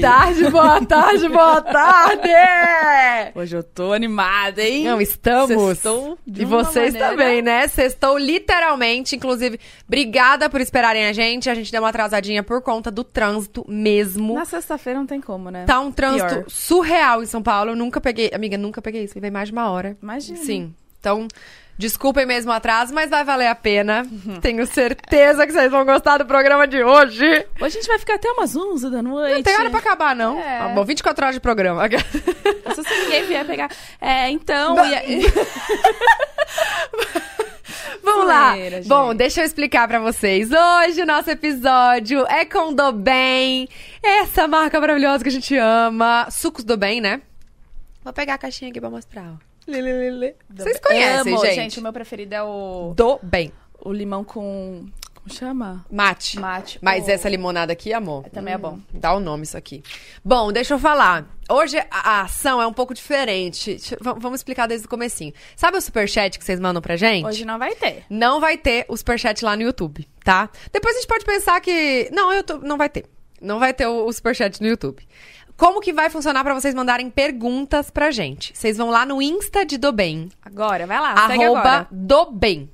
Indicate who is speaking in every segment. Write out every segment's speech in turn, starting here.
Speaker 1: tarde, boa tarde, boa tarde! Hoje eu tô animada, hein?
Speaker 2: Não, estamos.
Speaker 1: Sextou de
Speaker 2: E
Speaker 1: uma
Speaker 2: vocês
Speaker 1: maneira.
Speaker 2: também, né? Sextou literalmente, inclusive. Obrigada por esperarem a gente. A gente deu uma atrasadinha por conta do trânsito mesmo.
Speaker 3: Na sexta-feira não tem como, né?
Speaker 2: Tá um trânsito
Speaker 3: Pior.
Speaker 2: surreal em São Paulo. Eu nunca peguei, amiga, nunca peguei isso. Levei mais de uma hora.
Speaker 3: Imagina.
Speaker 2: Sim. Então, desculpem mesmo o atraso, mas vai valer a pena. Tenho certeza que vocês vão gostar do programa de hoje.
Speaker 3: Hoje a gente vai ficar até umas 11 da noite.
Speaker 2: Não tem hora pra acabar, não.
Speaker 3: É.
Speaker 2: Tá bom, 24 horas de programa.
Speaker 3: Só se ninguém vier pegar. É, então...
Speaker 2: Não.
Speaker 3: e a-
Speaker 2: Vamos lá.
Speaker 3: Zoeira, gente.
Speaker 2: Bom, deixa eu explicar pra vocês. Hoje o nosso episódio é com do Bem, essa marca maravilhosa que a gente ama. Sucos do Bem, né? Vou pegar a caixinha aqui pra mostrar. ó. Lê, lê, lê, lê. Vocês conhecem,
Speaker 3: Amo,
Speaker 2: gente?
Speaker 3: O meu preferido é o,
Speaker 2: Do Bem.
Speaker 3: o limão com... Como chama?
Speaker 2: Mate.
Speaker 3: Mate.
Speaker 2: Mas
Speaker 3: Oh.
Speaker 2: essa limonada aqui, amor.
Speaker 3: Também é bom.
Speaker 2: Dá o nome isso aqui. Bom, deixa eu falar. Hoje a- a ação é um pouco diferente. Deixa- v- Vamos explicar desde o comecinho. Sabe o superchat que vocês mandam pra gente?
Speaker 3: Hoje não vai ter.
Speaker 2: Não vai ter o superchat lá no YouTube, tá? Depois a gente pode pensar que. Não, eu tô- não vai ter. Não vai ter o, o superchat no YouTube. Como que vai funcionar pra vocês mandarem perguntas pra gente? Vocês vão lá no Insta de Do Bem,
Speaker 3: Agora, vai lá, Ah, segue
Speaker 2: arroba
Speaker 3: agora.
Speaker 2: do bem.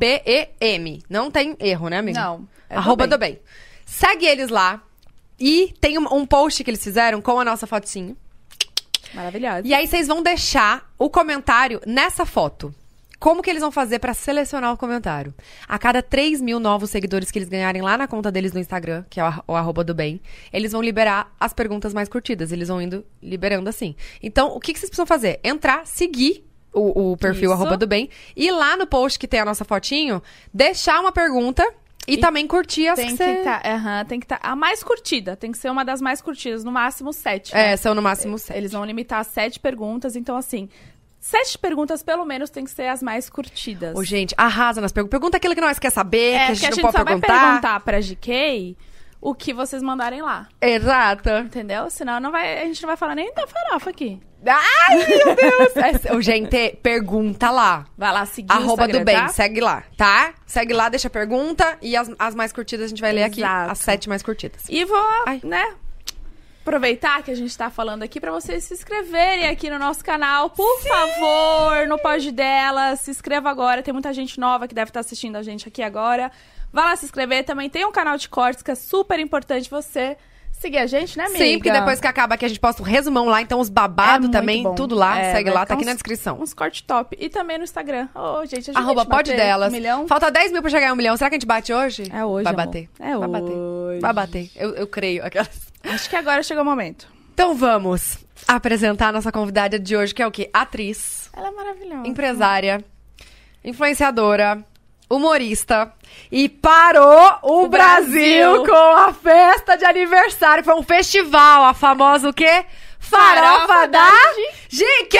Speaker 2: D-O-B-E-M. Não tem erro, né, amigo?
Speaker 3: Não, é do
Speaker 2: arroba
Speaker 3: bem.
Speaker 2: do bem. Segue eles lá. E tem um, um post que eles fizeram com a nossa fotinho.
Speaker 3: Maravilhosa.
Speaker 2: E aí vocês vão deixar o comentário nessa foto. Como que eles vão fazer pra selecionar o comentário? A cada 3 mil novos seguidores que eles ganharem lá na conta deles no Instagram, que é o arro- o arroba do bem, eles vão liberar as perguntas mais curtidas. Eles vão indo liberando assim. Então, o que, que vocês precisam fazer? Entrar, seguir o, o perfil
Speaker 3: Isso.
Speaker 2: arroba do bem e lá no post que tem a nossa fotinho, deixar uma pergunta e, também curtir as
Speaker 3: Tem
Speaker 2: que
Speaker 3: que
Speaker 2: você...
Speaker 3: tá, aham, tem que tá a mais curtida, tem que ser uma das mais curtidas, no máximo sete. né?
Speaker 2: É, são no máximo sete.
Speaker 3: Eles vão limitar a sete perguntas, então assim, sete perguntas pelo menos tem que ser as mais curtidas.
Speaker 2: Ô, gente, arrasa nas perguntas. Pergunta aquilo que nós quer saber,
Speaker 3: é,
Speaker 2: que a
Speaker 3: porque
Speaker 2: gente não
Speaker 3: só
Speaker 2: pode
Speaker 3: vai
Speaker 2: perguntar.
Speaker 3: perguntar pra GK o que vocês mandarem lá,
Speaker 2: Exato.
Speaker 3: entendeu? Senão não vai, a gente não vai falar nem da farofa aqui.
Speaker 2: Ai, meu Deus! Essa- Ô, Gente, pergunta lá.
Speaker 3: Vai lá seguir
Speaker 2: Arroba
Speaker 3: o Instagram,
Speaker 2: do bem,
Speaker 3: tá?
Speaker 2: segue lá, tá? Segue lá, deixa a pergunta e as, as mais curtidas a gente vai ler aqui.
Speaker 3: Exato.
Speaker 2: As sete mais curtidas.
Speaker 3: E vou,
Speaker 2: Ai.
Speaker 3: né, aproveitar que a gente tá falando aqui pra vocês se inscreverem aqui no nosso canal. Por favor, no pod dela, se inscreva agora. Tem muita gente nova que deve estar assistindo a gente aqui agora. Vá lá se inscrever. Também tem um canal de cortes que é super importante você seguir a gente, né, amiga?
Speaker 2: Sim, porque depois que acaba aqui a gente posta um resumão lá, então os babados
Speaker 3: muito
Speaker 2: também,
Speaker 3: bom.
Speaker 2: tudo lá,
Speaker 3: É,
Speaker 2: segue
Speaker 3: vai
Speaker 2: lá,
Speaker 3: ficar
Speaker 2: tá aqui na
Speaker 3: uns-
Speaker 2: descrição.
Speaker 3: Uns corte top. E também no Instagram. Ô, gente, a gente
Speaker 2: Arroba
Speaker 3: bater
Speaker 2: pode delas.
Speaker 3: Um milhão.
Speaker 2: Falta 10 mil pra chegar em um milhão. Será que a gente bate hoje?
Speaker 3: É hoje,
Speaker 2: Vai
Speaker 3: amor.
Speaker 2: bater.
Speaker 3: É
Speaker 2: Vai
Speaker 3: hoje.
Speaker 2: bater. Vai bater. Eu, eu creio. Aquelas.
Speaker 3: Acho que agora chegou o momento.
Speaker 2: Então vamos apresentar a nossa convidada de hoje, que é o quê? Atriz.
Speaker 3: Ela é maravilhosa.
Speaker 2: empresária, influenciadora, humorista e parou o,
Speaker 3: O
Speaker 2: Brasil,
Speaker 3: Brasil.
Speaker 2: com a festa de aniversário. Foi um festival, a famosa o quê? Farofa,
Speaker 3: Farofa
Speaker 2: da
Speaker 3: da
Speaker 2: GK!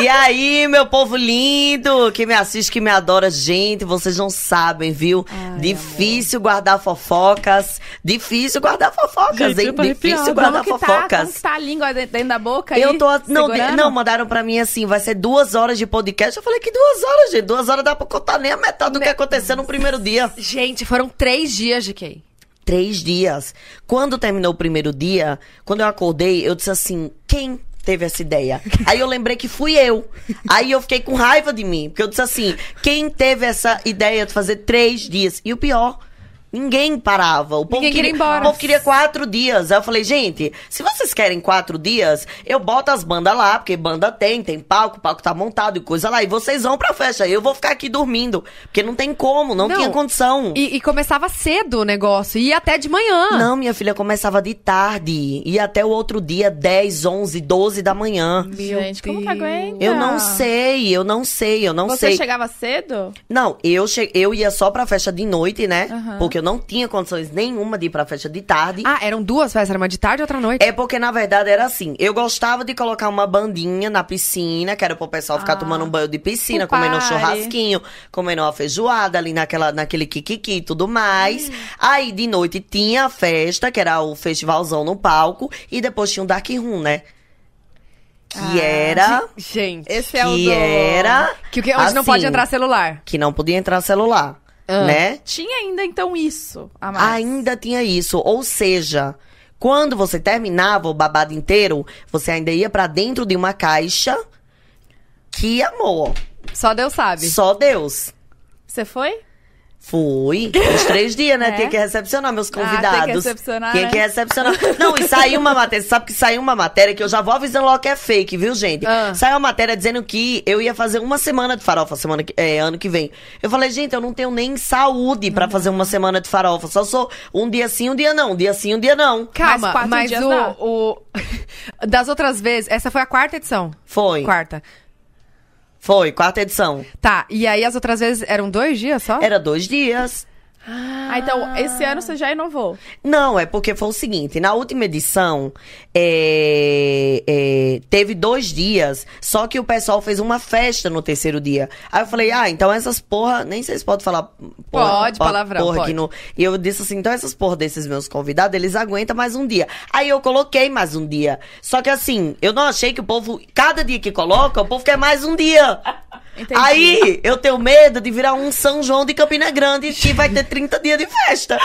Speaker 4: E aí, meu povo lindo, que me assiste, que me adora, gente, vocês não sabem, viu? difícil guardar fofocas, difícil guardar fofocas,
Speaker 2: Gente, eu
Speaker 4: hein?
Speaker 2: tô
Speaker 4: Difícil
Speaker 3: Como
Speaker 4: guardar
Speaker 3: que, tá, como que
Speaker 4: fofocas.
Speaker 3: tá a língua de- dentro da boca aí?
Speaker 4: Eu tô. Não, de-
Speaker 3: Segurando?
Speaker 4: não, mandaram pra mim assim, vai ser duas horas de podcast. Eu falei que duas horas, gente. Duas horas dá pra contar nem a metade do que aconteceu no primeiro dia.
Speaker 2: Gente, foram três dias, GK.
Speaker 4: Três dias. Quando terminou o primeiro dia, quando eu acordei, eu disse assim: quem teve essa ideia? Aí eu lembrei que fui eu. Aí eu fiquei com raiva de mim, porque eu disse assim: quem teve essa ideia de fazer três dias? E o pior. Ninguém parava. O povo
Speaker 2: Ninguém queria ir embora.
Speaker 4: O povo queria quatro dias. Aí eu falei, gente, se vocês querem quatro dias, eu boto as bandas lá, porque banda tem, tem palco, o palco tá montado e coisa lá. E vocês vão pra festa. Eu vou ficar aqui dormindo. Porque não tem como, não,
Speaker 2: Não,
Speaker 4: tinha condição.
Speaker 2: E, e começava cedo o negócio, e ia até de
Speaker 3: Ah.
Speaker 2: manhã.
Speaker 4: Não, minha filha começava de tarde. E até o outro dia, 10, 11, 12 da manhã.
Speaker 2: Meu
Speaker 3: Gente, como que
Speaker 2: Deus.
Speaker 3: aguenta?
Speaker 4: Eu não sei, eu não sei, eu não
Speaker 3: Ah. Você
Speaker 4: sei.
Speaker 3: chegava cedo?
Speaker 4: Não, eu, che... eu ia só pra festa de noite, né?
Speaker 3: Aham.
Speaker 4: Porque eu não tinha condições nenhuma de ir pra festa de tarde.
Speaker 2: Ah, eram duas festas, era uma de tarde e outra à noite.
Speaker 4: É porque, na verdade, era assim. Eu gostava de colocar uma bandinha na piscina, que era pro pessoal ficar
Speaker 3: Ah.
Speaker 4: tomando um banho de piscina,
Speaker 3: Pro
Speaker 4: comendo um
Speaker 3: party.
Speaker 4: churrasquinho, comendo uma feijoada ali naquela, naquele kikiki e tudo mais. Aí, de noite, tinha a festa, que era o festivalzão no palco, e depois tinha o Dark Room, né? Que era...
Speaker 2: Gente,
Speaker 3: Esse é o
Speaker 4: que
Speaker 3: do...
Speaker 4: era...
Speaker 2: que, o que hoje não
Speaker 4: assim,
Speaker 2: pode entrar celular.
Speaker 4: Que não podia entrar celular. né?
Speaker 5: Tinha ainda então isso a mais.
Speaker 4: Ainda tinha isso. Ou seja, quando você terminava o babado inteiro, você ainda ia pra dentro de uma caixa. Que amor.
Speaker 2: Só Deus sabe.
Speaker 4: Só Deus.
Speaker 5: Você foi?
Speaker 4: Fui. Os três dias, né?
Speaker 5: É.
Speaker 4: Tinha que recepcionar meus
Speaker 5: tem que
Speaker 4: convidados.
Speaker 5: recepcionar,
Speaker 4: Tinha
Speaker 5: né?
Speaker 4: que recepcionar. Não, e saiu uma matéria. Sabe que saiu uma matéria que eu já vou avisando logo que é fake, viu, gente?
Speaker 2: Ah.
Speaker 4: Saiu uma matéria dizendo que eu ia fazer uma semana de farofa semana que- é, ano que vem. Eu falei, gente, eu não tenho nem saúde pra fazer uma semana de farofa. Só sou um dia sim, um dia não. Um dia sim, um dia não.
Speaker 2: Calma,
Speaker 5: Mais quatro
Speaker 2: mas
Speaker 5: dias
Speaker 2: o,
Speaker 5: dá.
Speaker 2: o- Das outras vezes, essa foi a quarta edição.
Speaker 4: Foi.
Speaker 2: Quarta.
Speaker 4: Foi, quarta edição.
Speaker 2: Tá, e aí as outras vezes eram dois dias só?
Speaker 4: Era dois dias.
Speaker 5: Ah, então esse ano você já inovou.
Speaker 4: Não, é porque foi o seguinte, na última edição é, é, teve dois dias, só que o pessoal fez uma festa no terceiro dia. Aí eu falei, ah, então essas porra, nem sei se pode falar porra,
Speaker 2: Pode,
Speaker 4: pa-
Speaker 2: palavrão,
Speaker 4: porra
Speaker 2: pode.
Speaker 4: aqui no- E eu disse assim, então essas porra desses meus convidados, eles aguentam mais um dia. Aí eu coloquei mais um dia. Só que assim, eu não achei que o povo, cada dia que coloca, o povo quer mais um dia.
Speaker 5: Entendi.
Speaker 4: Aí eu tenho medo de virar um São João de Campina Grande que vai ter 30 dias de festa.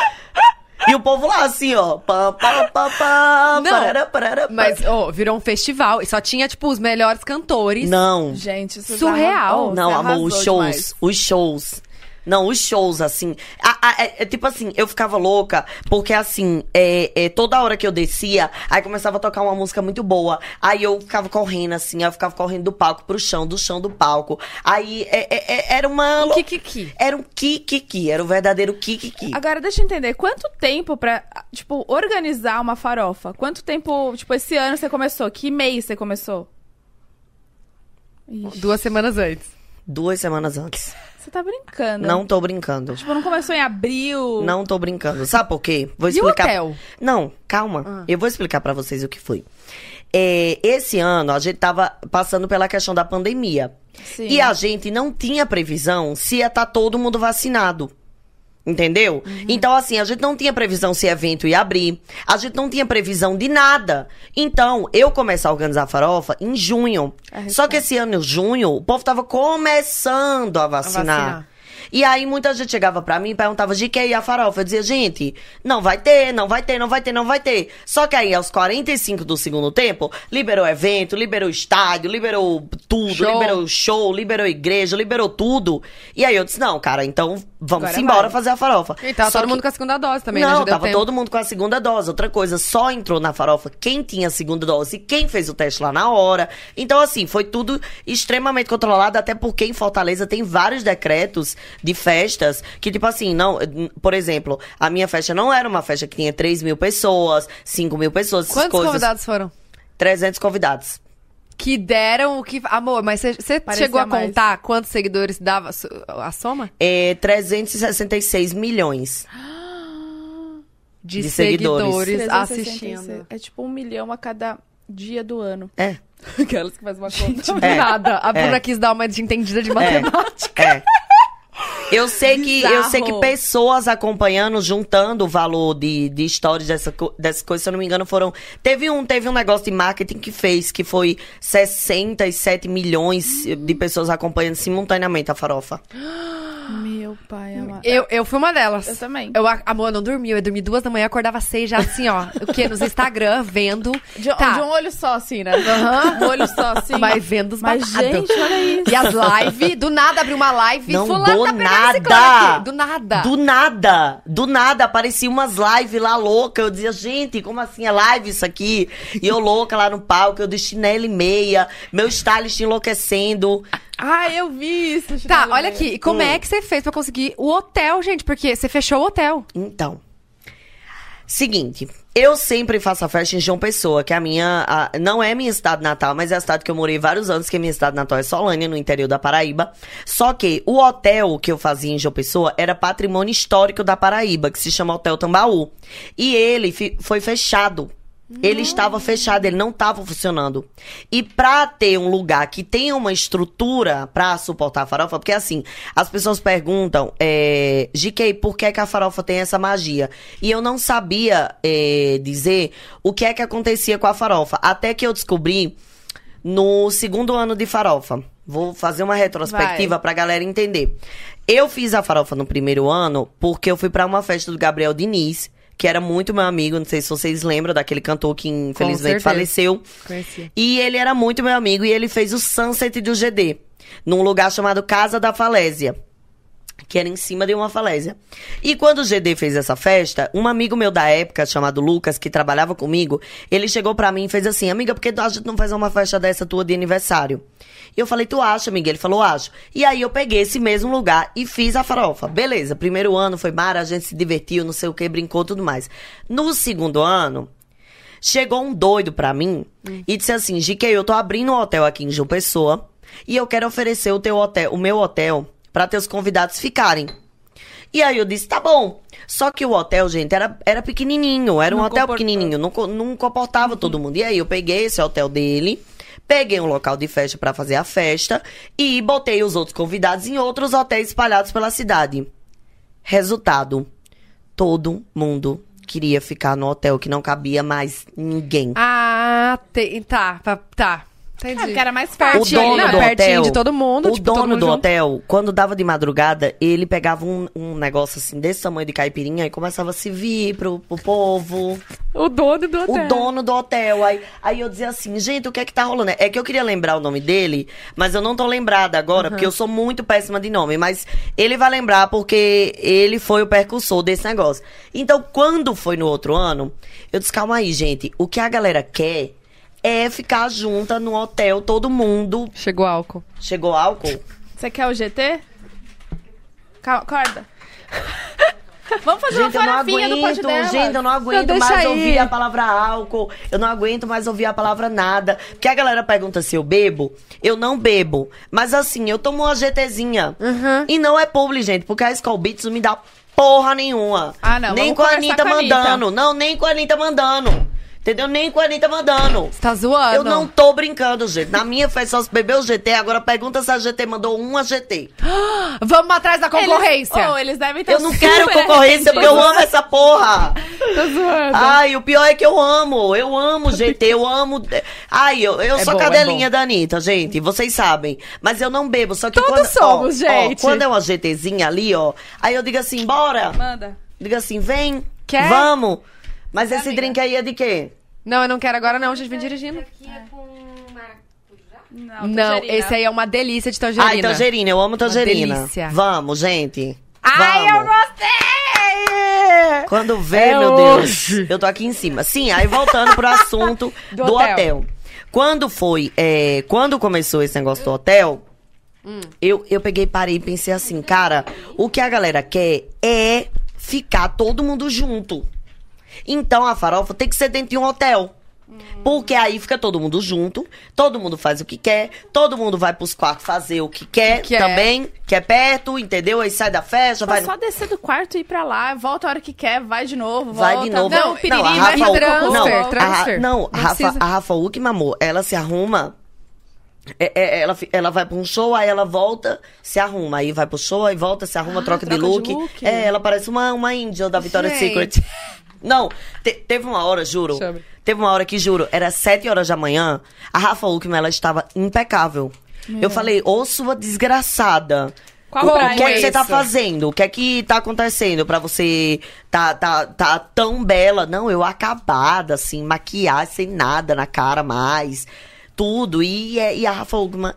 Speaker 4: E o povo lá assim, ó. Pá, pá, pá, pá,
Speaker 2: Não,
Speaker 4: parará, parará, pá.
Speaker 2: Mas, ó, virou um festival e só tinha, tipo, os melhores cantores.
Speaker 4: Não,
Speaker 5: Gente, isso
Speaker 2: Surreal.
Speaker 5: Já...
Speaker 4: não, amor, os shows.
Speaker 5: Demais.
Speaker 4: Os shows. Não, os shows, assim. a- a- é- é tipo assim, eu ficava louca, porque assim, é, é, toda hora que eu descia, aí começava a tocar uma música muito boa. Aí eu ficava correndo, assim, aí eu ficava correndo do palco pro chão, do chão do palco. Aí é- é- é- era uma. lou-
Speaker 2: Kikiki.
Speaker 4: Era um kikiki, era o verdadeiro kikiki.
Speaker 5: Agora, deixa eu entender, quanto tempo pra, tipo, organizar uma farofa? Quanto tempo, tipo, esse ano você começou? Que mês você começou? Ixi,
Speaker 2: Duas semanas antes.
Speaker 4: Duas semanas antes.
Speaker 5: você tá brincando.
Speaker 4: Não tô brincando.
Speaker 5: Tipo, não começou em abril?
Speaker 4: Não tô brincando. Sabe por quê? Vou
Speaker 2: E o
Speaker 4: explicar.
Speaker 2: hotel? Ah.
Speaker 4: Não, calma. Eu vou explicar pra vocês o que foi. É, esse ano a gente tava passando pela questão da pandemia.
Speaker 5: Sim.
Speaker 4: E a gente não tinha previsão se ia estar todo mundo vacinado. Entendeu? Então, assim, a gente não tinha previsão se evento ia abrir. A gente não tinha previsão de nada. Então, eu comecei a organizar a farofa em junho.
Speaker 5: Arriscado.
Speaker 4: Só que esse ano, junho, o povo tava começando a vacinar.
Speaker 2: vacinar.
Speaker 4: E aí, muita gente chegava pra mim e perguntava de que ia a farofa. Eu dizia, gente, não vai ter, não vai ter, não vai ter, não vai ter. Só que aí, aos 45 do segundo tempo, liberou evento, liberou estádio, liberou tudo,
Speaker 2: Show.
Speaker 4: liberou o show, liberou igreja, liberou tudo. E aí eu disse, não, cara, então vamos
Speaker 5: Agora
Speaker 4: embora
Speaker 5: vai.
Speaker 4: fazer a farofa.
Speaker 2: E tava
Speaker 4: Só
Speaker 2: Então, todo
Speaker 4: que-
Speaker 2: mundo com a segunda dose também, né?
Speaker 4: não,
Speaker 2: Já deu
Speaker 4: tava
Speaker 2: tempo.
Speaker 4: todo mundo com a segunda dose. Outra coisa, só entrou na farofa quem tinha a segunda dose e quem fez o teste lá na hora. Então, assim, foi tudo extremamente controlado, até porque em Fortaleza tem vários decretos de festas que, tipo assim, não. Por exemplo, a minha festa não era uma festa que tinha 3 mil pessoas, 5 mil pessoas, essas
Speaker 2: Quantos
Speaker 4: coisas.
Speaker 2: convidados foram?
Speaker 4: 300 convidados.
Speaker 2: Que deram o que. Amor, mas você
Speaker 5: Parecia
Speaker 2: chegou a
Speaker 5: mais.
Speaker 2: contar quantos seguidores dava su- a soma?
Speaker 4: É, 366 milhões.
Speaker 2: De,
Speaker 4: De seguidores.
Speaker 2: seguidores,
Speaker 5: 366.
Speaker 2: assistindo.
Speaker 5: É tipo um milhão a cada dia do ano.
Speaker 4: É.
Speaker 5: Aquelas que faz uma conta.
Speaker 2: Do
Speaker 4: É.
Speaker 2: nada. A Bruna
Speaker 4: É.
Speaker 2: quis dar uma desentendida de
Speaker 4: É.
Speaker 2: matemática.
Speaker 4: É. Eu sei, que, eu sei que
Speaker 5: Bizarro.
Speaker 4: pessoas acompanhando, juntando o valor de, de stories dessa, co- dessas coisas, se eu não me engano, foram. Teve um, teve um negócio de marketing que fez, que foi 67 milhões de pessoas acompanhando simultaneamente a farofa.
Speaker 5: Meu pai
Speaker 4: é
Speaker 5: amado.
Speaker 2: Eu, eu fui uma delas.
Speaker 5: Eu também.
Speaker 2: Eu, a- amor, eu não dormi. Eu dormi duas da manhã, acordava às seis já assim, ó. O quê? Nos Instagram, vendo.
Speaker 5: De,
Speaker 2: tá.
Speaker 5: de um olho só, assim, né? Um olho só, assim.
Speaker 2: Mas vendo os
Speaker 5: Mas,
Speaker 2: babado.
Speaker 5: gente, olha isso.
Speaker 2: E as lives, do nada abriu uma live.
Speaker 4: Não,
Speaker 2: fulano
Speaker 4: do
Speaker 2: tá pegando esse
Speaker 4: nada.
Speaker 2: cara aqui. Do nada.
Speaker 4: Do nada, do nada, aparecia umas lives lá louca. Eu dizia, gente, como assim é live isso aqui? E eu louca lá no palco, eu de chinelo e meia, meu stylist enlouquecendo.
Speaker 5: Ah, eu vi isso. Chico
Speaker 2: Tá,
Speaker 5: Oliveira.
Speaker 2: olha aqui. e Como é que você fez pra conseguir o hotel, gente? Porque você fechou o hotel.
Speaker 4: Então. Seguinte, eu sempre faço a festa em João Pessoa, que é a minha. a- não é minha cidade natal, mas é a cidade que eu morei vários anos, que a minha cidade natal é Solânia, no interior da Paraíba. Só que o hotel que eu fazia em João Pessoa era patrimônio histórico da Paraíba, que se chama Hotel Tambaú. E ele fi- foi fechado. Ele estava fechado, ele não estava funcionando. E pra ter um lugar que tenha uma estrutura pra suportar a farofa, porque assim, as pessoas perguntam, é, GK, por que, que a farofa tem essa magia? E eu não sabia é, dizer o que é que acontecia com a farofa, até que eu descobri no segundo ano de farofa. Vou fazer uma retrospectiva pra galera entender. Eu fiz a farofa no primeiro ano porque eu fui pra uma festa do Gabriel Diniz, que era muito meu amigo, não sei se vocês lembram daquele cantor que infelizmente
Speaker 2: certeza.
Speaker 4: faleceu.
Speaker 2: Conheci.
Speaker 4: E ele era muito meu amigo e ele fez o Sunset do GD, num lugar chamado Casa da Falésia. Que era em cima de uma falésia. E quando o GD fez essa festa, um amigo meu da época, chamado Lucas, que trabalhava comigo, ele chegou pra mim e fez assim: Amiga, por que a gente não faz uma festa dessa tua de aniversário? E eu falei: Tu acha, amiga? Ele falou: Acho. E aí eu peguei esse mesmo lugar e fiz a farofa. Beleza, primeiro ano foi mara, a gente se divertiu, não sei o que, brincou tudo mais. No segundo ano, Chegou um doido pra mim
Speaker 5: Hum.
Speaker 4: e disse assim: GK, eu tô abrindo um hotel aqui em João Pessoa e eu quero oferecer o teu hotel, o meu hotel, pra teus convidados ficarem. E aí eu disse, tá bom. Só que o hotel, gente, era, era pequenininho. Era um
Speaker 5: Não
Speaker 4: hotel
Speaker 5: comportava. Uhum.
Speaker 4: pequenininho. Não, co- não comportava todo mundo. E aí eu peguei esse hotel dele, peguei um local de festa pra fazer a festa e botei os outros convidados em outros hotéis espalhados pela cidade. Resultado: todo mundo queria ficar no hotel, que não cabia mais ninguém.
Speaker 2: Ah, tem- tá, pa- tá. Entendi.
Speaker 5: É, porque era mais
Speaker 4: o
Speaker 5: pertinho,
Speaker 4: dono
Speaker 5: né?
Speaker 4: do
Speaker 2: pertinho
Speaker 4: hotel,
Speaker 2: de todo mundo,
Speaker 4: o
Speaker 2: tipo, todo
Speaker 4: dono
Speaker 2: mundo
Speaker 4: do
Speaker 2: junto.
Speaker 4: hotel, quando dava de madrugada, ele pegava um, um negócio assim desse tamanho de caipirinha e começava a se vir pro, pro povo.
Speaker 2: O dono do
Speaker 3: É.
Speaker 2: hotel.
Speaker 4: O dono do hotel. Aí, aí eu dizia assim, gente, o que é que tá rolando? É que eu queria lembrar o nome dele, mas eu não tô lembrada agora, porque eu sou muito péssima de nome. Mas ele vai lembrar porque ele foi o percussor desse negócio. Então, quando foi no outro ano, eu disse, calma aí, gente. O que a galera quer é ficar junta no hotel, todo mundo.
Speaker 2: Chegou álcool.
Speaker 4: Chegou álcool?
Speaker 5: Você quer o GT? Calma, acorda. Vamos fazer
Speaker 4: Gente, eu
Speaker 5: uma
Speaker 4: não
Speaker 5: farofinha do pote
Speaker 4: aguento,
Speaker 5: dela.
Speaker 4: gente, eu não aguento
Speaker 2: Não, deixa
Speaker 4: mais
Speaker 2: aí.
Speaker 4: ouvir a palavra álcool, eu não aguento mais ouvir a palavra nada. Porque a galera pergunta se eu bebo, eu não bebo. Mas assim, eu tomo uma GTzinha. E não é publi, gente, porque a Skull Beats não me dá porra nenhuma.
Speaker 5: Ah, não,
Speaker 4: Nem
Speaker 5: vamos
Speaker 4: com a
Speaker 5: conversar
Speaker 4: Anitta
Speaker 5: com a Anitta.
Speaker 4: mandando. Não, nem com a Anitta mandando. Entendeu? Nem com a Anitta mandando.
Speaker 2: Você tá
Speaker 5: Ah,
Speaker 2: zoando?
Speaker 4: Eu não tô brincando, gente. Na minha festa só se bebeu GT, agora pergunta se a GT mandou uma GT.
Speaker 2: Vamos atrás da
Speaker 5: Eles,
Speaker 2: concorrência.
Speaker 5: oh, eles devem estar
Speaker 4: Eu não quero
Speaker 5: super
Speaker 4: concorrência porque eu amo essa porra.
Speaker 2: Tá zoando.
Speaker 4: Ai, o pior é que eu amo. Eu amo GT, eu amo. Ai, eu, eu
Speaker 2: É
Speaker 4: sou
Speaker 2: bom, é
Speaker 4: cadelinha da Anitta, gente. Vocês sabem. Mas eu não bebo. Só que
Speaker 2: Todos
Speaker 4: quando. ó,
Speaker 2: somos,
Speaker 4: ó,
Speaker 2: gente.
Speaker 4: quando é uma GTzinha ali, ó. Aí eu digo assim, bora.
Speaker 5: Manda.
Speaker 4: Digo assim, vem.
Speaker 2: Quer?
Speaker 4: Vamos. Mas esse drink aí é de quê?
Speaker 2: Não, eu não quero agora não, gente, vem dirigindo.
Speaker 5: Não,
Speaker 2: Não,
Speaker 5: tangerina.
Speaker 2: esse aí é uma delícia de tangerina.
Speaker 4: Ai, tangerina. Eu amo tangerina.
Speaker 2: delícia.
Speaker 4: Vamos, gente.
Speaker 2: Ai, eu
Speaker 4: Vamos.
Speaker 2: gostei!
Speaker 4: Quando vê,
Speaker 2: É
Speaker 4: meu
Speaker 2: hoje.
Speaker 4: Deus. Eu tô aqui em cima. Sim, aí voltando pro assunto
Speaker 2: Do
Speaker 4: do,
Speaker 2: hotel.
Speaker 4: hotel. Quando foi. é, quando começou esse negócio do hotel, eu, eu peguei, parei e pensei assim, cara, o que a galera quer é ficar todo mundo junto. Então a farofa tem que ser dentro de um hotel. Porque aí fica todo mundo junto, todo mundo faz o que quer, todo mundo vai pros quartos fazer o que quer,
Speaker 2: Que quer.
Speaker 4: também, que é perto, entendeu? Aí sai da festa,
Speaker 5: Vai
Speaker 4: vai.
Speaker 5: Tá só descer do quarto e ir pra lá, volta a hora que quer, vai de novo,
Speaker 4: Vai
Speaker 5: volta.
Speaker 4: de novo.
Speaker 5: Não, piriri, vai
Speaker 2: Rafa-
Speaker 5: de
Speaker 2: transfer,
Speaker 5: cocô,
Speaker 4: não,
Speaker 5: volta.
Speaker 4: É a Ra-
Speaker 2: transfer.
Speaker 4: não,
Speaker 2: Não
Speaker 4: a Rafa,
Speaker 2: precisa.
Speaker 4: a Rafa Uckman, amor, ela se arruma. é- é- ela, fi- ela vai pra um show, aí ela volta, se arruma. Aí vai pro show, aí volta, se arruma, troca, de,
Speaker 5: Ah, troca de
Speaker 4: look.
Speaker 5: look.
Speaker 4: É, ela parece uma, uma índia da Victoria's
Speaker 2: Gente.
Speaker 4: Secret. Não, te- teve uma hora, juro.
Speaker 2: Chama.
Speaker 4: Teve uma hora que, juro, era sete horas da manhã, a Rafa Uckman, ela estava impecável. Eu falei, ô sua desgraçada.
Speaker 5: Qual
Speaker 4: o, o
Speaker 5: praia
Speaker 4: que é
Speaker 5: é
Speaker 4: que você tá
Speaker 2: isso?
Speaker 4: fazendo? O que é que tá acontecendo pra você tá, tá, tá tão bela? Não, eu acabada, assim, maquiagem sem nada na cara mais. Tudo. E, é- e a Rafa Ugman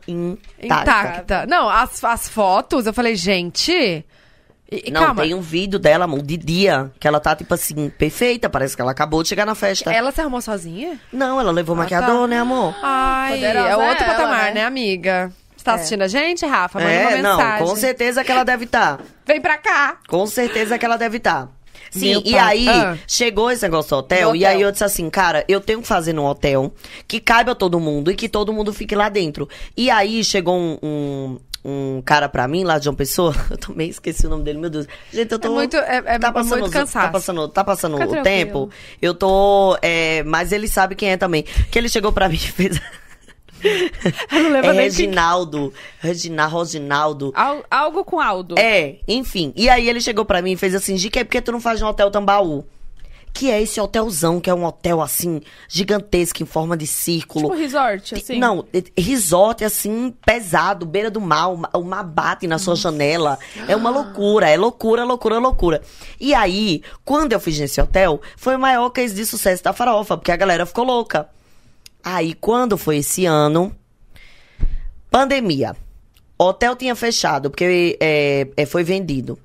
Speaker 4: intacta.
Speaker 2: Intacta. Não, as, as fotos, eu falei, gente... E, e
Speaker 4: Não,
Speaker 2: calma,
Speaker 4: tem um vídeo dela, amor, de dia, que ela tá, tipo assim, perfeita. Parece que ela acabou de chegar na festa.
Speaker 2: ela se arrumou sozinha?
Speaker 4: Não, ela levou
Speaker 2: tá
Speaker 4: maquiador, né, amor?
Speaker 2: Ai,
Speaker 5: Ah, Poderosa
Speaker 2: é outro
Speaker 5: ela,
Speaker 2: patamar, né,
Speaker 5: né? É.
Speaker 2: amiga? Você tá assistindo a gente, Rafa? Manda uma
Speaker 4: é, não,
Speaker 2: mensagem.
Speaker 4: com certeza que ela deve tá. estar.
Speaker 2: Vem pra cá.
Speaker 4: Com certeza que ela deve estar. Sim,
Speaker 2: Meu
Speaker 4: e
Speaker 2: pai.
Speaker 4: aí
Speaker 2: Ah.
Speaker 4: chegou esse negócio do hotel,
Speaker 2: Do
Speaker 4: e aí
Speaker 2: hotel.
Speaker 4: eu disse assim, cara, eu tenho que fazer num hotel que caiba todo mundo e que todo mundo fique lá dentro. E aí chegou um, um, um cara pra mim lá de uma pessoa, eu também esqueci o nome dele, meu Deus. Gente, eu tô.
Speaker 2: É muito- é- é muito
Speaker 4: os-
Speaker 2: cansaço.
Speaker 4: Tá passando, tá passando
Speaker 5: Fica
Speaker 4: o
Speaker 5: tranquilo.
Speaker 4: tempo, eu tô. é, mas ele sabe quem é também. Que ele chegou pra mim e fez. É Reginaldo. Regina, Roginaldo.
Speaker 5: Al- algo com Aldo.
Speaker 4: É, enfim. E aí ele chegou pra mim e fez assim, Gica, por que tu não faz no Hotel Tambaú? que é esse hotelzão, que é um hotel assim, gigantesco, em forma de círculo.
Speaker 5: Tipo resort, assim?
Speaker 4: Não, resort assim, pesado, beira do mar, o ma- o mar bate na sua janela. É uma loucura, é loucura, loucura, loucura. E aí, quando eu fiz nesse hotel, foi o maior case de sucesso da farofa, porque a galera ficou louca. Aí, quando foi esse ano, pandemia. Hotel tinha fechado, porque é, é, foi vendido.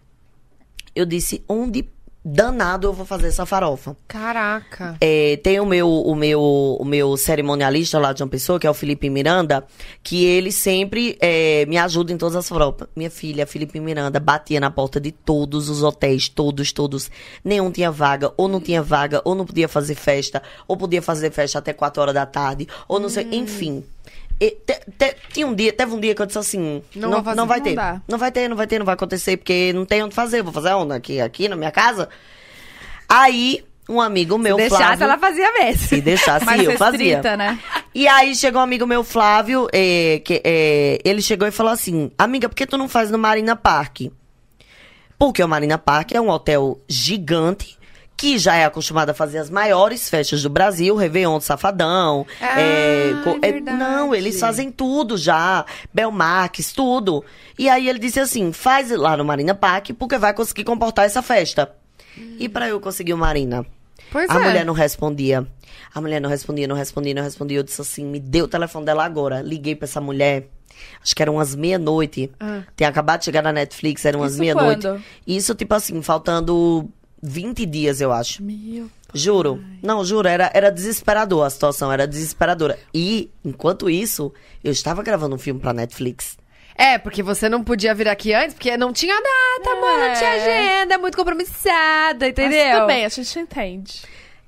Speaker 4: Eu disse, onde danado eu vou fazer essa farofa?
Speaker 2: Caraca.
Speaker 4: É, tem o meu, o, meu, o meu cerimonialista lá de uma pessoa, que é o Felipe Miranda, que ele sempre é, me ajuda em todas as faropas. Minha filha, Felipe Miranda, batia na porta de todos os hotéis, todos, todos. Nenhum tinha vaga, ou não tinha vaga, ou não podia fazer festa, ou podia fazer festa até 4 horas da tarde, ou não
Speaker 2: Hum.
Speaker 4: sei, enfim. E te- te- tinha um dia, teve um dia que eu disse assim,
Speaker 2: Não
Speaker 4: não,
Speaker 2: vou fazer,
Speaker 4: não vai
Speaker 5: não
Speaker 4: ter,
Speaker 5: dá.
Speaker 4: não vai ter, não vai ter, não vai acontecer, porque não tem onde fazer, vou fazer onde? Aqui, aqui na minha casa? Aí, um amigo meu,
Speaker 2: Deixasse,
Speaker 4: Flávio...
Speaker 2: ela fazia
Speaker 4: Se
Speaker 2: mesmo.
Speaker 4: deixasse,
Speaker 5: Mais
Speaker 4: eu fazia.
Speaker 5: restrita, né?
Speaker 4: E aí chegou um amigo meu, Flávio, eh, que, eh, ele chegou e falou assim: Amiga, por que tu não faz no Marina Park? Porque o Marina Park é um hotel gigante. Que já é acostumado a fazer as maiores festas do Brasil, Réveillon do Safadão.
Speaker 2: Ah,
Speaker 4: eh, co-
Speaker 2: é
Speaker 4: eh,
Speaker 2: verdade.
Speaker 4: não, eles fazem tudo já. Belmarques, tudo. E aí ele disse assim: faz lá no Marina Park, porque vai conseguir comportar essa festa. E pra eu conseguir o Marina?
Speaker 2: Pois
Speaker 4: a
Speaker 2: é.
Speaker 4: mulher não respondia. A mulher não respondia, não respondia, não respondia. Eu disse assim, me deu o telefone dela agora. Liguei pra essa mulher. Acho que eram umas meia-noite.
Speaker 2: Ah.
Speaker 4: Tem acabado de chegar na Netflix, eram umas
Speaker 5: Isso
Speaker 4: meia-noite.
Speaker 5: quando?
Speaker 4: Isso, tipo assim, faltando 20 dias, eu acho.
Speaker 5: Meu.
Speaker 4: Juro. Não, juro, era, era desesperador a situação, era desesperadora. E, enquanto isso, eu estava gravando um filme pra Netflix.
Speaker 2: É, porque você não podia vir aqui antes, porque não tinha data, mano, não tinha agenda, é muito compromissada, entendeu?
Speaker 5: Mas tudo bem, a gente entende.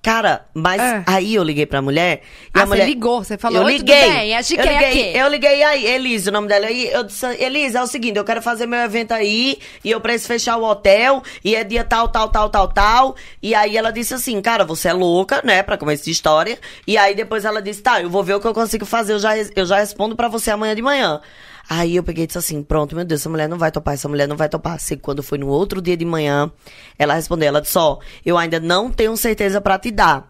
Speaker 4: Cara, mas
Speaker 5: É.
Speaker 2: Ah.
Speaker 4: aí eu liguei pra mulher. E
Speaker 2: Ah,
Speaker 4: a
Speaker 2: você
Speaker 4: mulher...
Speaker 2: ligou, você falou,
Speaker 4: eu
Speaker 2: "Oi, tudo
Speaker 4: liguei.
Speaker 2: bem? É Achei
Speaker 4: eu
Speaker 2: que era
Speaker 4: liguei,
Speaker 2: quê?"
Speaker 4: Eu liguei aí, Elise, o nome dela. aí eu disse, Elise, é o seguinte, eu quero fazer meu evento aí e eu preciso fechar o hotel e é dia tal, tal, tal, tal, tal. E aí ela disse assim, cara, você é louca, né, pra começo de história. E aí depois ela disse, tá, eu vou ver o que eu consigo fazer, eu já, res- eu já respondo pra você amanhã de manhã. Aí eu peguei e disse assim, pronto, meu Deus, essa mulher não vai topar, essa mulher não vai topar. Sei que quando foi no outro dia de manhã, ela respondeu, ela disse, ó, eu ainda não tenho certeza pra te dar.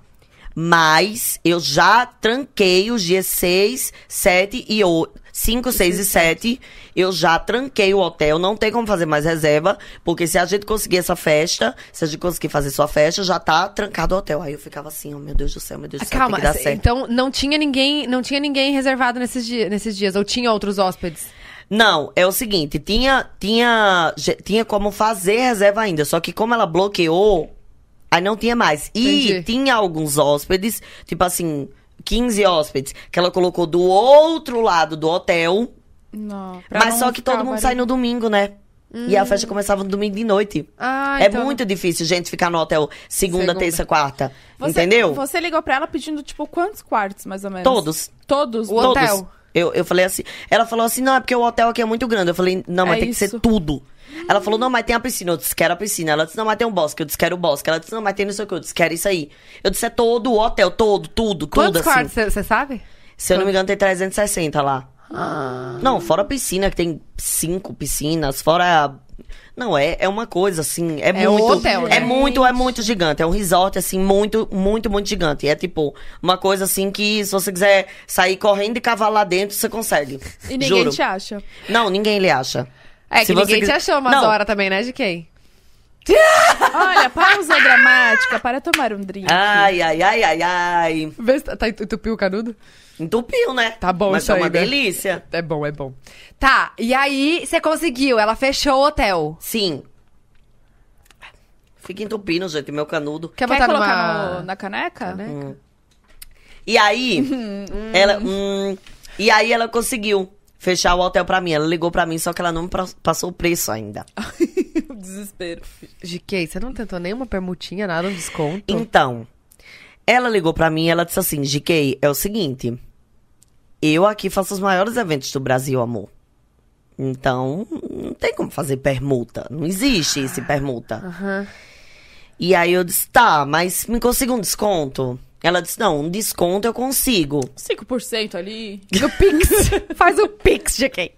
Speaker 4: Mas eu já tranquei os dias 6, 7 e 8. 5, 6 e 7. Eu já tranquei o hotel. Não tem como fazer mais reserva. Porque se a gente conseguir essa festa, se a gente conseguir fazer sua festa, já tá trancado o hotel. Aí eu ficava assim, oh meu Deus do céu, meu Deus do céu,
Speaker 2: Calma,
Speaker 4: tem que dar
Speaker 2: cê-
Speaker 4: certo.
Speaker 2: então não tinha ninguém, não tinha ninguém reservado nesses, di- nesses dias, ou tinha outros hóspedes.
Speaker 4: Não, é o seguinte, tinha, tinha, ge- tinha como fazer reserva ainda, só que como ela bloqueou, aí não tinha mais. E
Speaker 2: Entendi.
Speaker 4: tinha alguns hóspedes, tipo assim, 15 hóspedes, que ela colocou do outro lado do hotel,
Speaker 5: Não, pra
Speaker 4: mas
Speaker 5: não
Speaker 4: só que
Speaker 5: ficar Hum.
Speaker 4: todo mundo sai
Speaker 5: barulho.
Speaker 4: no domingo, né? E a festa começava no domingo de noite.
Speaker 2: Ah,
Speaker 4: é
Speaker 2: então-
Speaker 4: muito difícil gente ficar no hotel segunda,
Speaker 2: Segunda.
Speaker 4: terça, quarta,
Speaker 5: Você-
Speaker 4: entendeu?
Speaker 5: Você ligou pra ela pedindo, tipo, quantos quartos, mais ou menos?
Speaker 4: Todos.
Speaker 5: Todos?
Speaker 2: O
Speaker 4: Todos.
Speaker 2: hotel.
Speaker 4: Eu, eu falei assim. Ela falou assim: não, é porque o hotel aqui é muito grande. Eu falei: não, mas
Speaker 5: É
Speaker 4: tem que
Speaker 5: isso.
Speaker 4: ser tudo. Ela falou: não, mas tem a piscina. Eu disse: quero a piscina. Ela disse: não, mas tem um bosque. Eu disse: quero o bosque. Ela disse: não, mas tem não sei o que. Eu disse: quero isso aí. Eu disse: é todo o hotel, todo, tudo,
Speaker 2: Quantos
Speaker 4: tudo
Speaker 2: quartos,
Speaker 4: assim.
Speaker 2: você sabe?
Speaker 4: Se eu não me engano, tem 360 lá.
Speaker 2: Ah.
Speaker 4: Não, fora a piscina, que tem cinco piscinas, fora. a- Não, é, é uma coisa assim. É,
Speaker 2: É o
Speaker 4: muito.
Speaker 2: hotel, né?
Speaker 4: É muito, é muito gigante. É um resort, assim, muito, muito, muito gigante. É tipo, uma coisa assim que se você quiser sair correndo e cavalo lá dentro, você consegue.
Speaker 5: E ninguém
Speaker 4: Juro.
Speaker 5: te acha.
Speaker 4: Não, ninguém lhe acha.
Speaker 2: É
Speaker 4: Se
Speaker 2: que
Speaker 4: você
Speaker 2: ninguém te
Speaker 4: quiser-
Speaker 2: achou umas
Speaker 4: Não.
Speaker 2: horas também, né, de quem?
Speaker 5: Olha, pausa dramática para tomar um drink.
Speaker 4: Ai, ai, ai, ai, ai.
Speaker 2: Vê se tá, tá entupiu o canudo?
Speaker 4: Entupiu, né?
Speaker 2: Tá bom
Speaker 4: Mas
Speaker 2: isso
Speaker 4: é uma
Speaker 2: aí, né?
Speaker 4: delícia.
Speaker 2: É bom, é bom. Tá, e aí você conseguiu, ela fechou o hotel.
Speaker 4: Sim. Fica entupindo, gente, meu canudo.
Speaker 5: Quer
Speaker 2: Quer, botar
Speaker 5: colocar no-
Speaker 2: numa...
Speaker 5: na
Speaker 4: Tá
Speaker 5: caneca? né?
Speaker 4: E aí, Uhum, ela. hum, e aí ela conseguiu fechar o hotel pra mim. Ela ligou pra mim, só que ela não me pra- passou o preço ainda.
Speaker 5: Desespero.
Speaker 2: De quem? Você não tentou nenhuma permutinha, nada, um desconto?
Speaker 4: Então, ela ligou pra mim e ela disse assim: GK, é o seguinte. Eu aqui faço os maiores eventos do Brasil, amor. Então, não tem como fazer permuta. Não existe esse permuta.
Speaker 2: Aham.
Speaker 4: E aí eu disse, tá, mas me consiga um desconto? Ela disse, não, um desconto eu consigo.
Speaker 5: 5% ali.
Speaker 2: Do Pix. Faz o Pix de quem?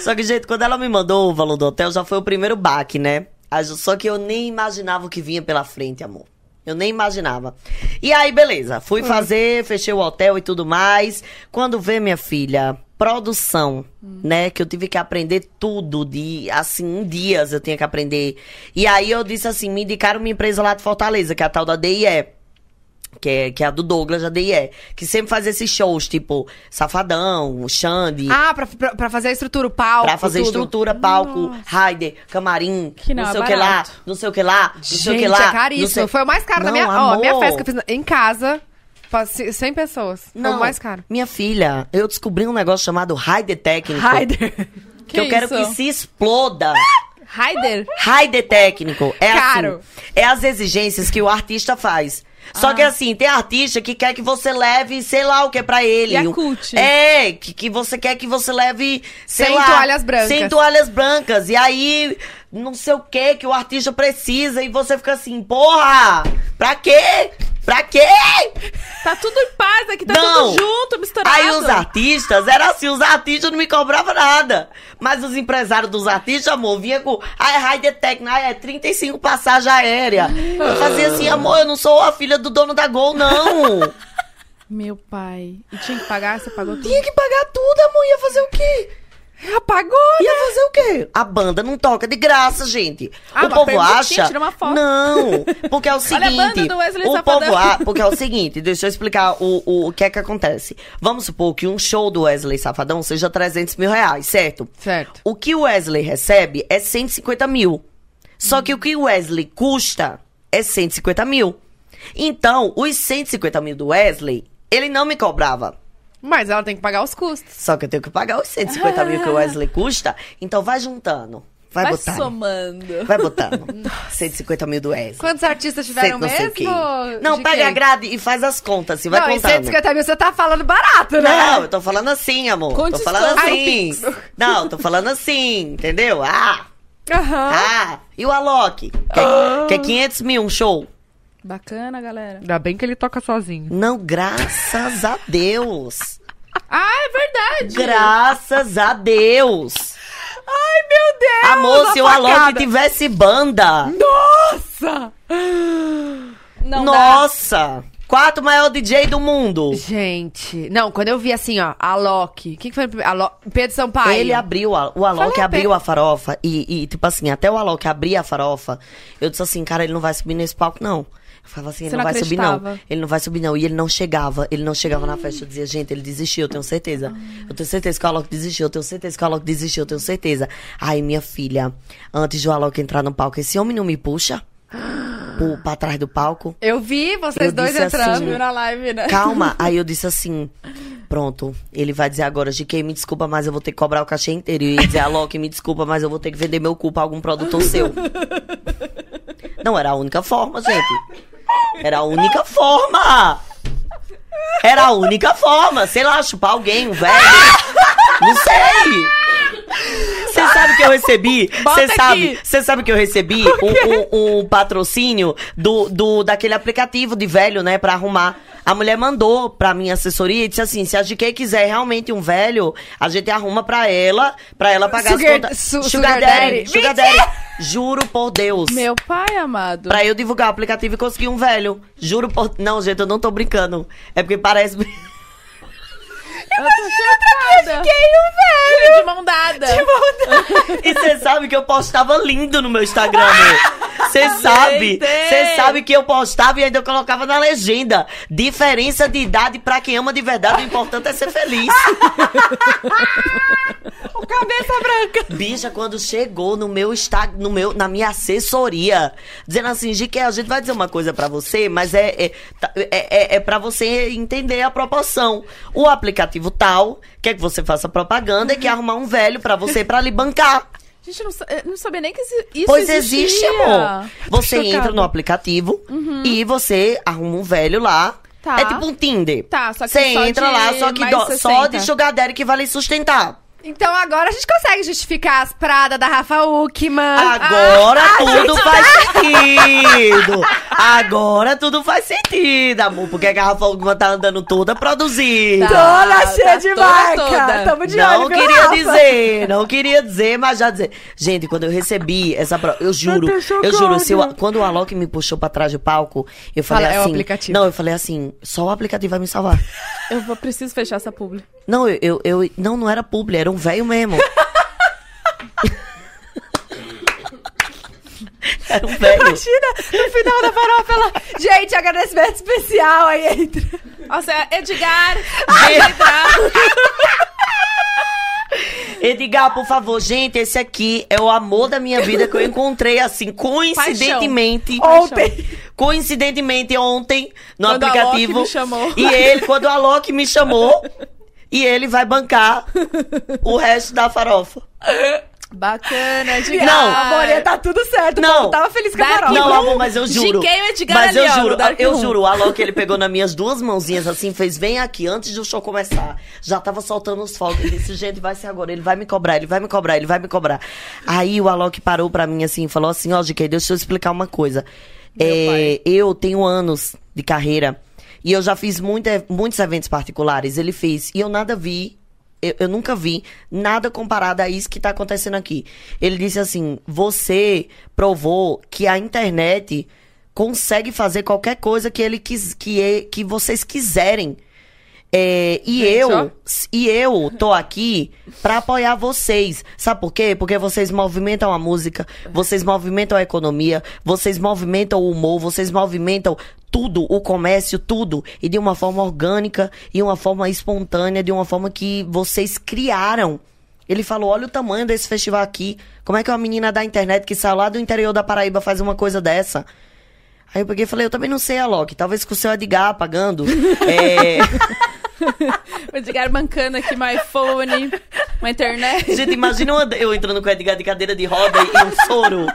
Speaker 4: Só que, gente, quando ela me mandou o valor do hotel, já foi o primeiro baque, né? Aí, Só que eu nem imaginava o que vinha pela frente, amor. Eu nem imaginava. E aí, beleza. Fui fazer, fechei o hotel e tudo mais. Quando vê, minha filha, produção, né? Que eu tive que aprender tudo de, assim, em dias eu tinha que aprender. E aí eu disse assim, me indicaram uma empresa lá de Fortaleza, que é a tal da DIE que é, que é a do Douglas, a DIE, que sempre faz esses shows, tipo Safadão, Xande,
Speaker 2: Ah, pra, pra, pra fazer a estrutura, o palco.
Speaker 4: pra fazer
Speaker 2: tudo.
Speaker 4: estrutura, palco, Raider, camarim,
Speaker 5: Que não,
Speaker 4: não,
Speaker 5: é
Speaker 4: sei o que lá,
Speaker 5: barato.
Speaker 4: não sei o que lá, não sei o
Speaker 2: Gente,
Speaker 4: que lá.
Speaker 2: é caríssimo.
Speaker 4: não sei-
Speaker 2: Foi o mais caro da
Speaker 4: Não,
Speaker 2: minha... Ó, a minha
Speaker 4: amor.
Speaker 2: festa que eu fiz em casa, pra c- 100 pessoas. Foi
Speaker 4: Não,
Speaker 2: o mais caro.
Speaker 4: Minha filha, eu descobri um negócio chamado Raider Técnico.
Speaker 2: Raider.
Speaker 4: Que, eu quero que se exploda.
Speaker 5: Raider?
Speaker 4: Raider técnico. É
Speaker 2: Caro.
Speaker 4: assim. É as exigências que o artista faz. Só
Speaker 2: Ah.
Speaker 4: que assim, tem artista que quer que você leve, sei lá o que pra ele. Um-
Speaker 5: Yakult.
Speaker 4: É, que, que você quer que você leve, sei
Speaker 2: Sem
Speaker 4: lá,
Speaker 2: toalhas brancas.
Speaker 4: Sem toalhas brancas. E aí, não sei o que que o artista precisa. E você fica assim, porra, pra quê? Pra quê?
Speaker 5: Tá tudo em paz aqui, tá
Speaker 4: Não.
Speaker 5: tudo junto, misturado.
Speaker 4: Aí os artistas, era assim, os artistas não me cobravam nada. Mas os empresários dos artistas, amor, vinha com. Ah, é Raider Tecna, ah, é 35 passagem aérea. Eu fazia assim, amor, eu não sou a filha do dono da Gol, não.
Speaker 5: Meu pai. E tinha que pagar? Você pagou tudo?
Speaker 4: Tinha que pagar tudo, amor, ia fazer o quê?
Speaker 2: Apagou! né?
Speaker 4: Ia fazer o quê? A banda não toca de graça, gente.
Speaker 5: Ah,
Speaker 4: o
Speaker 5: mas
Speaker 4: povo
Speaker 5: pergunta,
Speaker 4: acha.
Speaker 5: tira uma foto.
Speaker 4: Não, porque é o seguinte.
Speaker 5: a banda do Wesley
Speaker 4: o
Speaker 5: Safadão.
Speaker 4: povo a... porque é o seguinte, deixa eu explicar o, o, o que é que acontece. Vamos supor que um show do Wesley Safadão seja 300 mil reais, certo?
Speaker 2: Certo.
Speaker 4: O que o Wesley recebe é 150 mil. Só que o que o Wesley custa é 150 mil. Então, os 150 mil do Wesley, ele não me cobrava.
Speaker 2: Mas ela tem que pagar os custos.
Speaker 4: Só que eu tenho que pagar os 150 mil que o Wesley custa. Então vai juntando. Vai,
Speaker 5: Vai
Speaker 4: botando.
Speaker 5: somando.
Speaker 4: Vai botando. 150 mil do Wesley.
Speaker 2: Quantos artistas tiveram
Speaker 4: Cento não sei o
Speaker 2: mesmo?
Speaker 4: quê. Não,
Speaker 2: de
Speaker 4: pega
Speaker 2: quem?
Speaker 4: a grade e faz as contas, assim, vai
Speaker 2: Não, em
Speaker 4: contando.
Speaker 2: 150 mil você tá falando barato, né?
Speaker 4: Não, eu tô falando assim, amor.
Speaker 5: Conte
Speaker 4: tô falando
Speaker 5: só. Ah, o
Speaker 4: assim.
Speaker 5: Pix.
Speaker 4: Não, tô falando assim, entendeu? Ah,
Speaker 2: Aham.
Speaker 4: ah. E o Alok? Quer,
Speaker 2: Ah.
Speaker 4: quer 500 mil um show?
Speaker 5: Bacana, galera.
Speaker 2: Ainda bem que ele toca sozinho.
Speaker 4: Não, graças a Deus.
Speaker 5: Ah, é verdade.
Speaker 4: Graças a Deus.
Speaker 2: Ai, meu Deus!
Speaker 4: Amor, se o Alok
Speaker 2: facada.
Speaker 4: tivesse banda.
Speaker 2: Nossa!
Speaker 5: Não dá.
Speaker 4: Nossa! Quarto maior DJ do mundo.
Speaker 2: Gente, não, quando eu vi assim, ó, a Loki. Quem que foi o primeiro? A Lo- Pedro Sampaio.
Speaker 4: Ele abriu, a, o Alok
Speaker 2: Falei,
Speaker 4: abriu
Speaker 2: pe-
Speaker 4: a farofa. E, e, tipo assim, até o Alok abrir a farofa, eu disse assim, cara, ele não vai subir nesse palco, não. Eu falava assim, ele
Speaker 5: Você
Speaker 4: não,
Speaker 5: não
Speaker 4: vai subir, não.
Speaker 5: acreditava.
Speaker 4: Ele não vai subir, não. E ele não chegava. Ele não chegava na festa. Eu dizia, gente, ele desistiu, eu tenho certeza. Eu tenho certeza que o Alok desistiu. Eu tenho certeza que o Alok desistiu, eu tenho certeza. Aí, minha filha, antes do Alok entrar no palco, esse homem não me puxa? Pro- Pra trás do palco?
Speaker 2: Eu vi vocês
Speaker 4: Eu
Speaker 2: dois
Speaker 4: disse
Speaker 2: entrando
Speaker 4: assim,
Speaker 2: na live, né?
Speaker 4: Calma. Aí eu disse assim: pronto, ele vai dizer agora, GK, me desculpa, mas eu vou ter que cobrar o cachê inteiro. E ia dizer, Alok, me desculpa, mas eu vou ter que vender meu cu pra algum produtor seu. Não, era a única forma, gente. Era a única forma. Era a única forma. Sei lá, chupar alguém, um velho. Não sei. Você sabe que eu recebi?
Speaker 5: Bota
Speaker 4: Você sabe,
Speaker 5: aqui.
Speaker 4: você sabe que eu recebi um, um- um patrocínio do, do daquele aplicativo de velho, né, pra arrumar. A mulher mandou pra minha assessoria e disse assim: se a GK quiser realmente um velho, a gente arruma pra ela, pra ela pagar
Speaker 2: Sugar-
Speaker 4: as contas.
Speaker 2: su- sugar daddy.
Speaker 4: Sugar daddy. Juro por Deus.
Speaker 5: Meu pai amado.
Speaker 4: Pra eu divulgar o aplicativo e conseguir um velho. Juro por. Não, gente, eu não tô brincando. É porque parece.
Speaker 5: Eu tô chocada.
Speaker 2: um
Speaker 5: De mão dada.
Speaker 4: E você sabe que eu postava lindo no meu Instagram. Você sabe, você sabe que eu postava e ainda eu colocava na legenda. Diferença de idade pra quem ama de verdade, o importante é ser feliz.
Speaker 2: Cabeça branca.
Speaker 4: Bicha, quando chegou no meu Instagram, no meu, na minha assessoria, dizendo assim, Gique, a gente vai dizer uma coisa pra você, mas é, é, tá- é, é, é pra você entender a proporção. O aplicativo tal quer que você faça propaganda e quer arrumar um velho pra você pra lhe bancar.
Speaker 5: A gente não, sa- eu não sabia nem que isso isso
Speaker 4: pois existe,
Speaker 5: existia.
Speaker 4: amor. Você
Speaker 5: Chocada.
Speaker 4: entra no aplicativo e você arruma um velho lá.
Speaker 5: Uhum. Tá.
Speaker 4: É tipo um Tinder.
Speaker 5: Tá, só que
Speaker 4: Você
Speaker 5: só
Speaker 4: entra
Speaker 5: de
Speaker 4: lá, só que
Speaker 5: mais
Speaker 4: do- só
Speaker 5: 60.
Speaker 4: de sugar daddy que vai lhe sustentar.
Speaker 2: Então agora a gente consegue justificar as
Speaker 5: Ah,
Speaker 1: Ah,
Speaker 2: pradas da Rafa Uckman.
Speaker 5: tá.
Speaker 4: Agora tudo faz sentido. Agora tudo faz sentido, amor. Porque a garrafa alguma tá andando toda produzida.
Speaker 1: Toda
Speaker 2: tá
Speaker 1: cheia de
Speaker 2: toda,
Speaker 1: marca.
Speaker 2: toda.
Speaker 1: Tamo de
Speaker 4: não
Speaker 1: olho, viu,
Speaker 4: queria
Speaker 1: Rafa?
Speaker 4: dizer, não queria dizer, mas já dizer. Gente, quando eu recebi essa prova, eu juro,
Speaker 1: tô chocada.
Speaker 4: eu juro, se eu- quando o Alok me puxou pra trás do palco, eu falei
Speaker 2: Fala, é o
Speaker 4: assim,
Speaker 2: aplicativo.
Speaker 4: não, eu falei assim, só o aplicativo vai me salvar.
Speaker 5: Eu vou, preciso fechar essa publi.
Speaker 4: Não, eu, eu, eu- não, não era publi, era um velho mesmo. era um velho.
Speaker 1: Imagina, no final da farofa, ela... Gente, agradecimento especial aí entre...
Speaker 5: Nossa, é Edgar!
Speaker 4: Edgar, por favor, gente, esse aqui é o amor da minha vida que eu encontrei assim, coincidentemente.
Speaker 1: Ontem.
Speaker 4: Coincidentemente, ontem, no
Speaker 5: Quando o Alok
Speaker 4: aplicativo.
Speaker 5: me chamou.
Speaker 4: E ele, quando o Alok me chamou, e ele vai bancar o resto da farofa.
Speaker 5: Bacana, Edgar!
Speaker 4: Não.
Speaker 1: Amor, tá tudo certo.
Speaker 4: Não.
Speaker 1: Eu tava feliz com a
Speaker 5: Daqui
Speaker 1: farofa.
Speaker 4: Não, amor, mas eu juro.
Speaker 5: Giquei o Edgar
Speaker 4: mas eu
Speaker 5: ali, ó, no
Speaker 4: juro,
Speaker 5: Dark
Speaker 4: eu
Speaker 5: Room.
Speaker 4: juro, o Alok ele pegou nas minhas duas mãozinhas assim, fez vem aqui antes do show começar. Já tava soltando os fogos, ele disse, gente, vai ser agora, ele vai me cobrar, ele vai me cobrar, ele vai me cobrar. Aí o Alok parou pra mim assim, e falou assim, ó, GK, deixa eu explicar uma coisa. É, eu tenho anos de carreira e eu já fiz muita- muitos eventos particulares, ele fez, e eu nada vi eu, eu nunca vi nada comparado a isso que tá acontecendo aqui. Ele disse assim: você provou que a internet consegue fazer qualquer coisa que ele quis, que, e- que vocês quiserem. É, e eu
Speaker 5: ó.
Speaker 4: e eu tô aqui pra apoiar vocês. Sabe por quê? Porque vocês movimentam a música, vocês movimentam a economia, vocês movimentam o humor, vocês movimentam tudo, o comércio, tudo. E de uma forma orgânica, e uma forma espontânea, de uma forma que vocês criaram. Ele falou: olha o tamanho desse festival aqui. Como é que uma menina da internet que saiu lá do interior da Paraíba faz uma coisa dessa? Aí eu peguei e falei, eu também não sei, Alok. Talvez com o seu Edgar pagando. é,
Speaker 5: O Edgar bancando aqui my phone, uma internet.
Speaker 4: Gente, imagina uma- eu entrando com o Edgar de cadeira de roda e um soro.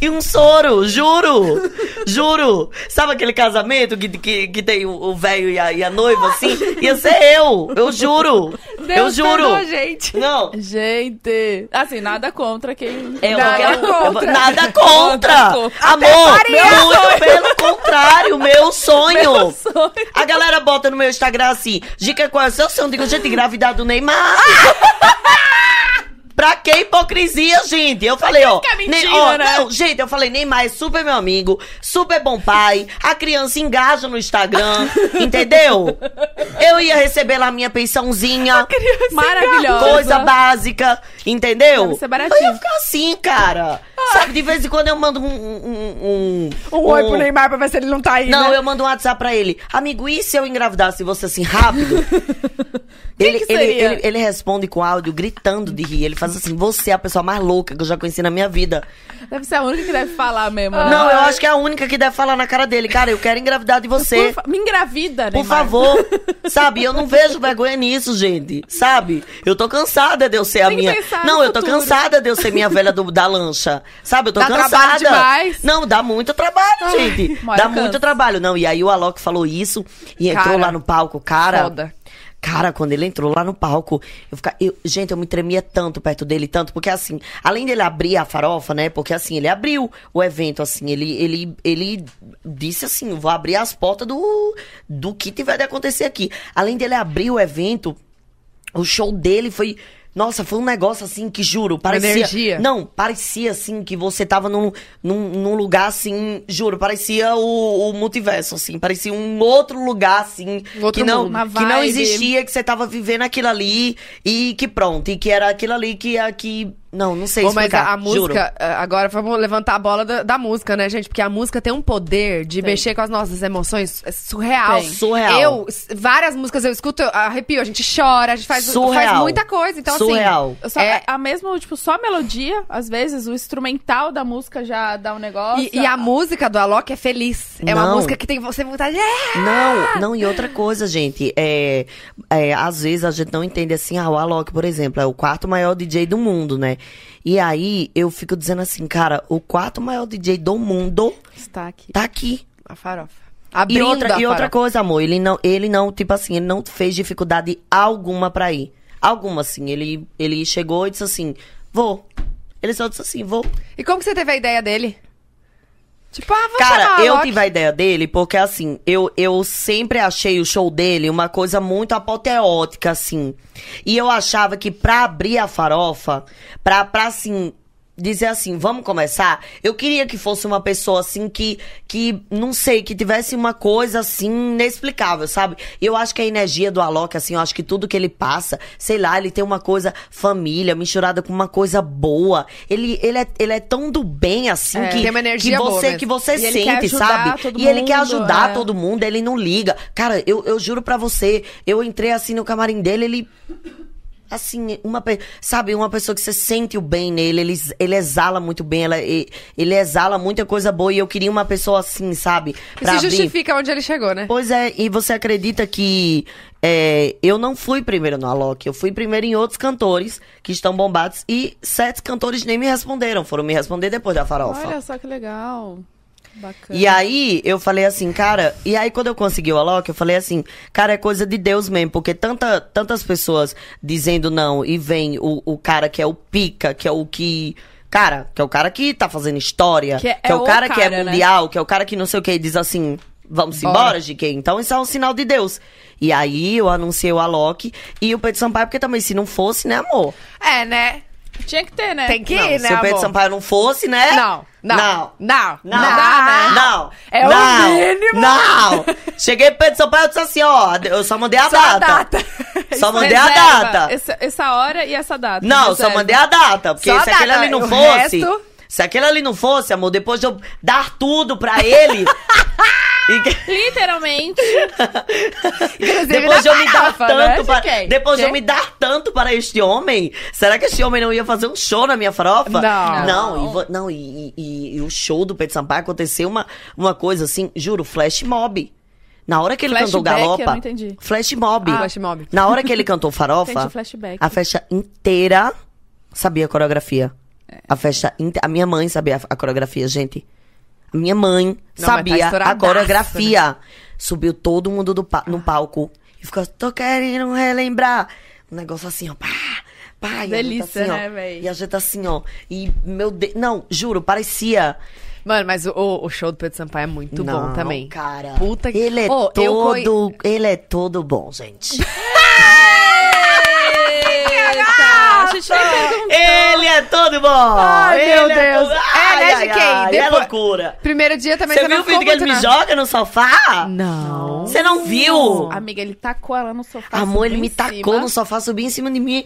Speaker 4: E um soro, juro! Juro! Sabe aquele casamento que, que, que tem o- o velho e a, e a noiva assim? Ia ser eu! Eu juro! eu
Speaker 2: Deus
Speaker 4: juro!
Speaker 2: perdoa, gente.
Speaker 4: Não! É,
Speaker 5: Gente! Assim, nada contra quem.
Speaker 4: Eu
Speaker 2: Nada
Speaker 4: quero-
Speaker 2: contra.
Speaker 4: nada contra!
Speaker 5: Nada contra.
Speaker 4: Amor, muito pelo contrário, meu sonho. A galera bota no meu Instagram assim, dica qual é o seu sonho? Eu Digo, gente, engravidar do Neymar. Pra que hipocrisia, gente? Eu falei, ó.
Speaker 5: Fica mentindo,
Speaker 4: ó,
Speaker 5: né?
Speaker 4: não, gente, eu falei, Neymar é super meu amigo, super bom pai. A criança engaja no Instagram, entendeu? Eu ia receber lá minha pensãozinha,
Speaker 5: Maravilhosa!
Speaker 4: coisa básica, entendeu?
Speaker 5: Deve ser baratinho. Ah.
Speaker 4: Eu ia ficar assim, cara. Sabe, de vez em quando eu mando um. Um, um,
Speaker 1: Um oi pro Neymar pra ver se ele não tá aí,
Speaker 4: Não,
Speaker 1: né?
Speaker 4: eu mando um WhatsApp pra ele. Amigo, e se eu engravidasse você assim rápido? ele,
Speaker 5: que
Speaker 4: ele,
Speaker 5: seria?
Speaker 4: ele, ele responde com áudio, gritando de rir. Ele faz assim: Você é a pessoa mais louca que eu já conheci na minha vida.
Speaker 5: Deve ser a única que deve falar mesmo. né?
Speaker 4: Não, eu acho que é a única que deve falar na cara dele. Cara, eu quero engravidar de
Speaker 5: Por
Speaker 4: você.
Speaker 5: fa- Me engravida, né,
Speaker 4: Por
Speaker 5: Neymar.
Speaker 4: favor, sabe? Eu não vejo vergonha nisso, gente. Sabe? Eu tô cansada de eu ser a
Speaker 5: Tem que
Speaker 4: minha.
Speaker 5: pensar
Speaker 4: Não,
Speaker 5: no
Speaker 4: eu tô
Speaker 5: futuro.
Speaker 4: cansada de eu ser minha velha do- da lancha. Sabe? Eu tô
Speaker 2: Dá trabalho
Speaker 4: cansada.
Speaker 2: demais.
Speaker 4: Não, dá muito trabalho, gente.
Speaker 5: uma hora
Speaker 4: Dá
Speaker 5: cansa.
Speaker 4: muito trabalho. Não, e aí o Alok falou isso e entrou
Speaker 2: Cara,
Speaker 4: lá no palco, cara.
Speaker 2: foda.
Speaker 4: Cara, quando ele entrou lá no palco, eu fica... eu- gente, eu me tremia tanto perto dele, tanto, porque assim, além dele abrir a farofa, né? Porque assim, ele abriu o evento, assim, ele, ele, ele disse assim: "Eu vou abrir as portas do, do que tiver de acontecer aqui. Além dele abrir o evento, o show dele foi. Nossa, foi um negócio assim que juro, parecia.
Speaker 2: energia.
Speaker 4: Não, parecia assim que você tava num, num, num lugar assim, juro, parecia o, o multiverso, assim, parecia um outro lugar assim.
Speaker 2: Um outro
Speaker 4: que não,
Speaker 2: mundo.
Speaker 5: Uma
Speaker 4: que não
Speaker 5: vibe.
Speaker 4: existia, que você tava vivendo aquilo ali e que pronto, e que era aquilo ali que. que... Não, não sei
Speaker 2: Bom, mas
Speaker 4: explicar,
Speaker 2: a, a
Speaker 4: juro.
Speaker 2: música, eh, agora vamos levantar a bola da, da música, né, gente? Porque a música tem um poder de mexer com as nossas emoções é surreal.
Speaker 4: Tem. Surreal.
Speaker 2: Eu, s- várias músicas eu escuto, eu arrepio, a gente chora, a gente faz,
Speaker 4: Surreal.
Speaker 2: faz muita coisa. Então,
Speaker 4: Surreal.
Speaker 5: Eu
Speaker 2: assim.
Speaker 5: Só,
Speaker 2: é-
Speaker 5: A mesma, tipo, só a melodia, às vezes, o instrumental da música já dá um negócio.
Speaker 2: e, e a música do Alok é feliz. É uma
Speaker 4: Não.
Speaker 2: música que tem você vontade. É!
Speaker 4: Não, não, e outra coisa, gente, é, é, às vezes a gente não entende assim, ah, o Alok, por exemplo, é o quarto maior DJ do mundo, né? E aí eu fico dizendo assim, cara, o quarto maior DJ do mundo
Speaker 5: Está aqui.
Speaker 4: tá aqui.
Speaker 2: A farofa.
Speaker 4: E
Speaker 2: Abrindo
Speaker 4: outra,
Speaker 2: a
Speaker 4: e outra
Speaker 2: farofa.
Speaker 4: coisa, amor, ele não, ele não, tipo assim, ele não fez dificuldade alguma pra ir. Alguma, assim. Ele, ele chegou e disse assim, vou. Ele só disse assim, vou.
Speaker 2: E como que você teve a ideia dele? Tipo, ah, vou chamar
Speaker 4: Cara,
Speaker 2: a
Speaker 4: eu
Speaker 2: Loki.
Speaker 4: tive a ideia dele porque, assim, eu, eu sempre achei o show dele uma coisa muito apoteótica, assim. E eu achava que pra abrir a farofa, pra, pra assim. Dizer assim, vamos começar? Eu queria que fosse uma pessoa assim que, que, não sei, que tivesse uma coisa assim inexplicável, sabe? E Eu acho que a energia do Alok, assim, eu acho que tudo que ele passa, sei lá, ele tem uma coisa família misturada com uma coisa boa. Ele, ele, é, ele é tão do bem, assim,
Speaker 2: É,
Speaker 4: que,
Speaker 2: tem uma energia
Speaker 4: que
Speaker 2: boa
Speaker 4: você,
Speaker 2: mesmo.
Speaker 4: que você
Speaker 5: E ele quer
Speaker 4: sente,
Speaker 5: ajudar
Speaker 4: sabe?
Speaker 5: todo
Speaker 4: e ele quer
Speaker 5: mundo,
Speaker 4: ajudar
Speaker 5: é.
Speaker 4: todo mundo, ele não liga. Cara, eu, eu juro pra você, eu entrei assim no camarim dele, ele. Assim, uma pe- sabe, uma pessoa que você sente o bem nele, ele, ele exala muito bem, ela, e- ele exala muita coisa boa e eu queria uma pessoa assim, sabe?
Speaker 2: E
Speaker 4: Pra
Speaker 2: se
Speaker 4: abrir.
Speaker 2: justifica onde ele chegou, né?
Speaker 4: Pois é, e você acredita que é, eu não fui primeiro no Alok, eu fui primeiro em outros cantores que estão bombados e sete cantores nem me responderam, foram me responder depois da farofa.
Speaker 5: Olha só que legal. Bacana.
Speaker 4: E aí, eu falei assim, cara. E aí, quando eu consegui o Alok, eu falei assim, cara, é coisa de Deus mesmo, porque tanta, tantas pessoas dizendo não e vem o, o cara que é o pica, que é o que. Cara, que é o cara que tá fazendo história,
Speaker 5: Que
Speaker 4: que
Speaker 5: é
Speaker 4: é,
Speaker 5: o
Speaker 4: o cara, que
Speaker 5: cara,
Speaker 4: é
Speaker 5: né?
Speaker 4: mundial, que é o cara que não sei o que, e diz assim. Vamos embora, GK. Então isso é um sinal de Deus. E aí eu anunciei o Alok e o Pedro Sampaio, porque também se não fosse, né, amor?
Speaker 2: É, né?
Speaker 5: Tinha que ter, né?
Speaker 2: Tem que
Speaker 4: Não,
Speaker 2: ir, né,
Speaker 4: se o Pedro
Speaker 2: amor?
Speaker 4: Sampaio não fosse, né?
Speaker 2: Não, não,
Speaker 4: Não.
Speaker 2: não,
Speaker 4: Não,
Speaker 2: não,
Speaker 4: não, não.
Speaker 2: É o
Speaker 4: não,
Speaker 2: mínimo.
Speaker 4: Não. Cheguei perto de São Paulo e disse assim, ó, eu só mandei a
Speaker 2: Só a
Speaker 4: data.
Speaker 2: data.
Speaker 4: Só mandei a
Speaker 5: Reserva
Speaker 4: data.
Speaker 5: Essa, essa hora e essa data.
Speaker 4: Não,
Speaker 5: Reserva.
Speaker 4: só mandei a data, porque
Speaker 2: Só a
Speaker 4: se aquele
Speaker 2: data,
Speaker 4: ali não
Speaker 2: o
Speaker 4: fosse,
Speaker 2: resto-
Speaker 4: se aquele ali não fosse, amor, depois de eu dar tudo pra ele, e que-
Speaker 5: Literalmente.
Speaker 2: Inclusive,
Speaker 4: depois
Speaker 2: na
Speaker 4: de eu me dar
Speaker 2: farofa, né?
Speaker 4: tanto para,
Speaker 5: Fiquei.
Speaker 4: depois de eu
Speaker 2: Quê?
Speaker 4: me dar tanto para este homem, será que este homem não ia fazer um show na minha farofa?
Speaker 2: Não.
Speaker 4: não, e, vo- não, e, e- e o show do Pedro Sampaio aconteceu uma, uma coisa assim, juro, flash mob. Na hora que ele cantou
Speaker 5: Flashback,
Speaker 4: Galopa,
Speaker 5: eu não entendi.
Speaker 4: flash mob.
Speaker 2: Ah, flash mob.
Speaker 4: Na hora que ele cantou Farofa,
Speaker 5: Entendi, flashback.
Speaker 4: a festa inteira sabia a coreografia.
Speaker 2: É.
Speaker 4: A festa, inte- a minha mãe sabia a, a coreografia, gente. A minha mãe
Speaker 2: mas tá
Speaker 4: sabia a
Speaker 2: estouradaço,
Speaker 4: coreografia. Tá. Subiu todo mundo do pa- no palco e ficou, assim, tô querendo relembrar. Um negócio assim, ó, pá, pá. e a gente
Speaker 5: Delícia,
Speaker 4: assim, ó,
Speaker 5: né, véi?
Speaker 4: E a gente assim, ó, e meu Deus, não, juro, parecia...
Speaker 2: Mano, mas o, o show do Pedro Sampaio é muito
Speaker 4: Não,
Speaker 2: bom também.
Speaker 4: cara.
Speaker 2: Puta que
Speaker 4: Ele é
Speaker 2: Ô, eu conhe-
Speaker 4: todo, ele é todo bom, gente.
Speaker 5: Eita, a gente nem perguntou.
Speaker 4: Ele é todo bom!
Speaker 2: tá Ai, meu
Speaker 4: Ele é
Speaker 2: Deus.
Speaker 4: todo-
Speaker 2: É, né,
Speaker 4: Ai, ai,
Speaker 2: GK?
Speaker 4: ai, É
Speaker 2: Depois-
Speaker 4: loucura!
Speaker 2: Primeiro dia também
Speaker 4: Você
Speaker 2: você
Speaker 4: viu o
Speaker 2: não ficou
Speaker 4: vídeo que ele
Speaker 2: muito
Speaker 4: me
Speaker 2: na-
Speaker 4: joga no sofá?
Speaker 2: Não.
Speaker 4: Você não viu?
Speaker 5: Amiga, ele tacou ela no
Speaker 3: Tá
Speaker 5: sofá.
Speaker 4: Amor, ele
Speaker 5: subiu
Speaker 4: me
Speaker 5: em
Speaker 4: tacou
Speaker 5: cima.
Speaker 4: no sofá, subiu em cima de mim.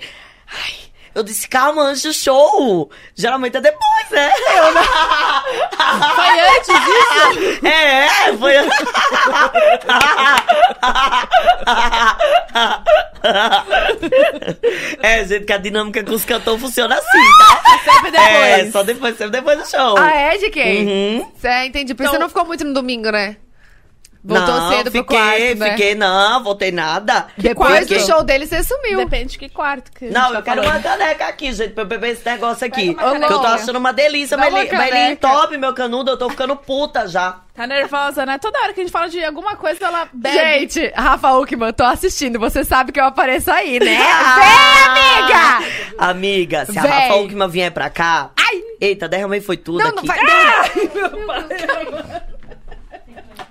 Speaker 4: Ai, eu disse, calma, antes do show. Geralmente é depois, né? Eu não...
Speaker 5: Foi antes disso?
Speaker 4: É, é, foi. é, gente, que a dinâmica com os cantores funciona assim, tá?
Speaker 2: né?
Speaker 5: Sempre
Speaker 4: É,
Speaker 5: depois.
Speaker 4: só depois, sempre depois do show.
Speaker 2: Ah, é, GK?
Speaker 4: Uhum.
Speaker 2: Cê, entendi. Por isso você
Speaker 5: Então-
Speaker 2: não ficou muito no domingo, né? Voltou
Speaker 4: não,
Speaker 2: cedo
Speaker 4: fiquei,
Speaker 2: pro quarto, né?
Speaker 4: Fiquei, não, voltei nada.
Speaker 2: Depois do
Speaker 4: Porque-
Speaker 2: show dele, você sumiu.
Speaker 5: Depende de que quarto que a gente
Speaker 4: Não,
Speaker 5: tá
Speaker 4: eu quero uma
Speaker 5: falando.
Speaker 4: caneca aqui, gente, pra eu beber esse negócio aqui.
Speaker 5: Pega uma
Speaker 4: Que eu tô
Speaker 2: caneca.
Speaker 4: achando uma delícia.
Speaker 2: Dá
Speaker 4: Mas
Speaker 2: uma
Speaker 4: ele mas ele
Speaker 2: caneca.
Speaker 4: entope meu canudo, eu tô ficando puta já.
Speaker 5: Tá nervosa, né? Toda hora que a gente fala de alguma coisa, ela bebe.
Speaker 2: Gente, Rafa Uckman, tô assistindo. Você sabe que eu apareço aí, né?
Speaker 4: Ah!
Speaker 2: Vem, amiga!
Speaker 4: Amiga, se a
Speaker 2: Véi.
Speaker 4: Rafa Ulkman vier pra cá... Eita, derramei foi tudo
Speaker 2: Não,
Speaker 4: aqui.
Speaker 2: não vai. Não.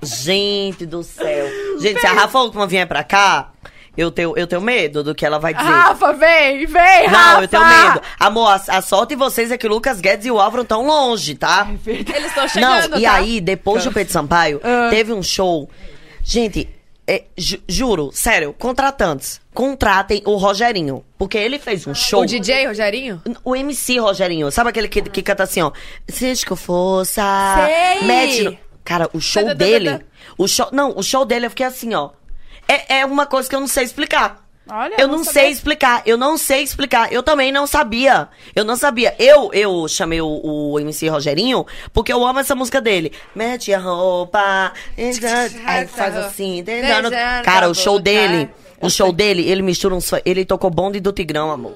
Speaker 4: Gente do céu. Gente, se a Rafa Ulkman vier pra cá, eu tenho, eu tenho medo do que ela vai dizer.
Speaker 2: Rafa, vem, vem, Rafa!
Speaker 4: Ah! Não, eu tenho medo. Amor, a, a sorte de vocês é que o Lucas Guedes e o Álvaro estão longe, tá?
Speaker 5: Eles estão chegando,
Speaker 4: Não, e
Speaker 5: tá?
Speaker 4: aí, depois do Pedro Sampaio,
Speaker 2: Ah.
Speaker 4: teve um show. Gente, é, ju- juro, sério, contratantes, contratem o Rogerinho. Porque ele fez um show.
Speaker 2: O DJ Rogerinho?
Speaker 4: O MC Rogerinho, sabe aquele que, que canta assim, ó? Seja que eu fosse.
Speaker 2: Sei!
Speaker 4: Mete no... Cara, o show
Speaker 5: Tá, tá, tá, tá,
Speaker 4: dele.
Speaker 5: tá.
Speaker 4: O show. Não, o show dele eu fiquei assim, ó. É, é uma coisa que eu não sei explicar.
Speaker 5: Olha,
Speaker 4: eu
Speaker 5: eu não
Speaker 4: não sei
Speaker 5: sabia.
Speaker 4: explicar, eu não sei explicar. Eu também não sabia. Eu não sabia. Eu eu chamei o, o MC Rogerinho porque eu amo essa música dele. Mete a roupa. Aí faz assim. tentando- Cara, o show dele. O show dele, ele mistura um. so- Ele tocou bonde do Tigrão, amor.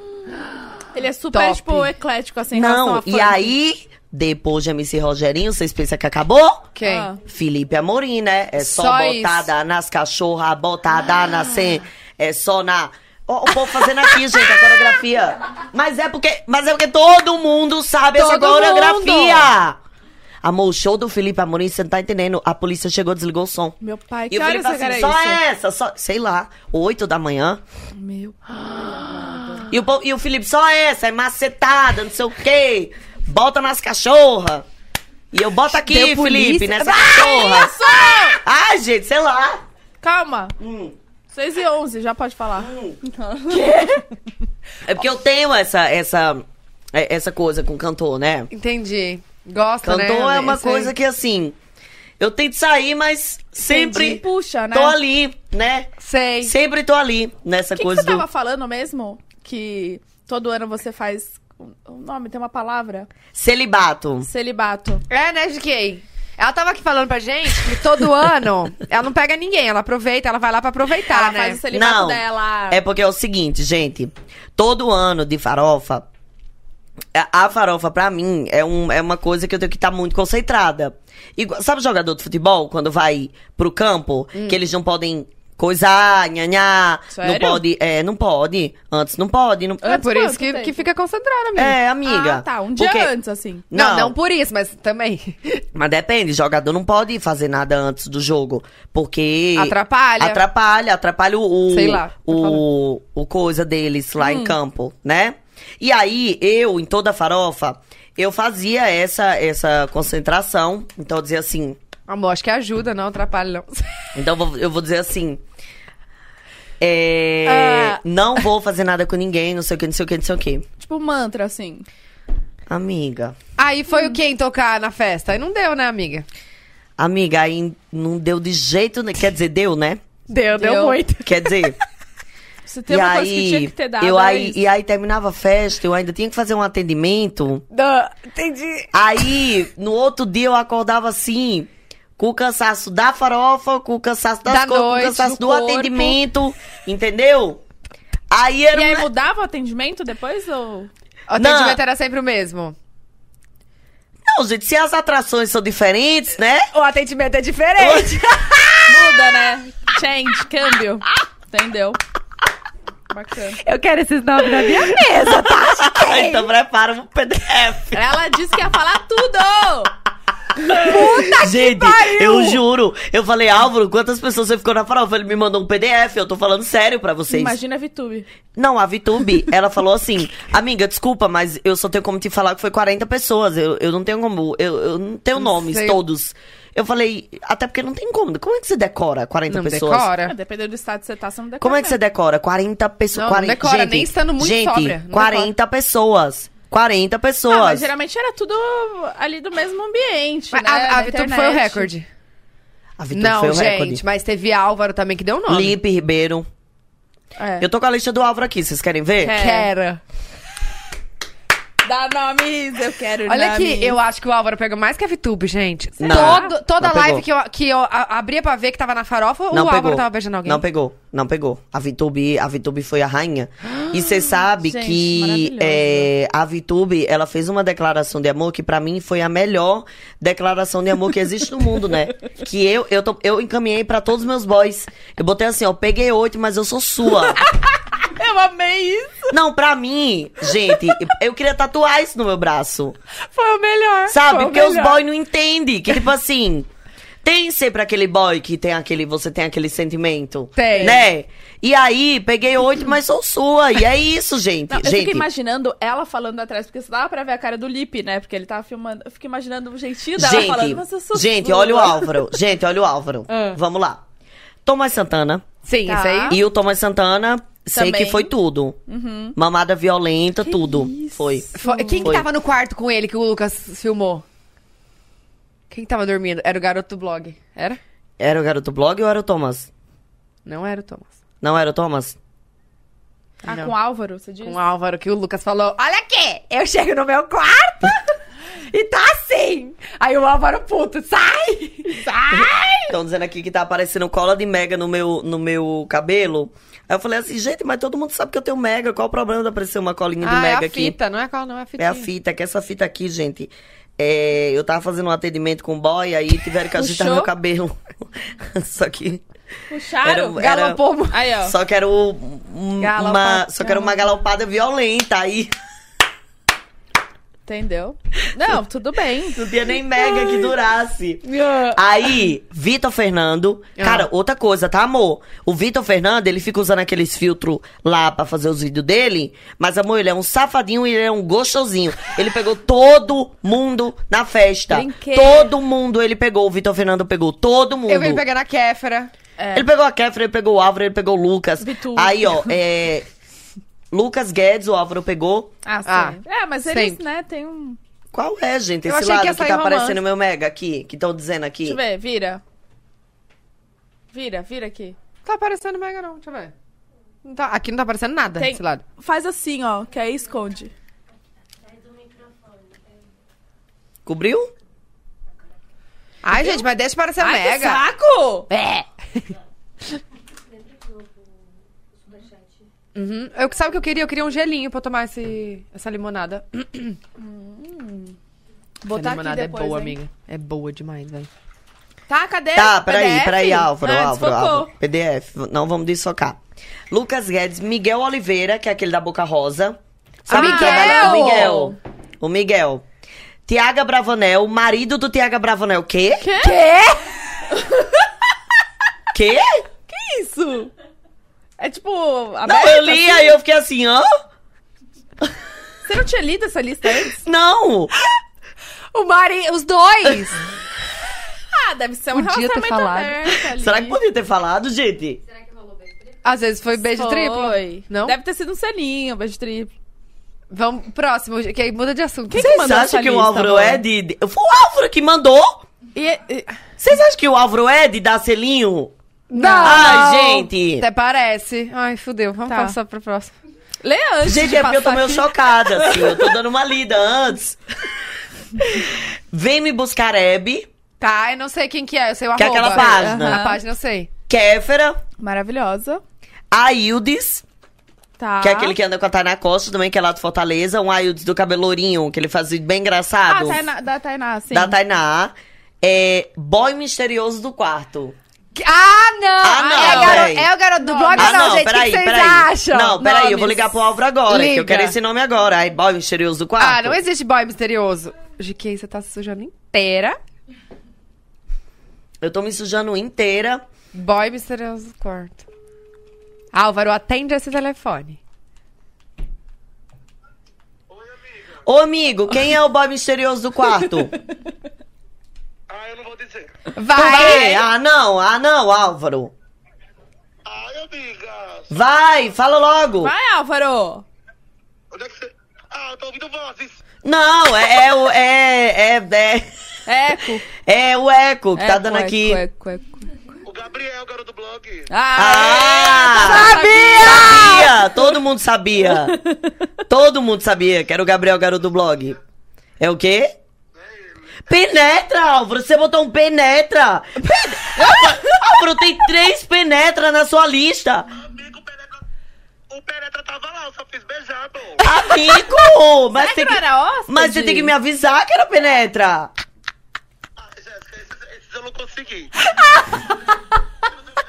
Speaker 5: Ele é super,
Speaker 2: Top.
Speaker 5: tipo, eclético, assim, em relação
Speaker 4: Não,
Speaker 5: a
Speaker 4: e
Speaker 5: funk.
Speaker 4: aí Depois de MC Rogerinho, vocês pensam que acabou?
Speaker 2: Quem?
Speaker 5: Ah.
Speaker 4: Felipe Amorim, né? É só,
Speaker 2: Só
Speaker 4: botada nas cachorras, botada
Speaker 5: Ah.
Speaker 4: na sem, é só na. Ó, o povo fazendo aqui, gente, a coreografia. Mas é porque, mas é porque todo mundo sabe essa
Speaker 2: Todo
Speaker 4: coreografia. Amor, o show do Felipe Amorim, você não tá entendendo. A polícia chegou, desligou o som.
Speaker 5: Meu pai,
Speaker 4: E
Speaker 5: que
Speaker 4: o
Speaker 5: hora
Speaker 4: Felipe
Speaker 5: você
Speaker 4: assim,
Speaker 5: quer
Speaker 4: só
Speaker 5: isso?
Speaker 4: essa, só, sei lá, oito da manhã.
Speaker 5: Meu.
Speaker 4: E o, povo- e o Felipe, só essa, é macetada, não sei o quê. Bota nas cachorras. E eu boto aqui,
Speaker 2: Deu
Speaker 4: Felipe,
Speaker 2: polícia.
Speaker 4: nessa
Speaker 2: Ah,
Speaker 4: cachorra.
Speaker 5: Só!
Speaker 4: Ai, gente, sei lá.
Speaker 5: Calma.
Speaker 4: Hum.
Speaker 5: 6 e 11, já pode falar.
Speaker 4: É porque eu tenho essa, essa, é- essa coisa com cantor, né?
Speaker 2: Entendi. Gosta, né?
Speaker 4: Cantor é
Speaker 2: Ana?
Speaker 4: uma
Speaker 2: Esse aí.
Speaker 4: coisa que, assim, eu tento sair, mas sempre
Speaker 5: Puxa, né?
Speaker 4: tô ali, né?
Speaker 2: Sei.
Speaker 4: Sempre tô ali nessa
Speaker 5: O que, que
Speaker 4: coisa
Speaker 5: você tava
Speaker 4: do...
Speaker 5: falando mesmo? Que todo ano você faz. O nome tem uma palavra?
Speaker 4: Celibato.
Speaker 5: Celibato.
Speaker 2: É, né, GK? Ela tava aqui falando pra gente que todo ano ela não pega ninguém, ela aproveita, ela vai lá pra aproveitar,
Speaker 5: ela
Speaker 2: né?
Speaker 5: faz o celibato
Speaker 4: Não,
Speaker 5: Tá dela.
Speaker 4: É porque é o seguinte, gente. Todo ano de farofa, a a farofa, pra mim, é, um, é uma coisa que eu tenho que estar muito concentrada. Igual- sabe jogador de futebol, quando vai pro campo, que eles não podem coisar, nhanhá, não
Speaker 5: Hum. Sério?
Speaker 4: pode, é, não pode, antes não pode, não...
Speaker 2: É por isso
Speaker 5: Quanto
Speaker 2: que,
Speaker 5: tem?
Speaker 2: que fica concentrada, amiga.
Speaker 4: É, amiga.
Speaker 5: Ah, tá. Um dia
Speaker 4: Porque-
Speaker 5: antes, assim.
Speaker 2: Não, não,
Speaker 4: não.
Speaker 2: por isso, mas também.
Speaker 4: Mas depende, jogador não pode fazer nada antes do jogo, porque...
Speaker 2: Atrapalha.
Speaker 4: Atrapalha, atrapalha o... o-
Speaker 2: Sei lá, Hum. tô
Speaker 4: O, o coisa deles lá em campo, né? E aí, eu, em toda a farofa, eu fazia essa, essa concentração. Então, eu dizia assim...
Speaker 2: Amor, acho que ajuda, não atrapalha, não.
Speaker 4: Então, eu vou- eu vou dizer assim... é,
Speaker 5: Ah.
Speaker 4: Não vou fazer nada com ninguém, não sei o que, não sei o que, não sei o que.
Speaker 5: Tipo mantra, assim.
Speaker 4: Amiga...
Speaker 2: Aí foi o quem tocar na festa? Aí não deu, né, amiga?
Speaker 4: Amiga, aí não deu de jeito... ne- Quer dizer, deu, né?
Speaker 2: Deu, deu,
Speaker 5: Deu.
Speaker 2: muito.
Speaker 4: Quer dizer...
Speaker 5: Se tem uma coisa que tinha que ter dado.
Speaker 4: eu
Speaker 5: era
Speaker 4: aí,
Speaker 5: isso.
Speaker 4: e aí terminava a festa, eu ainda tinha que fazer um atendimento.
Speaker 2: Dã, Entendi.
Speaker 4: Aí, no outro dia, eu acordava assim, com o cansaço da farofa, com o cansaço das
Speaker 2: Da
Speaker 4: coisas,
Speaker 2: noite,
Speaker 4: com o cansaço
Speaker 2: do
Speaker 4: do,
Speaker 2: corpo.
Speaker 4: atendimento, entendeu? Aí
Speaker 5: E
Speaker 4: era
Speaker 5: aí
Speaker 4: um-
Speaker 5: mudava o atendimento depois ou.
Speaker 2: O atendimento
Speaker 4: Não.
Speaker 2: era sempre o mesmo.
Speaker 4: Não, gente, se as atrações são diferentes, né?
Speaker 2: O atendimento é diferente.
Speaker 5: Muda, né? Change, câmbio. Entendeu? Bacana.
Speaker 2: Eu quero esses nomes da minha tá?
Speaker 4: então prepara um PDF.
Speaker 5: Ela disse que ia falar tudo! Tá
Speaker 4: gente, eu juro. Eu falei, Álvaro, quantas pessoas você ficou na farofa? Ele me mandou um PDF, eu tô falando sério pra vocês.
Speaker 5: Imagina a VTube.
Speaker 4: Não, a Vitube, ela falou assim: Amiga, desculpa, mas eu só tenho como te falar que foi 40 pessoas. Eu, eu não tenho como. Eu, eu não tenho
Speaker 2: Não
Speaker 4: nomes
Speaker 2: sei.
Speaker 4: todos. Eu falei: Até porque não tem como. Como é que você decora 40
Speaker 2: Não
Speaker 4: pessoas?
Speaker 2: decora.
Speaker 5: Ah, dependendo do estado que você tá, você não decora.
Speaker 4: Como é que você decora 40 pessoas?
Speaker 2: Não, não decora, nem estando muito
Speaker 4: gente,
Speaker 2: sóbria, não
Speaker 4: 40 pessoas. 40 pessoas.
Speaker 5: Ah, mas geralmente era tudo ali do mesmo ambiente,
Speaker 2: Mas
Speaker 5: né?
Speaker 2: a, a
Speaker 5: Na
Speaker 2: Vitube
Speaker 5: internet.
Speaker 2: foi o recorde.
Speaker 4: A Vitube
Speaker 2: Não,
Speaker 4: foi o
Speaker 2: gente,
Speaker 4: recorde.
Speaker 2: mas teve Álvaro também que deu o nome.
Speaker 4: Lipe Ribeiro.
Speaker 5: É.
Speaker 4: Eu tô com a lista do Álvaro aqui, vocês querem ver?
Speaker 5: Quero.
Speaker 2: Quero.
Speaker 5: Dá nomes, eu quero
Speaker 2: Olha
Speaker 5: nomes.
Speaker 2: aqui, eu acho que o Álvaro pegou mais que a VTube, gente.
Speaker 4: Não.
Speaker 2: Todo- toda
Speaker 4: Não
Speaker 2: live
Speaker 4: pegou.
Speaker 2: que eu, que eu a- abria pra ver que tava na farofa, o
Speaker 4: Não
Speaker 2: Álvaro
Speaker 4: pegou.
Speaker 2: tava beijando alguém.
Speaker 4: Não pegou, não pegou. A Vitube, a Vitube foi a rainha. E você sabe
Speaker 5: Gente,
Speaker 4: que
Speaker 5: maravilhosa.
Speaker 4: é, a Vitube, ela fez uma declaração de amor que pra mim foi a melhor declaração de amor que existe no mundo, né? Que eu eu, tô- eu encaminhei pra todos os meus boys. Eu botei assim, ó, peguei oito, mas eu sou sua.
Speaker 5: Eu amei isso.
Speaker 4: não, pra mim, gente, eu queria tatuar isso no meu braço.
Speaker 5: Foi o melhor.
Speaker 4: Sabe?
Speaker 5: foi o
Speaker 4: Porque os
Speaker 5: melhor.
Speaker 4: boys não entendem. Que tipo assim. Tem sempre aquele boy que tem aquele. Você tem aquele sentimento.
Speaker 2: Tem.
Speaker 4: Né? E aí, peguei oito, mas sou sua. E é isso, gente.
Speaker 5: Não, eu
Speaker 4: gente.
Speaker 5: fico imaginando ela falando atrás, porque você dava pra ver a cara do Lipe, né? Porque ele tava filmando. Eu fico imaginando o jeitinho dela
Speaker 4: gente,
Speaker 5: falando, mas eu sou
Speaker 4: gente
Speaker 5: sua." Ah.
Speaker 4: olha o Álvaro. Gente, olha o Álvaro. Vamos lá. Thomas Santana.
Speaker 2: Sim,
Speaker 5: Tá.
Speaker 2: isso aí.
Speaker 4: E o Thomas Santana, sei
Speaker 5: Também. Uhum.
Speaker 4: que foi tudo. Mamada violenta, tudo.
Speaker 5: isso.
Speaker 4: Foi.
Speaker 2: Foi- quem que
Speaker 4: Foi.
Speaker 2: tava no quarto com ele que o Lucas filmou? Quem que tava dormindo? Era o garoto do blog. Era?
Speaker 4: Era o garoto blog ou era o Thomas?
Speaker 2: Não era o Thomas.
Speaker 4: Não era o Thomas?
Speaker 5: Ah,
Speaker 2: Não.
Speaker 5: com o Álvaro, você disse?
Speaker 2: Com o Álvaro, que o Lucas falou: Olha aqui, eu chego no meu quarto e tá assim. Aí o Álvaro puto, sai! Sai!
Speaker 4: Estão dizendo aqui que tá aparecendo cola de mega no meu, no meu cabelo. Aí eu falei assim, gente, mas todo mundo sabe que eu tenho mega. Qual o problema de aparecer uma colinha de
Speaker 2: Ah, é
Speaker 4: mega
Speaker 2: a
Speaker 4: aqui?
Speaker 2: fita, não é a cola, não é a fita.
Speaker 4: É a fita, que essa fita aqui, gente, é, eu tava fazendo um atendimento com o boy, aí tiveram que ajeitar
Speaker 5: Puxou?
Speaker 4: meu cabelo. Só que.
Speaker 5: Puxaram,
Speaker 4: Era- era-
Speaker 5: galopou. mu-
Speaker 1: Aí, ó.
Speaker 4: Só que era um- uma.
Speaker 2: Galopa-
Speaker 4: Só que era uma galopada violenta aí.
Speaker 5: Entendeu? Não, tudo bem.
Speaker 4: Não tinha nem mega que durasse. Ah. Aí, Vitor Fernando.
Speaker 2: Ah.
Speaker 4: Cara, outra coisa, tá, amor? O Vitor Fernando, ele fica usando aqueles filtros lá pra fazer os vídeos dele. Mas, amor, ele é um safadinho e ele é um gostosinho. Ele pegou todo mundo na festa.
Speaker 5: Brinquedo.
Speaker 4: Todo mundo ele pegou. O Vitor Fernando pegou todo mundo.
Speaker 2: Eu vim pegar na Kéfera.
Speaker 5: É.
Speaker 4: Ele pegou a Kéfera, ele pegou o Álvaro, ele pegou o Lucas.
Speaker 5: Bitu.
Speaker 4: Aí, ó, é. Lucas Guedes, o Álvaro pegou.
Speaker 5: Ah, sim.
Speaker 2: Ah,
Speaker 5: é, mas eles,
Speaker 2: sempre.
Speaker 5: né, tem um.
Speaker 4: Qual é, gente?
Speaker 2: Eu
Speaker 4: Esse
Speaker 2: achei que
Speaker 4: lado
Speaker 2: ia
Speaker 4: que,
Speaker 2: sair
Speaker 4: tá
Speaker 2: romance.
Speaker 4: aparecendo meu mega aqui, que estão dizendo aqui.
Speaker 5: Deixa eu ver, vira. Vira, vira aqui.
Speaker 2: Tá aparecendo mega, não. Deixa eu ver. Não tá- aqui não tá aparecendo nada
Speaker 5: Tem-
Speaker 2: desse lado.
Speaker 5: Faz assim, ó, que aí esconde.
Speaker 4: Cobriu?
Speaker 2: Ai, gente, mas deixa aparecer
Speaker 5: Ai, que
Speaker 2: mega.
Speaker 5: saco!
Speaker 2: É. Uhum. Eu, sabe o que eu queria? Eu queria um gelinho pra eu tomar esse, essa limonada. essa
Speaker 5: Botar aqui
Speaker 2: limonada
Speaker 5: depois,
Speaker 2: é boa,
Speaker 5: hein?
Speaker 2: amiga. É boa demais, velho.
Speaker 5: Tá, cadê?
Speaker 4: Tá,
Speaker 5: o
Speaker 4: peraí,
Speaker 5: PDF?
Speaker 4: peraí, Álvaro,
Speaker 5: Ah,
Speaker 4: Álvaro,
Speaker 5: desfocou.
Speaker 4: Álvaro. PDF, não vamos desfocar. Lucas Guedes, Miguel Oliveira, que é aquele da Boca Rosa. Sabe
Speaker 5: Ah,
Speaker 4: quem é trabalha? O
Speaker 5: Miguel!
Speaker 4: Miguel. O Miguel. Tiaga Bravanel, o marido do Tiaga Bravanel. Quê? Quê? Quê?
Speaker 5: Que isso? É tipo.
Speaker 4: Não,
Speaker 5: aberto,
Speaker 4: eu li, aí eu fiquei assim, hã?
Speaker 5: assim? Você não tinha lido essa lista antes?
Speaker 4: Não!
Speaker 2: O Mari, os dois!
Speaker 5: Ah, deve ser um
Speaker 2: Podia ter
Speaker 5: relacionamento
Speaker 2: falado.
Speaker 5: aberto ali.
Speaker 4: Será que podia ter falado, gente?
Speaker 2: Às vezes foi beijo triplo.
Speaker 5: Foi.
Speaker 2: Não?
Speaker 5: Deve ter sido um selinho, beijo triplo.
Speaker 2: Vamos, próximo, que aí muda de assunto.
Speaker 5: Quem que
Speaker 4: Vocês
Speaker 5: mandou essa
Speaker 4: acham que o
Speaker 5: lista,
Speaker 4: Álvaro
Speaker 5: amor?
Speaker 4: é de... de- Foi o Álvaro que mandou?
Speaker 5: E, e-
Speaker 4: Vocês acham que o Álvaro é de dar selinho?
Speaker 2: Não!
Speaker 4: Ai, gente!
Speaker 2: Até parece. Ai, fudeu. Vamos
Speaker 5: Tá.
Speaker 2: passar pro próximo.
Speaker 5: lê antes.
Speaker 4: Gente,
Speaker 5: de
Speaker 4: é porque eu tô
Speaker 5: passar
Speaker 4: meio
Speaker 5: aqui.
Speaker 4: chocada, assim. Eu tô dando uma lida antes. Vem me buscar Hebe,
Speaker 2: Tá, eu não sei quem que é, eu sei o
Speaker 4: Que é
Speaker 2: arroba.
Speaker 4: aquela página.
Speaker 2: Aham, A página eu sei.
Speaker 4: Kéfera,
Speaker 5: Maravilhosa.
Speaker 4: Aildes,
Speaker 5: Tá.
Speaker 4: que
Speaker 2: Ah.
Speaker 4: é aquele que anda com a Tainá Costa também, que é lá do Fortaleza. Um Aildes do cabelourinho, que ele faz vídeo bem
Speaker 5: Ah,
Speaker 4: engraçado.
Speaker 5: Tainá, da Tainá, sim.
Speaker 4: Da Tainá. É, boy misterioso do quarto.
Speaker 2: Ah, não!
Speaker 4: Ah, não,
Speaker 2: é, o garo-
Speaker 4: véi.
Speaker 2: é o garoto do blog,
Speaker 4: Ah,
Speaker 2: não, gente. O que que vocês acham?
Speaker 4: Não, peraí, eu vou
Speaker 2: Nomes.
Speaker 4: ligar pro Álvaro agora, que eu
Speaker 2: Liga.
Speaker 4: quero esse nome agora. Aí, boy misterioso do quarto.
Speaker 2: Ah, não existe boy misterioso. GK, você tá se sujando inteira.
Speaker 4: Eu tô me sujando inteira.
Speaker 2: Boy misterioso do quarto. Álvaro, atende esse telefone.
Speaker 6: Oi, amiga.
Speaker 4: Ô, amigo, quem é o boy misterioso do quarto?
Speaker 6: Ah, eu não vou dizer.
Speaker 2: Vai!
Speaker 4: Vai! Ah, não, ah, não, Álvaro.
Speaker 6: Ai, amiga.
Speaker 4: Vai, fala logo.
Speaker 5: Vai, Álvaro.
Speaker 6: Onde é que você... Ah, eu tô ouvindo vozes.
Speaker 4: Não, é, é o. É, é,
Speaker 5: Eco.
Speaker 4: é, é o eco que tá
Speaker 5: Eco,
Speaker 4: dando
Speaker 5: eco,
Speaker 4: aqui.
Speaker 5: eco, eco.
Speaker 6: O Gabriel, garoto do blog.
Speaker 5: Ah!
Speaker 4: Ah!
Speaker 2: Sabia!
Speaker 4: Sabia! Todo mundo sabia! Todo mundo sabia que era o Gabriel Garoto do blog. É o quê? Penetra, Álvaro! Você botou um penetra! Pen- Álvaro, Álvaro, tem três penetra na sua lista!
Speaker 6: Amigo, o Penetra... O Penetra tava lá, eu só fiz beijar, bom.
Speaker 4: Amigo!
Speaker 5: Será
Speaker 4: Mas,
Speaker 5: que
Speaker 4: tem
Speaker 5: não era hóspede?
Speaker 4: mas você tem que me avisar que era penetra!
Speaker 6: Ah, Jéssica, esses, esses eu não consegui. O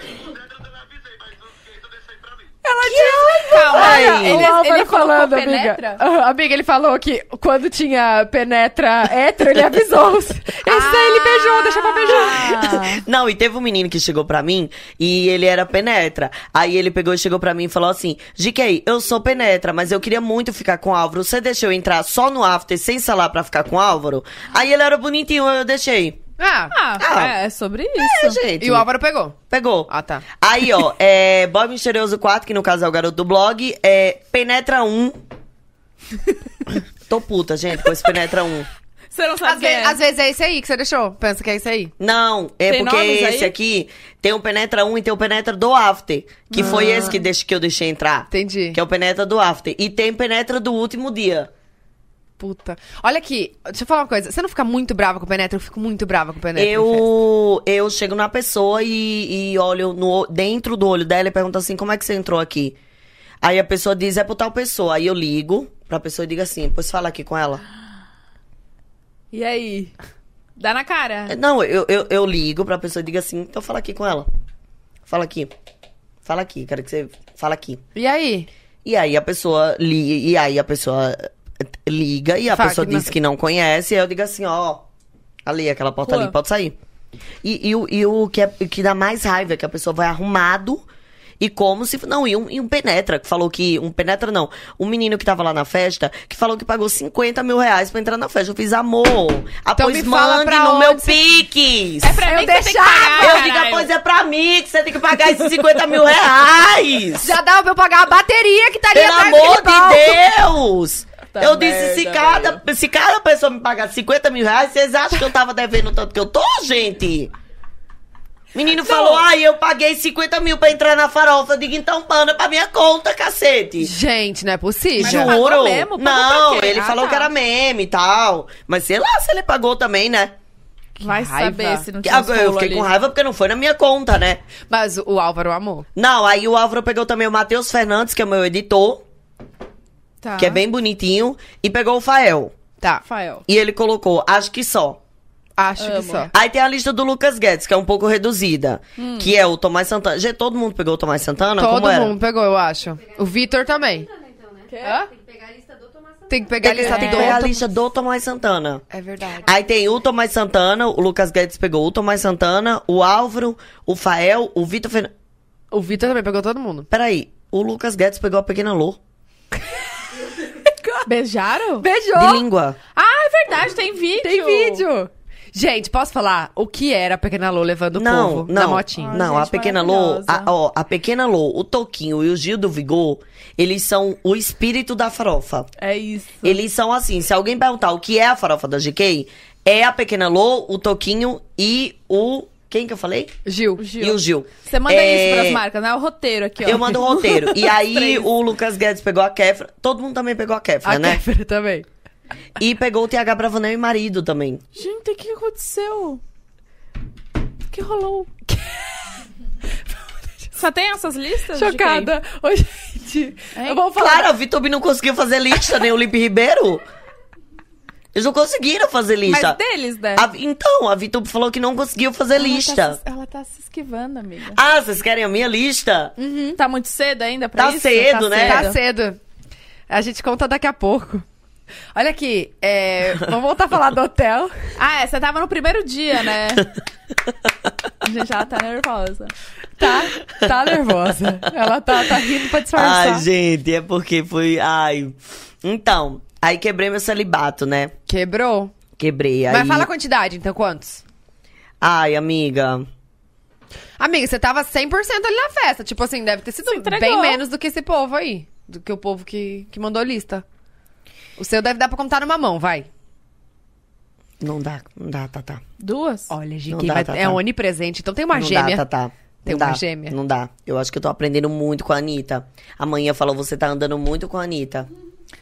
Speaker 6: Penetra eu não avisei, mas os gays eu deixei pra mim.
Speaker 2: Ela disse, calma.
Speaker 4: Ai,
Speaker 2: Ele,
Speaker 4: o
Speaker 2: ele,
Speaker 5: Álvaro
Speaker 2: falando,
Speaker 5: colocou
Speaker 2: amiga.
Speaker 5: penetra?
Speaker 2: Aham, amiga, ele falou que quando tinha penetra hétero, ele avisou. Esse daí ele beijou, deixa pra beijar.
Speaker 4: Não, e teve um menino que chegou pra mim e ele era penetra. Aí ele pegou e chegou pra mim e falou assim: GK, eu sou penetra, mas eu queria muito ficar com o Álvaro. Você deixa eu entrar só no after sem salar pra ficar com o Álvaro? Aí ele era bonitinho, eu deixei.
Speaker 2: Ah,
Speaker 5: Ah,
Speaker 4: Ah.
Speaker 5: é, é sobre
Speaker 4: É,
Speaker 5: isso.
Speaker 4: gente.
Speaker 2: e o Álvaro pegou.
Speaker 4: Pegou.
Speaker 2: Ah, tá.
Speaker 4: Aí, ó, é Bob Misterioso 4, que no caso é o garoto do blog, é Penetra 1. Tô puta, gente, com esse Penetra 1.
Speaker 5: Você não sabe
Speaker 2: Às, ve-
Speaker 5: quem é.
Speaker 2: às vezes é esse aí que você deixou. Pensa que é esse aí.
Speaker 4: Não, é
Speaker 5: Tem
Speaker 4: porque
Speaker 5: nomes aí?
Speaker 4: esse aqui tem o Penetra 1 e tem o Penetra do After. Que foi esse que, deix- que eu deixei entrar.
Speaker 2: Ah. Entendi.
Speaker 4: Que é o Penetra do After. E tem Penetra do último dia.
Speaker 2: Puta. Olha aqui, deixa eu falar uma coisa. Você não fica muito brava com o penetra? Eu fico muito brava com o penetra. em festa.
Speaker 4: Eu eu chego na pessoa e, e olho no, o- dentro do olho dela e pergunto assim: como é que você entrou aqui? Aí a pessoa diz: é por tal pessoa. Aí eu ligo pra pessoa e digo assim: pois fala aqui com ela.
Speaker 5: E aí? Dá na cara.
Speaker 2: É.
Speaker 4: Não, eu, eu, eu ligo pra pessoa e digo assim, então fala aqui com ela. Fala aqui. Fala aqui, quero que você. Fala aqui.
Speaker 2: E aí?
Speaker 4: E aí a pessoa li, e aí a pessoa liga e a
Speaker 2: Fala
Speaker 4: pessoa
Speaker 2: que
Speaker 4: diz
Speaker 2: não-
Speaker 4: que não conhece, e aí eu digo assim, ó, ali, aquela porta
Speaker 5: Rua.
Speaker 4: ali, pode sair. E, e o- e o que, é- que dá mais raiva é que a pessoa vai arrumado e como se. Não, e um, e um penetra, que falou que. Um penetra não. Um menino que tava lá na festa, que falou que pagou 50 mil reais pra entrar na festa. Eu fiz amor. Após
Speaker 2: Então me fala
Speaker 4: mande
Speaker 2: pra
Speaker 4: no meu
Speaker 2: onde você-
Speaker 4: Pix.
Speaker 5: É pra
Speaker 2: Eu
Speaker 5: mim que você tem que pagar,
Speaker 4: eu digo,
Speaker 5: caralho.
Speaker 4: pois é pra mim que você tem que pagar esses 50 mil reais.
Speaker 2: Já dá pra eu pagar a bateria que estaria
Speaker 4: Pelo
Speaker 2: atrás
Speaker 4: amor
Speaker 2: daquele palco.
Speaker 4: de Deus!
Speaker 1: Tá
Speaker 4: eu disse, se
Speaker 1: merda,
Speaker 4: cada, se cada pessoa me pagar 50 mil reais, vocês acham que eu tava devendo o tanto que eu tô, gente? Menino
Speaker 5: Então-
Speaker 4: falou, ai, eu paguei 50 mil pra entrar na farofa. Eu digo, então manda pra minha conta, cacete.
Speaker 2: Gente, não é possível.
Speaker 5: Mas pagou mesmo? Pagou
Speaker 4: Não,
Speaker 5: pra quê?
Speaker 4: ele
Speaker 5: Ah,
Speaker 4: falou
Speaker 5: tá.
Speaker 4: que era meme e tal. Mas sei lá se ele pagou também, né?
Speaker 5: Vai
Speaker 2: raiva.
Speaker 5: saber se não tinha uns
Speaker 4: Agora, eu
Speaker 5: rolo
Speaker 4: fiquei
Speaker 5: ali.
Speaker 4: com raiva porque não foi na minha conta, né?
Speaker 2: Mas o Álvaro amou.
Speaker 4: Não, aí o Álvaro pegou também o Matheus Fernandes, que é o meu editor,
Speaker 5: Tá.
Speaker 4: que é bem bonitinho, e pegou o Fael.
Speaker 2: Tá,
Speaker 5: Rafael.
Speaker 4: E ele colocou, acho que só.
Speaker 2: acho
Speaker 5: Amo.
Speaker 2: que só.
Speaker 4: Aí tem a lista do Lucas Guedes, que é um pouco reduzida. Que é o Tomás Santana. Gente, todo mundo pegou o Tomás Santana?
Speaker 2: Hum. Todo
Speaker 4: Como era?
Speaker 2: mundo pegou, eu acho. O Vitor também. Hã? Tem que pegar
Speaker 4: Tem
Speaker 2: a
Speaker 4: que,
Speaker 2: lista
Speaker 4: tem
Speaker 2: do
Speaker 4: que pegar a
Speaker 2: Tom-
Speaker 4: lista do Tomás Santana.
Speaker 2: É verdade.
Speaker 4: Aí tem o Tomás Santana, o Lucas Guedes pegou o Tomás Santana, o Álvaro, o Fael, o Vitor Fernandes.
Speaker 2: O Vitor também pegou todo mundo.
Speaker 4: Peraí, o Lucas Guedes pegou a pequena Lu.
Speaker 5: Beijaram?
Speaker 2: Beijou!
Speaker 4: De língua.
Speaker 5: Ah, é verdade, tem vídeo.
Speaker 2: Tem vídeo! Gente, posso falar o que era a pequena Lu levando o
Speaker 4: não,
Speaker 2: povo
Speaker 4: não.
Speaker 2: na motinha?
Speaker 4: Não,
Speaker 5: Ai,
Speaker 4: a
Speaker 5: gente,
Speaker 4: pequena Lô,
Speaker 5: maravilhosa.
Speaker 4: a, ó, a pequena Lô, o Toquinho e o Gil do Vigor, eles são o espírito da farofa.
Speaker 5: É isso.
Speaker 4: Eles são assim, se alguém perguntar o que é a farofa da GK, é a Pequena Lô, o Toquinho e o. Quem que eu falei?
Speaker 2: Ah. Gil.
Speaker 5: O
Speaker 4: E o Gil.
Speaker 5: Você manda
Speaker 4: É,
Speaker 5: isso pras marcas, né? O roteiro aqui, ó.
Speaker 4: Eu mando o roteiro. E aí
Speaker 5: Três.
Speaker 4: o Lucas Guedes pegou a Kefra. Todo mundo também pegou a Kefra,
Speaker 2: A
Speaker 4: né?
Speaker 2: Kéfera também.
Speaker 4: E pegou o TH Bravanel e marido também.
Speaker 5: Gente, o que aconteceu? O que rolou? Só tem essas listas? de
Speaker 2: Chocada. Ô, gente.
Speaker 5: Hein?
Speaker 2: Eu vou falar.
Speaker 4: Claro, a Vitube não conseguiu fazer lista, nem o Lipe Ribeiro. Eles não conseguiram fazer
Speaker 5: quem?
Speaker 4: lista.
Speaker 5: Mas deles, né?
Speaker 4: A- então, a Vitube falou que não conseguiu fazer
Speaker 5: Ela tá
Speaker 4: lista.
Speaker 5: se- ela tá se esquivando, amiga.
Speaker 4: Ah, vocês querem a minha lista?
Speaker 5: Tá muito cedo ainda pra
Speaker 4: Tá
Speaker 5: isso?
Speaker 4: cedo, né?
Speaker 2: Tá cedo. A gente conta daqui a pouco. Olha aqui, é, vamos voltar a falar do hotel.
Speaker 5: Ah, é, você tava no primeiro dia, né? Gente, ela tá nervosa.
Speaker 2: Tá, tá nervosa. Ela tá, tá rindo pra disfarçar.
Speaker 4: Ai, gente, é porque foi. Ai. Então, aí quebrei meu celibato, né?
Speaker 2: Quebrou.
Speaker 4: Quebrei. Aí...
Speaker 2: Mas fala a quantidade, então, quantos?
Speaker 4: Ai, amiga.
Speaker 2: Amiga, você tava 100% ali na festa. Tipo assim, deve ter sido
Speaker 5: entregou.
Speaker 2: bem menos do que esse povo aí. Do que o povo que, que mandou lista. O seu deve dar pra contar numa mão, vai.
Speaker 4: Não dá, não dá, tá, tá.
Speaker 5: Duas?
Speaker 2: Olha,
Speaker 4: Não
Speaker 2: GK
Speaker 4: dá,
Speaker 2: vai-
Speaker 4: tá,
Speaker 2: é
Speaker 4: tá.
Speaker 2: onipresente, então tem uma
Speaker 4: não
Speaker 2: gêmea.
Speaker 4: dá, tá, tá.
Speaker 2: Tem
Speaker 4: não
Speaker 2: uma
Speaker 4: dá,
Speaker 2: gêmea.
Speaker 4: Não dá. Eu acho que eu tô aprendendo muito com a Anitta. A manhã falou: você tá andando muito com a Anitta.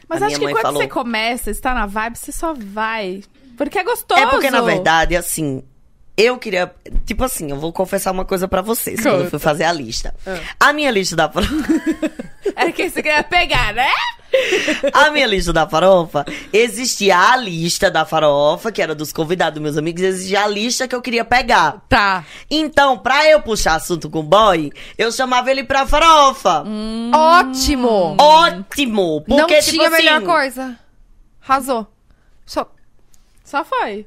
Speaker 5: Mas
Speaker 4: a
Speaker 5: acho
Speaker 4: minha
Speaker 5: que
Speaker 4: mãe
Speaker 5: quando
Speaker 4: falou.
Speaker 5: você começa, você tá na vibe, você só vai. Porque é gostoso.
Speaker 4: É porque, na verdade, assim, eu queria. Tipo assim, eu vou confessar uma coisa pra vocês quando eu fui fazer a lista.
Speaker 2: Ah.
Speaker 4: A minha lista da
Speaker 2: É
Speaker 5: Era quem você queria pegar, né?
Speaker 4: A minha lista da farofa, existia a lista da farofa, que era dos convidados, meus amigos, existia a lista que eu queria pegar.
Speaker 2: Tá.
Speaker 4: Então, pra eu puxar assunto com o boy, eu chamava ele pra farofa.
Speaker 2: Ótimo!
Speaker 4: Ótimo! Porque,
Speaker 2: Hum. Não
Speaker 4: tipo
Speaker 2: tinha a melhor
Speaker 4: assim,
Speaker 2: coisa. Arrasou. Só...
Speaker 5: Só foi.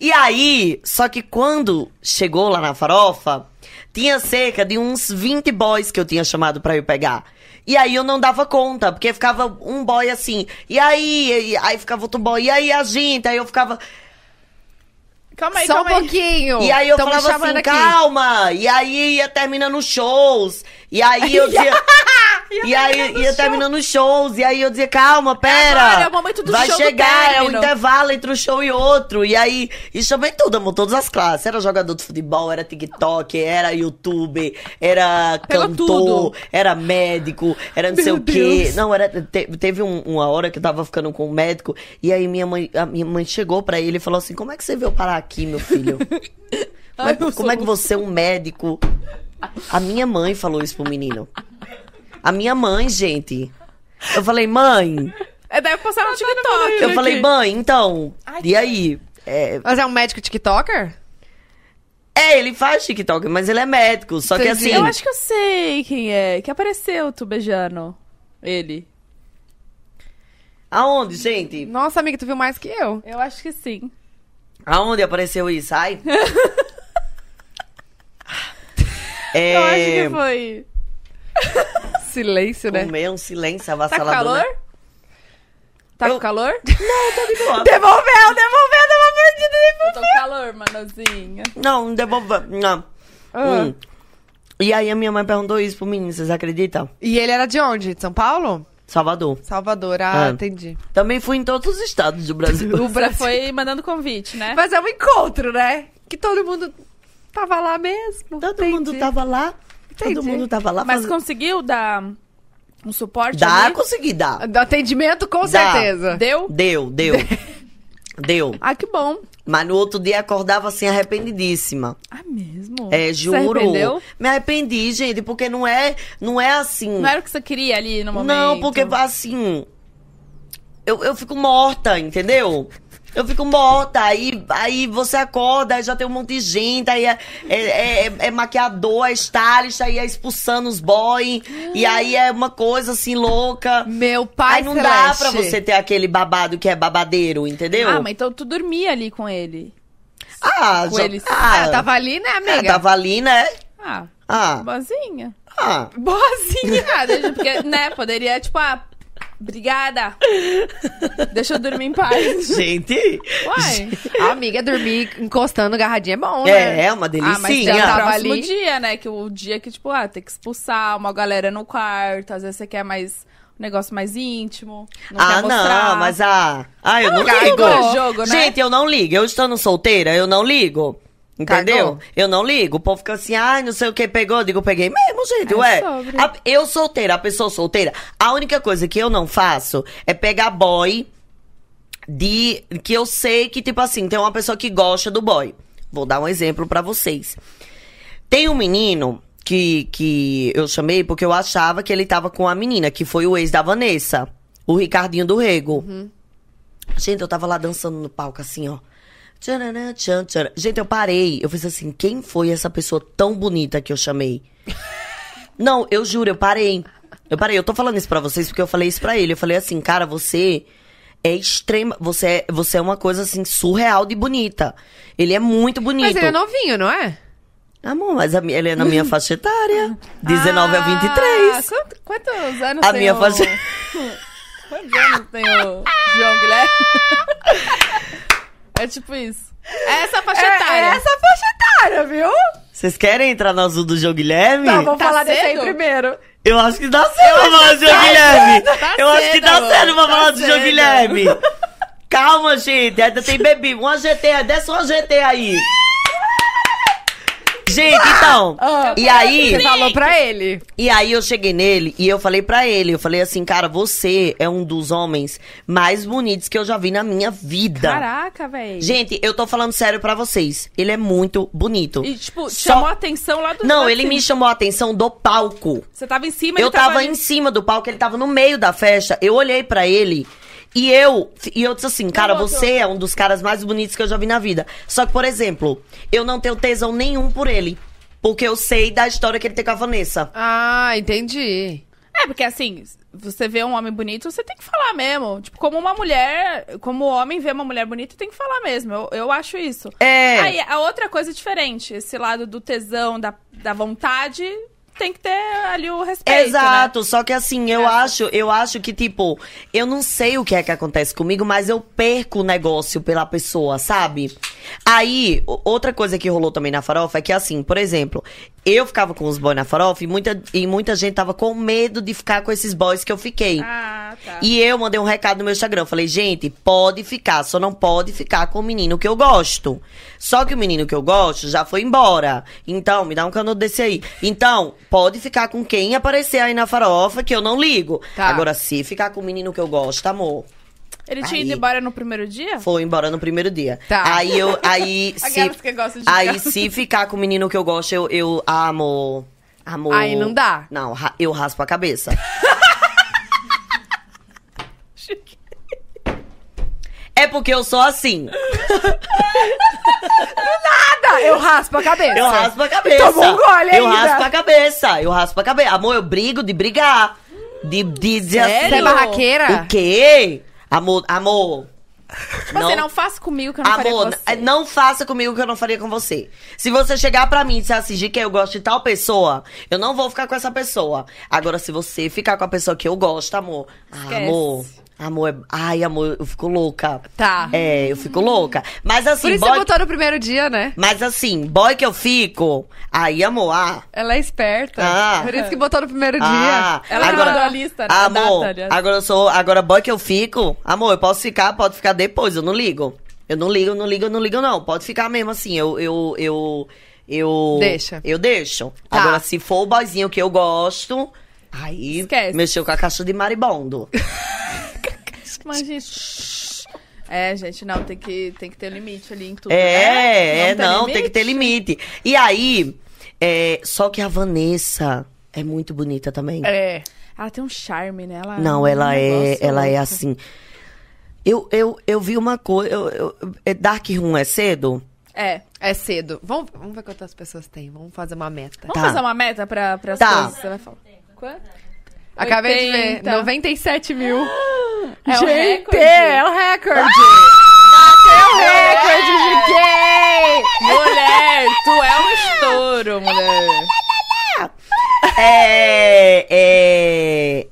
Speaker 4: E aí, só que quando chegou lá na farofa, tinha cerca de uns 20 boys que eu tinha chamado pra eu pegar. E aí eu não dava conta, porque ficava um boy assim, e aí, e- aí ficava outro boy, e aí a gente, aí eu ficava.
Speaker 5: Calma aí,
Speaker 2: Só um
Speaker 5: calma aí.
Speaker 2: pouquinho.
Speaker 4: E aí eu
Speaker 2: Tão me
Speaker 4: falava
Speaker 2: chamando
Speaker 4: assim, calma. E aí ia terminando os shows. E aí eu dizia. e
Speaker 5: é
Speaker 4: aí ia terminando os shows. E aí eu dizia, calma, pera.
Speaker 5: Agora é o momento do
Speaker 4: Vai
Speaker 5: show do
Speaker 4: chegar, é o
Speaker 5: término."
Speaker 4: intervalo entre um show e outro. E aí, e chamei tudo, amor, todas as classes. Era jogador de futebol, era TikTok, era YouTube, era
Speaker 5: Pegou
Speaker 4: cantor,
Speaker 5: tudo.
Speaker 4: era médico, era não sei o quê. Não, era, te- teve um- uma hora que eu tava ficando com um médico. E aí minha mãe, a minha mãe chegou pra ele e falou assim: Como é que você veio parar aqui, meu filho? Como, é,
Speaker 5: Ai, eu
Speaker 4: como é
Speaker 5: sou-
Speaker 4: que você é um médico? A minha mãe falou isso pro menino. A minha mãe, gente. Eu falei, mãe,
Speaker 3: É, Deve postar
Speaker 2: tá
Speaker 3: no TikTok.
Speaker 2: né,
Speaker 4: Eu falei, mãe, então,
Speaker 3: Ai,
Speaker 4: e aí? É,
Speaker 2: Mas é um médico tiktoker?
Speaker 4: é, ele faz TikTok, mas ele é médico. Só que
Speaker 2: Entendi.
Speaker 4: assim.
Speaker 3: Eu acho que eu sei quem é. Que apareceu tu beijando ele.
Speaker 4: Aonde, gente?
Speaker 2: Nossa, amiga, tu viu mais que eu.
Speaker 3: Eu acho que sim.
Speaker 4: Aonde apareceu isso? Ai. É,
Speaker 3: Eu acho que foi.
Speaker 2: Silêncio, né?
Speaker 4: Comer um silêncio
Speaker 3: Tá com
Speaker 4: avassalador.
Speaker 3: calor?
Speaker 4: né?
Speaker 3: Tá
Speaker 4: Eu-
Speaker 3: com calor?
Speaker 2: Devolveu, devolveu, devolveu, devolveu.
Speaker 3: Eu tô com calor, manozinho.
Speaker 4: Não, não devolva. Não.
Speaker 3: Ah.
Speaker 4: Hum. E aí a minha mãe perguntou isso pro menino, vocês acreditam?
Speaker 2: E ele era de onde? De São Paulo?
Speaker 4: Salvador.
Speaker 2: Salvador, ah,
Speaker 4: É.
Speaker 2: entendi.
Speaker 4: Também fui em todos os estados do Brasil.
Speaker 2: O Brasil.
Speaker 3: Foi mandando convite, né?
Speaker 2: Mas é um encontro, né? Que todo mundo tava lá mesmo.
Speaker 4: Todo
Speaker 2: entendi.
Speaker 4: mundo tava lá.
Speaker 2: Entendi.
Speaker 4: Todo mundo tava lá.
Speaker 3: Mas
Speaker 4: fazendo-
Speaker 3: conseguiu dar um suporte
Speaker 4: Dá,
Speaker 3: ali?
Speaker 4: consegui dar.
Speaker 2: Do atendimento, com
Speaker 4: Dá.
Speaker 2: certeza.
Speaker 3: Deu?
Speaker 4: Deu, deu. deu.
Speaker 3: Ah, que bom.
Speaker 4: Mas no outro dia acordava assim, arrependidíssima.
Speaker 3: Ah, mesmo?
Speaker 4: É, juro.
Speaker 3: Você arrependeu?
Speaker 4: Me arrependi, gente, porque não é, não é assim.
Speaker 3: Não era o que você queria ali no momento?
Speaker 4: Não, porque assim. Eu, eu fico morta, entendeu? Eu fico morta, aí, aí você acorda, aí já tem um monte de gente, aí é, é, é- é maquiador, é stylist, aí é expulsando os boy, e aí é uma coisa assim louca.
Speaker 2: Meu pai
Speaker 4: aí não dá
Speaker 2: Celeste.
Speaker 4: pra você ter aquele babado que é babadeiro, entendeu?
Speaker 3: Ah, mas então tu dormia ali com ele.
Speaker 4: Ah,
Speaker 3: com
Speaker 4: já-
Speaker 3: eles.
Speaker 2: Ah,
Speaker 4: Ah,
Speaker 2: eu tava ali, né,
Speaker 4: é,
Speaker 2: amiga?
Speaker 4: tava ali, né?
Speaker 3: Ah,
Speaker 4: Ah,
Speaker 3: boazinha.
Speaker 4: ah.
Speaker 3: Boazinha, ah, deixa- porque, né, poderia, tipo, ah, obrigada. Deixa eu dormir em paz.
Speaker 4: Gente,
Speaker 3: Uai.
Speaker 2: A amiga dormir encostando agarradinha é bom,
Speaker 4: é,
Speaker 2: né?
Speaker 4: é uma
Speaker 2: mas
Speaker 4: delicinha.
Speaker 2: já tava-
Speaker 3: próximo
Speaker 2: ali.
Speaker 3: dia, né? Que o dia que, tipo, ah, tem que expulsar uma galera no quarto. Às vezes você quer mais um negócio mais íntimo. Não
Speaker 4: ah,
Speaker 3: quer mostrar.
Speaker 4: não, mas ah, ah, eu não,
Speaker 3: Cagou.
Speaker 4: ligo.
Speaker 3: Cagou. Jogo, né?
Speaker 4: Gente, eu não ligo. Eu estando solteira, eu não ligo. Entendeu?
Speaker 2: Cagou.
Speaker 4: Eu não ligo. O povo fica assim, ai, não sei o que pegou. Eu digo, peguei mesmo, gente,
Speaker 3: É
Speaker 4: ué.
Speaker 3: sobre.
Speaker 4: A- eu solteira, a pessoa solteira, a única coisa que eu não faço é pegar boy de que eu sei que tipo assim, tem uma pessoa que gosta do boy. Vou dar um exemplo pra vocês. Tem um menino que, que eu chamei porque eu achava que ele tava com a menina, que foi o ex da Vanessa, o Ricardinho do Rego.
Speaker 3: Uhum.
Speaker 4: Gente, eu tava lá dançando no palco assim, ó. Tchananã, tchan, tchan. Gente, eu parei. Eu fiz assim, quem foi essa pessoa tão bonita que eu chamei? Não, eu juro, eu parei. Eu parei, eu tô falando isso pra vocês porque eu falei isso pra ele. Eu falei assim, cara, você é extrema. Você é, você é uma coisa assim, surreal de bonita. Ele é muito bonito.
Speaker 2: Mas ele é novinho, não é?
Speaker 4: Amor, mas a minha- ele é na minha faixa etária. 19 a 23.
Speaker 3: Ah, quanto- quantos anos
Speaker 4: A
Speaker 3: tem
Speaker 4: minha
Speaker 3: o...
Speaker 4: faixa.
Speaker 3: Quantos anos tem o João Guilherme? é tipo isso. É essa faixa etária.
Speaker 2: faixa etária, viu?
Speaker 4: Vocês querem entrar no azul do João Guilherme?
Speaker 2: Tá, vamos
Speaker 3: Tá
Speaker 2: falar desse aí
Speaker 3: cedo?
Speaker 2: primeiro.
Speaker 4: Eu acho que dá certo pra falar do João Guilherme.
Speaker 3: Tá
Speaker 4: Eu acho que
Speaker 3: cedo,
Speaker 4: dá
Speaker 3: amor.
Speaker 4: certo pra
Speaker 3: Tá
Speaker 4: falar do João
Speaker 3: cedo.
Speaker 4: Guilherme. Calma, gente. Ainda tem bebê. Uma GT, desce uma GT aí. Gente, então. E aí.
Speaker 2: Você falou pra ele.
Speaker 4: E aí eu cheguei nele e eu falei pra ele, eu falei assim, cara, você é um dos homens mais bonitos que eu já vi na minha vida.
Speaker 3: Caraca, velho.
Speaker 4: Gente, eu tô falando sério pra vocês. Ele é muito bonito.
Speaker 3: E, tipo,
Speaker 4: Só-
Speaker 3: chamou a atenção lá do
Speaker 4: Não,
Speaker 3: lá
Speaker 4: ele
Speaker 3: assim.
Speaker 4: me chamou a atenção do palco.
Speaker 3: Você tava em cima
Speaker 4: eu
Speaker 3: ele tava,
Speaker 4: tava
Speaker 3: ali.
Speaker 4: em cima do palco, ele tava no meio da festa. Eu olhei pra ele e eu e eu disse assim, cara,
Speaker 3: outro.
Speaker 4: você é um dos caras mais bonitos que eu já vi na vida. Só que, por exemplo, eu não tenho tesão nenhum por ele, porque eu sei da história que ele tem com a Vanessa.
Speaker 2: Ah, entendi.
Speaker 3: É, porque assim, você vê um homem bonito, você tem que falar mesmo. Tipo, como uma mulher, como homem vê uma mulher bonita, tem que falar mesmo. Eu, eu acho isso.
Speaker 4: É.
Speaker 3: Aí, a outra coisa é diferente. Esse lado do tesão, da, da vontade, tem que ter ali o respeito. né?
Speaker 4: Exato, só que assim, eu acho, eu acho que tipo, eu não sei o que é que acontece comigo, mas eu perco o negócio pela pessoa, sabe? Aí, o- outra coisa que rolou também na farofa é que assim, por exemplo, eu ficava com os boys na farofa e muita, e muita gente tava com medo de ficar com esses boys que eu fiquei.
Speaker 3: Né? Ah, tá.
Speaker 4: E eu mandei um recado no meu Instagram. Eu Falei, gente, pode ficar, só não pode ficar com o menino que eu gosto. Só que o menino que eu gosto já foi embora. Então, me dá um canudo desse aí. Então, pode ficar com quem aparecer aí na farofa, que eu não ligo.
Speaker 2: Tá.
Speaker 4: Agora, se ficar com o menino que eu gosto, amor,
Speaker 3: Ele tinha
Speaker 4: Aí.
Speaker 3: ido embora no primeiro dia?
Speaker 4: foi embora no primeiro dia.
Speaker 2: Tá.
Speaker 4: Aí eu. Aí, se,
Speaker 3: Aquelas que gostam de
Speaker 4: aí
Speaker 3: ficar.
Speaker 4: se ficar com o menino que eu gosto, eu. eu ah, amor. Amor.
Speaker 2: Aí não dá.
Speaker 4: Não, ra- eu raspo a cabeça. É porque eu sou assim.
Speaker 2: Nada! Eu raspo a cabeça.
Speaker 4: Eu raspo a cabeça.
Speaker 2: Tomou um gole
Speaker 4: eu
Speaker 2: ainda.
Speaker 4: raspo a cabeça. Eu raspo a cabeça. Amor, eu brigo de brigar. De, de dizer
Speaker 2: Você é
Speaker 4: assim.
Speaker 2: barraqueira?
Speaker 4: O quê? Amor, amor.
Speaker 3: Tipo assim, não faça comigo que eu não faria com
Speaker 4: Amor,
Speaker 3: você.
Speaker 4: não faça comigo o que eu não faria com você. Se você chegar pra mim e disser assim, que eu gosto de tal pessoa, eu não vou ficar com essa pessoa. Agora, se você ficar com a pessoa que eu gosto, amor. ah,
Speaker 3: Esquece.
Speaker 4: amor. Amor, é... ai, amor, eu fico louca.
Speaker 2: Tá.
Speaker 4: É, eu fico louca. Mas assim,
Speaker 2: Por isso
Speaker 4: boy...
Speaker 2: você botou no primeiro dia, né?
Speaker 4: Mas assim, boy que eu fico. Aí, amor, ah.
Speaker 2: Ela é esperta.
Speaker 4: Ah.
Speaker 2: Por isso que botou no primeiro
Speaker 4: Ah,
Speaker 2: dia.
Speaker 3: Ela
Speaker 4: agora,
Speaker 3: mandou a lista, né? A
Speaker 4: Amor,
Speaker 3: data, aliás.
Speaker 4: agora eu sou. Agora, boy que eu fico. Amor, eu posso ficar, pode ficar depois, eu não ligo. Eu não ligo, eu não ligo, eu não ligo, não. Pode ficar mesmo assim. Eu. eu, eu, eu
Speaker 2: Deixa.
Speaker 4: Eu deixo.
Speaker 2: Tá.
Speaker 4: Agora, se for o boyzinho que eu gosto. Aí.
Speaker 3: Esquece.
Speaker 4: Mexeu com a caixa de maribondo.
Speaker 3: Mas, gente... É, gente, não, tem que, tem que ter um limite ali em tudo.
Speaker 4: É, é,
Speaker 3: né?
Speaker 4: não, tem que ter limite. E aí. é, só que a Vanessa é muito bonita também.
Speaker 2: É.
Speaker 3: Ela tem um charme, né? Ela
Speaker 4: Não, ela
Speaker 3: um
Speaker 4: é,
Speaker 3: negócio
Speaker 4: ela é
Speaker 3: louco.
Speaker 4: assim. Eu, eu, eu vi uma coisa. Eu, eu- é Dark Room é cedo?
Speaker 3: É.
Speaker 2: É cedo. Vamos, vamos ver quantas pessoas tem. Vamos fazer uma meta.
Speaker 3: Vamos
Speaker 4: Tá.
Speaker 3: fazer uma meta pra, pras
Speaker 4: Tá.
Speaker 3: coisas? Você vai falar. Quanto?
Speaker 2: Acabei de ver.
Speaker 3: 80.
Speaker 2: 97 mil.
Speaker 3: É o recorde. Ah, é.
Speaker 2: é o recorde. Bateu o recorde de
Speaker 3: Mulher, tu é um estouro, mulher.
Speaker 4: É, é.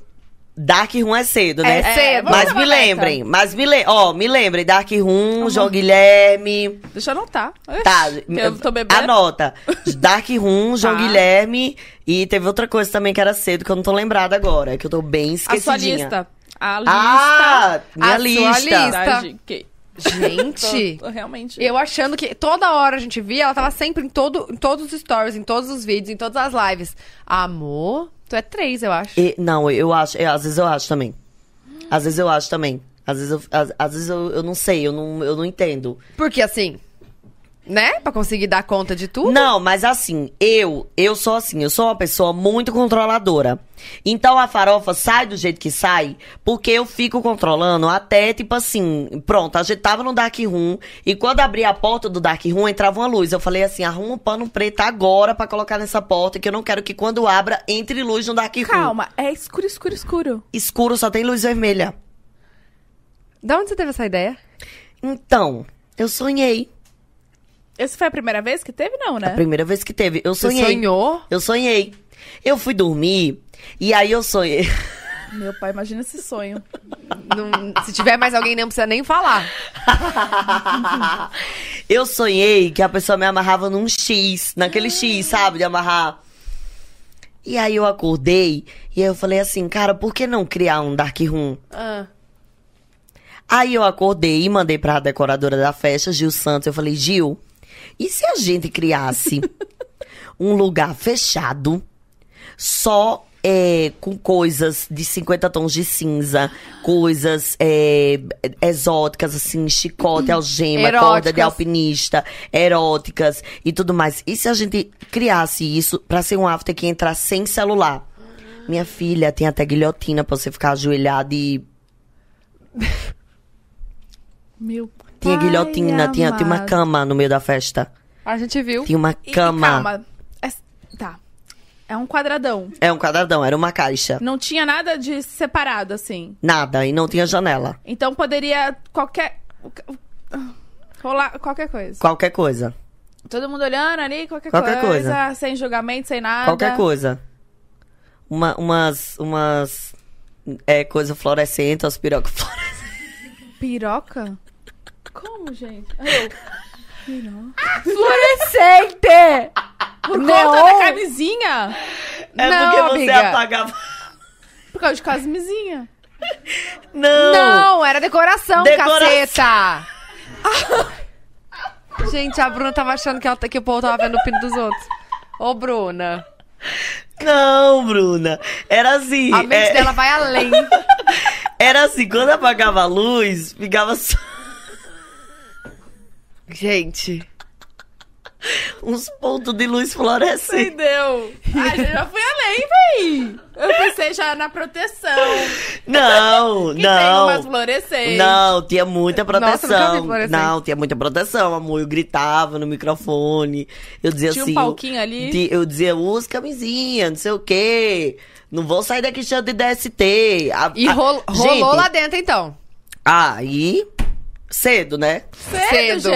Speaker 4: Dark Room é cedo, né?
Speaker 2: É cedo.
Speaker 3: vamos
Speaker 4: Mas
Speaker 3: fazer
Speaker 4: me
Speaker 3: uma Uhum. meta.
Speaker 4: lembrem, mas me lembrem, ó, me lembrem, Dark Room, João Guilherme,
Speaker 3: Deixa eu anotar.
Speaker 4: tá,
Speaker 3: Eu tô bebendo.
Speaker 4: anota, Dark Room, João
Speaker 3: Tá.
Speaker 4: Guilherme, e teve outra coisa também que era cedo, que eu não tô lembrada agora, que eu tô bem
Speaker 3: A sua
Speaker 4: esquecidinha.
Speaker 3: lista. A lista.
Speaker 4: Ah, minha
Speaker 2: A sua
Speaker 4: lista.
Speaker 2: lista.
Speaker 3: Tá, gente,
Speaker 2: Gente.
Speaker 3: tô- tô realmente.
Speaker 2: Eu achando que toda hora a gente via, ela tava sempre em, todo, em todos os stories, em todos os vídeos, em todas as lives. Amor, tu é três, eu acho.
Speaker 4: E- não, eu acho. é, às vezes eu acho também. Às vezes eu acho também. Às vezes eu, às, às vezes eu, eu não sei, eu não, eu não entendo.
Speaker 2: Porque assim, né? Pra conseguir dar conta de tudo.
Speaker 4: Não, mas assim, eu, eu sou assim, eu sou uma pessoa muito controladora. Então a farofa sai do jeito que sai, porque eu fico controlando até, tipo assim, pronto, a gente tava no Dark Room e quando abri a porta do Dark Room entrava uma luz. Eu falei assim, arruma um pano preto agora pra colocar nessa porta, que eu não quero que quando abra entre luz no Dark Room.
Speaker 3: Calma, é escuro, escuro, escuro.
Speaker 4: Escuro só tem luz vermelha.
Speaker 2: Da onde você teve essa ideia?
Speaker 4: Então, eu sonhei.
Speaker 3: Essa foi a primeira vez que teve, não, né?
Speaker 4: Primeira vez que teve. Eu sonhei.
Speaker 2: Você sonhou?
Speaker 4: Eu sonhei. Eu fui dormir e aí eu sonhei.
Speaker 3: Meu pai, imagina esse sonho.
Speaker 2: Não- se tiver mais alguém, não precisa nem falar.
Speaker 4: eu sonhei que a pessoa me amarrava num X, naquele X,
Speaker 2: Ah.
Speaker 4: sabe? De amarrar. E aí eu acordei e aí eu falei assim, cara, por que não criar um Dark Room?
Speaker 2: Ah.
Speaker 4: Aí eu acordei e mandei pra decoradora da festa, Gil Santos. Eu falei, Gil, e se a gente criasse um lugar fechado, só é, com coisas de 50 tons de cinza, coisas é, exóticas, assim, chicote, algema, corda de
Speaker 2: Eróticas.
Speaker 4: alpinista, eróticas e tudo mais. E se a gente criasse isso pra ser um after que entrar sem celular? Minha filha, tem até guilhotina pra você ficar ajoelhada e
Speaker 3: Meu
Speaker 4: Tinha
Speaker 3: pai
Speaker 4: guilhotina, tinha, tinha uma
Speaker 3: amado.
Speaker 4: cama no meio da festa.
Speaker 2: A gente viu.
Speaker 4: Tinha uma
Speaker 3: E- e
Speaker 4: cama.
Speaker 3: calma. É- tá. É um quadradão.
Speaker 4: É um quadradão, era uma caixa.
Speaker 3: Não tinha nada de separado, assim.
Speaker 4: Nada, e não tinha janela.
Speaker 3: Então poderia qualquer. ah, Rolar qualquer coisa.
Speaker 4: Qualquer coisa.
Speaker 3: Todo mundo olhando ali, qualquer,
Speaker 4: Qualquer
Speaker 3: coisa,
Speaker 4: coisa.
Speaker 3: Sem julgamento, sem nada.
Speaker 4: Qualquer coisa. Uma- umas. Umas. É, coisa fluorescente, as pirocas fluorescentes.
Speaker 3: Piroca? Como, gente? Eu. Piroca.
Speaker 2: Fluorescente!
Speaker 3: Por conta da
Speaker 2: Neon!
Speaker 3: camisinha?
Speaker 4: É
Speaker 2: Não,
Speaker 4: porque você
Speaker 2: amiga.
Speaker 4: apagava.
Speaker 3: Por causa de camisinha.
Speaker 4: Não!
Speaker 2: Não, era decoração,
Speaker 4: Decora-
Speaker 2: caceta! gente, a Bruna tava achando que, ela- que o povo tava vendo o pino dos outros. Ô, Bruna.
Speaker 4: Não, Bruna! Era assim.
Speaker 2: A mente
Speaker 4: é-
Speaker 2: dela vai além.
Speaker 4: Era assim, quando apagava a luz, ficava só.
Speaker 2: Gente.
Speaker 4: Uns pontos de luz fluorescente.
Speaker 3: Entendeu? Ah, eu já fui além, véi. Eu pensei já na proteção.
Speaker 4: Não,
Speaker 3: Que tem umas
Speaker 4: não.
Speaker 3: fluorescentes.
Speaker 4: Não, tinha muita
Speaker 2: Nossa, nunca vi
Speaker 4: proteção.
Speaker 2: fluorescente.
Speaker 4: não, tinha muita proteção. Amor, eu gritava no microfone. Eu dizia
Speaker 5: Tinha um
Speaker 4: assim.
Speaker 5: palquinho ali.
Speaker 4: di- Eu dizia, usa camisinha, não sei o quê. Não vou sair daqui cheio de DST. A-
Speaker 2: E
Speaker 4: a-
Speaker 2: rol- rolou
Speaker 4: Gente,
Speaker 2: lá dentro, então.
Speaker 4: Aí, cedo, né?
Speaker 2: Cedo.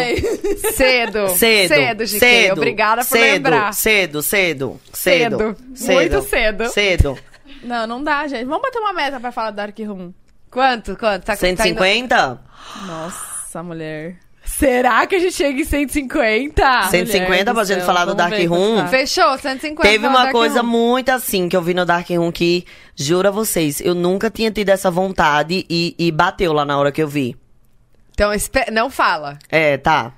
Speaker 2: Cedo.
Speaker 4: Cedo.
Speaker 2: Cedo, GK. Obrigada por
Speaker 4: cedo,
Speaker 2: lembrar.
Speaker 4: Cedo, cedo, cedo.
Speaker 2: Cedo. Muito cedo.
Speaker 4: Cedo.
Speaker 3: Não, não dá, gente. Vamos bater uma meta pra falar do Dark Room.
Speaker 2: Quanto? Quanto? Tá, tá indo-
Speaker 4: 150?
Speaker 3: Nossa, mulher. Ah,
Speaker 2: Será que a gente chega em 150?
Speaker 4: 150 pra
Speaker 3: do
Speaker 4: gente
Speaker 3: céu,
Speaker 4: falar do
Speaker 3: vamos
Speaker 4: Dark
Speaker 3: ver quanto
Speaker 4: Room.
Speaker 3: tá.
Speaker 2: Fechou, 150.
Speaker 4: Teve
Speaker 2: vamos
Speaker 4: uma
Speaker 2: dar
Speaker 4: coisa
Speaker 2: aqui um.
Speaker 4: muito assim que eu vi no Dark Room que, juro a vocês, eu nunca tinha tido essa vontade e, e bateu lá na hora que eu vi.
Speaker 2: Então, espe- não fala.
Speaker 4: É, tá.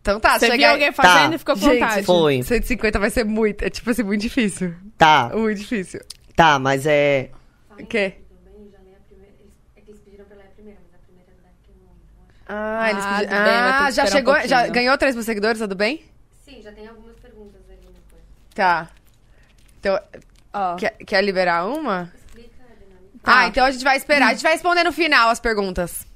Speaker 2: Então tá,
Speaker 3: Você
Speaker 2: chegar
Speaker 3: viu alguém fazendo
Speaker 4: Tá.
Speaker 3: e ficou com
Speaker 2: Gente,
Speaker 3: vontade.
Speaker 4: Foi.
Speaker 2: 150 vai ser muito. É tipo assim, muito difícil.
Speaker 4: Tá,
Speaker 2: Muito difícil.
Speaker 4: tá, mas é.
Speaker 2: O quê?
Speaker 7: é então
Speaker 2: Ah, eles
Speaker 3: Ah,
Speaker 2: pediram.
Speaker 3: do bem, vai ter
Speaker 2: Ah,
Speaker 3: que
Speaker 2: já
Speaker 3: esperar um
Speaker 2: chegou. já
Speaker 3: pouquinho.
Speaker 2: ganhou 3 mil seguidores, tá do bem?
Speaker 7: Sim, já tem algumas perguntas ali depois.
Speaker 2: Tá. Então,
Speaker 3: Ó. Tá.
Speaker 2: quer, quer liberar uma? Ah, então a gente vai esperar. A gente vai responder no final as perguntas.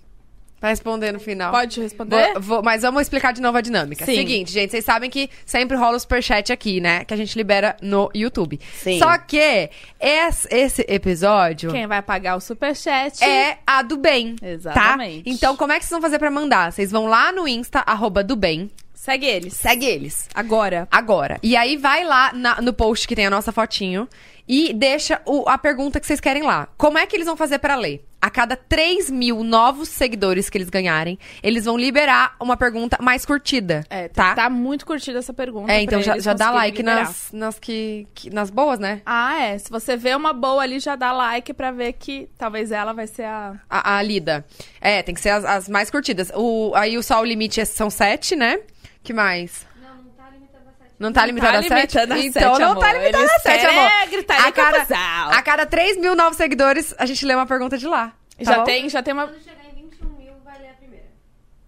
Speaker 2: Vai responder no final.
Speaker 3: Pode responder?
Speaker 2: Vou- vou- mas vamos explicar de novo a dinâmica.
Speaker 3: Sim.
Speaker 2: Seguinte, gente, vocês sabem que sempre rola o superchat aqui, né? Que a gente libera no YouTube.
Speaker 4: Sim.
Speaker 2: Só que es- esse, episódio
Speaker 3: Quem vai pagar o superchat?
Speaker 2: é a do bem.
Speaker 3: Exatamente.
Speaker 2: Tá? Então, como é que vocês vão fazer pra mandar? Vocês vão lá no Insta, arroba do bem.
Speaker 3: Segue eles.
Speaker 2: Segue eles
Speaker 3: Agora.
Speaker 2: agora. E aí vai lá na- no post que tem a nossa fotinho e deixa o- a pergunta que vocês querem lá. Como é que eles vão fazer pra ler? A cada 3 mil novos seguidores que eles ganharem, eles vão liberar uma pergunta mais curtida.
Speaker 3: É,
Speaker 2: tá?
Speaker 3: tá, tá muito curtida essa pergunta.
Speaker 2: É, então
Speaker 3: pra
Speaker 2: já,
Speaker 3: eles
Speaker 2: já dá
Speaker 3: conseguirem
Speaker 2: like
Speaker 3: liberar.
Speaker 2: nas, nas que, que- nas boas, né?
Speaker 3: Ah, é. Se você vê uma boa ali, já dá like pra ver que talvez ela vai ser a.
Speaker 2: A, a lida. É, tem que ser as, as mais curtidas. O, aí o só o limite é- são 7, né? Que mais?
Speaker 7: Não, não tá limitado a sete.
Speaker 2: Não tá limitado a 7?
Speaker 3: limitada a
Speaker 2: Então
Speaker 3: sete,
Speaker 2: não tá
Speaker 3: amor.
Speaker 2: limitado
Speaker 3: Eles
Speaker 2: a 7,
Speaker 3: querem
Speaker 2: amor.
Speaker 3: é gritaria
Speaker 2: a, cada,
Speaker 3: casal.
Speaker 2: a cada 3 mil novos seguidores, a gente lê uma pergunta de lá. tá
Speaker 3: já
Speaker 2: bom?
Speaker 3: tem, já tem uma.
Speaker 7: Quando chegar em 21 mil, vai ler a primeira.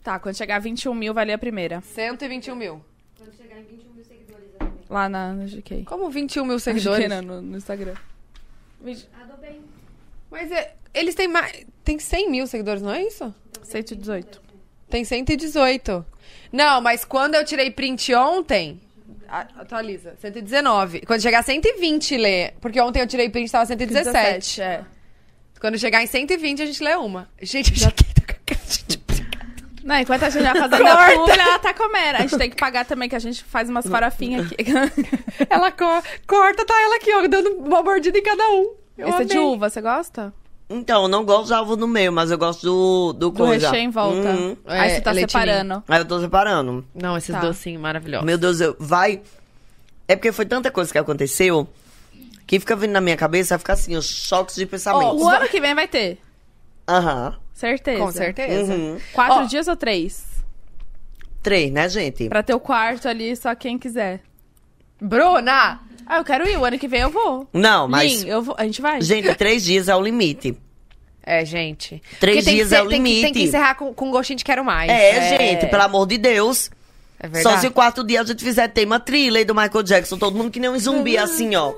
Speaker 3: Tá, quando chegar a 21 mil, vai ler a primeira.
Speaker 2: 121 mil.
Speaker 7: Quando chegar em 21 mil seguidores, a primeira.
Speaker 3: Lá na, na GK.
Speaker 2: Como 21 mil
Speaker 3: Na
Speaker 2: seguidores?
Speaker 3: GK, não, no, no Instagram.
Speaker 7: Ah, do bem.
Speaker 2: Mas é- eles têm mais. Tem 100 mil seguidores, não é isso?
Speaker 3: 118.
Speaker 2: Tem 118. Não, mas quando eu tirei print ontem. a- Atualiza. 119. Quando chegar a 120, lê. Porque ontem eu tirei print tava 117.
Speaker 3: é.
Speaker 2: Quando chegar em 120, a gente lê uma. Gente, já tá com a cara de-
Speaker 3: Não, enquanto a gente vai fazendo a
Speaker 2: Corta!
Speaker 3: publi, ela tá comendo. A gente tem que pagar também, que a gente faz umas farofinhas aqui.
Speaker 2: Ela co- corta, tá ela aqui, ó, dando uma mordida em cada um. Eu
Speaker 3: Esse é de
Speaker 2: amei.
Speaker 3: uva, você gosta?
Speaker 4: Então, eu não gosto do alvo no meio, mas eu gosto do, do,
Speaker 3: Do
Speaker 4: coisa.
Speaker 3: recheio em volta.
Speaker 4: Uhum.
Speaker 3: Aí
Speaker 2: É,
Speaker 3: você tá
Speaker 2: leitinho.
Speaker 3: separando.
Speaker 4: Aí eu tô separando.
Speaker 2: Não, esses
Speaker 3: Tá.
Speaker 2: docinhos maravilhosos.
Speaker 4: Meu Deus, eu, vai. É porque foi tanta coisa que aconteceu que fica vindo na minha cabeça, fica assim, os choques de
Speaker 3: Ó,
Speaker 4: pensamento.
Speaker 3: o ano que vem vai ter.
Speaker 4: Aham.
Speaker 3: Certeza.
Speaker 2: Com certeza.
Speaker 4: Uhum.
Speaker 3: Quatro
Speaker 2: Ó.
Speaker 3: dias ou três?
Speaker 4: Três, né, gente?
Speaker 3: Pra ter o quarto ali, só quem quiser.
Speaker 2: Bruna!
Speaker 3: Ah, eu quero ir. O ano que vem eu vou.
Speaker 4: Não, mas.
Speaker 3: Lin, eu vou. A gente vai.
Speaker 4: Gente, três dias é o limite.
Speaker 2: É, gente.
Speaker 4: Três
Speaker 2: Porque tem que
Speaker 4: dias
Speaker 2: ser-
Speaker 4: é o
Speaker 2: Tem que, tem
Speaker 4: limite.
Speaker 2: que encerrar com, com gostinho de quero mais.
Speaker 4: É, gente, pelo amor de Deus.
Speaker 2: É
Speaker 4: Só
Speaker 2: verdade.
Speaker 4: se o quarto dia a gente fizer tema thriller do Michael Jackson, todo mundo que nem um zumbi, assim, ó.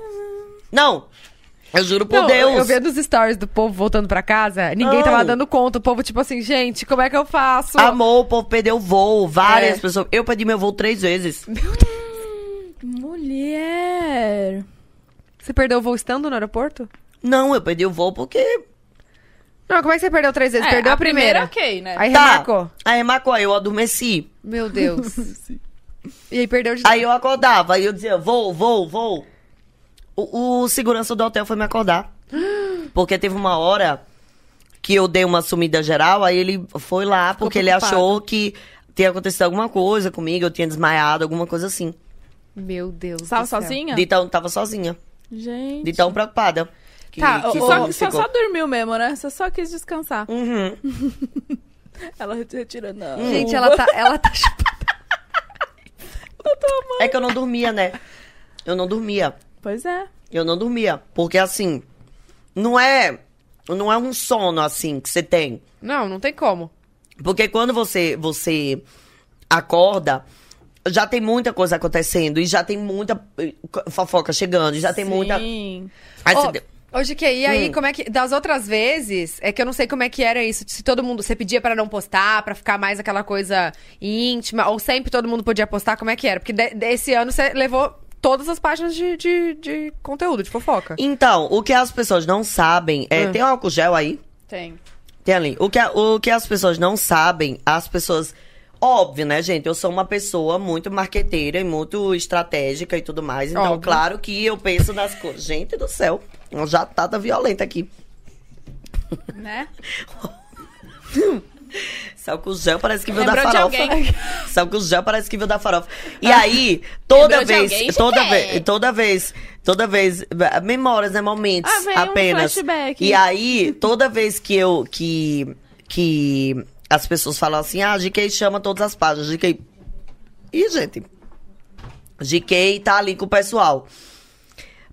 Speaker 4: Não, eu juro por
Speaker 2: Não,
Speaker 4: Deus.
Speaker 2: Eu vendo os stories do povo voltando pra casa, ninguém
Speaker 4: Não.
Speaker 2: tava dando conta. O povo, tipo assim, gente, como é que eu faço?
Speaker 4: Amor, o povo perdeu voo, várias
Speaker 2: É.
Speaker 4: pessoas. Eu perdi meu voo três vezes.
Speaker 3: Mulher.
Speaker 2: Você perdeu o voo estando no aeroporto?
Speaker 4: Não, eu perdi o voo porque.
Speaker 2: Não, como é que você perdeu três vezes?
Speaker 3: É,
Speaker 2: perdeu a primeira.
Speaker 3: ok, né?
Speaker 2: Aí
Speaker 4: tá.
Speaker 2: remarcou.
Speaker 4: Aí remarcou, aí eu adormeci.
Speaker 2: Meu Deus. e aí perdeu de
Speaker 4: Aí eu acordava, aí eu dizia, vou, vou, vou. O, o segurança do hotel foi me acordar. Porque teve uma hora que eu dei uma sumida geral, aí ele foi lá porque ele
Speaker 3: preocupado.
Speaker 4: achou que tinha acontecido alguma coisa comigo, eu tinha desmaiado, alguma coisa assim.
Speaker 2: Meu Deus.
Speaker 3: Tava
Speaker 2: do céu.
Speaker 3: sozinha?
Speaker 4: De tão, tava sozinha,
Speaker 3: Gente.
Speaker 4: de tão preocupada. Que,
Speaker 3: É. Tá,
Speaker 4: que
Speaker 3: só,
Speaker 4: ficou-
Speaker 3: só, só dormiu mesmo, né? Você só quis descansar.
Speaker 4: Uhum.
Speaker 3: Ela retirando. a-
Speaker 2: Gente, ela tá. Ela tá chupando.
Speaker 4: É que eu não dormia, né? Eu não dormia.
Speaker 3: Pois é.
Speaker 4: Eu não dormia. Porque assim, não é. Não é um sono assim que você tem.
Speaker 2: Não, não tem como.
Speaker 4: Porque quando você você acorda, já tem muita coisa acontecendo e já tem muita eh, fofoca chegando, e já tem muita.
Speaker 5: Sim.
Speaker 4: Aí você
Speaker 2: Ô,
Speaker 4: deu- Hum.
Speaker 2: Hoje que e aí, como é que. Das outras vezes, é que eu não sei como é que era isso. Se todo mundo. Você pedia pra não postar, pra ficar mais aquela coisa íntima, ou sempre todo mundo podia postar, como é que era? Porque de- desse ano você levou todas as páginas de, de, de conteúdo, de fofoca.
Speaker 4: Então, o que as pessoas não sabem é. Tem álcool gel aí?
Speaker 5: Tem.
Speaker 4: Tem ali. O que, a- o que as pessoas não sabem, as pessoas. Óbvio, né, gente? Eu sou uma pessoa muito marqueteira e muito estratégica e tudo mais. Então,
Speaker 2: Óbvio.
Speaker 4: claro que eu penso nas coisas. Gente do céu, uma jatada violenta aqui.
Speaker 5: Né?
Speaker 4: Esse álcool gel parece que veio da
Speaker 5: Lembrou de
Speaker 4: farofa.
Speaker 5: alguém. Ah.
Speaker 4: Esse álcool gel parece que veio da farofa. E aí,
Speaker 5: Lembrou
Speaker 4: toda
Speaker 5: de
Speaker 4: vez,
Speaker 5: alguém, É.
Speaker 4: toda
Speaker 5: gente?
Speaker 4: vez, toda vez, toda vez, memórias, né, momentos
Speaker 5: Ah, veio um
Speaker 4: apenas.
Speaker 5: flashback.
Speaker 4: E aí, toda vez que eu que que as pessoas falam assim: "Ah, GK chama todas as páginas, GK". Ih, gente. GK tá ali com o pessoal.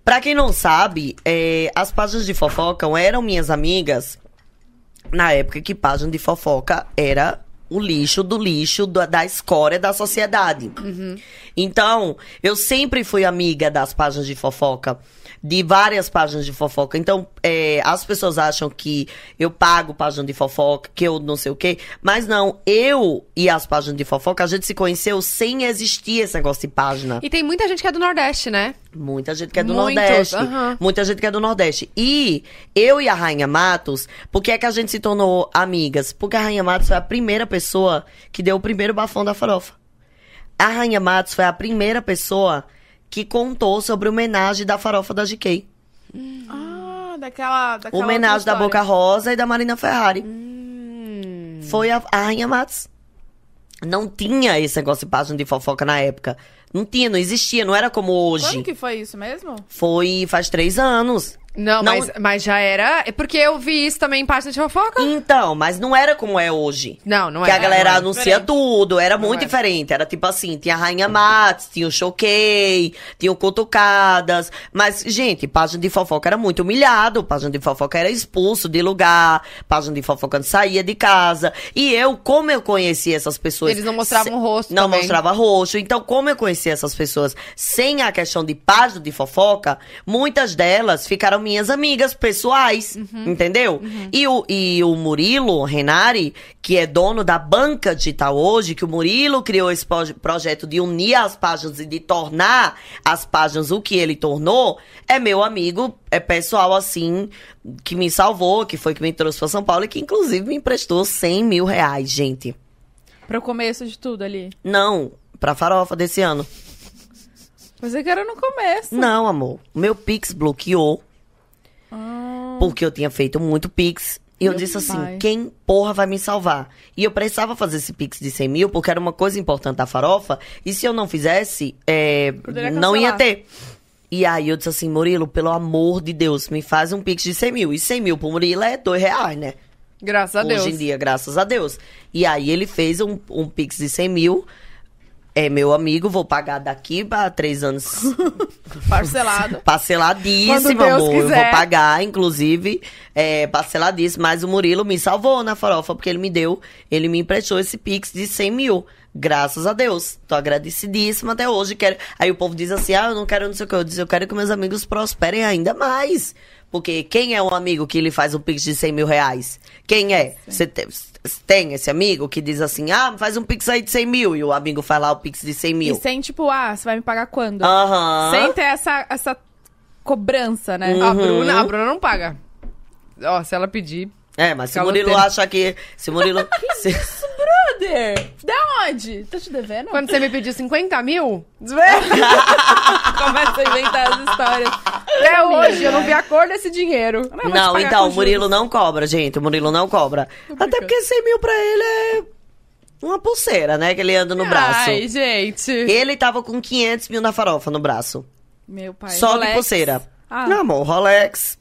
Speaker 4: Pra quem não sabe, é, as páginas de fofocam eram minhas amigas na época que página de fofoca era o lixo do lixo da, da escória da sociedade. Então, eu sempre fui amiga das páginas de fofoca, de várias páginas de fofoca. Então, é, as pessoas acham que eu pago página de fofoca, que eu não sei o quê, mas não, eu e as páginas de fofoca, a gente se conheceu sem existir esse negócio de página.
Speaker 2: E tem muita gente que é do Nordeste, né?
Speaker 4: Muita gente que é do
Speaker 2: Muitos,
Speaker 4: Nordeste.
Speaker 2: aham.
Speaker 4: Muita gente que é do Nordeste. E eu e a Rainha Matos, por que é que a gente se tornou amigas? Porque a Rainha Matos foi a primeira pessoa que deu o primeiro bafão da farofa. A Rainha Matos foi a primeira pessoa que contou sobre a homenagem da farofa da GK.
Speaker 3: Ah, daquela. daquela
Speaker 4: homenagem
Speaker 3: outra
Speaker 4: da Boca
Speaker 3: história. Hum.
Speaker 4: Rosa e da Marina Ferrari. Foi a, a Rainha Matos. Não tinha esse negócio de página de fofoca na época. Não tinha, não existia, não era como hoje.
Speaker 3: Quando que foi isso mesmo?
Speaker 4: Foi faz três anos.
Speaker 2: Não,
Speaker 4: Não-
Speaker 2: Mas, mas já era. é Porque eu vi isso também em página de fofoca.
Speaker 4: Então, mas não era como é hoje.
Speaker 2: Não, não
Speaker 4: que
Speaker 2: era.
Speaker 4: a galera
Speaker 2: não é. era.
Speaker 4: anuncia tudo, era muito
Speaker 2: é.
Speaker 4: diferente. Era tipo assim, tinha a Rainha Matos, tinha o Choquei, tinha o Cutucadas. Mas, gente, página de fofoca era muito humilhado, página de fofoca era expulso de lugar, página de fofoca não saía de casa. E eu, como eu conhecia essas pessoas...
Speaker 2: Eles não mostravam
Speaker 4: se-
Speaker 2: o rosto
Speaker 4: Não
Speaker 2: também.
Speaker 4: mostrava roxo. Então, como eu conhecia essas pessoas sem a questão de página de fofoca, muitas delas ficaram minhas amigas pessoais,
Speaker 2: Uhum.
Speaker 4: entendeu? E, o, e o Murilo Renari, que é dono da banca digital hoje, que o Murilo criou esse proje- projeto de unir as páginas e de tornar as páginas o que ele tornou, é meu amigo, é pessoal assim, que me salvou, que foi que me trouxe para São Paulo e que inclusive me emprestou 100 mil reais, gente.
Speaker 5: Pro começo de tudo ali.
Speaker 4: Não, pra farofa desse ano.
Speaker 5: Você que era no começo.
Speaker 4: Não, amor. Meu Pix bloqueou.
Speaker 3: Hum.
Speaker 4: Porque eu tinha feito muito Pix. E eu disse assim,
Speaker 5: pai.
Speaker 4: quem porra vai me salvar? E eu precisava fazer esse Pix de 100 mil, porque era uma coisa importante da farofa. E se eu não fizesse, é,
Speaker 5: Poderia
Speaker 4: não ia
Speaker 5: cancelar.
Speaker 4: ter. E aí eu disse assim, Murilo, pelo amor de Deus, me faz um Pix de 100 mil. E 100 mil pro Murilo é dois reais, né?
Speaker 2: Graças a Deus.
Speaker 4: Hoje em dia, graças a Deus. E aí ele fez um, um Pix de 100 mil. É meu amigo, vou pagar daqui para três anos
Speaker 3: Parcelado.
Speaker 4: Parceladíssimo,
Speaker 2: Quando Deus
Speaker 4: amor. Eu
Speaker 2: quiser.
Speaker 4: vou pagar, inclusive, é, parceladíssimo. Mas o Murilo me salvou na farofa, porque ele me deu, ele me emprestou esse Pix de 100 mil. Graças a Deus. Tô agradecidíssima até hoje. Quero... Aí o povo diz assim, ah, eu não quero não sei o que. Eu disse, eu quero que meus amigos prosperem ainda mais. Porque quem é um amigo que lhe faz um Pix de 100 mil reais? Quem é? Você te- você tem esse amigo que diz assim, ah, faz um Pix aí de 100 mil. E o amigo faz lá o Pix de 100
Speaker 3: E
Speaker 2: é
Speaker 4: mil.
Speaker 3: sem, tipo, ah, você vai me pagar quando?
Speaker 4: Aham. Uhum.
Speaker 3: Sem ter essa, essa cobrança, né?
Speaker 2: A, Bruna, a Bruna não paga. Ó, se ela pedir.
Speaker 4: É, mas se o
Speaker 2: Caloteiro.
Speaker 4: Murilo acha que. Se o Murilo. se-
Speaker 3: Brother, da onde? Tô te devendo?
Speaker 2: Quando você me pediu 50 mil,
Speaker 3: Começa a inventar as histórias.
Speaker 2: até hoje eu não vi a cor desse dinheiro.
Speaker 4: não, então, o Murilo não cobra, gente. O Murilo não cobra. Até porque 100 mil pra ele é uma pulseira, né? Que ele anda no braço.
Speaker 2: Ai, gente.
Speaker 4: Ele tava com 500 mil na farofa no braço.
Speaker 3: Meu pai.
Speaker 4: só de
Speaker 3: Rolex.
Speaker 4: pulseira.
Speaker 3: Ah.
Speaker 4: Não, amor, Rolex.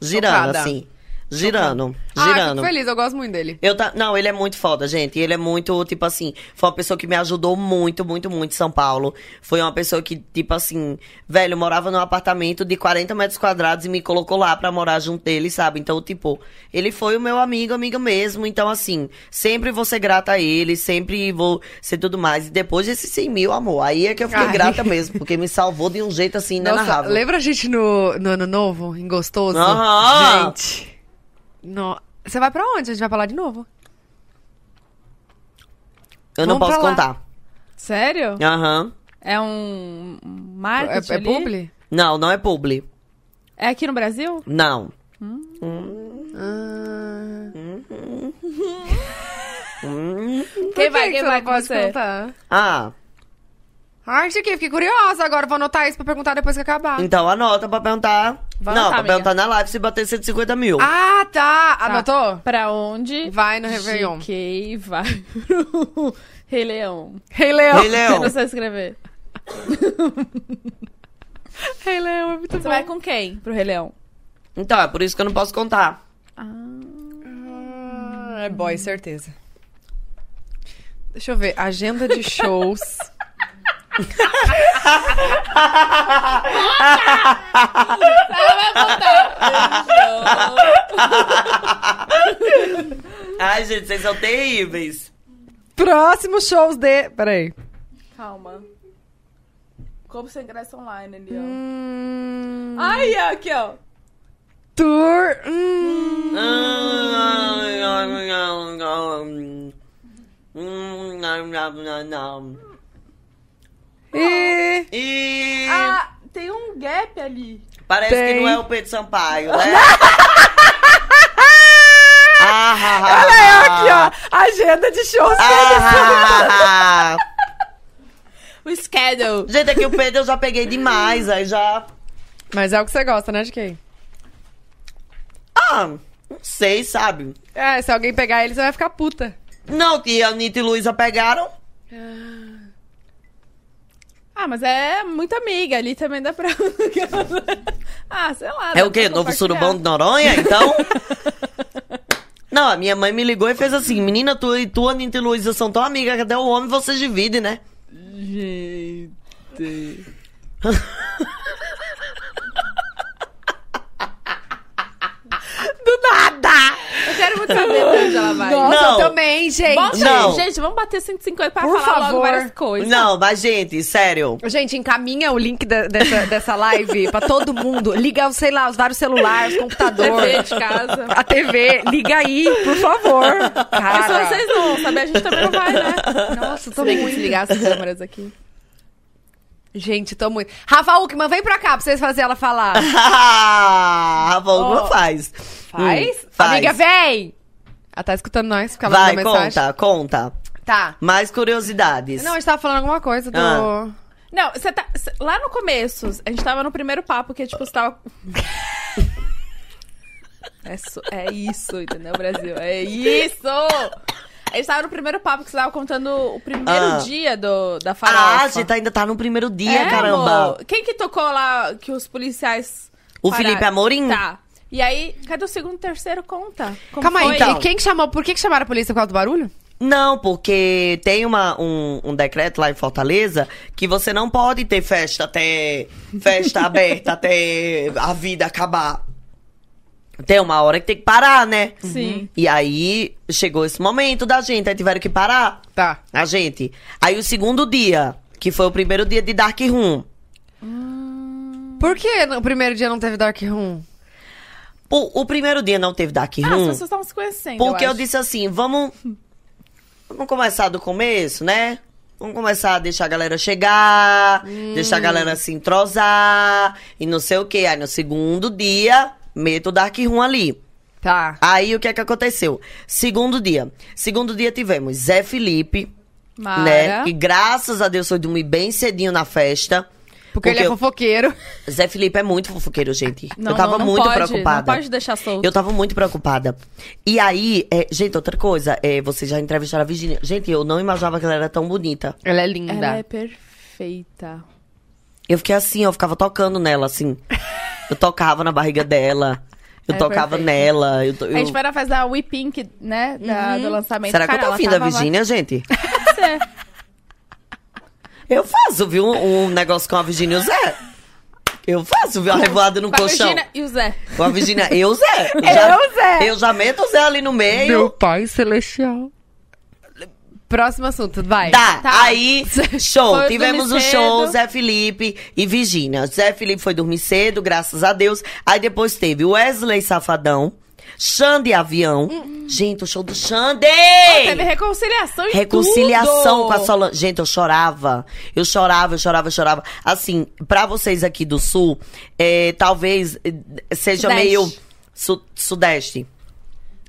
Speaker 4: Girando,
Speaker 2: Chocada.
Speaker 4: assim. Girando.
Speaker 2: Ah,
Speaker 4: Girando.
Speaker 2: fico feliz, eu gosto muito dele.
Speaker 4: Eu tá... Não, ele é muito foda, gente. Ele é muito, tipo assim, foi uma pessoa que me ajudou muito, muito, muito em São Paulo. Foi uma pessoa que, tipo assim, velho, morava num apartamento de 40 metros quadrados e me colocou lá pra morar junto dele, sabe? Então, tipo, ele foi o meu amigo, amigo mesmo. Então, assim, sempre vou ser grata a ele, sempre vou ser tudo mais. E depois desses 100 mil, amor, aí é que eu fiquei
Speaker 2: Ai.
Speaker 4: grata mesmo, porque me salvou de um jeito assim,
Speaker 2: Nossa,
Speaker 4: inenarrável.
Speaker 2: lembra a gente no, no Ano Novo, em Gostoso?
Speaker 4: Aham.
Speaker 2: Gente. no- Você vai pra onde? A gente vai pra lá de novo.
Speaker 4: Eu não
Speaker 2: Vamos
Speaker 4: posso
Speaker 2: pra lá.
Speaker 4: contar.
Speaker 3: Sério?
Speaker 4: Aham.
Speaker 3: É um um
Speaker 2: É,
Speaker 3: marketing
Speaker 2: é
Speaker 3: ali?
Speaker 2: publi?
Speaker 4: Não, não é publi.
Speaker 3: É aqui no Brasil?
Speaker 4: Não.
Speaker 2: Ah.
Speaker 3: Quem vai, quem vai com
Speaker 2: pode
Speaker 3: você?
Speaker 2: contar?
Speaker 4: Ah,
Speaker 2: Ai, Chiquinho, fiquei curiosa agora. Vou anotar isso pra perguntar depois que acabar.
Speaker 4: então anota pra perguntar.
Speaker 3: Vai
Speaker 4: não,
Speaker 3: anotar,
Speaker 4: pra
Speaker 3: amiga.
Speaker 4: perguntar na live se bater 150 mil.
Speaker 2: Ah, tá. Anotou?
Speaker 3: Pra onde?
Speaker 2: Vai no Réveillon.
Speaker 3: GK vai pro Rei Leão.
Speaker 2: Rei Leão.
Speaker 4: Rei Leão.
Speaker 3: Eu não sei escrever.
Speaker 2: Rei Leão é muito
Speaker 3: Você vai com quem pro Rei Leão?
Speaker 4: Então, é por isso que eu não posso contar.
Speaker 2: Ah, É boy, certeza. Deixa eu ver. Agenda de shows.
Speaker 4: Ai, gente, vocês são terríveis.
Speaker 2: Próximos shows de. Peraí.
Speaker 3: Calma. Como você ingressa online ali, ó.
Speaker 2: Hum.
Speaker 3: Aí, ó, aqui, ó.
Speaker 2: Tour. Hum. E.
Speaker 4: E
Speaker 3: Ah, tem um gap ali.
Speaker 4: parece
Speaker 2: tem.
Speaker 4: que não é o Pedro Sampaio, né? ah, ah, ah,
Speaker 2: Olha aqui, ó. Agenda de shows.
Speaker 4: ah, ah, ah.
Speaker 3: O schedule.
Speaker 4: Gente, aqui o Pedro eu já peguei demais, aí já...
Speaker 2: Mas é o que você gosta, né, GK?
Speaker 4: Ah, não sei, sabe?
Speaker 2: É, se alguém pegar ele, você vai ficar puta.
Speaker 4: Não, que a Anitta e Luísa pegaram.
Speaker 3: Ah, mas é muita amiga ali também dá pra. ah, sei lá.
Speaker 4: É
Speaker 3: dá
Speaker 4: o quê?
Speaker 3: pra
Speaker 4: Novo
Speaker 3: compartilhar.
Speaker 4: surubão de Noronha, então? Não, a minha mãe me ligou e fez assim: Menina, tu e tu, Anitta e Luísa são tão amigas que até o homem vocês dividem, né?
Speaker 3: Eu quero muito saber pra onde ela vai.
Speaker 2: Nossa,
Speaker 4: Não.
Speaker 2: eu também, gente.
Speaker 3: Bota
Speaker 4: Não.
Speaker 3: aí, gente, vamos bater 150 pra
Speaker 2: Por
Speaker 3: falar
Speaker 2: favor.
Speaker 3: logo várias coisas.
Speaker 2: é.
Speaker 4: Não, mas gente, sério.
Speaker 2: Gente, encaminha o link da- dessa, dessa live pra todo mundo. Liga, sei lá, os vários celulares, computador.
Speaker 3: TV de casa.
Speaker 2: A TV, liga aí, por favor.
Speaker 3: Mas se
Speaker 2: Cara.
Speaker 3: vocês não saber, a gente também não vai, né? Nossa, tô bem que desligar as câmeras aqui.
Speaker 2: Gente, tô muito. Rafa Uckman, vem pra cá pra vocês fazerem ela falar.
Speaker 4: a Volga Ah, faz.
Speaker 2: Faz?
Speaker 4: Hum, faz.
Speaker 2: Amiga, vem! Ela tá escutando nós, porque ela
Speaker 4: Vai,
Speaker 2: mandou mensagem.
Speaker 4: conta, conta.
Speaker 2: Tá.
Speaker 4: Mais curiosidades.
Speaker 2: Não, a gente tava falando alguma coisa do.
Speaker 4: Ah.
Speaker 3: Não, você tá. cê- lá no começo, a gente tava no primeiro papo que, tipo, você tava. É, so- é isso, entendeu, Brasil? É isso! A gente tava no primeiro papo que você tava contando o primeiro
Speaker 4: Ah.
Speaker 3: dia do, da
Speaker 4: ah,
Speaker 3: farofa.
Speaker 4: a gente ainda tá no primeiro dia,
Speaker 3: É,
Speaker 4: caramba.
Speaker 3: amor. Quem que tocou lá que os policiais.
Speaker 4: O Felipe Amorim?
Speaker 3: Tá. E aí, cadê o segundo, terceiro? Conta. Como
Speaker 2: Calma aí,
Speaker 3: foi?
Speaker 4: então.
Speaker 2: e quem que chamou? Por que, que chamaram a polícia por causa do barulho?
Speaker 4: Não, porque tem uma, um, um decreto lá em Fortaleza que você não pode ter festa até. festa aberta até a vida acabar. Tem uma hora que tem que parar, né?
Speaker 3: Uhum. Sim.
Speaker 4: E aí chegou esse momento da gente, aí tiveram que parar
Speaker 2: Tá.
Speaker 4: a gente. Aí o segundo dia, que foi o primeiro dia de Dark Room.
Speaker 2: Por que no primeiro dia não teve Dark Room?
Speaker 4: O, o primeiro dia não teve Dark
Speaker 3: Ah, as
Speaker 4: Room.
Speaker 3: pessoas estavam se conhecendo.
Speaker 4: Hum. Porque eu,
Speaker 3: acho.
Speaker 4: disse assim, vamos. Vamos começar do começo, né? Vamos começar a deixar a galera chegar,
Speaker 3: Hum.
Speaker 4: deixar a galera se entrosar e não sei o quê. Aí no segundo dia, meto o Dark Room ali.
Speaker 2: Tá.
Speaker 4: Aí o que é que aconteceu? Segundo dia. Segundo dia tivemos Zé Felipe,
Speaker 3: Mara.
Speaker 4: né? Que graças a Deus foi dormir bem cedinho na festa.
Speaker 2: Porque, ele é
Speaker 4: eu-
Speaker 2: fofoqueiro.
Speaker 4: Zé Felipe é muito fofoqueiro, gente.
Speaker 3: Não,
Speaker 4: eu tava
Speaker 3: não, não
Speaker 4: muito
Speaker 3: pode,
Speaker 4: preocupada.
Speaker 3: não pode deixar solto.
Speaker 4: Eu tava muito preocupada. E aí, é, gente, outra coisa, é, vocês já entrevistaram a Virginia. Gente, eu não imaginava que ela era tão bonita.
Speaker 2: Ela é linda.
Speaker 3: Ela é perfeita.
Speaker 4: Eu fiquei assim, eu ficava tocando nela, assim. Eu tocava na barriga dela. Eu
Speaker 3: É,
Speaker 4: tocava
Speaker 3: perfeito. É
Speaker 4: nela. Eu, to-
Speaker 3: A gente
Speaker 4: eu-
Speaker 3: foi na festa da We Pink, né? da- do lançamento.
Speaker 4: Será que
Speaker 3: Cara,
Speaker 4: eu tô
Speaker 3: ela
Speaker 4: afim da
Speaker 3: tava lá-
Speaker 4: Virgínia, gente?
Speaker 3: Pode ser.
Speaker 4: Eu faço, viu? Um, um negócio com a Virgínia e o Zé. Eu faço, viu? A revoada no
Speaker 3: Com a
Speaker 4: colchão.
Speaker 3: Virgínia e o Zé.
Speaker 4: Com a Virgínia. Eu, Zé. Já, eu, Zé. Eu já meto o Zé ali no meio.
Speaker 2: pai celestial. Próximo assunto, vai.
Speaker 4: Tá, aí, show.
Speaker 3: Foi
Speaker 4: Tivemos o
Speaker 3: dormir
Speaker 4: show,
Speaker 3: cedo.
Speaker 4: Zé Felipe e Virgínia. Zé Felipe foi dormir cedo, graças a Deus. Aí depois teve Wesley Safadão, Xande Avião. Gente, o show do Xande!
Speaker 3: Hum, Teve reconciliação e
Speaker 4: Reconciliação
Speaker 3: tudo.
Speaker 4: com a Solange. Gente, eu chorava. Eu chorava, eu chorava, eu chorava. Assim, pra vocês aqui do Sul, é, talvez eh, seja
Speaker 3: Sudeste.
Speaker 4: meio... Su- sudeste.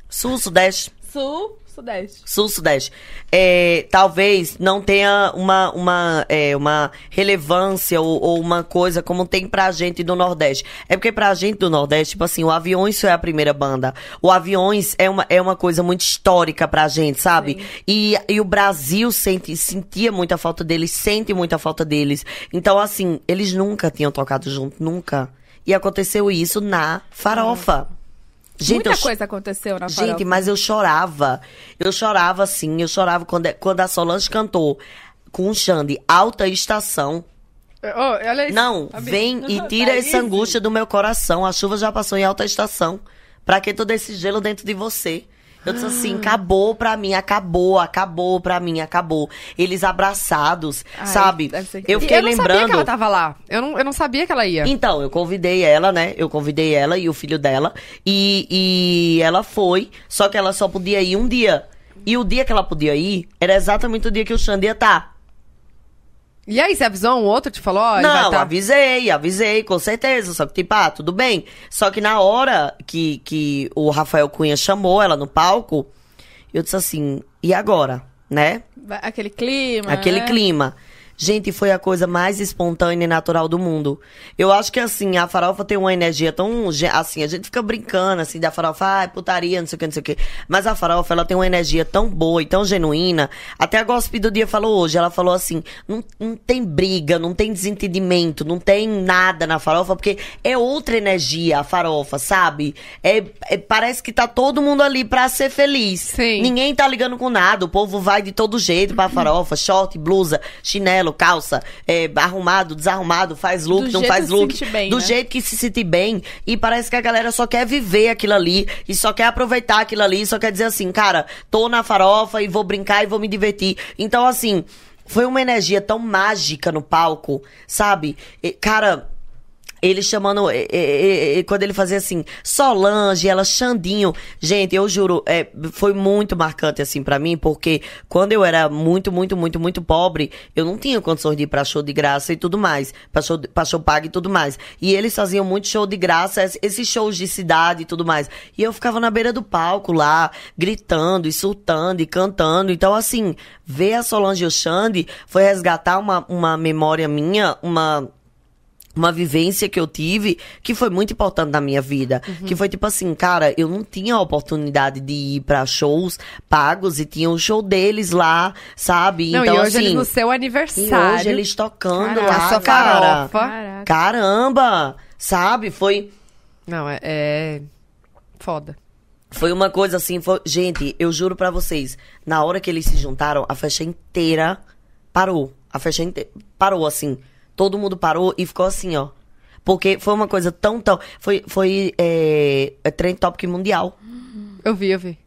Speaker 4: Sul, Sudeste.
Speaker 3: Sul, Sudeste.
Speaker 4: Sul, Sudeste. É, talvez não tenha uma, uma, é, uma relevância ou, ou uma coisa como tem pra gente do Nordeste. É porque pra gente do Nordeste, tipo assim, o Aviões foi a primeira banda. O Aviões é uma, é uma coisa muito histórica pra gente, sabe? E, e o Brasil sente, sentia muita falta deles, sente muita falta deles. Então, assim, eles nunca tinham tocado junto, nunca. E aconteceu isso na farofa. Gente,
Speaker 3: Ah. Muita
Speaker 4: eu
Speaker 3: coisa aconteceu na
Speaker 4: Gente,
Speaker 3: farofa.
Speaker 4: mas eu chorava. Eu chorava assim, eu chorava quando, quando a Solange cantou com o Xande, alta estação.
Speaker 2: olha
Speaker 4: Não, vem e tira
Speaker 3: tá
Speaker 2: É
Speaker 4: essa angústia do meu coração. A chuva já passou em alta estação. Pra que todo esse gelo dentro de você? Eu disse assim, acabou pra mim, acabou, acabou pra mim, acabou. Eles abraçados, sabe?
Speaker 3: deve ser que-
Speaker 4: Eu fiquei
Speaker 2: eu não sabia que
Speaker 4: lembrando.
Speaker 2: ela tava lá. Eu não, eu não sabia que ela ia.
Speaker 4: Então, eu convidei ela, né? Eu convidei ela e o filho dela. E, e ela foi, só que ela só podia ir um dia. E o dia que ela podia ir era exatamente o dia que o Xande ia tá. estar.
Speaker 2: E aí, você avisou um outro? Te falou? ó, ele vai
Speaker 4: Não,
Speaker 2: tá...
Speaker 4: avisei, avisei, com certeza. Só que, tipo, ah, tudo bem. Só que na hora que, que o Rafael Cunha chamou ela no palco, eu disse assim, e agora? Né?
Speaker 3: Vai- Aquele clima.
Speaker 4: Aquele
Speaker 3: né?
Speaker 4: clima. Gente, foi a coisa mais espontânea e natural do mundo. Eu acho que, assim, a farofa tem uma energia tão. ge- Assim, a gente fica brincando, assim, da farofa, ah, é putaria, não sei o que, não sei o que. Mas a farofa, ela tem uma energia tão boa e tão genuína. Até a Gospe do Dia falou hoje, ela falou assim: não, não tem briga, não tem desentendimento, não tem nada na farofa, porque é outra energia a farofa, sabe? É, é- parece que tá todo mundo ali pra ser feliz.
Speaker 2: Sim.
Speaker 4: Ninguém Ninguém tá ligando com nada. O povo vai de todo jeito pra farofa, short, blusa, chinelo, calça, é, arrumado, desarrumado, faz look,
Speaker 3: Do
Speaker 4: não
Speaker 3: jeito
Speaker 4: faz
Speaker 3: que se
Speaker 4: look.
Speaker 3: sentir bem,
Speaker 4: do
Speaker 3: né?
Speaker 4: jeito que se sentir bem. E parece que a galera só quer viver aquilo ali e só quer aproveitar aquilo ali, só quer dizer assim, cara, tô na farofa e vou brincar e vou me divertir. Então, assim, foi uma energia tão mágica no palco, sabe? E, cara. Ele chamando. é, é, é, é, quando ele fazia assim, Solange, ela, Xandinho. Gente, eu juro, é, foi muito marcante, assim, pra mim, porque quando eu era muito, muito, muito, muito pobre, eu não tinha condições de ir pra show de graça e tudo mais. Pra show, de- pra show pago e tudo mais. E eles faziam muito show de graça, es- esses shows de cidade e tudo mais. E eu ficava na beira do palco lá, gritando e surtando e cantando. Então, assim, ver a Solange e o Xande foi resgatar uma, uma memória minha, uma uma vivência que eu tive que foi muito importante na minha vida.
Speaker 2: Uhum.
Speaker 4: Que foi tipo assim, cara, eu não tinha a oportunidade de ir pra shows pagos e tinha o show deles lá, sabe?
Speaker 2: Não,
Speaker 4: então,
Speaker 2: e hoje é
Speaker 4: assim,
Speaker 2: eles no seu
Speaker 4: e
Speaker 2: aniversário.
Speaker 4: hoje eles tocando
Speaker 2: com a
Speaker 4: lá,
Speaker 2: sua
Speaker 4: cara.
Speaker 2: farofa.
Speaker 4: Caramba! Sabe? Foi.
Speaker 2: Não, é, é. Foda.
Speaker 4: Foi uma coisa assim, foi... gente, eu juro pra vocês, na hora que eles se juntaram, a festa inteira parou. A festa inte... parou assim. Todo mundo parou e ficou assim, ó. Porque foi uma coisa tão, tão. Foi, foi é... é trend topic mundial.
Speaker 2: Eu vi, eu vi.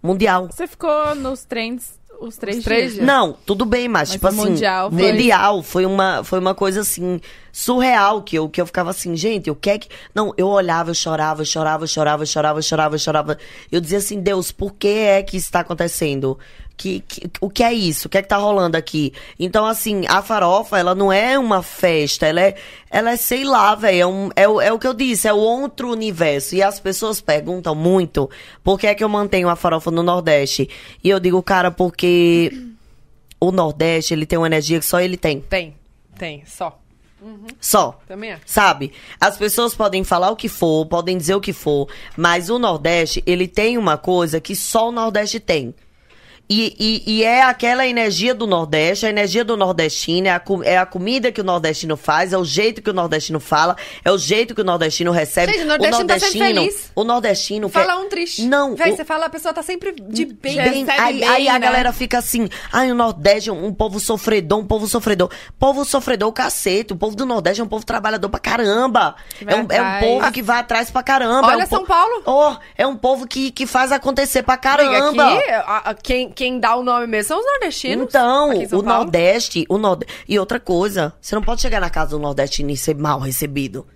Speaker 4: Mundial.
Speaker 3: Você ficou nos trends os três,
Speaker 2: Os três
Speaker 3: dias.
Speaker 2: dias.
Speaker 4: Não, tudo bem, mas, tipo
Speaker 3: o
Speaker 4: assim,
Speaker 3: mundial foi-
Speaker 4: mundial foi uma foi uma coisa assim surreal que eu que eu ficava assim, gente, o que é que não, eu olhava, eu chorava, eu chorava, eu chorava, eu chorava, eu chorava, eu chorava. Eu dizia assim, Deus, por que é que isso está acontecendo? Que, que- o que é isso? O que é que tá rolando aqui? Então assim, a farofa, ela não é uma festa, ela é ela é sei lá, velho, é, um- é, o- é o que eu disse, é o outro universo. E as pessoas perguntam muito, por que é que eu mantenho a farofa no Nordeste? E eu digo, cara, porque o Nordeste, ele tem uma energia que só ele tem.
Speaker 2: Tem, tem, só.
Speaker 4: Só.
Speaker 2: Também é. acho.
Speaker 4: Sabe? As pessoas podem falar o que for, podem dizer o que for, mas o Nordeste, ele tem uma coisa que só o Nordeste tem. E, e- e é aquela energia do Nordeste, a energia do nordestino, é a, co- é a comida que o nordestino faz, é o jeito que o nordestino fala, é o jeito que o nordestino recebe.
Speaker 2: Gente, o nordestino tá sempre feliz.
Speaker 4: O nordestino quer-
Speaker 2: Fala um triste.
Speaker 4: Não,
Speaker 2: Véi,
Speaker 4: o-
Speaker 2: você fala, a pessoa tá sempre de bem.
Speaker 4: Bem,
Speaker 3: recebe
Speaker 4: aí,
Speaker 3: bem,
Speaker 4: aí a
Speaker 3: né?
Speaker 4: galera fica assim, ai, o Nordeste é um um povo sofredor, um povo sofredor. Povo sofredor, o cacete. O povo do Nordeste é um povo trabalhador pra caramba. É um, é um
Speaker 3: atrás.
Speaker 4: povo que vai atrás pra caramba.
Speaker 2: Olha
Speaker 4: é um
Speaker 2: São Paulo.
Speaker 4: Oh, é um povo que, que faz acontecer pra
Speaker 2: Amiga,
Speaker 4: caramba.
Speaker 2: aqui, a- a- quem, quem dá o nome mesmo são os nordestinos.
Speaker 4: Então,
Speaker 2: aqui em São
Speaker 4: o
Speaker 2: Paulo.
Speaker 4: Nordeste, o Nord... E outra coisa, você não pode chegar na casa do Nordestino e ser mal recebido.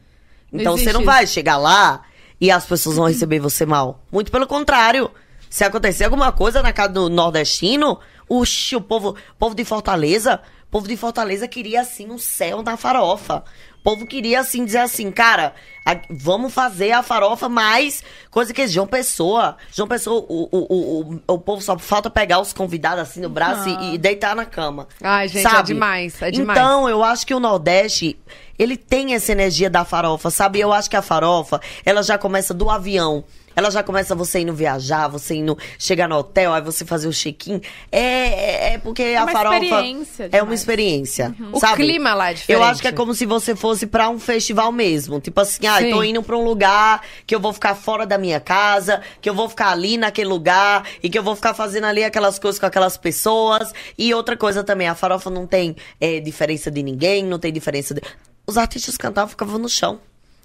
Speaker 4: Então você
Speaker 3: existe
Speaker 4: não
Speaker 3: isso.
Speaker 4: vai chegar lá e as pessoas vão receber você mal. Muito pelo contrário. Se acontecer alguma coisa na casa do nordestino, oxi, o povo, povo de Fortaleza, o povo de Fortaleza queria assim um céu na farofa. O povo queria assim dizer assim, cara, a- vamos fazer a farofa mais coisa que João Pessoa. João Pessoa, o, o, o, o, o povo só falta pegar os convidados assim no braço e, e deitar na cama.
Speaker 2: Ah. Ai, gente, é
Speaker 4: sabe?
Speaker 2: demais, é demais.
Speaker 4: Então, então, eu acho que o Nordeste, ele tem essa energia da farofa, sabe? Eu acho que a farofa, ela já começa do avião. Ela já começa você indo viajar, você indo chegar no hotel, aí você fazer o check-in. É, é, é porque a
Speaker 5: uma
Speaker 4: farofa
Speaker 5: experiência
Speaker 4: é uma
Speaker 5: demais.
Speaker 4: experiência,
Speaker 2: O
Speaker 4: sabe?
Speaker 2: clima lá é
Speaker 4: Eu
Speaker 2: diferente.
Speaker 4: acho que é como se você fosse pra um festival mesmo, tipo assim, ah,
Speaker 2: Sim.
Speaker 4: eu tô indo pra um lugar que eu vou ficar fora da minha casa, que eu vou ficar ali naquele lugar e que eu vou ficar fazendo ali aquelas coisas com aquelas pessoas. E outra coisa também, a farofa não tem eh, diferença de ninguém, não tem diferença de. Os artistas cantavam, ficavam no chão.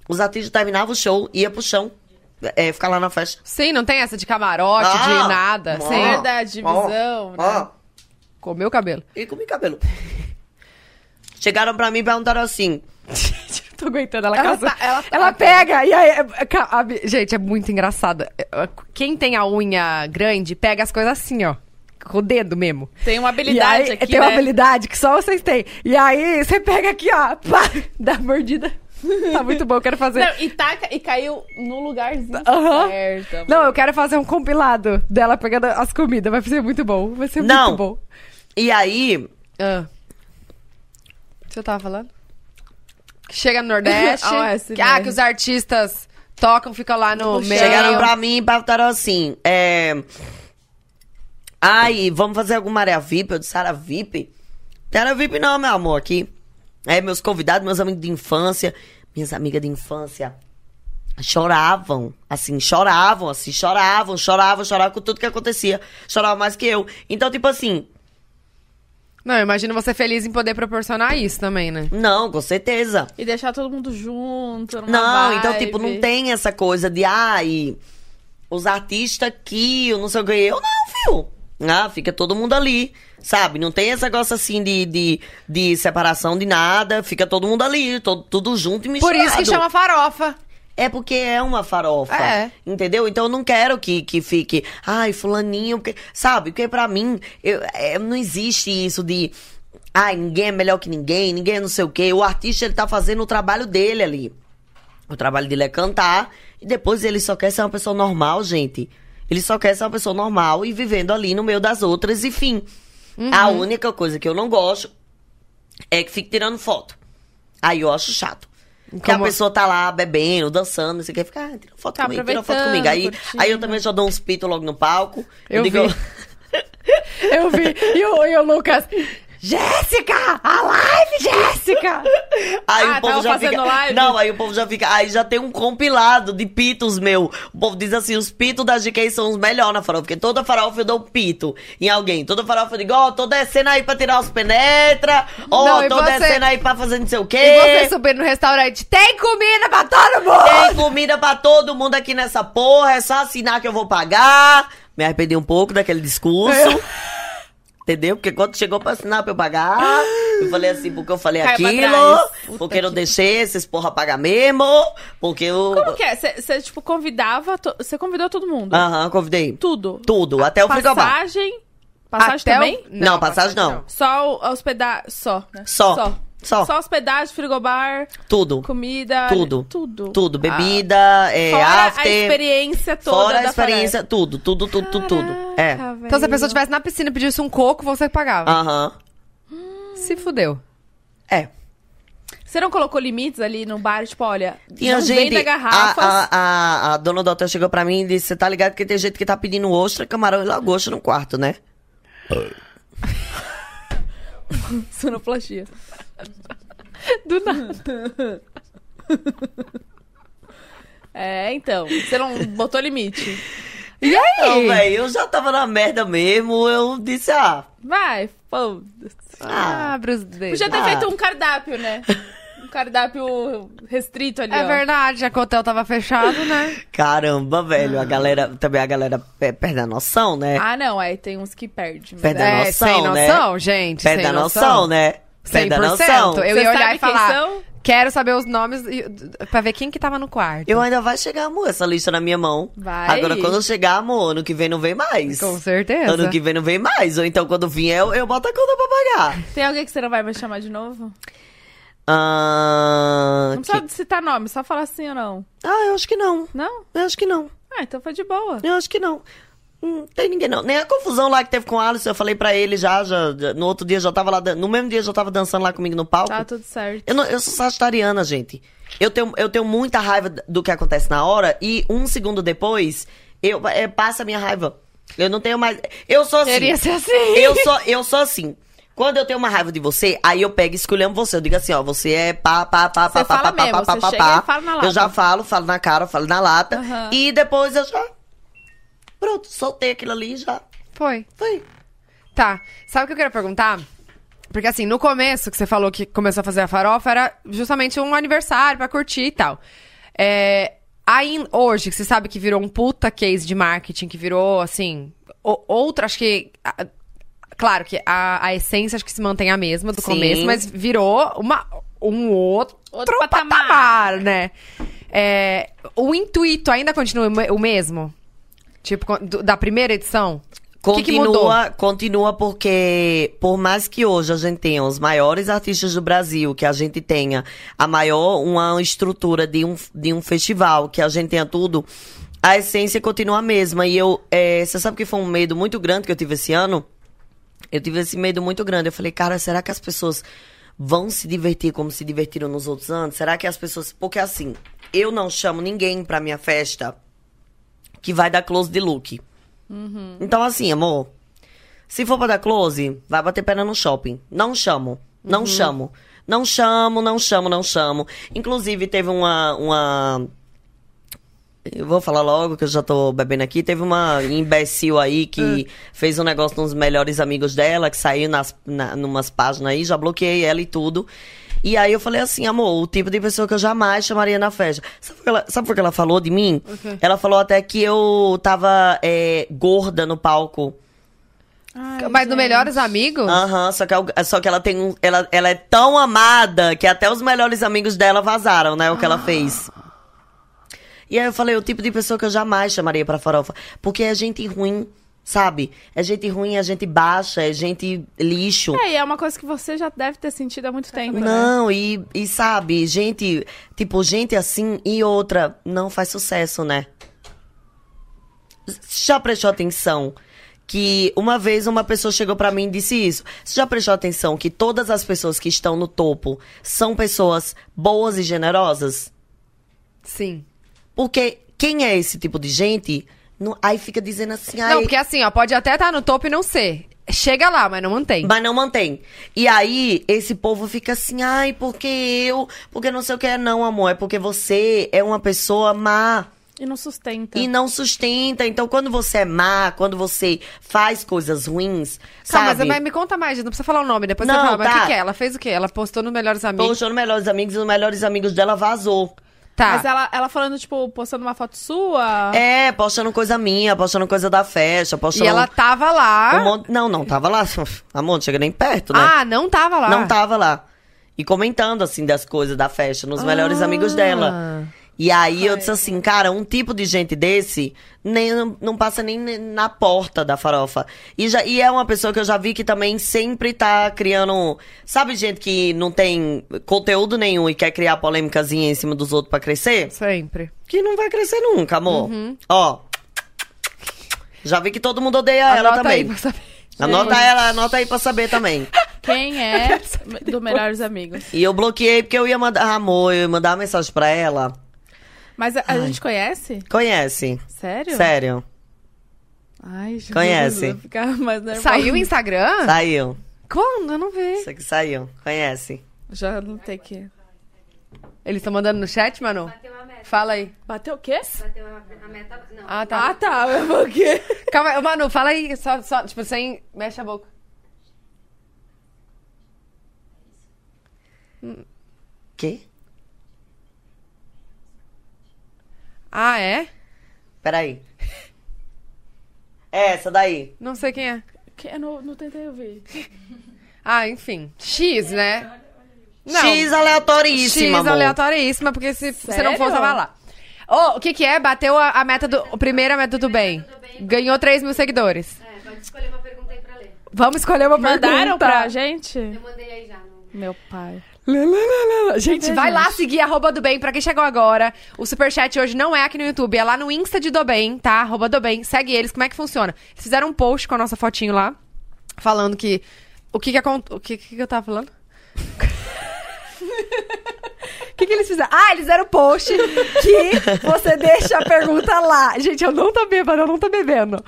Speaker 4: Os artistas terminavam o show, ia pro chão, eh, ficar lá na festa.
Speaker 2: Sim, não tem essa de camarote,
Speaker 4: Ah,
Speaker 2: de nada.
Speaker 4: ó,
Speaker 2: Sim.
Speaker 3: Verdade, divisão, né?
Speaker 4: ó.
Speaker 2: Comeu o cabelo.
Speaker 4: E comi cabelo. Chegaram pra mim e perguntaram assim:
Speaker 2: Tô aguentando, ela,
Speaker 3: Ela
Speaker 2: casa-
Speaker 3: tá- ela tá-
Speaker 2: ela pega e aí... é- é- ca- a bi- Gente, é muito engraçada. É, é, Quem tem a unha grande, pega as coisas assim, ó. Com o dedo mesmo.
Speaker 3: Tem uma
Speaker 2: E
Speaker 3: habilidade
Speaker 2: aí,
Speaker 3: aqui,
Speaker 2: tem
Speaker 3: né?
Speaker 2: uma habilidade que só vocês têm. E aí, você pega aqui, ó, pá, dá a mordida. Tá muito bom, eu quero fazer.
Speaker 3: Não, e, taca, e caiu no lugarzinho
Speaker 2: Aham.
Speaker 3: certo. amor.
Speaker 2: Não, eu quero fazer um compilado dela pegando as comidas. Vai ser muito bom. Vai ser
Speaker 4: Não.
Speaker 2: muito bom.
Speaker 4: E aí,
Speaker 2: Ah. O que você tava falando? Que chega no Nordeste.
Speaker 3: Ah, é assim
Speaker 2: que, ah,
Speaker 3: mesmo.
Speaker 2: que os artistas tocam, ficam lá no meio.
Speaker 4: Chegaram pra mim e perguntaram assim: é... Ai, vamos fazer alguma área VIP? Eu disse: área VIP? Não é era VIP, não, meu amor, aqui. É, meus convidados, meus amigos de infância, minhas amigas de infância choravam, assim, choravam, assim, choravam, choravam, choravam com tudo que acontecia. Choravam mais que eu. Então, tipo assim,
Speaker 2: Não, eu imagino você feliz em poder proporcionar isso também, né?
Speaker 4: não, com certeza.
Speaker 3: E deixar todo mundo junto, numa
Speaker 4: Não, então,
Speaker 3: vibe.
Speaker 4: tipo, não tem essa coisa de, ai, os artistas aqui, eu não sei o que. Eu não, viu? Ah, fica todo mundo ali, sabe? Não tem esse negócio assim de, de, de separação de nada, fica todo mundo ali, to- tudo junto e
Speaker 2: Por
Speaker 4: misturado.
Speaker 2: isso que chama farofa.
Speaker 4: É porque é uma farofa.
Speaker 2: É.
Speaker 4: Entendeu? Então eu não quero que, que fique, ai, fulaninho, porque, sabe? Porque pra mim, eu- é, não existe isso de, ai, ninguém é melhor que ninguém, ninguém é não sei o quê. O artista, ele tá fazendo o trabalho dele ali. O trabalho dele é cantar e depois ele só quer ser uma pessoa normal, gente. Ele só quer ser uma pessoa normal e vivendo ali no meio das outras, enfim. A única coisa que eu não gosto é que fique tirando foto. Aí eu acho chato. Porque a
Speaker 2: Como-
Speaker 4: pessoa tá lá bebendo, dançando, não sei o que, fica, ah, tira uma foto
Speaker 3: Tá
Speaker 4: comigo, tira uma foto
Speaker 3: aproveitando,
Speaker 4: comigo. Aí,
Speaker 3: curtindo.
Speaker 4: aí eu também já dou uns pito logo no palco.
Speaker 2: Eu vi. Eu vi. E o, e o Lucas. Jéssica! A live, Jéssica!
Speaker 4: Aí
Speaker 3: Ah,
Speaker 4: o povo
Speaker 3: tava
Speaker 4: já
Speaker 3: fazendo
Speaker 4: fica.
Speaker 3: live?
Speaker 4: Não, aí o povo já fica. Aí já tem um compilado de pitos meu. O povo diz assim: os pitos da GK são os melhores na farofa. Porque toda farofa eu dou um pito em alguém. Toda farofa eu digo: ó, tô descendo aí pra tirar os penetra. Ó,
Speaker 2: Não, e
Speaker 4: tô
Speaker 2: você-
Speaker 4: descendo aí pra fazer não sei o quê.
Speaker 2: E
Speaker 3: É.
Speaker 2: você subir no restaurante. Tem comida pra todo mundo!
Speaker 4: Tem comida pra todo mundo aqui nessa porra, é só assinar que eu vou pagar. Me arrependi um pouco daquele discurso. Entendeu? Porque quando chegou pra assinar pra eu pagar, eu falei assim, porque eu falei
Speaker 3: Caiu pra trás.
Speaker 4: aquilo, porque não deixei esses porra pagar mesmo, porque eu.
Speaker 3: Como que é? Você, tipo, convidava... to- Você convidou todo mundo?
Speaker 4: Aham, convidei.
Speaker 3: Tudo?
Speaker 4: Ah. Tudo, até o frigobar.
Speaker 3: Passagem? Passagem
Speaker 2: Até o-
Speaker 3: também?
Speaker 4: Não, passagem não.
Speaker 3: Só o- a hospedagem... Só, né?
Speaker 4: Só. Só.
Speaker 3: Só hospedagem, frigobar,
Speaker 4: Tudo.
Speaker 3: comida...
Speaker 4: Tudo.
Speaker 3: Tudo. Ah.
Speaker 4: Tudo. Bebida, é,
Speaker 3: Fora
Speaker 4: after.
Speaker 3: a experiência toda
Speaker 4: fora a
Speaker 3: da
Speaker 4: experiência, tudo, tudo, tudo, tudo, tudo. É.
Speaker 3: Caraca,
Speaker 2: Então, se a
Speaker 3: velho.
Speaker 2: pessoa estivesse na piscina e pedisse um coco, você que pagava.
Speaker 4: Aham.
Speaker 2: Se fudeu.
Speaker 4: É.
Speaker 3: Você não colocou limites ali no bar? Tipo, olha,
Speaker 4: Tinha
Speaker 3: não
Speaker 4: gente.
Speaker 3: venda garrafas.
Speaker 4: A, a- a- a dona do hotel chegou pra mim e disse: Você tá ligado que tem gente que tá pedindo ostra, camarão e lagosta no quarto, né?
Speaker 3: Sonoplastia.
Speaker 2: Do nada.
Speaker 3: É, então. Você não botou limite.
Speaker 2: E aí?
Speaker 4: Não, velho, eu já tava na merda mesmo. Eu disse, ah,
Speaker 3: Vai, pô.
Speaker 4: ah,
Speaker 2: Ah, Bruce Davis.
Speaker 3: Podia ter
Speaker 4: Ah.
Speaker 3: feito um cardápio, né? Um cardápio restrito ali,
Speaker 2: É
Speaker 3: ó.
Speaker 2: verdade, já que o hotel tava fechado, né?
Speaker 4: caramba, velho. A galera, também a galera pe- perde a noção, né?
Speaker 3: Ah, não, aí tem uns que perdem. mas
Speaker 4: Perde a
Speaker 3: é.
Speaker 2: é,
Speaker 4: noção,
Speaker 2: sem
Speaker 4: né?
Speaker 2: noção, gente.
Speaker 4: Perde
Speaker 2: sem
Speaker 4: a noção, né? Perde a
Speaker 2: 100%.
Speaker 4: noção.
Speaker 2: Eu
Speaker 3: Você
Speaker 2: ia olhar
Speaker 3: sabe
Speaker 2: e
Speaker 3: quem
Speaker 2: falar,
Speaker 3: são?
Speaker 2: quero saber os nomes e- pra ver quem que tava no quarto.
Speaker 4: Eu ainda vai chegar, amor, essa lista na minha mão.
Speaker 3: Vai.
Speaker 4: Agora, quando eu chegar, amor, ano que vem não vem mais.
Speaker 2: Com certeza.
Speaker 4: Ano que vem não vem mais. Ou então, quando vier, eu, eu boto a conta pra pagar.
Speaker 3: é. Tem alguém que você não vai me chamar de novo?
Speaker 4: Ah,
Speaker 3: Não
Speaker 4: que-
Speaker 3: precisa citar nome, só falar sim ou não.
Speaker 4: ah, eu acho que não.
Speaker 3: Não?
Speaker 4: Eu acho que não.
Speaker 3: Ah, então foi de boa.
Speaker 4: Eu acho que não. Hum, tem ninguém não. Nem a confusão lá que teve com o Alisson, eu falei pra ele já, já, já- no outro dia já tava lá, dan- no mesmo dia já tava dançando lá comigo no palco.
Speaker 3: Tá tudo certo.
Speaker 4: Eu, não- eu sou sagitariana, gente. Eu tenho, eu tenho muita raiva do que acontece na hora e um segundo depois, eu é, passa a minha raiva. Eu não tenho mais. Eu sou assim.
Speaker 2: Queria ser assim.
Speaker 4: Eu sou, eu sou assim. Quando eu tenho uma raiva de você, aí eu pego e escolhemos você. Eu digo assim, ó, você é pá, pá, pá, pá,
Speaker 3: Você
Speaker 4: pá,
Speaker 3: fala
Speaker 4: pá, pá,
Speaker 3: mesmo,
Speaker 4: pá, pá,
Speaker 3: você
Speaker 4: pá,
Speaker 3: chega
Speaker 4: pá.
Speaker 3: e fala na lata.
Speaker 4: Eu já falo, falo na cara, falo na lata.
Speaker 3: Aham.
Speaker 4: E depois eu já... Pronto, soltei aquilo ali e já
Speaker 2: Foi.
Speaker 4: foi.
Speaker 2: Tá. Sabe o que eu queria perguntar? Porque assim, no começo que você falou que começou a fazer a farofa, era justamente um aniversário pra curtir e tal. É, aí, hoje, que você sabe que virou um puta case de marketing, que virou, assim, o- outra, acho que... a- claro que a, a essência acho que se mantém a mesma do
Speaker 4: Sim.
Speaker 2: começo, mas virou uma, um outro,
Speaker 3: Outro
Speaker 2: patamar.
Speaker 3: patamar.
Speaker 2: né? É, o intuito ainda continua o me- o mesmo? Tipo, co- do- da primeira edição? O que que mudou?
Speaker 4: Continua, continua porque por mais que hoje a gente tenha os maiores artistas do Brasil, que a gente tenha a maior uma estrutura de um, de um festival, que a gente tenha tudo, a essência continua a mesma. E eu, eh, você sabe que foi um medo muito grande que eu tive esse ano? Eu tive esse medo muito grande. Eu falei, cara, será que as pessoas vão se divertir como se divertiram nos outros anos? Será que as pessoas. Porque assim, eu não chamo ninguém pra minha festa que vai dar close de look. Então, assim, amor, se for pra dar close, vai bater perna no shopping. Não chamo. Não chamo. Não chamo, não chamo, não chamo. Inclusive, teve uma. uma... Eu vou falar logo que eu já tô bebendo aqui. Teve uma imbecil aí que fez um negócio nos melhores amigos dela, que saiu nas na, numas páginas aí, já bloqueei ela e tudo. E aí eu falei assim, amor, o tipo de pessoa que eu jamais chamaria na festa. Sabe o que ela, sabe o que ela falou de mim? Ela falou até que eu tava é, gorda no palco.
Speaker 2: Mas no Melhores Amigos?
Speaker 4: Aham, só, que, algu- só que ela tem um. Ela, ela é tão amada que até os melhores amigos dela vazaram, né? O que ela fez. E aí eu falei, o tipo de pessoa que eu jamais chamaria pra farofa. Porque é gente ruim, sabe? É gente ruim, é gente baixa, é gente lixo.
Speaker 3: É, e é uma coisa que você já deve ter sentido há muito tempo, né?
Speaker 4: Não, e, e sabe, gente, tipo, gente assim e outra não faz sucesso, né? Você já prestou atenção que uma vez uma pessoa chegou pra mim e disse isso? Você já prestou atenção que todas as pessoas que estão no topo são pessoas boas e generosas?
Speaker 2: Sim.
Speaker 4: Porque quem é esse tipo de gente? Não- aí fica dizendo assim, ai,
Speaker 2: Não, porque assim, ó, pode até estar no topo e não ser. Chega lá, mas não mantém.
Speaker 4: Mas não mantém. E aí, esse povo fica assim, ai, porque eu? Porque não sei o que é, não, amor. É porque você é uma pessoa má
Speaker 3: E não sustenta.
Speaker 2: Tá.
Speaker 3: né?
Speaker 4: e não sustenta. Então, quando você é má, quando você faz coisas ruins,
Speaker 2: Calma,
Speaker 4: sabe?
Speaker 2: mas mas me conta mais, não precisa falar o nome, depois você
Speaker 4: Não,
Speaker 2: fala, mas o
Speaker 4: tá.
Speaker 2: que, que é? Ela fez o quê? Ela postou nos Melhores Amigos.
Speaker 4: Postou no Melhores Amigos e os Melhores Amigos dela vazou.
Speaker 2: Tá.
Speaker 3: Mas ela, ela falando, tipo, postando uma foto sua.
Speaker 4: É, postando coisa minha, postando coisa da
Speaker 2: Ah.
Speaker 4: festa,
Speaker 2: E
Speaker 4: postando...
Speaker 2: ela tá? tava lá.
Speaker 4: um monte- Não, não, tava lá. Amor, não chega nem perto, né?
Speaker 2: Ah, não tava lá.
Speaker 4: Não tava lá. E comentando, assim, das coisas da festa, nos
Speaker 2: Ah.
Speaker 4: melhores amigos dela. E aí eu disse assim, cara, um tipo de gente desse nem, não, não passa nem na porta da farofa. E, já, e é uma pessoa que eu já vi que também sempre tá criando. Sabe, gente que não tem conteúdo nenhum e quer criar polêmicazinha em cima dos outros pra crescer?
Speaker 2: Sempre.
Speaker 4: Que não vai crescer nunca, amor.
Speaker 2: Uhum.
Speaker 4: Ó. Já vi que todo mundo odeia ela
Speaker 2: Anota aí
Speaker 4: também.
Speaker 2: pra saber.
Speaker 4: anota ela, anota aí pra saber também.
Speaker 3: Quem é do Melhores Amigos?
Speaker 4: E eu bloqueei porque eu ia mandar ah, amor, eu ia mandar uma mensagem pra ela.
Speaker 3: Mas a, a gente conhece?
Speaker 4: Conhece?
Speaker 3: Sério?
Speaker 4: Sério?
Speaker 5: Ai, Jesus,
Speaker 4: Conhece.
Speaker 5: eu vou ficar mais nervosa.
Speaker 2: Saiu o
Speaker 5: Ah.
Speaker 2: Instagram?
Speaker 4: Saiu.
Speaker 2: Quando? Eu não vi.
Speaker 4: Isso aqui saiu. Conhece.
Speaker 5: Já não tem que...
Speaker 2: Eles estão mandando no chat, Manu?
Speaker 7: Bateu a meta.
Speaker 2: Fala aí.
Speaker 5: Bateu o quê?
Speaker 7: Bateu a, a meta. Não.
Speaker 2: Ah, tá.
Speaker 5: Ah, tá. mas Por quê?
Speaker 2: Calma aí, Manu, fala aí. Só, só, tipo, sem. Mexe a boca.
Speaker 4: Quê?
Speaker 2: Ah, é?
Speaker 4: Peraí. É essa daí.
Speaker 2: Não sei quem é.
Speaker 5: Que- Eu não, não tentei ouvir.
Speaker 2: Ah, enfim. X, né? Não.
Speaker 4: X
Speaker 2: X
Speaker 4: aleatoríssima, amor.
Speaker 2: aleatoríssima, porque se você não for,
Speaker 5: Sério?
Speaker 2: você vai lá. Ô, o que que é? Bateu a, a meta do... A primeira meta do bem. Ganhou 3 mil seguidores.
Speaker 7: É, pode escolher uma pergunta aí pra ler.
Speaker 2: Vamos escolher uma
Speaker 5: Mandaram
Speaker 2: pergunta.
Speaker 5: pra gente?
Speaker 7: Eu mandei aí já. Não...
Speaker 5: Meu pai.
Speaker 2: Lá, lá, lá, lá, lá. Gente, vai lá seguir arroba do bem pra quem chegou agora. O superchat hoje não é aqui no YouTube, é lá no Insta de do bem, tá? Arroba do bem. Segue eles, como é que funciona? Eles fizeram um post com a nossa fotinho lá, falando que. O que que acon- O que, que que eu tava falando? O que, que eles fizeram? Ah, eles fizeram o post que você deixa a pergunta lá. Gente, eu não tô bêbada, eu não tô bebendo.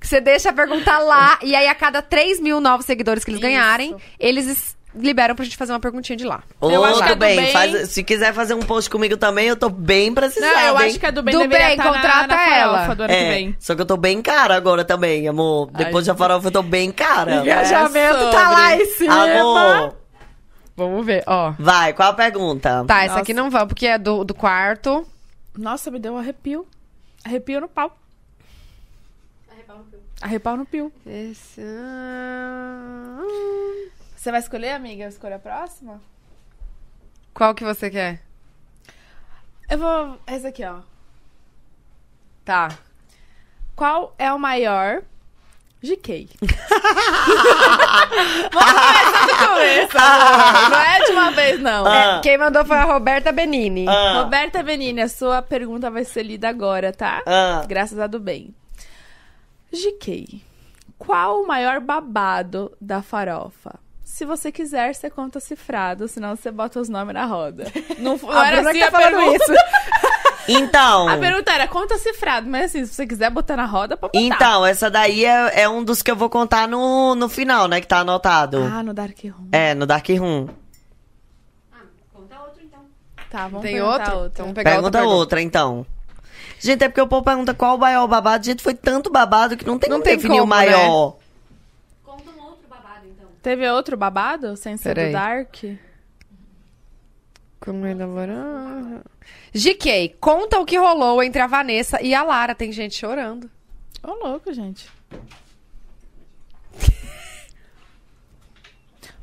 Speaker 2: Que você deixa a pergunta lá e aí a cada 3 mil novos seguidores que eles ganharem, eles es- liberam pra gente fazer uma perguntinha de lá.
Speaker 4: Ô,
Speaker 5: Eu acho que é
Speaker 4: do
Speaker 5: do
Speaker 4: bem.
Speaker 5: bem.
Speaker 4: Faz- se quiser fazer um post comigo também, eu tô bem precisada,
Speaker 5: Não, eu
Speaker 4: hein? É,
Speaker 5: acho que a do bem
Speaker 2: Do
Speaker 5: deveria
Speaker 2: bem,
Speaker 5: tá na-
Speaker 2: contrata
Speaker 5: na farofa
Speaker 2: ela.
Speaker 5: do ano que vem.
Speaker 4: Só que eu tô bem cara agora também, amor. Depois da farofa eu tô bem cara. né?
Speaker 2: Engajamento tá lá em
Speaker 5: é,
Speaker 4: Amor,
Speaker 2: Vamos ver, ó.
Speaker 4: vai, qual a pergunta?
Speaker 2: Tá, essa aqui não vamos, porque é do, do quarto.
Speaker 5: Nossa, me deu um arrepio. Arrepio no pau. Arrepio no pio.
Speaker 2: Esse...
Speaker 3: ah. Você vai escolher, amiga? Eu escolho a próxima?
Speaker 2: Qual que você quer?
Speaker 3: Eu vou. Essa aqui, ó.
Speaker 2: Tá.
Speaker 3: Qual é o maior GK? Não é de uma vez, não.
Speaker 4: Ah.
Speaker 2: É, quem mandou foi a Roberta Benini.
Speaker 4: Ah,
Speaker 3: Roberta Benini, a sua pergunta vai ser lida agora, tá?
Speaker 4: ah.
Speaker 3: Graças a do bem. GK, qual o maior babado da farofa? Se você quiser, você conta cifrado, senão você bota os nomes na roda. Não, f- não
Speaker 2: A
Speaker 3: era
Speaker 2: Bruna
Speaker 3: assim
Speaker 2: que
Speaker 3: a
Speaker 2: tá falando
Speaker 3: pergunta.
Speaker 2: isso.
Speaker 4: Então,
Speaker 3: A pergunta era conta cifrado, mas assim, se você quiser botar na roda, pode botar.
Speaker 4: então, essa daí é, é um dos que eu vou contar no, no final, né? Que tá anotado.
Speaker 3: Ah, no Dark Room.
Speaker 4: É, no Dark Room.
Speaker 7: Ah, conta outro então.
Speaker 3: Tá, vamos
Speaker 2: Tem
Speaker 3: perguntar
Speaker 2: outro?
Speaker 3: outra.
Speaker 2: Então vamos pegar
Speaker 4: Pergunta
Speaker 2: outra.
Speaker 4: outra, então. Gente, é porque o povo pergunta qual o maior babado. Gente, foi tanto babado que não tem
Speaker 2: Não
Speaker 4: como
Speaker 2: tem
Speaker 4: definir o
Speaker 2: como, né?
Speaker 4: maior.
Speaker 7: Conta um outro babado então.
Speaker 3: Teve outro babado sem ser
Speaker 2: Peraí.
Speaker 3: do Dark?
Speaker 2: Como é elaborar? GK, conta o que rolou entre a Vanessa e a Lara. Tem gente chorando.
Speaker 3: Ô, louco, gente.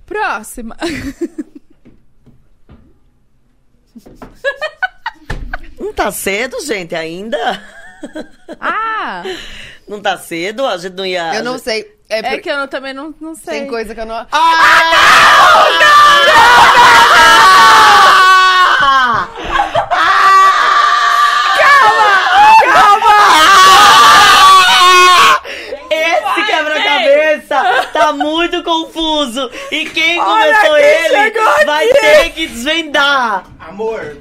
Speaker 3: Próxima.
Speaker 4: Não tá cedo, gente, ainda?
Speaker 3: Ah!
Speaker 4: Não tá cedo? A gente não ia.
Speaker 2: Eu não sei. É,
Speaker 3: É
Speaker 2: porque
Speaker 3: que eu não- também não, não sei.
Speaker 2: tem coisa que eu não.
Speaker 4: Ah! Calma! Calma! Esse quebra-cabeça tá muito confuso. E quem começou ele vai ter que desvendar.
Speaker 8: Amor,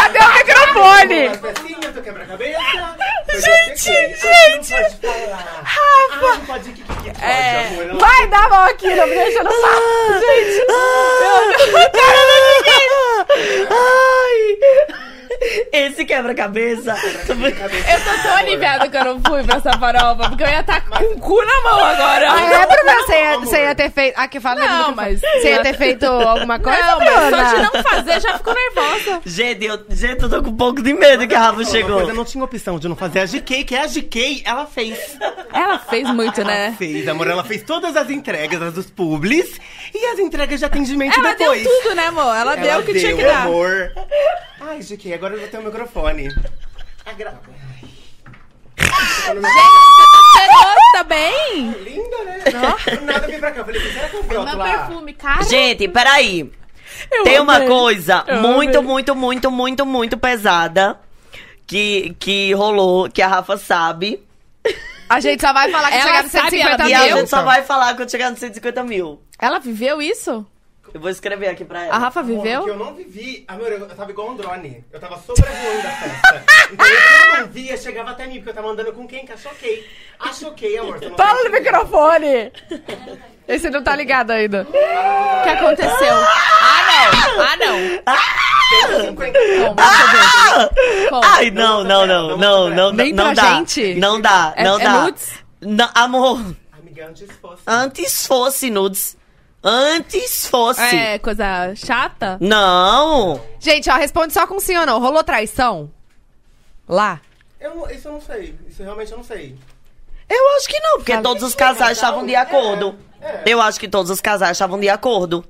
Speaker 2: Cadê o microfone?
Speaker 8: as pecinhas do quebra-cabeça. Gente, gente. Não pode falar. Ah, não pode. Que, que, que pode, amor? Ela-
Speaker 2: Vai dar mal aqui, não me deixa no saco, gente.
Speaker 4: Ai! Esse quebra-cabeça.
Speaker 3: Eu tô tão aliviada que eu não fui pra essa farofa, porque eu ia estar com o cu na mão agora.
Speaker 2: Ah, é, Bruna, você ia, você ia ter feito... Ah, que fala né,
Speaker 3: Não,
Speaker 2: Bruna,
Speaker 3: mas-
Speaker 2: Você ia ter feito alguma coisa,
Speaker 3: Não, mas
Speaker 2: Bruna?
Speaker 3: só de não fazer já ficou nervosa.
Speaker 4: Gente, eu, gente, eu tô com um pouco de medo que a Rafa
Speaker 8: Uma
Speaker 4: chegou.
Speaker 8: coisa não tinha opção de não fazer a GK, que é a GK, ela fez.
Speaker 3: Ela fez muito,
Speaker 8: Ela
Speaker 3: né?
Speaker 8: fez, amor. Ela fez todas as entregas, as dos publis e as entregas de atendimento
Speaker 3: Ela
Speaker 8: depois.
Speaker 3: deu tudo, né, amor? Ela, deu
Speaker 8: Ela
Speaker 3: o que tinha que
Speaker 8: deu,
Speaker 3: dar.
Speaker 8: amor. Ai, GK, agora eu vou ter o microfone. A gra...
Speaker 3: Cheiroso é também?
Speaker 8: Linda, né? Do Nada vem pra cá. Eu falei, será que eu broto lá?
Speaker 3: cara.
Speaker 4: Gente, peraí. Tem uma coisa muito, muito, muito, muito, muito pesada que, que rolou, que a Rafa sabe.
Speaker 2: A gente só vai falar que
Speaker 3: Ela
Speaker 2: chegar no
Speaker 3: sabe,
Speaker 2: 150
Speaker 3: ela
Speaker 4: e a
Speaker 2: mil.
Speaker 4: gente só vai falar quando chegar nos 150 mil.
Speaker 3: Ela viveu isso?
Speaker 4: Eu vou escrever aqui pra ela.
Speaker 3: A Rafa
Speaker 8: Amor, que
Speaker 3: viveu?
Speaker 8: eu não vivi, amor, eu tava igual um drone. Eu tava sobrevoando a festa. Então, eu não via, chegava até mim, porque eu tava andando com quem? Com a Choquei. A Choquei, amor. tu não
Speaker 3: Fala
Speaker 8: vai-
Speaker 3: no microfone!
Speaker 2: Esse não tá ligado ainda.
Speaker 3: O que aconteceu?
Speaker 2: Ah, não.
Speaker 8: Tem 50.
Speaker 4: Ai, não, não, não, não, não,
Speaker 2: Nem pra
Speaker 4: não dá.
Speaker 2: gente?
Speaker 4: Não dá,
Speaker 3: É-
Speaker 4: não
Speaker 3: é
Speaker 4: dá.
Speaker 3: nudes?
Speaker 4: Não, amor,
Speaker 8: Amiga, antes fosse.
Speaker 4: antes fosse nudes. Antes fosse.
Speaker 3: É coisa chata?
Speaker 4: Não.
Speaker 2: Gente, ó, responde só com sim ou não. Rolou traição? Lá.
Speaker 8: Eu, não- isso eu não sei. Isso realmente eu não sei.
Speaker 4: Eu acho que não, porque todos os casais estavam de acordo.
Speaker 8: É,
Speaker 4: Eu acho que todos os casais estavam de acordo.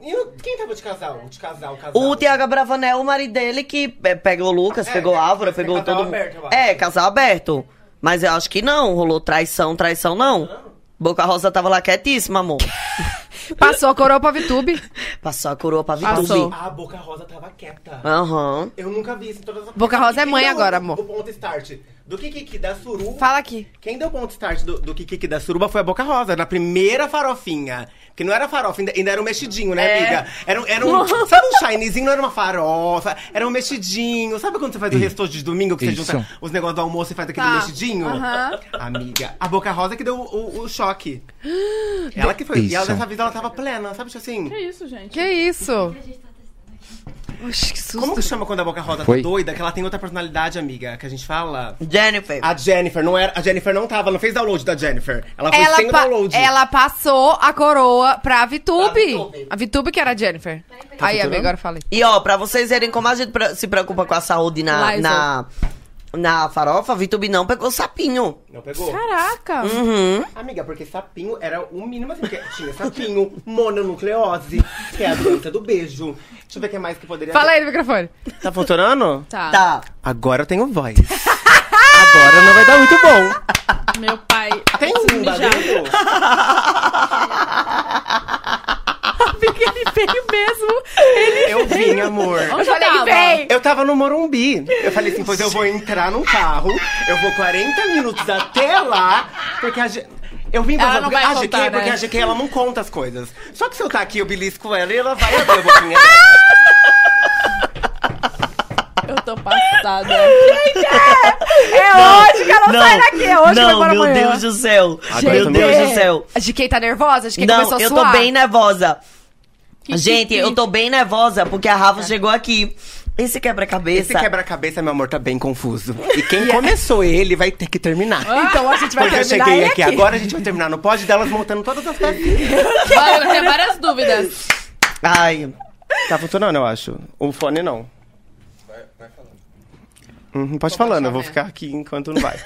Speaker 8: E o- quem tava de casal? De casal, casal.
Speaker 4: O Tiago Bravanel, é o marido dele, que é, pegou o Lucas,
Speaker 8: É,
Speaker 4: pegou
Speaker 8: é,
Speaker 4: a Álvaro,
Speaker 8: é
Speaker 4: pegou
Speaker 8: casal
Speaker 4: todo mundo.
Speaker 8: aberto, eu acho.
Speaker 4: É, casal aberto. Mas eu acho que não, rolou traição, traição não. Boca Rosa tava lá quietíssima, amor.
Speaker 2: Passou a coroa pra VTube.
Speaker 4: Passou a coroa pra
Speaker 2: Passou. Ah.
Speaker 4: Vitube.
Speaker 8: Ah, a Boca Rosa tava quieta.
Speaker 4: Aham.
Speaker 8: Eu nunca vi isso em todas as
Speaker 2: Boca Rosa é
Speaker 8: Quem
Speaker 2: mãe
Speaker 8: deu
Speaker 2: agora,
Speaker 8: o-
Speaker 2: amor.
Speaker 8: um O ponto start do Kikiki da Suru.
Speaker 2: Fala aqui.
Speaker 8: Quem deu o ponto start do, do Kikiki da Suruba foi a Boca Rosa, na primeira farofinha. Que não era farofa, ainda, ainda era um mexidinho,
Speaker 2: É.
Speaker 8: né, amiga? Era, um- era um. sabe um shinezinho, não era uma farofa, era um mexidinho. Sabe quando você faz o resto de domingo, que
Speaker 9: Isso.
Speaker 8: você junta os negócios do almoço e faz
Speaker 2: Tá.
Speaker 8: aquele mexidinho? Amiga, a Boca Rosa que deu o, o- o choque. Ela que foi. E ela,
Speaker 9: Isso.
Speaker 8: dessa vez ela tava plena, sabe? Tipo assim.
Speaker 3: Que É isso, gente?
Speaker 2: Que isso? Oxe, que susto.
Speaker 8: Como que chama quando a Boca Rosa
Speaker 9: Foi.
Speaker 8: tá doida? Que ela tem outra personalidade, amiga, que a gente fala.
Speaker 4: Jennifer.
Speaker 8: A Jennifer não era. A Jennifer não tava, não fez download da Jennifer. Ela fez
Speaker 2: ela,
Speaker 8: Tá sem o
Speaker 2: pa-
Speaker 8: download.
Speaker 2: ela passou a coroa pra VTube.
Speaker 8: Pra VTube.
Speaker 2: A VTube que era a Jennifer.
Speaker 8: Tá
Speaker 2: Aí, amiga, agora falei.
Speaker 4: E ó, pra vocês verem como a gente pre- se preocupa com a saúde na,
Speaker 2: Liza.
Speaker 4: na, na farofa, Vitube não pegou sapinho.
Speaker 8: Não pegou?
Speaker 3: Caraca!
Speaker 4: Hum.
Speaker 8: Amiga, porque sapinho era o mínimo assim, porque tinha sapinho, mononucleose, que é a doença do beijo. Deixa eu ver o que mais que poderia
Speaker 2: Fala aí no microfone.
Speaker 8: Tá funcionando?
Speaker 3: Tá.
Speaker 4: Tá.
Speaker 8: Agora eu tenho voz. Agora não vai dar muito bom.
Speaker 3: Meu pai.
Speaker 8: Tem um bagulho?
Speaker 3: Porque ele veio mesmo. Ele
Speaker 8: Eu vim, amor.
Speaker 3: Eu falei, ele veio.
Speaker 8: Eu tava no Morumbi. Eu falei assim, pois eu vou entrar num carro, eu vou 40 minutos até lá, porque a gente... Eu vim
Speaker 3: Ela
Speaker 8: pra
Speaker 3: não vai
Speaker 8: a
Speaker 3: contar,
Speaker 8: GQ,
Speaker 3: né?
Speaker 8: porque a GQ ela não conta as coisas. Só que se eu tá aqui, eu belisco ela e ela vai abrir a boquinha.
Speaker 3: Eu tô passada.
Speaker 2: É hoje que ela não, sai daqui. É hoje que vai
Speaker 4: não,
Speaker 2: embora
Speaker 4: meu
Speaker 2: amanhã.
Speaker 4: Deus do céu.
Speaker 9: Agora
Speaker 4: meu
Speaker 9: eu tô
Speaker 4: Deus
Speaker 9: nervosa.
Speaker 4: do céu.
Speaker 2: A GK tá nervosa? A GK começou
Speaker 4: Não,
Speaker 2: a
Speaker 4: eu tô
Speaker 2: suar?
Speaker 4: bem nervosa.
Speaker 3: Que
Speaker 4: Gente,
Speaker 3: que-
Speaker 4: eu tô bem nervosa porque a
Speaker 2: É.
Speaker 4: Rafa chegou aqui. Esse quebra-cabeça.
Speaker 8: Esse quebra-cabeça, meu amor, tá bem confuso. E quem começou ele vai ter que terminar.
Speaker 2: Então a gente vai
Speaker 8: Porque eu
Speaker 2: terminar
Speaker 8: cheguei
Speaker 2: ele
Speaker 8: aqui. agora, a gente vai terminar no pódio delas montando todas as pecinhas.
Speaker 3: Olha, tem várias dúvidas.
Speaker 4: Ai.
Speaker 8: Tá funcionando, eu acho. O fone não. Uhum, pode falando, eu vou ficar aqui enquanto não vai.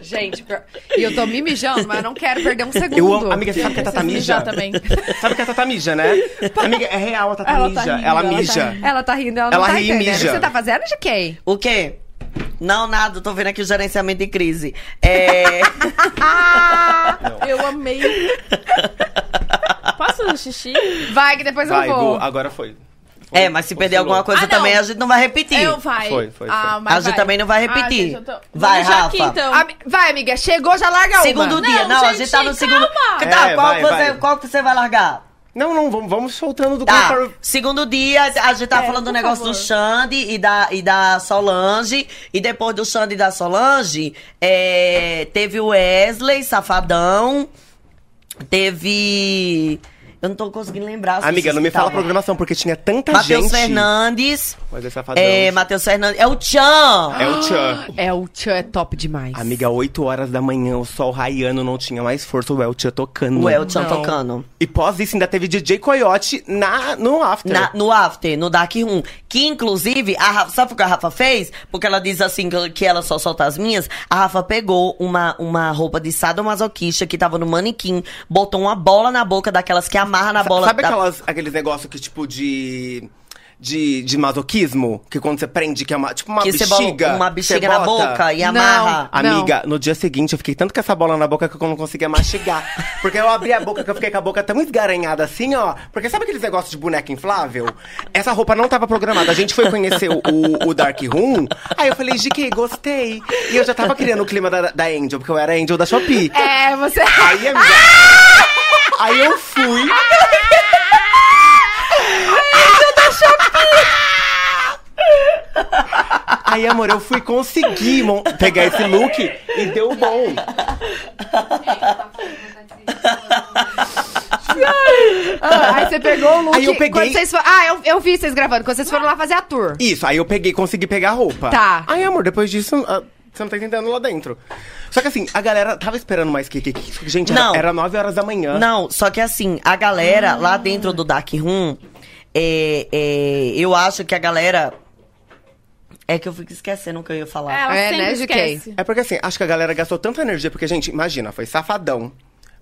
Speaker 2: Gente, per- e eu tô me mijando, mas eu não quero perder um segundo.
Speaker 8: Eu amo. Amiga, você sabe que a Tata mija?
Speaker 3: Mijar também.
Speaker 8: Sabe que a Tata mija, né? Amiga, é real a Tata
Speaker 3: Ela tá
Speaker 8: mija.
Speaker 3: rindo,
Speaker 8: ela
Speaker 3: ela tá
Speaker 8: mija.
Speaker 3: rindo.
Speaker 2: Ela tá rindo, ela, não
Speaker 8: Ela
Speaker 2: tá
Speaker 8: ri e
Speaker 2: entendendo. O que
Speaker 8: mija.
Speaker 2: você tá fazendo, GK?
Speaker 4: O quê? Não, nada, tô vendo aqui o gerenciamento de crise. É.
Speaker 3: Eu amei. Posso fazer um xixi?
Speaker 2: Vai, que depois
Speaker 8: Vai,
Speaker 2: É, eu vou.
Speaker 8: Gu, agora foi. Foi,
Speaker 4: é, mas se perder
Speaker 8: oscilou.
Speaker 4: alguma coisa
Speaker 3: Ah, não.
Speaker 4: também, a gente não vai repetir.
Speaker 3: Eu vai.
Speaker 8: Foi, foi,
Speaker 3: Ah,
Speaker 8: foi.
Speaker 3: mas
Speaker 4: A gente
Speaker 3: vai.
Speaker 4: também não vai repetir.
Speaker 3: Ah, gente, eu tô...
Speaker 4: Vai,
Speaker 3: Vamos já aqui,
Speaker 4: Rafa.
Speaker 3: então.
Speaker 2: Ami- Vai, amiga, chegou, já larga
Speaker 4: Segundo
Speaker 2: uma.
Speaker 4: dia,
Speaker 3: Não,
Speaker 4: não, a gente
Speaker 3: gente,
Speaker 4: tá no segundo.
Speaker 3: calma.
Speaker 4: Tá,
Speaker 8: É,
Speaker 4: qual,
Speaker 8: vai,
Speaker 4: que você,
Speaker 8: vai.
Speaker 4: qual que você vai largar?
Speaker 8: Não, não, vamos, vamos soltando do
Speaker 4: Tá,
Speaker 8: contrário.
Speaker 4: segundo dia, a gente tá falando do negócio do Xande e da, e da Solange. E depois do Xande e da Solange, é, teve o Wesley, Safadão. Teve. Eu não tô conseguindo lembrar. as
Speaker 8: Amiga,
Speaker 4: pessoas
Speaker 8: não me
Speaker 4: que
Speaker 8: fala a
Speaker 4: estavam.
Speaker 8: programação, porque tinha tanta
Speaker 4: tá. Matheus
Speaker 8: gente.
Speaker 4: Fernandes.
Speaker 8: Mas é safadão.
Speaker 4: É, Matheus Fernandes. É o Tchan!
Speaker 8: É o Tchan.
Speaker 2: É, o tio é top demais.
Speaker 8: Amiga, 8 horas da manhã, o sol raiando, não tinha mais força, o El Tchan tocando.
Speaker 4: O El Tchan tocando.
Speaker 8: E pós isso, ainda teve DJ Coyote na, no after.
Speaker 4: Na- no after, no Dark Room. Que inclusive, a Rafa, sabe o que a Rafa fez? Porque ela diz assim que, que ela só solta as minhas. A Rafa pegou uma, uma roupa de sadomasoquista que tava no manequim, botou uma bola na boca, daquelas que amarra na
Speaker 8: Sa-
Speaker 4: bola.
Speaker 8: Sabe
Speaker 4: da-
Speaker 8: aquelas, aqueles negócios que, tipo, de... De, de masoquismo, que quando você prende, que é uma, tipo uma
Speaker 4: que você
Speaker 8: bexiga.
Speaker 4: bola uma
Speaker 8: você
Speaker 4: bexiga na
Speaker 8: bota.
Speaker 4: boca e
Speaker 2: Não.
Speaker 4: amarra.
Speaker 8: Amiga, no dia seguinte eu fiquei tanto com essa bola na boca que eu não conseguia mastigar. Porque eu abri a boca que eu fiquei com a boca tão esgaranhada assim, ó. Porque sabe aqueles negócios de boneca inflável? Essa roupa não tava programada. A gente foi conhecer o, o Dark Room. Aí eu falei, GK, gostei. E eu já tava criando o clima da, da Angel, porque eu era a Angel da Shopee.
Speaker 2: É, você.
Speaker 8: Aí, amiga. Aí eu fui.
Speaker 2: Ah,
Speaker 8: Aí, amor, eu fui conseguir mon- pegar esse look e deu bom.
Speaker 2: Ah, aí você pegou o look.
Speaker 8: Aí eu peguei-
Speaker 2: quando vocês for- Ah, eu, eu vi vocês gravando. Quando vocês foram lá fazer a tour.
Speaker 8: Isso, aí eu peguei, consegui pegar a roupa.
Speaker 2: Tá.
Speaker 8: Aí, amor, depois disso, ah, você não tá entendendo lá dentro. Só que assim, a galera tava esperando mais que, que, que- gente, era-
Speaker 4: Não.
Speaker 8: era 9 horas da manhã.
Speaker 4: Não, só que assim, a galera lá dentro do Dark Room, é, é, eu acho que a galera. É que eu fico esquecendo o que eu ia falar.
Speaker 5: Ela
Speaker 2: É,
Speaker 5: sempre
Speaker 2: né, GK?
Speaker 5: esquece.
Speaker 8: É porque assim, acho que a galera gastou tanta energia, porque, gente, imagina, foi Safadão,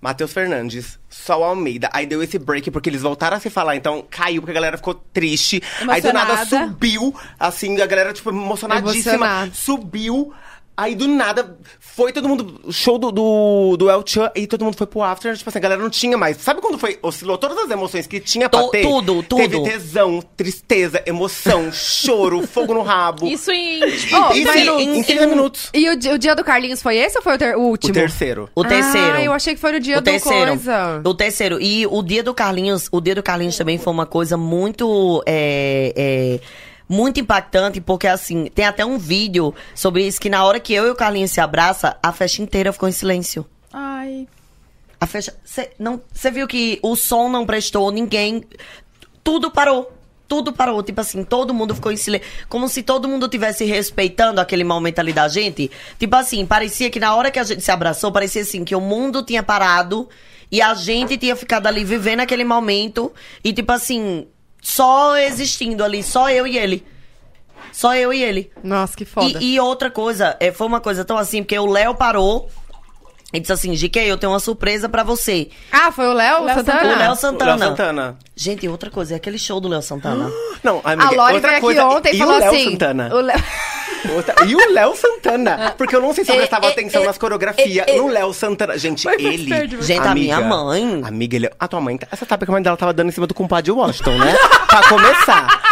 Speaker 8: Matheus Fernandes, Sol Almeida, aí deu esse break, porque eles voltaram a se falar, então caiu, porque a galera ficou triste. Aí do nada
Speaker 5: Emocionada.
Speaker 8: subiu, assim, a galera, tipo, emocionadíssima,
Speaker 2: Emocionada.
Speaker 8: subiu. Aí do nada foi todo mundo. Show do, do, do El Chan e todo mundo foi pro after. Tipo assim, a galera não tinha mais. Sabe quando foi? Oscilou todas as emoções que tinha pra
Speaker 4: Tu-
Speaker 8: ter?
Speaker 4: tudo, tudo.
Speaker 8: Teve tesão, tristeza, emoção, choro, fogo no rabo.
Speaker 5: Isso em. tipo,
Speaker 2: Oh,
Speaker 8: Isso
Speaker 2: mas-
Speaker 8: em, em 30 minutos.
Speaker 2: E o, di- o dia do Carlinhos foi esse ou foi o, ter- o último?
Speaker 8: O terceiro.
Speaker 4: O terceiro.
Speaker 2: Ah, eu achei que foi o dia
Speaker 4: o
Speaker 2: do
Speaker 4: terceiro.
Speaker 2: coisa.
Speaker 4: O terceiro. E o dia do Carlinhos, o dia do Carlinhos também foi uma coisa muito. é, é, muito impactante, porque assim, tem até um vídeo sobre isso que na hora que eu e o Carlinhos se abraça, a festa inteira ficou em silêncio.
Speaker 5: Ai.
Speaker 4: A festa. Você não, você viu que o som não prestou, ninguém. Tudo parou. Tudo parou. Tipo assim, todo mundo ficou em silêncio. Como se todo mundo tivesse respeitando aquele momento ali da gente. Tipo assim, parecia que na hora que a gente se abraçou, parecia assim que o mundo tinha parado e a gente tinha ficado ali vivendo aquele momento e tipo assim, só existindo ali, só eu e ele. Só eu e ele.
Speaker 2: Nossa, que foda.
Speaker 4: E, e outra coisa, é, foi uma coisa tão assim, porque o Léo parou e disse assim, GK, eu tenho uma surpresa pra você.
Speaker 2: Ah, foi o Léo
Speaker 5: Léo
Speaker 2: Santana?
Speaker 4: O Léo
Speaker 8: Santana.
Speaker 4: Santana.
Speaker 8: Léo Santana.
Speaker 4: Gente, outra coisa, é aquele show do Léo Santana.
Speaker 8: Não, amiga,
Speaker 2: A Lori
Speaker 8: outra
Speaker 2: veio aqui
Speaker 8: coisa.
Speaker 2: ontem e
Speaker 8: e
Speaker 2: falou
Speaker 8: o Léo
Speaker 2: assim...
Speaker 8: Santana.
Speaker 2: o Léo-
Speaker 8: Outra- E o Léo Santana. Porque eu não sei se eu
Speaker 4: É,
Speaker 8: prestava
Speaker 4: é,
Speaker 8: atenção
Speaker 4: é,
Speaker 8: nas coreografias.
Speaker 4: é, é.
Speaker 8: No Léo Santana. Gente, ele.
Speaker 4: Gente, a minha mãe.
Speaker 8: Amiga, ele. A tua mãe. tá- Você sabe que a mãe dela tava dando em cima do compadre Washington, né? pra começar.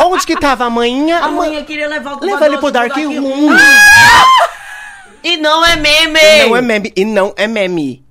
Speaker 8: Onde que tava a manhinha?
Speaker 4: Amanhã queria levar o
Speaker 8: Leva ele pro Dark
Speaker 4: um.
Speaker 8: Room.
Speaker 4: E não é meme!
Speaker 8: Não é meme. E não é meme.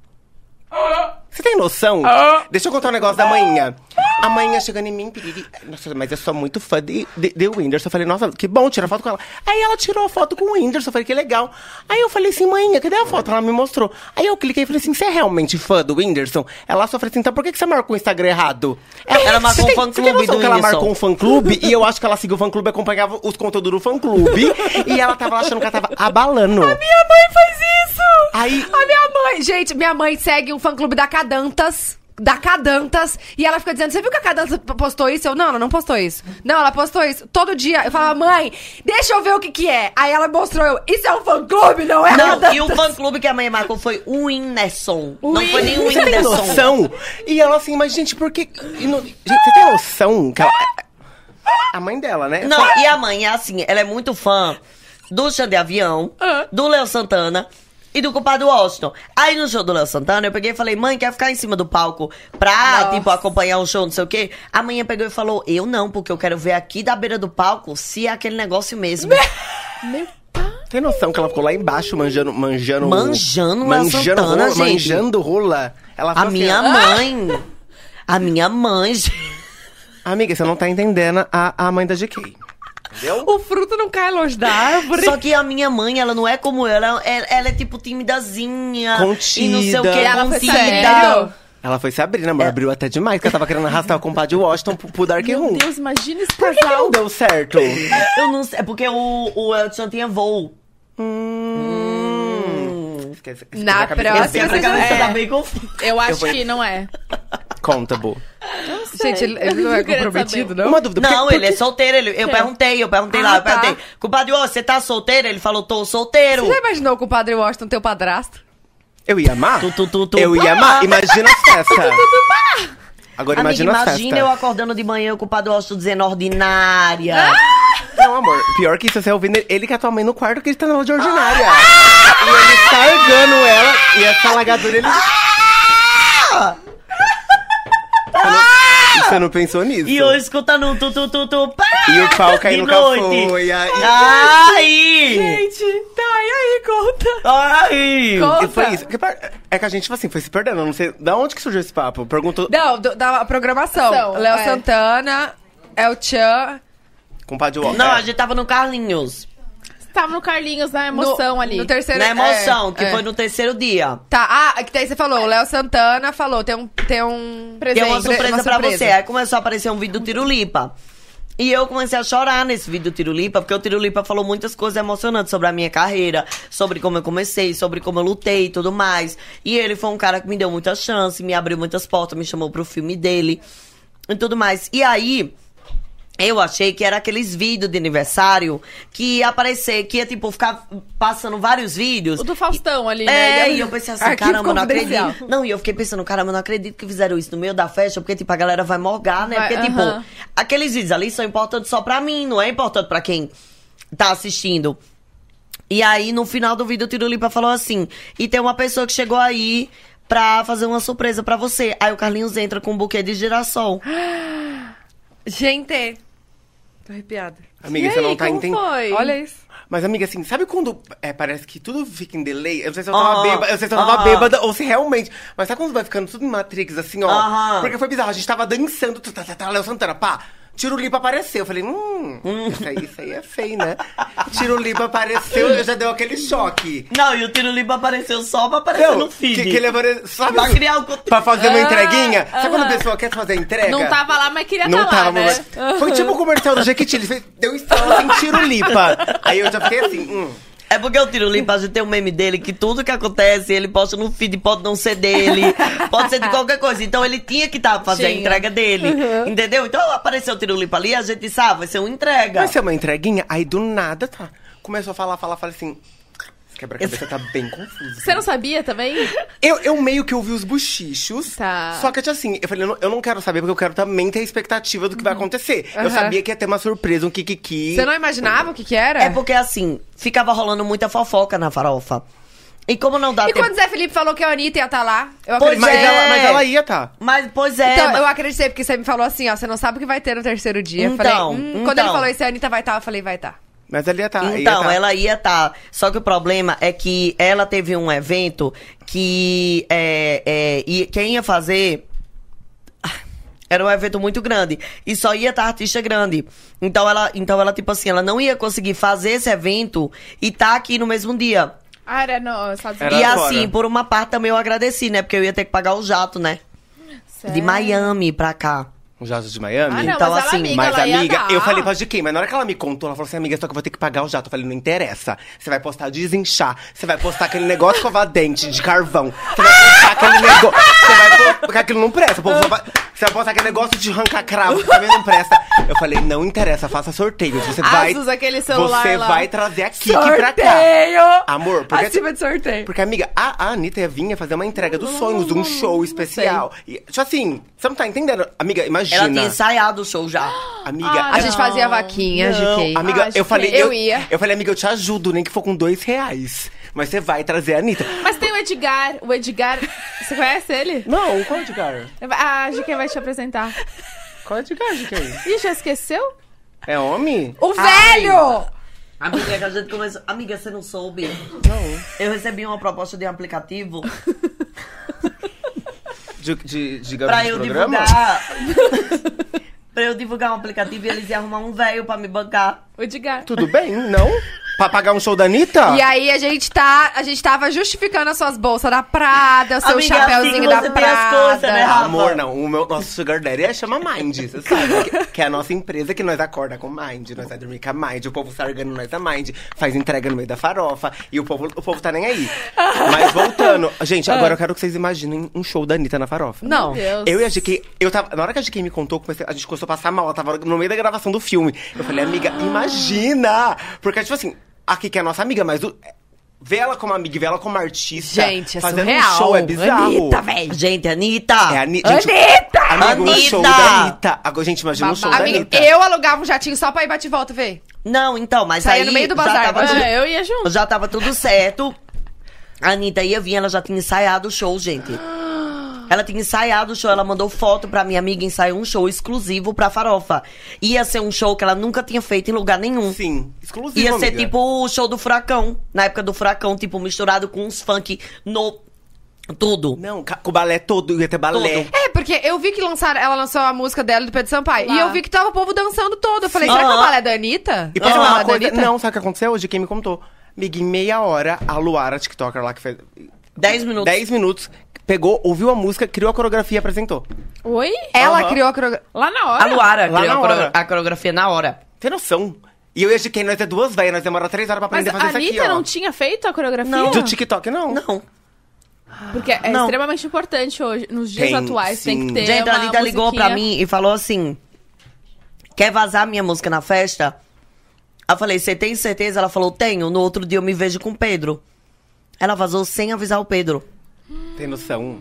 Speaker 8: Você tem noção? Deixa eu contar um negócio da manhã. A manhã chegando em mim, piriri. Nossa, mas eu sou muito fã de, de, de Whindersson. Eu falei, nossa, que bom tirar foto com ela. Aí ela tirou a foto com o Whindersson. Eu falei, que legal. Aí eu falei assim, manhã, cadê a foto? Ela me mostrou. Aí eu cliquei e falei assim, você é realmente fã do Whindersson? Ela só falou assim, então por que que você marcou o Instagram errado?
Speaker 4: Ela marcou
Speaker 8: Você tem-
Speaker 4: o fã-clube
Speaker 8: você tem noção
Speaker 4: do
Speaker 8: que ela
Speaker 4: Whindersson?
Speaker 8: marcou um fã-clube? e eu acho que ela seguiu o fã-clube, acompanhava os conteúdos do fã-clube. e ela tava achando que ela tava abalando.
Speaker 2: Minha mãe faz isso!
Speaker 8: Aí-
Speaker 2: A minha mãe... Gente, minha mãe segue um fã-clube da Cadantas. Da Cadantas. E ela fica dizendo, você viu que a Cadantas p- postou isso? Eu, não, ela não postou isso. Não, ela postou isso. Todo dia. Eu falava, mãe, deixa eu ver o que que é. Aí ela mostrou, eu, isso é um fã-clube, não é
Speaker 4: Não,
Speaker 2: Cadantas?
Speaker 4: e o fã-clube que a mãe marcou foi o Whindersson. Não foi nem o
Speaker 8: Você tem
Speaker 4: Whindersson.
Speaker 8: noção? E ela assim, mas gente, por que. e não- Gente, você tem noção? que ela- A mãe dela, né?
Speaker 4: Não, e a mãe é assim, ela é muito fã do Xande Avião,
Speaker 8: É.
Speaker 4: do Léo Santana e do compadre Washington. Aí no show do Léo Santana, eu peguei e falei, mãe, quer ficar em cima do palco pra, tipo, acompanhar o show, não sei o quê? A mãe pegou e falou, eu não, porque eu quero ver aqui da beira do palco se é aquele negócio mesmo.
Speaker 8: Né? Tem noção que ela ficou lá embaixo manjando. Manjando,
Speaker 4: Manjando Léo
Speaker 8: manjando
Speaker 4: Santana,
Speaker 8: rola,
Speaker 4: gente.
Speaker 8: Manjando rola. Ela
Speaker 4: A
Speaker 8: falou assim,
Speaker 4: minha
Speaker 8: ó,
Speaker 4: mãe... A minha mãe...
Speaker 8: Amiga, você não tá entendendo a, a mãe da GK.
Speaker 2: O fruto não cai longe da árvore.
Speaker 4: Só que a minha mãe, ela não é como eu, ela, ela, ela é tipo timidazinha. E não sei o é que,
Speaker 8: Contida.
Speaker 4: ela
Speaker 8: Ela
Speaker 4: contida.
Speaker 2: sério?
Speaker 8: Ela foi Sabrina,
Speaker 4: É.
Speaker 8: mas abriu até demais, que ela tava querendo arrastar o compadre Washington pro, pro Dark Room.
Speaker 3: Deus, imagina esse
Speaker 8: Por que, que
Speaker 3: casal.
Speaker 8: não deu certo?
Speaker 4: Eu não sei, é porque o, o Edson tinha voo.
Speaker 8: Hum. Esquece- esquece
Speaker 2: Na
Speaker 8: a cabeça
Speaker 2: próxima, vocês
Speaker 8: dela.
Speaker 2: vão-
Speaker 4: Você
Speaker 2: É.
Speaker 4: tá bem confuso.
Speaker 3: Eu acho
Speaker 8: vou-
Speaker 3: que não é.
Speaker 8: Conta, Bu.
Speaker 2: Gente, ele, ele não é comprometido, não?
Speaker 8: Uma dúvida. por que- Ah, tá.
Speaker 4: Não,
Speaker 8: por
Speaker 4: ele é solteiro. ele- eu perguntei, eu perguntei lá, eu perguntei. Compadre, ô, você tá solteiro? Ele falou, tô solteiro.
Speaker 2: Você já imaginou com o padre Washington teu padrasto?
Speaker 8: Eu ia amar?
Speaker 4: Tu, tu, tu, tu.
Speaker 8: eu ia amar. Imagina a festa. Agora
Speaker 4: Amiga,
Speaker 8: imagina a festa.
Speaker 4: imagina eu acordando de manhã com o Padre Washington dizendo ordinária.
Speaker 8: Ah! Não, amor. Pior que isso, você ouvindo ele com a tua mãe no quarto que ele tá na aula de ordinária.
Speaker 4: Ah!
Speaker 8: E ele carregando ela e essa lagadura ele. Você não- Você não pensou nisso?
Speaker 4: Ah! E eu escutando um tu, tu, tu, tu, pá,
Speaker 8: E o pau caindo
Speaker 4: de
Speaker 8: com a
Speaker 4: noite.
Speaker 8: folha. E-
Speaker 4: Ai!
Speaker 2: Gente, tá, e aí, conta?
Speaker 4: Ai!
Speaker 8: E foi isso. Que par- É que a gente, tipo assim, foi se perdendo. Eu Não sei da onde que surgiu esse papo. Perguntou.
Speaker 2: é. Não, do- da programação.
Speaker 3: São,
Speaker 2: Léo
Speaker 3: é.
Speaker 2: Santana, El Chan,
Speaker 8: Com o Padre Walker.
Speaker 4: Não,
Speaker 8: É.
Speaker 4: a gente tava no Carlinhos.
Speaker 3: Tava no Carlinhos, na emoção
Speaker 2: no,
Speaker 3: ali.
Speaker 2: No terceiro
Speaker 4: na emoção,
Speaker 2: é,
Speaker 4: que
Speaker 2: é.
Speaker 4: foi no terceiro dia.
Speaker 2: Tá, ah, que daí você falou, o Léo Santana falou, tem um. Tem um
Speaker 4: Tem é uma
Speaker 2: pre-
Speaker 4: surpresa pra você. Aí começou a aparecer um vídeo do Tirulipa. E eu comecei a chorar nesse vídeo do Tirulipa, porque o Tirulipa falou muitas coisas emocionantes sobre a minha carreira, sobre como eu comecei, sobre como eu lutei e tudo mais. E ele foi um cara que me deu muita chance, me abriu muitas portas, me chamou pro filme dele e tudo mais. E aí, eu achei que era aqueles vídeos de aniversário que ia aparecer, que ia, tipo, ficar passando vários vídeos.
Speaker 3: O do Faustão ali, né?
Speaker 4: É,
Speaker 3: Ele-
Speaker 4: e eu pensei assim,
Speaker 3: Arquivo
Speaker 4: caramba, não
Speaker 3: confidencial.
Speaker 4: acredito. Não, e eu fiquei pensando, caramba, não acredito que fizeram isso no meio da festa, porque, tipo, a galera vai morgar, né?
Speaker 3: Vai,
Speaker 4: Porque, tipo,
Speaker 3: aham.
Speaker 4: aqueles vídeos ali são importantes só pra mim, não é importante pra quem tá assistindo. E aí, no final do vídeo, o Tirulipa falou assim: e tem uma pessoa que chegou aí pra fazer uma surpresa pra você. Aí o Carlinhos entra com um buquê de girassol.
Speaker 2: Gente. Tô arrepiada.
Speaker 8: Amiga,
Speaker 3: E
Speaker 8: você
Speaker 3: aí,
Speaker 8: não tá
Speaker 3: como
Speaker 8: entendendo.
Speaker 3: foi?
Speaker 2: Olha isso.
Speaker 8: Mas, amiga, assim, sabe quando é, parece que tudo fica em delay? Eu não sei se eu tava
Speaker 4: Aham,
Speaker 8: bêbada, eu não sei se eu tava
Speaker 4: aham.
Speaker 8: bêbada ou se realmente. Mas sabe quando vai ficando tudo em Matrix, assim, ó?
Speaker 4: Aham.
Speaker 8: Porque foi bizarro, a gente tava dançando, tá, tá, tá, Léo Santana, pá. Tirulipa apareceu. Eu falei, hum, isso aí, isso aí é feio, né? Tirulipa apareceu, eu já deu aquele choque. Então,
Speaker 4: Não, e o Tirulipa apareceu só pra aparecer no feed.
Speaker 8: que, que ele apareceu. Sabe? assim,
Speaker 4: Pra criar Ah, o conteúdo.
Speaker 8: Pra fazer uma entreguinha? Sabe quando a pessoa quer fazer a entrega?
Speaker 3: Não tava lá, mas queria
Speaker 8: Não
Speaker 3: tá lá,
Speaker 8: tava,
Speaker 3: né?
Speaker 8: mas Foi tipo o comercial do Jequiti, ele fez, deu assim, estrela sem tirulipa. Aí eu já fiquei assim, hum.
Speaker 4: É porque o Tirulipa, a gente tem um meme dele que tudo que acontece, ele posta no feed, pode não ser dele, pode ser de qualquer coisa. Então ele tinha que tá, fazer a
Speaker 3: Tinha.
Speaker 4: entrega dele. Entendeu? Então apareceu o Tirulipa ali, a gente sabe, vai ser uma entrega.
Speaker 8: Vai ser uma entreguinha? Aí do nada, tá. Começou a falar, falar, falar assim. Esse quebra-cabeça tá bem confuso.
Speaker 3: Você não sabia também?
Speaker 8: Eu, eu meio que ouvi os bochichos.
Speaker 3: Tá.
Speaker 8: Só que tinha assim, eu falei, eu não, eu não quero saber, porque eu quero também ter a expectativa do que vai
Speaker 3: Uhum.
Speaker 8: acontecer. Eu sabia que ia ter uma surpresa, um kikiki.
Speaker 2: Você não imaginava o que que era?
Speaker 4: É porque assim, ficava rolando muita fofoca na farofa. E como não dá
Speaker 2: E
Speaker 4: tempo.
Speaker 2: quando o Zé Felipe falou que a Anitta ia estar lá, eu
Speaker 4: Pois
Speaker 2: acreditei.
Speaker 8: Mas,
Speaker 4: é.
Speaker 8: ela, mas ela ia, tá.
Speaker 4: Mas, pois é.
Speaker 2: Então,
Speaker 4: mas-
Speaker 2: eu acreditei, porque você me falou assim, ó, você não sabe o que vai ter no terceiro dia. Eu
Speaker 4: Então,
Speaker 2: falei, hum,
Speaker 4: então.
Speaker 2: Quando ele falou isso, a Anitta vai estar, eu falei, vai estar.
Speaker 8: Mas ela ia tá. ia
Speaker 4: Então,
Speaker 8: tá.
Speaker 4: ela ia estar. Só que o problema é que ela teve um evento que. É, é, e quem ia fazer. Era um evento muito grande. E só ia estar artista grande. Então ela, então ela, tipo assim, ela não ia conseguir fazer esse evento e tá aqui no mesmo dia.
Speaker 3: Ah, era no Estados
Speaker 8: Era
Speaker 3: Unidos.
Speaker 4: e
Speaker 8: fora.
Speaker 4: assim, por uma parte também eu agradeci, né? Porque eu ia ter que pagar o jato, né? De Miami pra cá.
Speaker 8: O Jato Um de Miami?
Speaker 3: Ah, não,
Speaker 4: Então,
Speaker 3: mas ela
Speaker 4: assim,
Speaker 3: amiga,
Speaker 8: Mas,
Speaker 3: ela ia
Speaker 8: amiga,
Speaker 3: dar.
Speaker 8: eu falei pra de quem? Mas na hora que ela me contou, ela falou assim, amiga, só que eu vou ter que pagar o jato. Eu falei, não interessa. Você vai postar desinchar. Você vai postar aquele negócio de escovar dente de carvão. Você vai postar aquele negócio. Você vai postar. Porque aquilo não presta. o povo só vai- Você vai postar aquele negócio de arrancar cravo, que também não presta. Eu falei, não interessa, faça sorteio. Você vai.
Speaker 3: Asus, Ah, aquele celular
Speaker 8: Você
Speaker 3: lá.
Speaker 8: vai trazer aqui pra cá.
Speaker 1: Sorteio!
Speaker 8: Amor, porque-
Speaker 1: Acima de sorteio.
Speaker 8: Porque, amiga, a, a Anitta vinha fazer uma entrega dos sonhos,
Speaker 3: Hum,
Speaker 8: um show especial. E, tipo assim, você não tá entendendo? Amiga, imagina.
Speaker 4: Ela tinha ensaiado o show já.
Speaker 8: Amiga,
Speaker 3: Ah,
Speaker 2: A
Speaker 8: é-
Speaker 2: gente fazia vaquinha,
Speaker 8: Não,
Speaker 2: GK.
Speaker 8: Amiga,
Speaker 3: Ah,
Speaker 8: eu falei.
Speaker 3: GK.
Speaker 8: Eu,
Speaker 3: Eu ia.
Speaker 8: Eu falei, amiga, eu te ajudo, nem que for com dois reais. Mas você vai trazer a Anitta.
Speaker 3: Ah, Mas tem o Edgar. O Edgar. Você conhece ele? Ah,
Speaker 8: Não, qual Edgar?
Speaker 3: A GK vai te apresentar.
Speaker 8: Qual é Edgar, GK?
Speaker 3: Ih, já esqueceu?
Speaker 8: É homem?
Speaker 1: O velho!
Speaker 4: Amiga, que a gente começou. Amiga, você não soube? Eu recebi uma proposta de um aplicativo
Speaker 8: De, de, de garoto
Speaker 4: pra
Speaker 8: de
Speaker 4: eu
Speaker 8: Tá programa?
Speaker 4: divulgar. pra eu divulgar um aplicativo e eles iam arrumar um velho pra me bancar.
Speaker 3: O Edgar.
Speaker 8: Tudo bem, não? Pra pagar um show da Anitta?
Speaker 2: E aí a gente tá. A gente tava justificando as suas bolsas da Prada, o seu
Speaker 4: Amiga, assim
Speaker 2: chapéuzinho
Speaker 4: você
Speaker 2: da
Speaker 4: tem as coisas,
Speaker 2: Prada.
Speaker 4: né, Rafa?
Speaker 8: Amor, não. O meu, nosso sugar daddy é chama Mind, você sabe? Que, que é a nossa empresa que nós acorda com Mind, nós vai dormir com a Mind, o povo sargando nós a Mind, faz entrega no meio da farofa, e o povo, o povo tá nem aí. Mas voltando, gente, agora eu quero que vocês imaginem um show da Anitta na farofa.
Speaker 2: Não.
Speaker 3: Meu Deus.
Speaker 8: Eu e a GK, eu tava, na hora que a GK me contou, comecei- a gente começou a passar mal, ela tava no meio da gravação do filme. Eu falei, amiga, imagina! Porque, tipo assim, a Kiki é nossa amiga, mas o, vê ela como amiga, e vê ela como artista.
Speaker 2: Gente, é
Speaker 8: fazendo um
Speaker 2: surreal.
Speaker 8: show, é bizarro.
Speaker 4: Anitta, velho. Gente, Anitta.
Speaker 8: É a Anitta! Anitta! Amigo, um show
Speaker 4: Ah, Anitta!
Speaker 8: da Anitta. Agora, gente, imagina um show da
Speaker 2: Amiga,
Speaker 8: Anitta.
Speaker 2: eu alugava um jatinho só pra ir bate e volta ver.
Speaker 4: Não, então, mas
Speaker 2: Saía
Speaker 4: aí
Speaker 2: no meio do
Speaker 4: já
Speaker 2: bazar,
Speaker 4: tava,
Speaker 2: né?
Speaker 4: tudo,
Speaker 3: É, eu ia junto.
Speaker 4: já tava tudo certo. A Anitta ia vir, ela já tinha ensaiado o show, gente. Ela tinha ensaiado o show, ela mandou foto pra minha amiga ensaiar um show exclusivo pra farofa. Ia ser um show que ela nunca tinha feito em lugar nenhum.
Speaker 8: Sim, exclusivo,
Speaker 4: Ia ser
Speaker 8: amiga.
Speaker 4: tipo o show do Furacão. Na época do Furacão, tipo, misturado com uns funk no. Tudo.
Speaker 8: Não, ca- com o balé todo, ia ter balé.
Speaker 2: É, porque eu vi que lançaram, ela lançou a música dela do Pedro Sampaio. E eu vi que tava o povo dançando todo. Eu falei, será que é o balé da Anitta?
Speaker 8: E
Speaker 2: É o
Speaker 8: posso falar
Speaker 2: balé
Speaker 8: uma
Speaker 2: da
Speaker 8: coisa?
Speaker 2: Anitta?
Speaker 8: Não, sabe o que aconteceu hoje? Quem me contou? Miga, em meia hora, a Luara, a TikToker lá que fez.
Speaker 4: 10 minutos.
Speaker 8: 10 minutos, pegou, ouviu a música, criou a coreografia e apresentou.
Speaker 3: Oi?
Speaker 2: Ela
Speaker 8: Aham.
Speaker 2: criou a coreografia.
Speaker 3: Lá na hora.
Speaker 4: É A Luara
Speaker 8: Lá
Speaker 4: criou
Speaker 8: na
Speaker 4: a coreo-
Speaker 8: hora.
Speaker 4: a coreografia na hora.
Speaker 8: Tem noção? E eu e a GK, nós é duas velhas, nós demora três horas pra
Speaker 3: Mas
Speaker 8: aprender a
Speaker 3: a
Speaker 8: fazer isso
Speaker 3: Anitta
Speaker 8: aqui, ó.
Speaker 3: não tinha feito a coreografia?
Speaker 8: Do TikTok, não.
Speaker 4: Não.
Speaker 3: Porque é
Speaker 4: Não.
Speaker 3: extremamente importante hoje, nos dias
Speaker 8: Tem,
Speaker 3: atuais, tem
Speaker 8: sim.
Speaker 3: que ter
Speaker 4: Gente, a
Speaker 3: uma
Speaker 4: Anitta ligou
Speaker 3: musiquinha.
Speaker 4: pra mim e falou assim: Quer vazar minha música na festa? Eu falei: Você tem certeza? Ela falou: Tenho. No outro dia eu me vejo com o Pedro. Ela vazou sem avisar o Pedro.
Speaker 8: Tem noção?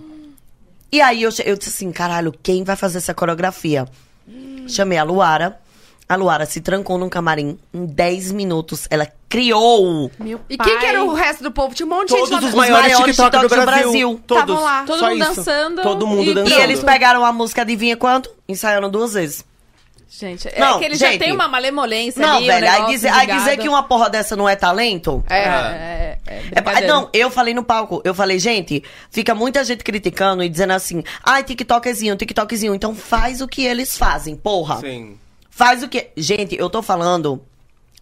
Speaker 4: E aí eu, che- eu disse assim: Caralho, quem vai fazer essa coreografia?
Speaker 3: Hum.
Speaker 4: Chamei a Luara. A Luara se trancou num camarim. Em 10 minutos, ela criou.
Speaker 3: Meu
Speaker 2: E
Speaker 3: pai.
Speaker 2: quem que era o resto do povo? Tinha um monte de gente lá
Speaker 8: Todos os
Speaker 2: dentro.
Speaker 8: maiores
Speaker 4: maiores
Speaker 8: TikToks do
Speaker 4: TikToks do
Speaker 8: Brasil.
Speaker 4: Brasil.
Speaker 8: Todos.
Speaker 2: Estavam lá.
Speaker 3: Todo
Speaker 8: Só
Speaker 3: mundo
Speaker 8: isso.
Speaker 3: dançando
Speaker 8: Todo mundo
Speaker 3: e-
Speaker 8: dançando.
Speaker 4: E eles pegaram a música, adivinha quanto? Ensaiaram duas vezes.
Speaker 3: Gente, é
Speaker 4: Não,
Speaker 3: que ele já
Speaker 4: gente.
Speaker 3: tem uma malemolência
Speaker 4: Não,
Speaker 3: ali, um
Speaker 4: velho, aí
Speaker 3: negócio
Speaker 4: dizer, aí
Speaker 3: ligado.
Speaker 4: dizer que uma porra dessa não é talento.
Speaker 2: É.
Speaker 3: É, é,
Speaker 4: É, pa-
Speaker 3: brincadeira.
Speaker 4: não, eu falei no palco, eu falei, gente, fica muita gente criticando e dizendo assim, ai, TikTokzinho, TikTokzinho, então faz o que eles fazem, porra.
Speaker 8: Sim.
Speaker 4: Faz o que. Gente, eu tô falando,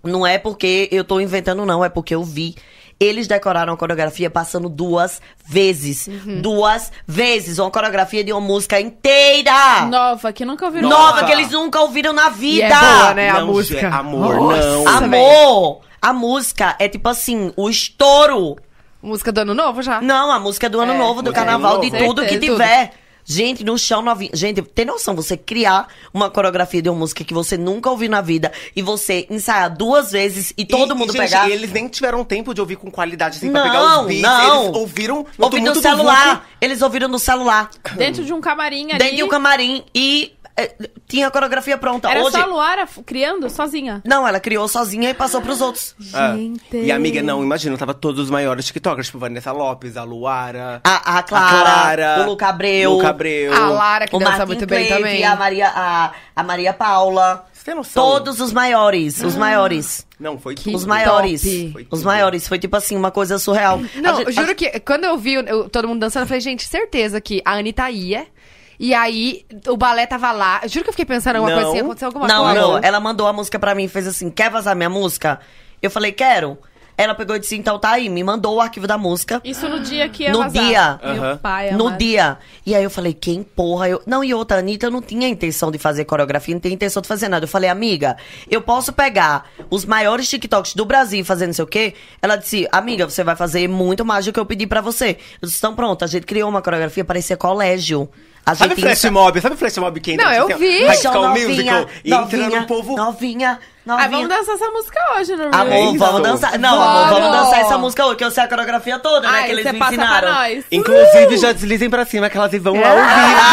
Speaker 4: não é porque eu tô inventando, não, é porque eu vi. Eles decoraram a coreografia passando duas vezes. Duas vezes. Uma coreografia de uma música inteira.
Speaker 3: Nova, que nunca ouviram.
Speaker 4: Nova,
Speaker 8: Nova.
Speaker 4: que eles nunca ouviram na vida.
Speaker 2: é boa, né? a
Speaker 8: Ah, Não,
Speaker 2: música.
Speaker 8: Gê, amor,
Speaker 2: Nossa.
Speaker 8: não.
Speaker 2: Nossa,
Speaker 4: Amor! A música é tipo assim, o estouro.
Speaker 2: Música do ano novo já?
Speaker 4: Não, a música do
Speaker 3: É.
Speaker 4: ano novo, do
Speaker 8: música do
Speaker 4: carnaval,
Speaker 8: ano
Speaker 4: de
Speaker 8: novo.
Speaker 4: tudo que
Speaker 2: Certeza, tudo.
Speaker 4: tiver. Gente, no chão novinho. Gente, tem noção, você criar uma coreografia de uma música que você nunca ouviu na vida e você ensaiar duas vezes e todo
Speaker 8: E-
Speaker 4: mundo
Speaker 8: e, gente,
Speaker 4: pegar.
Speaker 8: eles nem tiveram tempo de ouvir com qualidade, assim, pra pegar
Speaker 4: Não,
Speaker 8: os beats.
Speaker 4: não.
Speaker 8: Eles ouviram no
Speaker 4: Ouviram
Speaker 8: tumulto
Speaker 4: no
Speaker 8: do
Speaker 4: celular.
Speaker 8: vulco.
Speaker 4: Eles ouviram no celular.
Speaker 3: Dentro de um camarim ali.
Speaker 4: Dentro do camarim e eh, tinha a coreografia pronta.
Speaker 3: Era
Speaker 4: Hoje.
Speaker 3: só a Luara f- criando sozinha.
Speaker 4: Não, ela criou sozinha e passou pros outros.
Speaker 8: É.
Speaker 3: Gente.
Speaker 8: E amiga, não, imagina, tava todos os maiores tiktokers, tipo Vanessa Lopes, a Luara,
Speaker 4: A, a, Clara,
Speaker 8: Clara,
Speaker 4: o Luca Abreu.
Speaker 8: Luca Abreu.
Speaker 2: A Lara, que
Speaker 4: o
Speaker 2: dança
Speaker 4: Martin
Speaker 2: muito bem
Speaker 4: Cleave,
Speaker 2: também.
Speaker 4: A Maria, a, a Maria Paula.
Speaker 8: Você tem noção?
Speaker 4: Todos os maiores, os maiores.
Speaker 8: Não, foi
Speaker 2: Ah, Que-
Speaker 4: Os
Speaker 8: tudo.
Speaker 4: maiores.
Speaker 2: top.
Speaker 8: Foi
Speaker 4: Os
Speaker 8: tudo.
Speaker 4: maiores. Foi tipo assim, uma coisa surreal.
Speaker 2: Não,
Speaker 4: A gente-
Speaker 2: eu juro que quando eu vi eu- todo mundo dançando, eu falei, gente, certeza que a Anitta ia. E aí, o balé tava lá. Eu juro que eu fiquei pensando alguma
Speaker 8: Não.
Speaker 2: coisa assim, aconteceu alguma
Speaker 4: não, é
Speaker 2: coisa.
Speaker 4: amor, ela mandou a música pra mim e fez assim: quer vazar minha música? Eu falei, quero. Ela pegou e disse, então tá aí, me mandou o arquivo da música.
Speaker 3: Isso no dia que ia
Speaker 4: No
Speaker 3: vazar.
Speaker 4: dia.
Speaker 3: Meu
Speaker 8: Aham.
Speaker 3: pai
Speaker 4: no
Speaker 3: amado.
Speaker 4: dia. E aí eu falei, quem porra? Eu... Não, e outra, a Anitta não tinha intenção de fazer coreografia, não tinha intenção de fazer nada. Eu falei, amiga, eu posso pegar os maiores TikToks do Brasil e fazer não sei o quê? Ela disse, amiga, você vai fazer muito mais do que eu pedi pra você. Eu disse, então pronto, a gente criou uma coreografia, parecia colégio. A
Speaker 8: Sabe
Speaker 4: gente
Speaker 8: flash mob? Sabe flash mob que entra
Speaker 2: Não,
Speaker 8: assim,
Speaker 2: eu
Speaker 8: ó,
Speaker 2: vi.
Speaker 8: High
Speaker 4: Então,
Speaker 8: School
Speaker 4: novinha,
Speaker 8: Musical, e entra no povo...
Speaker 3: Ah,
Speaker 4: novinha,
Speaker 3: vamos
Speaker 4: novinha.
Speaker 3: dançar essa música hoje no
Speaker 4: Amor,
Speaker 8: É
Speaker 3: Reels.
Speaker 8: isso?
Speaker 4: vamos dançar. Não, amor,
Speaker 2: Vamos!
Speaker 4: vamos dançar essa música hoje, que eu sei a coreografia toda, né?
Speaker 3: Ai,
Speaker 4: Que eles
Speaker 3: você
Speaker 4: me
Speaker 3: passa pra
Speaker 4: ensinaram.
Speaker 3: nós.
Speaker 2: Uh!
Speaker 8: Inclusive, já deslizem pra cima que elas
Speaker 2: É.
Speaker 8: vão ao
Speaker 3: Fica
Speaker 4: Ah,
Speaker 8: vivo, novinha.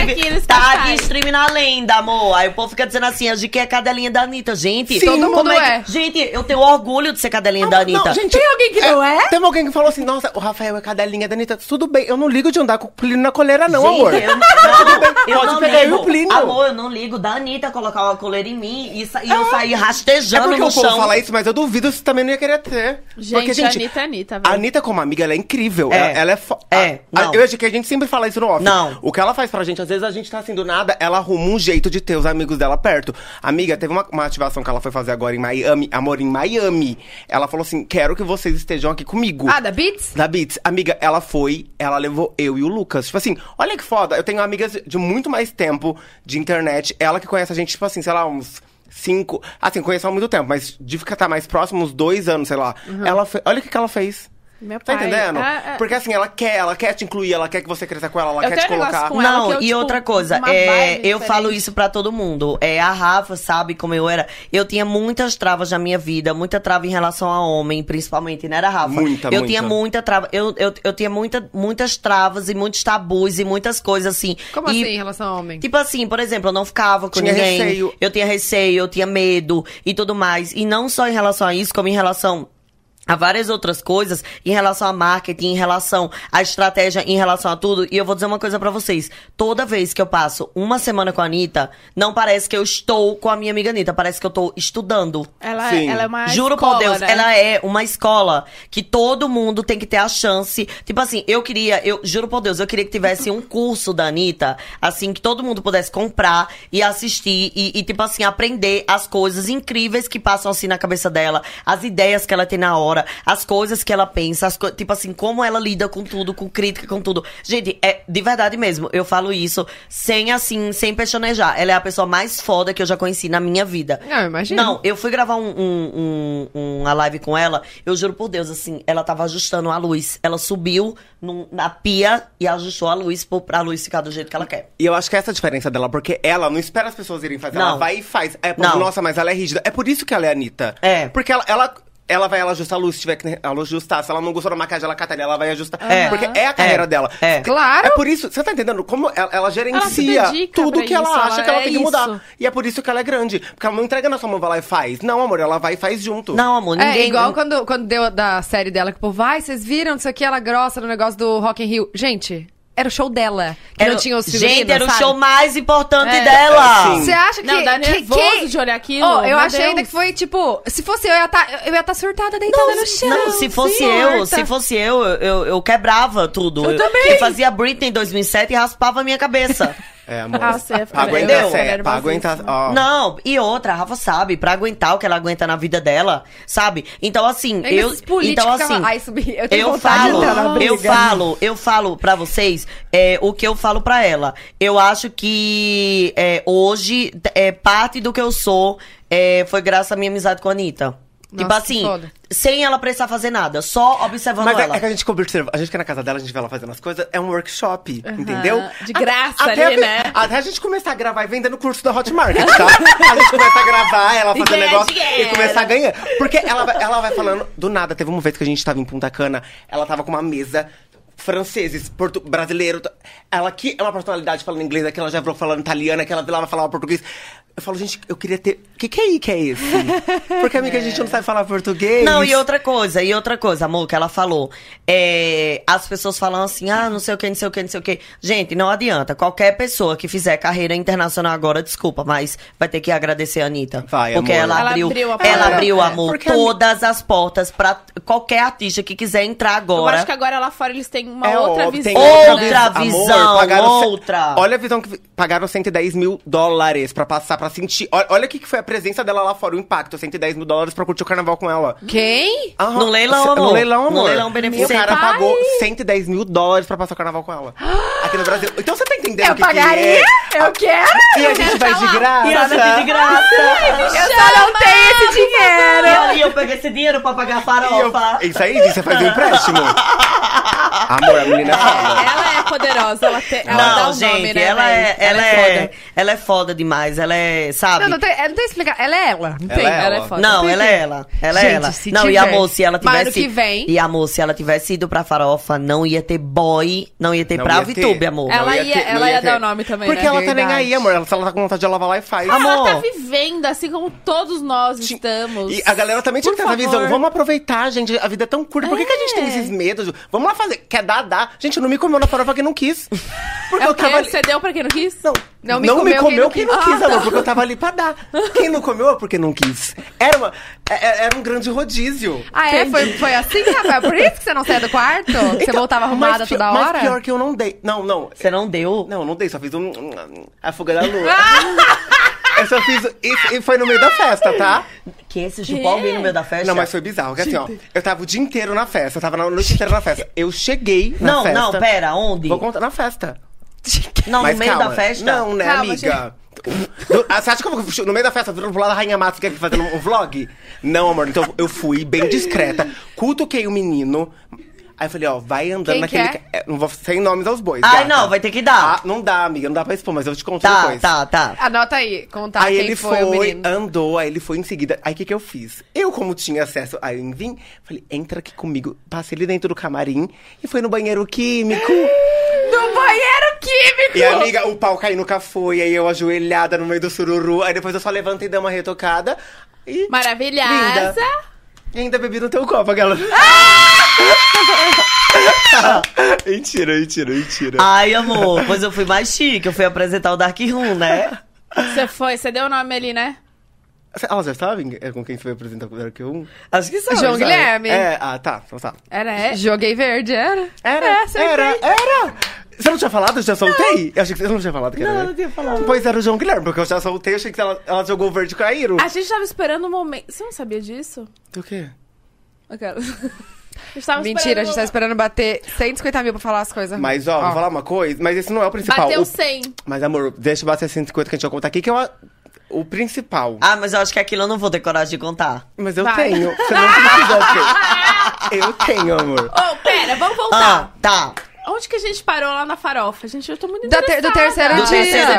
Speaker 3: aqui
Speaker 4: inclusive,
Speaker 3: nos
Speaker 4: tá
Speaker 3: cartazes.
Speaker 4: aqui streaming na lenda, amor. Aí o povo fica dizendo assim, a GQ é cadelinha da Anitta. Gente,
Speaker 8: Sim, todo
Speaker 4: como
Speaker 2: mundo
Speaker 4: que- é,
Speaker 2: é.
Speaker 4: Gente, eu tenho orgulho de ser cadelinha da Anitta.
Speaker 8: Não, gente, tem alguém que não é? Tem alguém que falou assim, nossa, o Rafael é cadelinha da Anitta. Tudo bem, eu não ligo de andar com o Plínio na coleira não,
Speaker 4: Gente,
Speaker 8: amor.
Speaker 4: Eu, não, eu
Speaker 8: Pode
Speaker 4: não
Speaker 8: pegar
Speaker 4: ligo.
Speaker 8: eu e o Plínio.
Speaker 4: Amor, eu não ligo da Anitta colocar uma coleira em mim e, sa- e eu sair
Speaker 8: É
Speaker 4: rastejando
Speaker 8: porque
Speaker 4: no
Speaker 8: o povo
Speaker 4: chão.
Speaker 8: fala isso, mas eu duvido se também não ia querer ter.
Speaker 3: Gente,
Speaker 8: porque, gente,
Speaker 3: a Anitta é Anitta,
Speaker 8: a
Speaker 3: velho.
Speaker 8: Anitta como amiga, ela é incrível.
Speaker 4: É.
Speaker 8: Ela, ela é... Fo...
Speaker 4: É,
Speaker 8: a- a-
Speaker 4: não.
Speaker 8: Eu acho que a gente sempre fala isso no off.
Speaker 4: Não.
Speaker 8: O que ela faz pra gente, às vezes a gente tá assim do nada, ela arruma um jeito de ter os amigos dela perto. Amiga, teve uma, uma ativação que ela foi fazer agora em Miami, amor, em Miami. Ela falou assim, quero que vocês estejam aqui comigo.
Speaker 2: Ah, da Beats?
Speaker 8: Da Beats. Amiga, ela foi, ela levou eu e o Lucas. Tipo assim, olha que foda. Eu tenho amigas de muito mais tempo de internet. Ela que conhece a gente, tipo assim, sei lá, uns cinco. Assim, conheço há muito tempo, mas de ficar tá mais próximo, uns dois anos, sei lá. Ela fe- Olha o que, que ela fez.
Speaker 3: Uhum. Meu
Speaker 8: Tá
Speaker 3: pai.
Speaker 8: entendendo?
Speaker 3: Ah, ah.
Speaker 8: Porque assim, ela quer, ela quer te incluir, ela quer que você cresça com ela, ela
Speaker 3: Eu
Speaker 8: quer te
Speaker 3: tenho um negócio
Speaker 8: colocar.
Speaker 3: com ela.
Speaker 4: Não,
Speaker 3: que eu,
Speaker 4: e
Speaker 3: tipo,
Speaker 4: outra coisa,
Speaker 3: uma
Speaker 4: é,
Speaker 3: vibe
Speaker 4: eu
Speaker 3: diferente.
Speaker 4: falo isso pra todo mundo. É, a Rafa sabe como eu era. Eu tinha muitas travas na minha vida, muita trava em relação a homem, principalmente, né, era Rafa?
Speaker 8: Muita,
Speaker 4: eu
Speaker 8: muita.
Speaker 4: tinha muita trava, eu, eu, eu tinha muita, muitas travas e muitos tabus e muitas coisas assim.
Speaker 2: Como
Speaker 4: E,
Speaker 2: assim, em relação ao homem?
Speaker 4: Tipo assim, por exemplo, eu não ficava com
Speaker 8: Tinha
Speaker 4: ninguém.
Speaker 8: receio.
Speaker 4: Eu tinha receio, eu tinha medo e tudo mais. E não só em relação a isso, como em relação a várias outras coisas em relação a marketing, em relação à estratégia, em relação a tudo. E eu vou dizer uma coisa pra vocês. Toda vez que eu passo uma semana com a Anitta, não parece que eu estou com a minha amiga Anitta, parece que eu tô estudando.
Speaker 3: Ela, é,
Speaker 8: Sim.
Speaker 3: ela é uma
Speaker 4: Juro
Speaker 3: escola,
Speaker 4: por Deus,
Speaker 3: né?
Speaker 4: ela é uma escola que todo mundo tem que ter a chance. Tipo assim, eu queria, eu juro por Deus, eu queria que tivesse um curso da Anitta, assim, que todo mundo pudesse comprar e assistir e, e, tipo assim, aprender as coisas incríveis que passam assim na cabeça dela, as ideias que ela tem na hora, as coisas que ela pensa, as co- tipo assim, como ela lida com tudo, com crítica, com tudo. Gente, é de verdade mesmo, eu falo isso sem assim, sem pestanejar. Ela é a pessoa mais foda que eu já conheci na minha vida.
Speaker 2: Não, eu imagino.
Speaker 4: Não, eu fui gravar um, um- um- uma live com ela, eu juro por Deus, assim, ela tava ajustando a luz. Ela subiu num- na pia e ajustou a luz pro- pra luz ficar do jeito que ela quer.
Speaker 8: E eu acho que essa é a diferença dela, porque ela não espera as pessoas irem fazer, ela
Speaker 4: Não.
Speaker 8: vai e faz. É, pô,
Speaker 4: Não.
Speaker 8: Nossa, mas ela é rígida. É por isso que ela é a Anitta.
Speaker 4: É.
Speaker 8: Porque ela, ela, ela vai ela ajustar a luz, se tiver que ela ajustar. Se ela não gostou da maquiagem, ela cataria, ela vai ajustar.
Speaker 4: É.
Speaker 8: Porque é a carreira dela.
Speaker 4: É.
Speaker 2: Claro.
Speaker 8: É por isso, você tá entendendo? Como ela, ela gerencia
Speaker 3: Ela se dedica
Speaker 8: tudo
Speaker 3: pra
Speaker 8: que ela
Speaker 3: isso,
Speaker 8: acha
Speaker 3: ela-
Speaker 8: que ela
Speaker 3: é
Speaker 8: tem que
Speaker 3: isso.
Speaker 8: mudar. E é por isso que ela é grande. Porque ela não entrega na sua mão, vai lá e faz. Não, amor, ela vai e faz junto.
Speaker 4: Não, amor, ninguém.
Speaker 2: É, igual quando, quando deu a- da série dela, que o povo, vai, vocês viram isso aqui, ela grossa no negócio do Rock in Rio. Gente, era o show dela, que
Speaker 4: Era-
Speaker 2: não tinha os figurinos,
Speaker 4: Gente, era o
Speaker 2: sabe? É.
Speaker 4: show mais importante dela.
Speaker 8: Sim.
Speaker 2: Você acha que...
Speaker 3: Não, dá
Speaker 2: que-
Speaker 3: nervoso
Speaker 2: que-
Speaker 3: de olhar aquilo,
Speaker 2: Ó, eu
Speaker 3: meu
Speaker 2: achei
Speaker 3: Deus.
Speaker 2: ainda que foi, tipo, se fosse eu, eu ia estar eu ia tá surtada, deitada no chão.
Speaker 4: Não, se fosse eu, se fosse eu, eu, eu- eu quebrava tudo. Eu,
Speaker 2: também.
Speaker 4: Eu fazia Britney em 2007 e raspava a minha cabeça.
Speaker 8: É, amor.
Speaker 3: Ah, você ia ficar
Speaker 8: pra aguentar,
Speaker 4: nervosa,
Speaker 8: sé- pra
Speaker 3: nervosíssima.
Speaker 8: aguentar. ó.
Speaker 4: Não, e outra, a Rafa sabe, pra aguentar o que ela aguenta na vida dela, sabe? Então, assim,
Speaker 2: Ainda ah,
Speaker 4: eu.
Speaker 2: esses políticos
Speaker 4: Então,
Speaker 2: ficavam,
Speaker 4: assim.
Speaker 2: "Ai, subi, eu tenho
Speaker 4: Eu
Speaker 2: vontade de
Speaker 4: falo,
Speaker 2: entrar na briga." né?
Speaker 4: eu falo, eu falo pra vocês é, o que eu falo pra ela. Eu acho que é, hoje t- é, parte do que eu sou é, foi graças à minha amizade com a Anitta.
Speaker 2: Nossa,
Speaker 4: tipo
Speaker 2: que
Speaker 4: assim,
Speaker 2: foda.
Speaker 4: sem ela precisar fazer nada, só observando
Speaker 8: Mas
Speaker 4: ela.
Speaker 8: é, é que a gente que observa, a gente que é na casa dela, a gente vê ela fazendo as coisas, é um workshop, entendeu?
Speaker 3: De graça
Speaker 8: até
Speaker 3: ali,
Speaker 8: a-
Speaker 3: né?
Speaker 8: Até a gente começar a gravar e vendendo curso da Hotmart, tá? a gente começa a gravar, ela fazer
Speaker 3: ganhar
Speaker 8: negócio
Speaker 3: dinheiro.
Speaker 8: e começar a ganhar. Porque ela, vai- ela vai falando, do nada, teve uma vez que a gente tava em Punta Cana, ela tava com uma mesa... Franceses, portu brasileiro. t- Ela que é uma personalidade falando inglês, aqui ela já virou falando italiana, aquela lá vai falar português. Eu falo, gente, eu queria ter. O que, que é que é esse? Porque, amiga, a gente não sabe falar português.
Speaker 4: Não, e outra coisa, e outra coisa, amor, que ela falou. É, as pessoas falam assim, ah, não sei o que, não sei o que, não sei o que. Gente, não adianta. Qualquer pessoa que fizer carreira internacional agora, desculpa, mas vai ter que agradecer a Anitta.
Speaker 8: Vai,
Speaker 4: porque
Speaker 8: amor.
Speaker 4: ela
Speaker 3: Ela
Speaker 4: abriu,
Speaker 3: abriu a
Speaker 4: ela
Speaker 3: porta.
Speaker 4: abriu,
Speaker 8: É,
Speaker 4: amor,
Speaker 8: porque a Ani-
Speaker 4: todas as portas pra qualquer artista que quiser entrar
Speaker 3: Eu
Speaker 4: agora.
Speaker 3: acho que agora lá fora eles têm uma
Speaker 8: É
Speaker 3: outra
Speaker 8: óbvio,
Speaker 3: visão.
Speaker 8: tem
Speaker 4: Outra
Speaker 3: né?
Speaker 8: Amor,
Speaker 4: visão,
Speaker 8: pagaram ce-
Speaker 4: outra.
Speaker 8: Olha a visão que vi- pagaram 110 mil dólares pra passar, pra sentir. Olha, olha o que que foi a presença dela lá fora, o impacto. 110 mil dólares pra curtir o carnaval com ela.
Speaker 2: Quem?
Speaker 8: Aham.
Speaker 4: No leilão,
Speaker 8: Se-
Speaker 4: amor.
Speaker 8: No leilão,
Speaker 4: No
Speaker 8: amor.
Speaker 4: leilão beneficente.
Speaker 8: O cara
Speaker 4: Pai.
Speaker 8: pagou 110 mil dólares pra passar o carnaval com ela. Aqui no Brasil. Então você tá entendendo o que que é?
Speaker 3: eu quero! tá
Speaker 8: E a gente vai de
Speaker 4: E ela vai
Speaker 8: graça.
Speaker 4: de
Speaker 2: tá
Speaker 4: graça.
Speaker 3: Eu só não tenho esse dinheiro!
Speaker 4: E eu, e eu peguei esse dinheiro pra pagar a
Speaker 8: E eu-
Speaker 4: farofa.
Speaker 8: Isso aí, você faz um empréstimo. Amor, a menina é foda.
Speaker 3: Ela é poderosa, ela, te- ela
Speaker 4: não,
Speaker 3: dá o
Speaker 4: gente,
Speaker 3: nome, né?
Speaker 4: ela, é,
Speaker 3: velho?
Speaker 4: ela, é,
Speaker 3: foda.
Speaker 4: ela é foda demais. Ela é, sabe?
Speaker 2: Não, não tem, é, não tem explicar. Ela é ela. Não
Speaker 8: Ela
Speaker 2: tem.
Speaker 8: é
Speaker 3: Ela é
Speaker 8: ela.
Speaker 3: foda.
Speaker 4: Não, ela é ela. Ela é
Speaker 2: Gente,
Speaker 4: ela.
Speaker 2: se
Speaker 4: não, e
Speaker 2: tiver.
Speaker 4: a moça, se ela
Speaker 2: Mas
Speaker 4: tivesse.
Speaker 2: ano que vem-
Speaker 4: E a moça, se ela tivesse ido pra farofa, não ia ter boy, não ia ter
Speaker 8: Não
Speaker 4: pra
Speaker 8: ia ter.
Speaker 4: Vitube, amor.
Speaker 2: É.
Speaker 3: Ela
Speaker 8: Não ia
Speaker 3: ia,
Speaker 8: ter- não
Speaker 3: ela
Speaker 8: ia
Speaker 3: ia
Speaker 8: ter.
Speaker 3: dar o nome também,
Speaker 8: Porque
Speaker 3: né?
Speaker 8: ela tá nem
Speaker 2: Verdade.
Speaker 8: aí, amor. Ela- Se ela tá com vontade, ela vai lá e faz.
Speaker 3: Ela tá
Speaker 4: Amor.
Speaker 3: vivendo, assim como todos nós estamos.
Speaker 8: E a galera também tinha
Speaker 3: Por
Speaker 8: que ter essa
Speaker 3: favor.
Speaker 8: visão. Vamos aproveitar, gente. A vida é tão curta. Por que, que a gente tem esses medos? Vamos lá fazer. Quer dar, dá. Gente, não me comeu na farofa quem não quis. Porque
Speaker 3: É
Speaker 8: eu
Speaker 3: o
Speaker 8: tava
Speaker 3: quê?
Speaker 8: ali.
Speaker 3: Você deu pra quem não quis?
Speaker 2: Não
Speaker 8: Não, não
Speaker 2: me comeu quem
Speaker 8: me
Speaker 2: não
Speaker 8: comeu quem não
Speaker 2: quis.
Speaker 8: quis,
Speaker 3: tá.
Speaker 2: Ah,
Speaker 8: amor, porque eu tava ali pra dar. Quem não comeu é porque não quis. Era, uma, é- é- era um grande rodízio.
Speaker 2: Ah, é? Foi, foi assim, Rafael? Por isso que você não saia do quarto? Que você
Speaker 8: Então,
Speaker 2: voltava
Speaker 8: mas
Speaker 2: arrumada
Speaker 8: pior-
Speaker 2: toda hora?
Speaker 8: Mas pior que eu não dei. Não, não.
Speaker 4: Você não deu?
Speaker 8: Não, não dei, só fiz um. A fuga da lua. eu só fiz. E, e foi no meio da festa, tá?
Speaker 4: Que esse chupar alguém no meio da festa?
Speaker 8: Não, mas foi bizarro, porque assim, ó, eu tava o dia inteiro na festa, eu tava na noite inteira na festa. Eu cheguei na
Speaker 4: Não,
Speaker 8: festa.
Speaker 4: não, pera, onde?
Speaker 8: Vou contar na festa.
Speaker 4: Não,
Speaker 8: mas
Speaker 4: no meio
Speaker 8: calma.
Speaker 4: da festa?
Speaker 8: Não, né,
Speaker 3: Calma,
Speaker 8: amiga? Do- ah, Você acha que eu vou no meio da festa virando pro lado da Rainha Matos que aqui fazendo um vlog? Não, amor, então eu fui bem discreta, cutuquei o menino. Aí eu falei, ó, vai andando
Speaker 2: Quem
Speaker 8: naquele.
Speaker 2: que
Speaker 8: ca- é, não vou sem nomes aos bois.
Speaker 4: Ai,
Speaker 8: gata.
Speaker 4: não, vai ter que dar.
Speaker 8: Ah, não dá, amiga, não dá pra expor, mas eu te conto
Speaker 4: Tá,
Speaker 8: depois.
Speaker 4: tá, tá.
Speaker 2: Anota aí, contar
Speaker 8: aí
Speaker 2: Tá, quem
Speaker 8: ele
Speaker 2: foi,
Speaker 8: foi,
Speaker 2: o menino.
Speaker 8: andou, aí ele foi em seguida. Aí o que, que eu fiz? Eu, como tinha acesso a Envim, falei, entra aqui comigo. Passei ali dentro do camarim e foi no banheiro químico. é.
Speaker 2: No banheiro químico!
Speaker 8: e a amiga, o pau caindo com a folha, e eu ajoelhada no meio do sururu. Aí depois eu só levantei e dei uma retocada. E.
Speaker 3: Maravilhosa!
Speaker 8: Linda. E ainda bebi no teu copo, aquela. mentira, mentira, mentira.
Speaker 2: Ah.
Speaker 4: Ai, amor, pois eu fui mais chique, eu fui apresentar o Dark Room, né?
Speaker 5: Você foi, você deu o nome ali, né?
Speaker 8: Ela já sabe com quem você vai apresentar o Dark 1?
Speaker 4: Acho que sabe.
Speaker 2: João
Speaker 4: sabe?
Speaker 2: Guilherme.
Speaker 8: É, ah, tá, então tá.
Speaker 5: Era, é.
Speaker 2: Joguei verde, era?
Speaker 3: É,
Speaker 8: Era, era, era. Você não tinha falado? Eu já soltei? Eu achei que você não tinha falado que era.
Speaker 4: Não,
Speaker 8: né?
Speaker 4: não tinha falado.
Speaker 8: Pois era o João Guilherme, porque eu já soltei, eu achei que ela, ela jogou o verde com a Iro.
Speaker 5: A gente tava esperando um momento. Você não sabia disso?
Speaker 8: Do quê?
Speaker 5: Aquela. A gente tava
Speaker 2: Mentira, a gente tá
Speaker 5: esperando.
Speaker 2: esperando bater 150 mil pra falar as coisas.
Speaker 8: Mas ó, vou falar uma coisa, mas esse não é o principal.
Speaker 5: Bateu
Speaker 8: O-
Speaker 5: 100.
Speaker 8: Mas amor, deixa eu bater 150 que a gente vai contar aqui, que é o, o principal.
Speaker 4: Ah, mas eu acho que aquilo eu não vou ter coragem de contar.
Speaker 8: Mas eu
Speaker 5: Vai.
Speaker 8: tenho. Você não precisa ter. Eu tenho, amor.
Speaker 5: Ô, pera, vamos voltar.
Speaker 4: Ah, tá.
Speaker 5: Onde que a gente parou lá na farofa? Gente, eu tô muito
Speaker 2: Da ter-
Speaker 5: interessada.
Speaker 2: do terceiro
Speaker 4: Do
Speaker 2: Ah,
Speaker 4: terceiro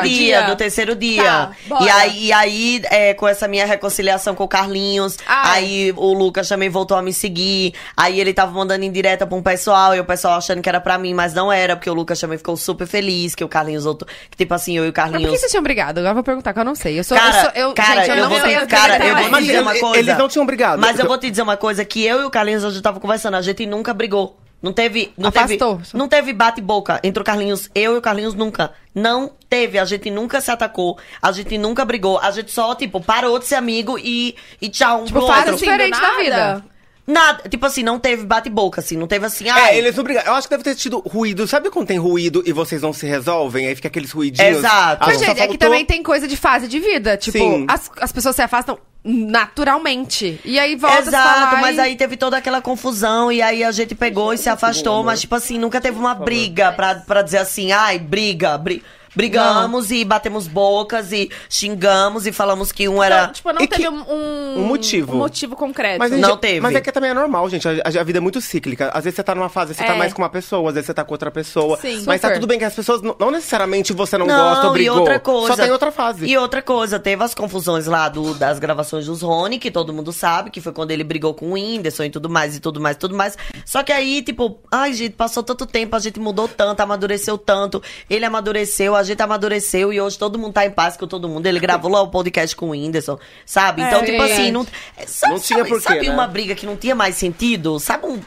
Speaker 2: dia.
Speaker 4: dia, do terceiro dia.
Speaker 5: Tá, bora.
Speaker 4: e aí, e aí é, com essa minha reconciliação com o Carlinhos,
Speaker 5: Ai.
Speaker 4: aí o Lucas também voltou a me seguir. Aí ele tava mandando indireta pra um pessoal, e o pessoal achando que era pra mim, mas não era, porque o Lucas também ficou super feliz, que o Carlinhos voltou. Que tipo assim, eu e o
Speaker 2: Mas por que
Speaker 4: Carlinhos.
Speaker 2: vocês tinham brigado? Agora eu vou perguntar, que eu não sei. Eu sou. eu
Speaker 4: Cara,
Speaker 2: sou- eu,
Speaker 4: cara,
Speaker 2: gente, eu,
Speaker 4: eu,
Speaker 2: não
Speaker 4: vou,
Speaker 2: sei. as
Speaker 4: cara, eu
Speaker 2: detalhes.
Speaker 4: vou te
Speaker 8: Mas
Speaker 4: dizer
Speaker 8: eles-
Speaker 4: uma coisa.
Speaker 8: eles não tinham brigado.
Speaker 4: Mas eu vou te dizer uma coisa que eu e o Carlinhos hoje tava conversando, a gente nunca brigou. Não teve, não
Speaker 2: Afastou.
Speaker 4: teve, não teve bate-boca entre o Carlinhos, eu e o Carlinhos nunca. Não teve, a gente nunca se atacou, a gente nunca brigou, a gente só, tipo, parou de ser amigo e, e tchau um
Speaker 2: Tipo,
Speaker 4: pro
Speaker 2: fases
Speaker 4: outro.
Speaker 5: assim,
Speaker 2: diferentes
Speaker 5: do
Speaker 2: da
Speaker 5: nada?
Speaker 2: vida.
Speaker 4: Nada, tipo assim, não teve bate-boca, assim, não teve assim, ai,
Speaker 8: É, eles não brigaram. Eu acho que deve ter tido ruído. Sabe quando tem ruído e vocês não se resolvem? Aí fica aqueles ruidinhos.
Speaker 4: Exato.
Speaker 8: Ah,
Speaker 2: Mas,
Speaker 8: só
Speaker 2: gente, é que
Speaker 8: faltou-
Speaker 2: também tem coisa de fase de vida. Tipo,
Speaker 8: Sim.
Speaker 2: as, as pessoas se afastam naturalmente. E aí volta a se
Speaker 4: Exato,
Speaker 2: falar
Speaker 4: mas
Speaker 2: e-
Speaker 4: aí teve toda aquela confusão e aí a gente pegou e se afastou, mas tipo assim, nunca teve uma briga pra, pra dizer assim, ai, briga, bri- brigamos e batemos bocas e xingamos e falamos que um era.
Speaker 5: Então, tipo, não
Speaker 8: E
Speaker 5: teve
Speaker 8: que-
Speaker 5: um,
Speaker 8: um motivo.
Speaker 5: um motivo concreto.
Speaker 8: Mas, gente,
Speaker 4: Não teve.
Speaker 8: Mas é que também é normal, gente. A, a- a vida é muito cíclica. Às vezes você tá numa fase, você
Speaker 5: É.
Speaker 8: tá mais com uma pessoa, às vezes você tá com outra pessoa.
Speaker 5: Sim.
Speaker 8: Mas tá
Speaker 2: Super.
Speaker 8: tudo bem que as pessoas, não, não necessariamente você não, gosta ou
Speaker 4: e
Speaker 8: brigou.
Speaker 4: outra coisa.
Speaker 8: Só tem outra fase.
Speaker 4: E outra coisa, teve as confusões lá do, das gravações dos Rony, que todo mundo sabe, que foi quando ele brigou com o Whindersson e tudo mais, e tudo mais, tudo mais. Só que aí, tipo, ai, gente, passou tanto tempo, a gente mudou tanto, amadureceu tanto. Ele amadureceu, a gente amadureceu, e hoje todo mundo tá em paz com todo mundo. Ele gravou lá o podcast com o Whindersson, sabe? Então,
Speaker 2: É,
Speaker 4: tipo assim,
Speaker 2: gente.
Speaker 4: não, é, sabe,
Speaker 8: Não tinha
Speaker 4: sabe-
Speaker 8: por quê,
Speaker 4: sabe
Speaker 8: né?
Speaker 4: uma briga que não tinha mais sentido? Sabe um,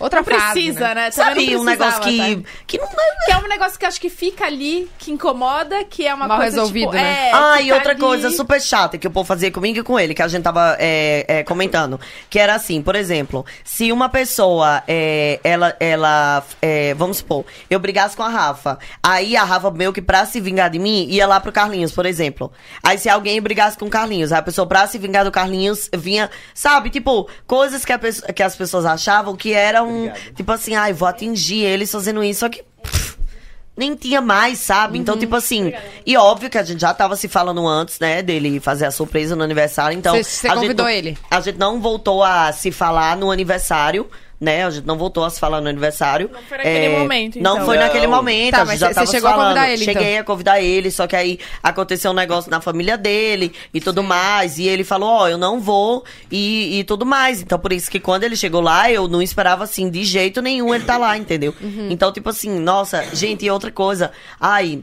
Speaker 2: Outra
Speaker 5: não precisa,
Speaker 2: fase,
Speaker 5: né? Também
Speaker 4: sabe
Speaker 5: não
Speaker 4: um negócio que,
Speaker 5: precisava, tá?
Speaker 4: que não
Speaker 5: Que é um negócio que acho que fica ali, que incomoda, que é uma
Speaker 2: Mal
Speaker 5: coisa
Speaker 2: resolvido,
Speaker 5: tipo,
Speaker 2: né?
Speaker 5: é,
Speaker 4: ah,
Speaker 5: que
Speaker 4: e
Speaker 5: tá
Speaker 4: outra
Speaker 5: ali.
Speaker 4: coisa super chata que o povo fazia comigo e com ele, que a gente tava é, é, comentando. Que era assim, por exemplo, se uma pessoa, é, ela, ela é, vamos supor, eu brigasse com a Rafa, aí a Rafa meio que pra se vingar de mim, ia lá pro Carlinhos, por exemplo. Aí se alguém brigasse com o Carlinhos, aí a pessoa pra se vingar do Carlinhos vinha, sabe, tipo, coisas que, a pesso- que as pessoas achavam que eram, tipo assim, ai, vou atingir eles fazendo isso, só que... pff, nem tinha mais, sabe? Então, tipo assim. E óbvio que a gente já tava se falando antes, né? Dele fazer a surpresa no aniversário. Então.
Speaker 2: Cê- cê
Speaker 4: a gente
Speaker 2: convidou
Speaker 4: não-
Speaker 2: ele?
Speaker 4: A gente não voltou a se falar no aniversário. Né, a gente não voltou a se falar no aniversário. Não
Speaker 5: foi naquele momento,
Speaker 4: Não
Speaker 5: então.
Speaker 4: foi
Speaker 8: Não.
Speaker 4: naquele momento,
Speaker 2: Tá,
Speaker 4: a
Speaker 2: mas
Speaker 4: gente já
Speaker 2: cê- cê
Speaker 4: tava se
Speaker 2: chegou a
Speaker 4: falando.
Speaker 2: convidar ele, então.
Speaker 4: Cheguei a convidar ele, só que aí aconteceu um negócio na família dele e tudo mais. E ele falou, ó, eu não vou e, e tudo mais. Então, por isso que quando ele chegou lá, eu não esperava, assim, de jeito nenhum ele tá lá, entendeu?
Speaker 2: Uhum.
Speaker 4: Então, tipo assim, nossa, gente, e outra coisa. Ai...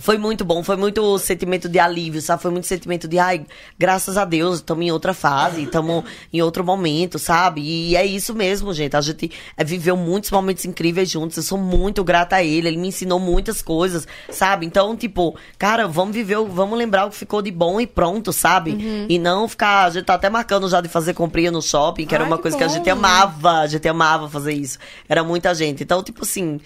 Speaker 4: Foi muito bom, foi muito sentimento de alívio, sabe? Foi muito sentimento de, ai, graças a Deus, estamos em outra fase, estamos em outro momento, sabe? E é isso mesmo, gente. A gente eh, viveu muitos momentos incríveis juntos. Eu sou muito grata a ele, ele me ensinou muitas coisas, sabe? Então, tipo, cara, vamos viver, o- vamos lembrar o que ficou de bom e pronto, sabe? E não ficar. A gente tá até marcando já de fazer comprinha no shopping, que era uma coisa que a gente amava, a gente amava fazer isso. Era muita gente. Então, tipo assim,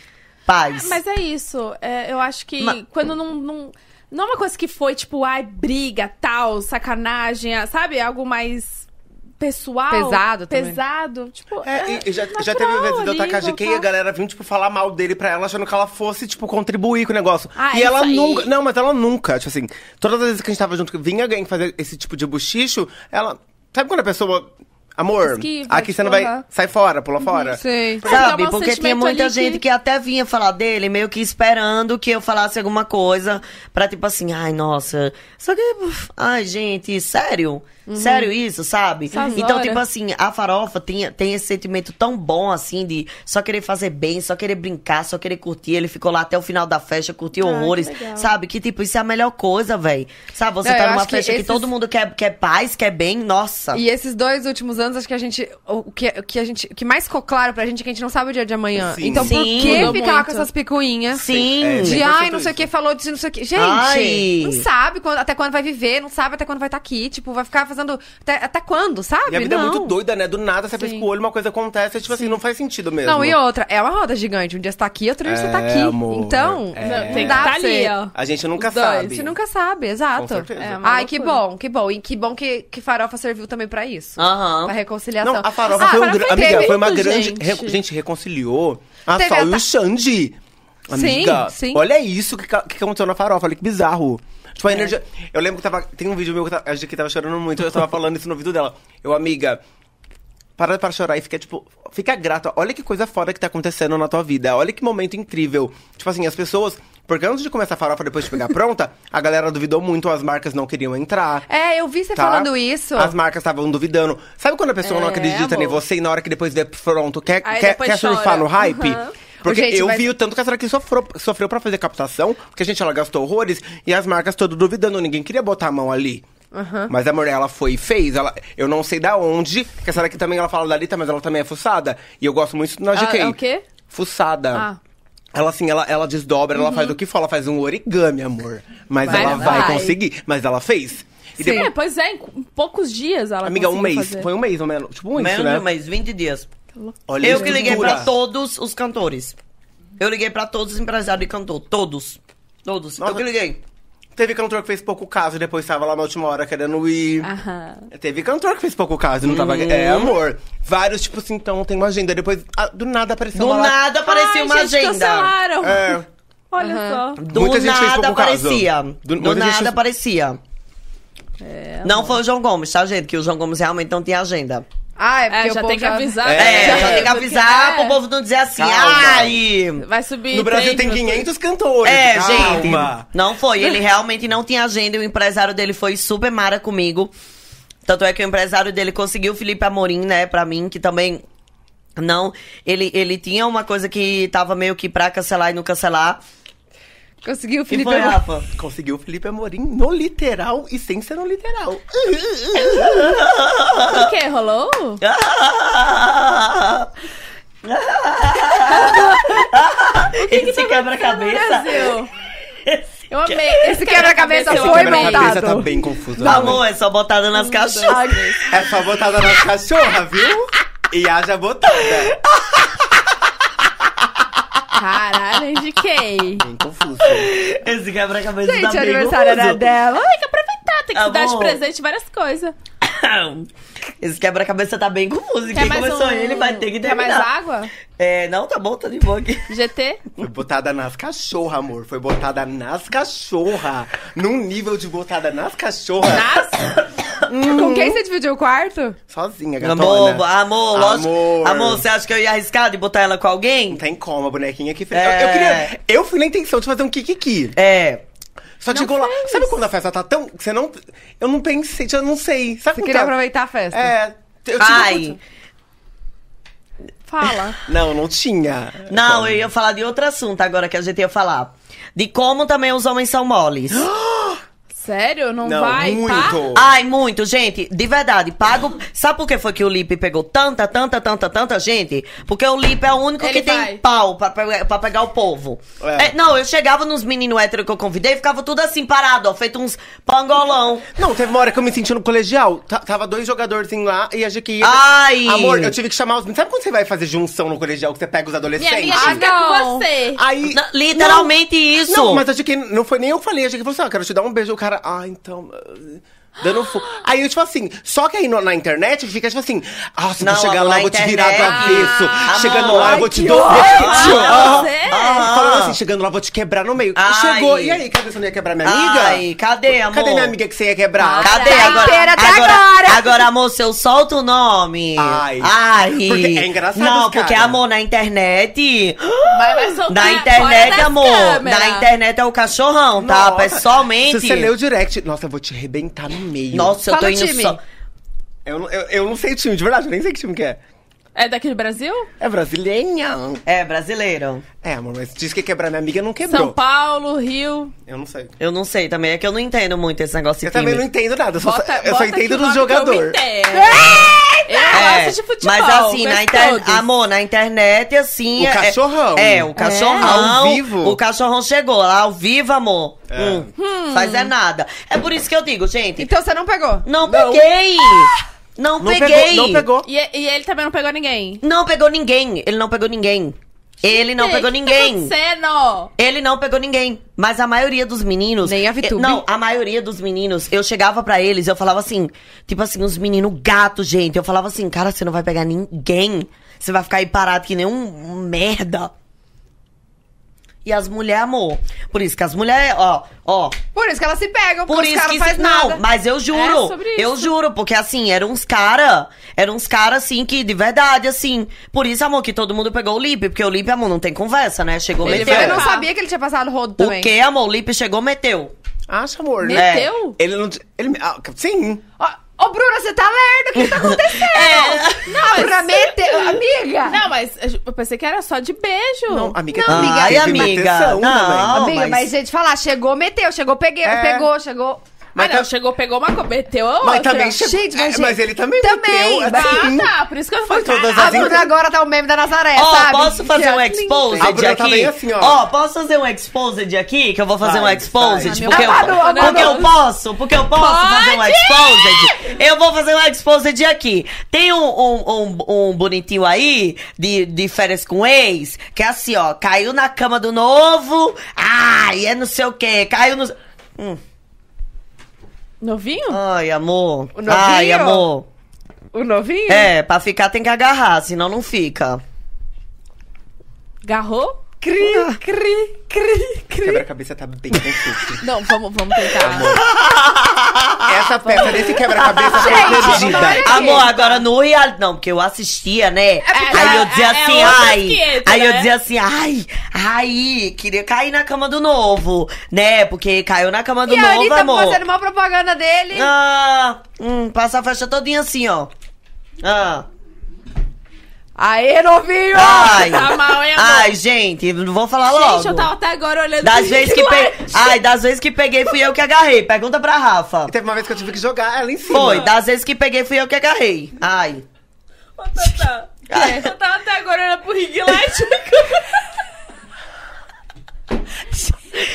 Speaker 4: paz.
Speaker 5: Mas é isso. é, eu acho que
Speaker 4: Ma-
Speaker 5: quando não, não. Não é uma coisa que foi tipo, ai, briga, tal, sacanagem, ah, sabe? Algo mais pessoal.
Speaker 2: Pesado também.
Speaker 5: Pesado. Tipo,
Speaker 8: É, e- e já, já teve
Speaker 5: natural
Speaker 8: vezes de eu
Speaker 5: ali, então.
Speaker 8: tacar GK e a
Speaker 5: voltar.
Speaker 8: galera vinha, tipo, falar mal dele pra ela, achando que ela fosse, tipo, contribuir com o negócio.
Speaker 5: Ah,
Speaker 8: e
Speaker 5: é
Speaker 8: ela
Speaker 5: isso aí.
Speaker 8: nunca. Não, mas ela nunca. Tipo assim, todas as vezes que a gente tava junto, que vinha alguém fazer esse tipo de bochicho, ela. Sabe quando a pessoa. Amor,
Speaker 5: Esquiva,
Speaker 8: aqui você não
Speaker 5: tipo,
Speaker 8: vai.
Speaker 5: aham.
Speaker 8: Sai fora, pula fora.
Speaker 2: Sei.
Speaker 4: Sabe?
Speaker 5: Dá um
Speaker 4: Porque tinha
Speaker 5: sentimento
Speaker 4: muita
Speaker 5: ali que-
Speaker 4: gente que... até vinha falar dele, meio que esperando que eu falasse alguma coisa pra tipo assim, ai, nossa. Só que, uf, ai, gente, sério? Sério isso, sabe?
Speaker 3: Essas
Speaker 4: então,
Speaker 3: horas.
Speaker 4: tipo assim, a farofa tem, tem esse sentimento tão bom, assim, de só querer fazer bem, só querer brincar, só querer curtir. Ele ficou lá até o final da festa, curtiu horrores, sabe? Que, tipo, isso é a melhor coisa, velho. Sabe, você
Speaker 2: Não, eu
Speaker 4: tá
Speaker 2: acho
Speaker 4: numa
Speaker 2: que
Speaker 4: festa que,
Speaker 2: esses-
Speaker 4: todo mundo quer, quer paz, quer bem, nossa.
Speaker 2: E esses dois últimos anos, acho que a gente. O que, o que a gente. O que mais ficou claro pra gente é que a gente não sabe o dia de amanhã.
Speaker 8: Sim.
Speaker 2: Então, por
Speaker 4: Sim.
Speaker 2: que
Speaker 4: Mudou
Speaker 2: ficar
Speaker 1: muito.
Speaker 2: com essas picuinhas?
Speaker 4: Sim.
Speaker 8: É,
Speaker 2: De
Speaker 8: Sim, com
Speaker 2: ai,
Speaker 8: certeza.
Speaker 2: não sei o que, falou disso, não sei o que. Gente,
Speaker 4: Ai.
Speaker 2: não sabe quando- até quando vai viver, não sabe até quando vai estar aqui. Tipo, vai ficar fazendo. Até, até quando, sabe?
Speaker 8: E a vida
Speaker 2: não.
Speaker 8: é muito doida, né? Do nada você pisca o olho, uma coisa acontece, é tipo assim, não faz sentido mesmo.
Speaker 2: Não, e outra, é uma roda gigante. Um dia você tá aqui, outro dia você tá
Speaker 8: É,
Speaker 2: aqui.
Speaker 8: amor,
Speaker 2: Então,
Speaker 8: é.
Speaker 2: não
Speaker 5: Tem que
Speaker 2: dá
Speaker 5: tá
Speaker 2: pra você-
Speaker 5: ali, ó.
Speaker 8: A gente nunca
Speaker 5: Os dois,
Speaker 8: sabe.
Speaker 2: Você nunca sabe, exato.
Speaker 8: Com certeza. É
Speaker 5: uma
Speaker 2: Ai, que
Speaker 5: loucura.
Speaker 2: bom, que bom. E que bom que, que farofa serviu também pra isso.
Speaker 4: Aham.
Speaker 2: Pra reconciliação.
Speaker 8: Não, a farofa
Speaker 2: Ah,
Speaker 8: foi um
Speaker 2: farofa
Speaker 8: grande. Amiga,
Speaker 2: teve-
Speaker 8: foi uma
Speaker 5: muito,
Speaker 8: grande.
Speaker 5: gente.
Speaker 8: Gente, gente reconciliou a
Speaker 2: Teve
Speaker 8: Sol
Speaker 2: a
Speaker 8: e
Speaker 2: ta-
Speaker 8: o Xande. Amiga,
Speaker 2: Sim, sim.
Speaker 8: olha isso que, ca- que aconteceu na farofa, olha que bizarro. Tipo, a
Speaker 2: É.
Speaker 8: energia. Eu lembro que tava. Tem um vídeo meu que tava, a Gigi tava chorando muito, eu tava falando isso no vídeo dela. Eu, amiga, para para chorar e fica, tipo, fica grata. Olha que coisa foda que tá acontecendo na tua vida. Olha que momento incrível. Tipo assim, as pessoas. Porque antes de começar a farofa, depois de pegar pronta, a galera duvidou muito, as marcas não queriam entrar.
Speaker 2: É, eu vi você
Speaker 8: Tá?
Speaker 2: falando isso.
Speaker 8: As marcas estavam duvidando. Sabe quando a pessoa não
Speaker 5: É,
Speaker 8: acredita em
Speaker 5: amor.
Speaker 8: você e na hora que depois vê pronto, quer,
Speaker 5: Aí
Speaker 8: quer,
Speaker 5: depois
Speaker 8: quer surfar
Speaker 5: chora.
Speaker 8: no hype?
Speaker 5: Uhum.
Speaker 8: Porque
Speaker 2: Ô, gente,
Speaker 8: eu
Speaker 2: mas-
Speaker 8: vi o tanto que a Sarah Clean sofreu, sofreu pra fazer captação, porque, gente, ela gastou horrores e as marcas todas duvidando, ninguém queria botar a mão ali. Mas amor, ela foi e fez. Ela, eu não sei da onde, porque a Sarah Clean também ela fala da Lita, mas ela também é fuçada. E eu gosto muito na
Speaker 5: Ela-
Speaker 8: GK.
Speaker 5: é o quê?
Speaker 8: Fuçada.
Speaker 5: Ah. Uhum.
Speaker 8: Ela assim, ela, ela desdobra, ela faz o que for, ela faz um origami, amor. Mas
Speaker 5: Vai,
Speaker 8: ela vai.
Speaker 5: vai.
Speaker 8: conseguir. Mas ela fez. E
Speaker 5: É, pois é, em cu- em poucos dias ela
Speaker 8: Amiga, um
Speaker 5: conseguiu
Speaker 8: mês.
Speaker 5: fazer.
Speaker 8: Foi um mês, ou menos. Tipo um mês,
Speaker 4: Menos de
Speaker 8: né?
Speaker 4: um mês, 20 dias.
Speaker 8: Olha
Speaker 4: Eu
Speaker 8: a
Speaker 4: que liguei
Speaker 8: estrutura.
Speaker 4: pra todos os cantores. Eu liguei pra todos os empresários de cantor. Todos. Todos.
Speaker 8: Nossa.
Speaker 4: Eu que liguei.
Speaker 8: Teve cantor que fez pouco caso e depois tava lá na última hora querendo ir.
Speaker 2: Ah.
Speaker 5: Aham.
Speaker 8: Teve cantor que fez pouco caso, não tava. É,
Speaker 4: Hum.
Speaker 8: amor. Vários, tipo assim, então tem uma agenda. Depois, ah, do nada apareceu
Speaker 4: Do
Speaker 8: uma lá-
Speaker 4: nada aparecia
Speaker 5: Ai,
Speaker 4: uma
Speaker 5: gente,
Speaker 4: agenda.
Speaker 5: cancelaram.
Speaker 8: É.
Speaker 5: Olha só.
Speaker 4: Do
Speaker 8: Muita gente
Speaker 4: nada
Speaker 8: fez pouco caso.
Speaker 4: aparecia.
Speaker 8: Do-
Speaker 4: Do,
Speaker 8: muita gente
Speaker 4: nada
Speaker 8: fez-
Speaker 4: aparecia.
Speaker 5: É,
Speaker 4: não foi o João Gomes, tá, gente? Que o João Gomes realmente não tinha agenda.
Speaker 2: Ah, é porque
Speaker 5: É,
Speaker 2: o
Speaker 5: já
Speaker 2: povo
Speaker 5: tem que avisar.
Speaker 8: É,
Speaker 4: É,
Speaker 5: né?
Speaker 4: já tem que
Speaker 5: Porque-
Speaker 4: avisar
Speaker 5: é.
Speaker 4: pro povo não dizer assim,
Speaker 8: Calma.
Speaker 4: ai.
Speaker 5: Vai subir.
Speaker 8: No
Speaker 5: três
Speaker 8: Brasil tem
Speaker 5: minutos.
Speaker 8: 500 cantores.
Speaker 4: É,
Speaker 8: Calma.
Speaker 4: gente. Não foi. Ele realmente não tinha agenda e o empresário dele foi super mara comigo. Tanto é que o empresário dele conseguiu o Felipe Amorim, né, pra mim, que também. Não, ele, ele tinha uma coisa que tava meio que pra cancelar e não cancelar.
Speaker 2: Conseguiu,
Speaker 4: Que
Speaker 2: Felipe.
Speaker 4: foi, Rafa?
Speaker 8: Conseguiu o Felipe Amorim no literal e sem ser no literal.
Speaker 5: O quê? Rolou?
Speaker 4: Ele se quebra-cabeça.
Speaker 5: Brasil. Eu amei.
Speaker 2: Esse quebra-cabeça
Speaker 5: eu
Speaker 2: foi
Speaker 5: amei.
Speaker 8: cabeça
Speaker 2: montado.
Speaker 8: tá bem confusa.
Speaker 4: Amor, é só botada nas cachorras.
Speaker 8: É só botada nas cachorras, viu? E haja botada.
Speaker 5: Caralho, indiquei.
Speaker 8: Bem confuso.
Speaker 4: Esse quebra-cabeça tá
Speaker 2: Gente,
Speaker 4: bem
Speaker 2: o aniversário era
Speaker 4: confuso.
Speaker 2: dela.
Speaker 5: Tem que aproveitar, tem que se dar de
Speaker 4: Amor.
Speaker 5: presente várias coisas.
Speaker 4: Esse quebra-cabeça tá bem confuso. E
Speaker 5: Quer
Speaker 4: quem
Speaker 5: mais
Speaker 4: começou
Speaker 5: um-
Speaker 4: ele vai ter que
Speaker 5: Quer mais
Speaker 4: terminar.
Speaker 5: água?
Speaker 4: É, não, tá bom, tá de boa aqui.
Speaker 5: GT?
Speaker 8: Foi botada nas cachorras, amor. Foi botada nas cachorras. Num nível de botada nas cachorras.
Speaker 5: Nas?
Speaker 2: Com quem você dividiu o quarto?
Speaker 8: Sozinha, gatona.
Speaker 4: Amor, amor, lógico.
Speaker 8: Amor.
Speaker 4: Amor. você acha que eu ia arriscar de botar ela com alguém?
Speaker 8: Não tem como, a bonequinha que fez.
Speaker 4: É.
Speaker 8: Eu, eu queria. Eu fui na intenção de fazer um kikiki.
Speaker 4: É.
Speaker 8: Só chegou lá. Sabe quando a festa tá tão. que Você não. Eu não pensei, eu não sei. Sabe
Speaker 2: Você
Speaker 8: quando
Speaker 2: queria
Speaker 8: tá-
Speaker 2: aproveitar a festa.
Speaker 8: É. Eu tive
Speaker 4: Ai.
Speaker 5: Fala.
Speaker 8: Não, não tinha.
Speaker 4: Não, eu ia falar de outro assunto agora que a gente ia falar. De como também os homens são moles.
Speaker 5: Sério? Não,
Speaker 8: Não,
Speaker 3: Tá?
Speaker 5: vai? Pá?
Speaker 8: muito.
Speaker 4: Ai, muito, gente. De verdade, pago. Sabe por que foi que o Lipe pegou tanta, tanta, tanta, tanta gente? Porque o Lipe é o único
Speaker 5: Ele
Speaker 4: que
Speaker 5: vai.
Speaker 4: tem pau pra, pe- pra pegar o povo.
Speaker 8: É.
Speaker 4: É, não, eu chegava nos meninos héteros que eu convidei e ficava tudo assim parado, ó, feito uns pangolão.
Speaker 8: Não, teve uma hora que eu me senti no colegial. T- tava dois jogadores em lá e a GQ.
Speaker 4: Ai.
Speaker 8: Amor, eu tive que chamar os. Sabe quando você vai fazer junção no colegial que você pega os
Speaker 5: Minha
Speaker 8: adolescentes?
Speaker 5: amiga
Speaker 2: Ah,
Speaker 5: tem que ficar
Speaker 2: não.
Speaker 5: com você.
Speaker 8: Aí.
Speaker 4: É. Na- literalmente isso.
Speaker 8: Não, mas a GQ não foi nem eu que falei. A GQ falou assim: ó, quero te dar um beijo. O cara, ah, então. ah, Dando fogo. Aí eu, tipo assim, só que aí no- na internet fica tipo assim: ah, se
Speaker 4: Não,
Speaker 8: tu chegar
Speaker 4: amor,
Speaker 8: lá,
Speaker 4: na
Speaker 8: eu vou te virar do
Speaker 4: internet-
Speaker 8: avesso.
Speaker 4: Ah,
Speaker 8: chegando
Speaker 4: amor,
Speaker 8: lá, eu
Speaker 4: ai,
Speaker 8: vou te um
Speaker 4: que
Speaker 8: doer. Ah,
Speaker 5: É.
Speaker 4: Ah.
Speaker 8: Falando assim, chegando lá, eu vou te quebrar no meio.
Speaker 4: Ai.
Speaker 8: Chegou, e aí, cadê você não ia quebrar minha amiga?
Speaker 4: Ai, cadê, amor? Ah,
Speaker 8: Cadê minha amiga que você ia quebrar?
Speaker 4: Cadê
Speaker 2: Tá
Speaker 4: agora?
Speaker 2: inteira até agora.
Speaker 4: Agora, amor, se eu solto o nome.
Speaker 8: Ai.
Speaker 4: Ai.
Speaker 8: Porque é engraçado
Speaker 4: Não,
Speaker 8: os cara.
Speaker 4: porque, amor, na internet.
Speaker 5: Mas vai soltar
Speaker 4: Na
Speaker 5: fora
Speaker 4: internet,
Speaker 5: das
Speaker 4: amor.
Speaker 5: câmeras.
Speaker 4: Na internet é o cachorrão, tá?
Speaker 8: Nossa,
Speaker 4: Pessoalmente.
Speaker 8: Se você leu o direct, nossa, eu vou te arrebentar no meio.
Speaker 4: Nossa,
Speaker 2: Fala
Speaker 4: eu tô
Speaker 2: o time.
Speaker 4: indo só.
Speaker 8: Eu, não- eu, eu não sei o time, de verdade, eu nem sei que time que é.
Speaker 3: É daqui do Brasil?
Speaker 8: É brasileira.
Speaker 4: É, brasileiro.
Speaker 8: É, amor, mas diz que quebrar minha amiga não quebrou.
Speaker 3: São Paulo, Rio.
Speaker 8: Eu não sei.
Speaker 4: Eu não sei também, é que eu não entendo muito esse negócio
Speaker 8: Eu
Speaker 4: de time.
Speaker 8: também não entendo nada, eu só,
Speaker 3: Bota,
Speaker 8: eu só
Speaker 3: bota aqui
Speaker 8: entendo
Speaker 3: o nome
Speaker 8: dos
Speaker 3: que Eu, me
Speaker 8: jogadores.
Speaker 3: entendo.
Speaker 4: É,
Speaker 3: eu gosto de futebol.
Speaker 4: Mas assim, na
Speaker 3: conheço
Speaker 4: inter...
Speaker 3: todos.
Speaker 4: amor, na internet, assim.
Speaker 8: O
Speaker 4: é-
Speaker 8: cachorrão.
Speaker 4: É, o cachorrão.
Speaker 8: Ao vivo.
Speaker 4: O cachorrão chegou lá, ao vivo, amor. Hum, Faz é nada. É por isso que eu digo, gente.
Speaker 2: Então você não pegou.
Speaker 4: Não,
Speaker 8: Não.
Speaker 4: peguei! Não,
Speaker 8: Não
Speaker 4: peguei!
Speaker 8: pegou, não pegou.
Speaker 3: E, e ele também não pegou ninguém.
Speaker 4: Não pegou ninguém. Ele não pegou ninguém. Ele não
Speaker 3: Ei,
Speaker 4: pegou
Speaker 3: que
Speaker 4: ninguém.
Speaker 3: Tá acontecendo?
Speaker 4: Ele não pegou ninguém. Mas a maioria dos meninos.
Speaker 2: Nem a Vitube.
Speaker 4: Eh, Não, a maioria dos meninos, eu chegava pra eles, eu falava assim, tipo assim, os meninos gato, gente. Eu falava assim, cara, você não vai pegar ninguém. Você vai ficar aí parado que nem um um merda. E as mulheres, amor. Por isso que as mulheres, ó, ó.
Speaker 2: Por isso que elas se pegam,
Speaker 4: Por
Speaker 2: porque os
Speaker 4: isso
Speaker 2: caras
Speaker 4: que
Speaker 2: não fazem
Speaker 4: se- não,
Speaker 2: nada.
Speaker 4: mas eu juro.
Speaker 3: É sobre isso.
Speaker 4: eu juro, porque assim, eram uns cara, eram uns cara assim que de verdade assim. Por isso, amor, que todo mundo pegou o Lipe, porque o Lipe, amor, não tem conversa, né? Chegou
Speaker 8: é
Speaker 3: Ele
Speaker 4: meteu.
Speaker 2: Eu não
Speaker 3: Ah.
Speaker 2: sabia que ele tinha passado rodo
Speaker 4: O
Speaker 2: também.
Speaker 4: que, amor? O Lipe chegou, meteu.
Speaker 8: Acha, amor, né?
Speaker 3: Meteu?
Speaker 8: Ele não. Ele, ah, sim.
Speaker 2: Ó, Ô, Bruna, você tá lerdo? O que tá acontecendo? Não, a Bruna meteu. Amiga!
Speaker 3: Não, mas eu pensei que era só de beijo.
Speaker 8: Não, amiga.
Speaker 4: Não, amiga. Ai,
Speaker 8: teve
Speaker 4: amiga,
Speaker 8: meteção
Speaker 4: não.
Speaker 8: também.
Speaker 2: Amiga, mas...
Speaker 4: mas-
Speaker 2: gente, falar, chegou, meteu, chegou, peguei,
Speaker 8: É.
Speaker 2: pegou, chegou.
Speaker 3: Mas
Speaker 8: Mas
Speaker 3: ah, não,
Speaker 8: tá-
Speaker 3: chegou, pegou uma coisa, meteu a outra.
Speaker 8: Mas também chegou.
Speaker 2: Gente, mas
Speaker 8: é,
Speaker 2: gente-
Speaker 8: ele também,
Speaker 2: Também,
Speaker 8: meteu.
Speaker 2: mas-
Speaker 8: assim.
Speaker 3: Ah, tá, por isso que eu
Speaker 8: Foi
Speaker 3: falei,
Speaker 8: todas
Speaker 2: A
Speaker 8: as
Speaker 2: Bruna
Speaker 8: entradas.
Speaker 2: agora tá o meme da Nazaré,
Speaker 4: Ó,
Speaker 2: sabe? é
Speaker 4: posso fazer um
Speaker 8: A
Speaker 4: exposed
Speaker 8: Bruna
Speaker 4: aqui?
Speaker 8: tá bem assim, ó.
Speaker 4: Ó, posso fazer um exposed aqui? Que eu vou fazer
Speaker 8: Faz,
Speaker 4: um exposed.
Speaker 8: faz.
Speaker 4: Porque, eu,
Speaker 2: Amado, amado.
Speaker 4: porque eu posso, porque eu posso fazer um exposed. Eu vou fazer um exposed aqui. Tem um, um, um- um bonitinho aí, de, de férias com ex, que é assim, ó. Caiu na cama do novo, ai, é não sei o quê. Caiu no...
Speaker 3: Novinho?
Speaker 2: Ah.
Speaker 4: Ai, amor.
Speaker 2: O novinho?
Speaker 4: Ai, amor.
Speaker 2: O novinho?
Speaker 4: É, pra ficar tem que agarrar, senão não fica.
Speaker 3: Garrou?
Speaker 2: Cri, cri, cri, cri.
Speaker 8: Quebra-cabeça tá bem confuso.
Speaker 3: Não, vamos, vamos tentar.
Speaker 8: Essa peça desse quebra-cabeça foi
Speaker 3: Ah,
Speaker 8: perdida.
Speaker 4: Amor, agora no reality. Não, porque eu assistia, né?
Speaker 3: porque
Speaker 4: aí
Speaker 3: é
Speaker 4: eu
Speaker 3: é-
Speaker 4: dizia
Speaker 3: é
Speaker 4: assim,
Speaker 3: outras
Speaker 4: ai.
Speaker 3: 500,
Speaker 4: Aí eu
Speaker 3: né?
Speaker 4: dizia assim, ai, ai, queria cair na cama do novo, né? Porque caiu na cama do
Speaker 2: E a
Speaker 4: novo,
Speaker 2: Anitta
Speaker 4: amor.
Speaker 2: fazendo uma propaganda dele.
Speaker 4: Ah, hum, passa a festa todinha assim, ó. Ah.
Speaker 2: Aê, novinho!
Speaker 4: Ai,
Speaker 3: tá mal, hein, amor?
Speaker 4: ai, gente, não vou falar logo.
Speaker 3: Gente, eu tava até agora olhando
Speaker 4: Das
Speaker 3: pro
Speaker 4: vezes que
Speaker 3: Nicolás.
Speaker 4: pe... Ai, das vezes que peguei, fui eu que agarrei. Pergunta pra Rafa.
Speaker 8: E teve uma vez que eu tive que jogar ela em cima.
Speaker 4: Foi, das vezes que peguei, fui eu que agarrei. Ai.
Speaker 3: Ô, Tatá,
Speaker 4: Ai.
Speaker 3: tá. É, Eu tava até agora olhando pro Rig Light.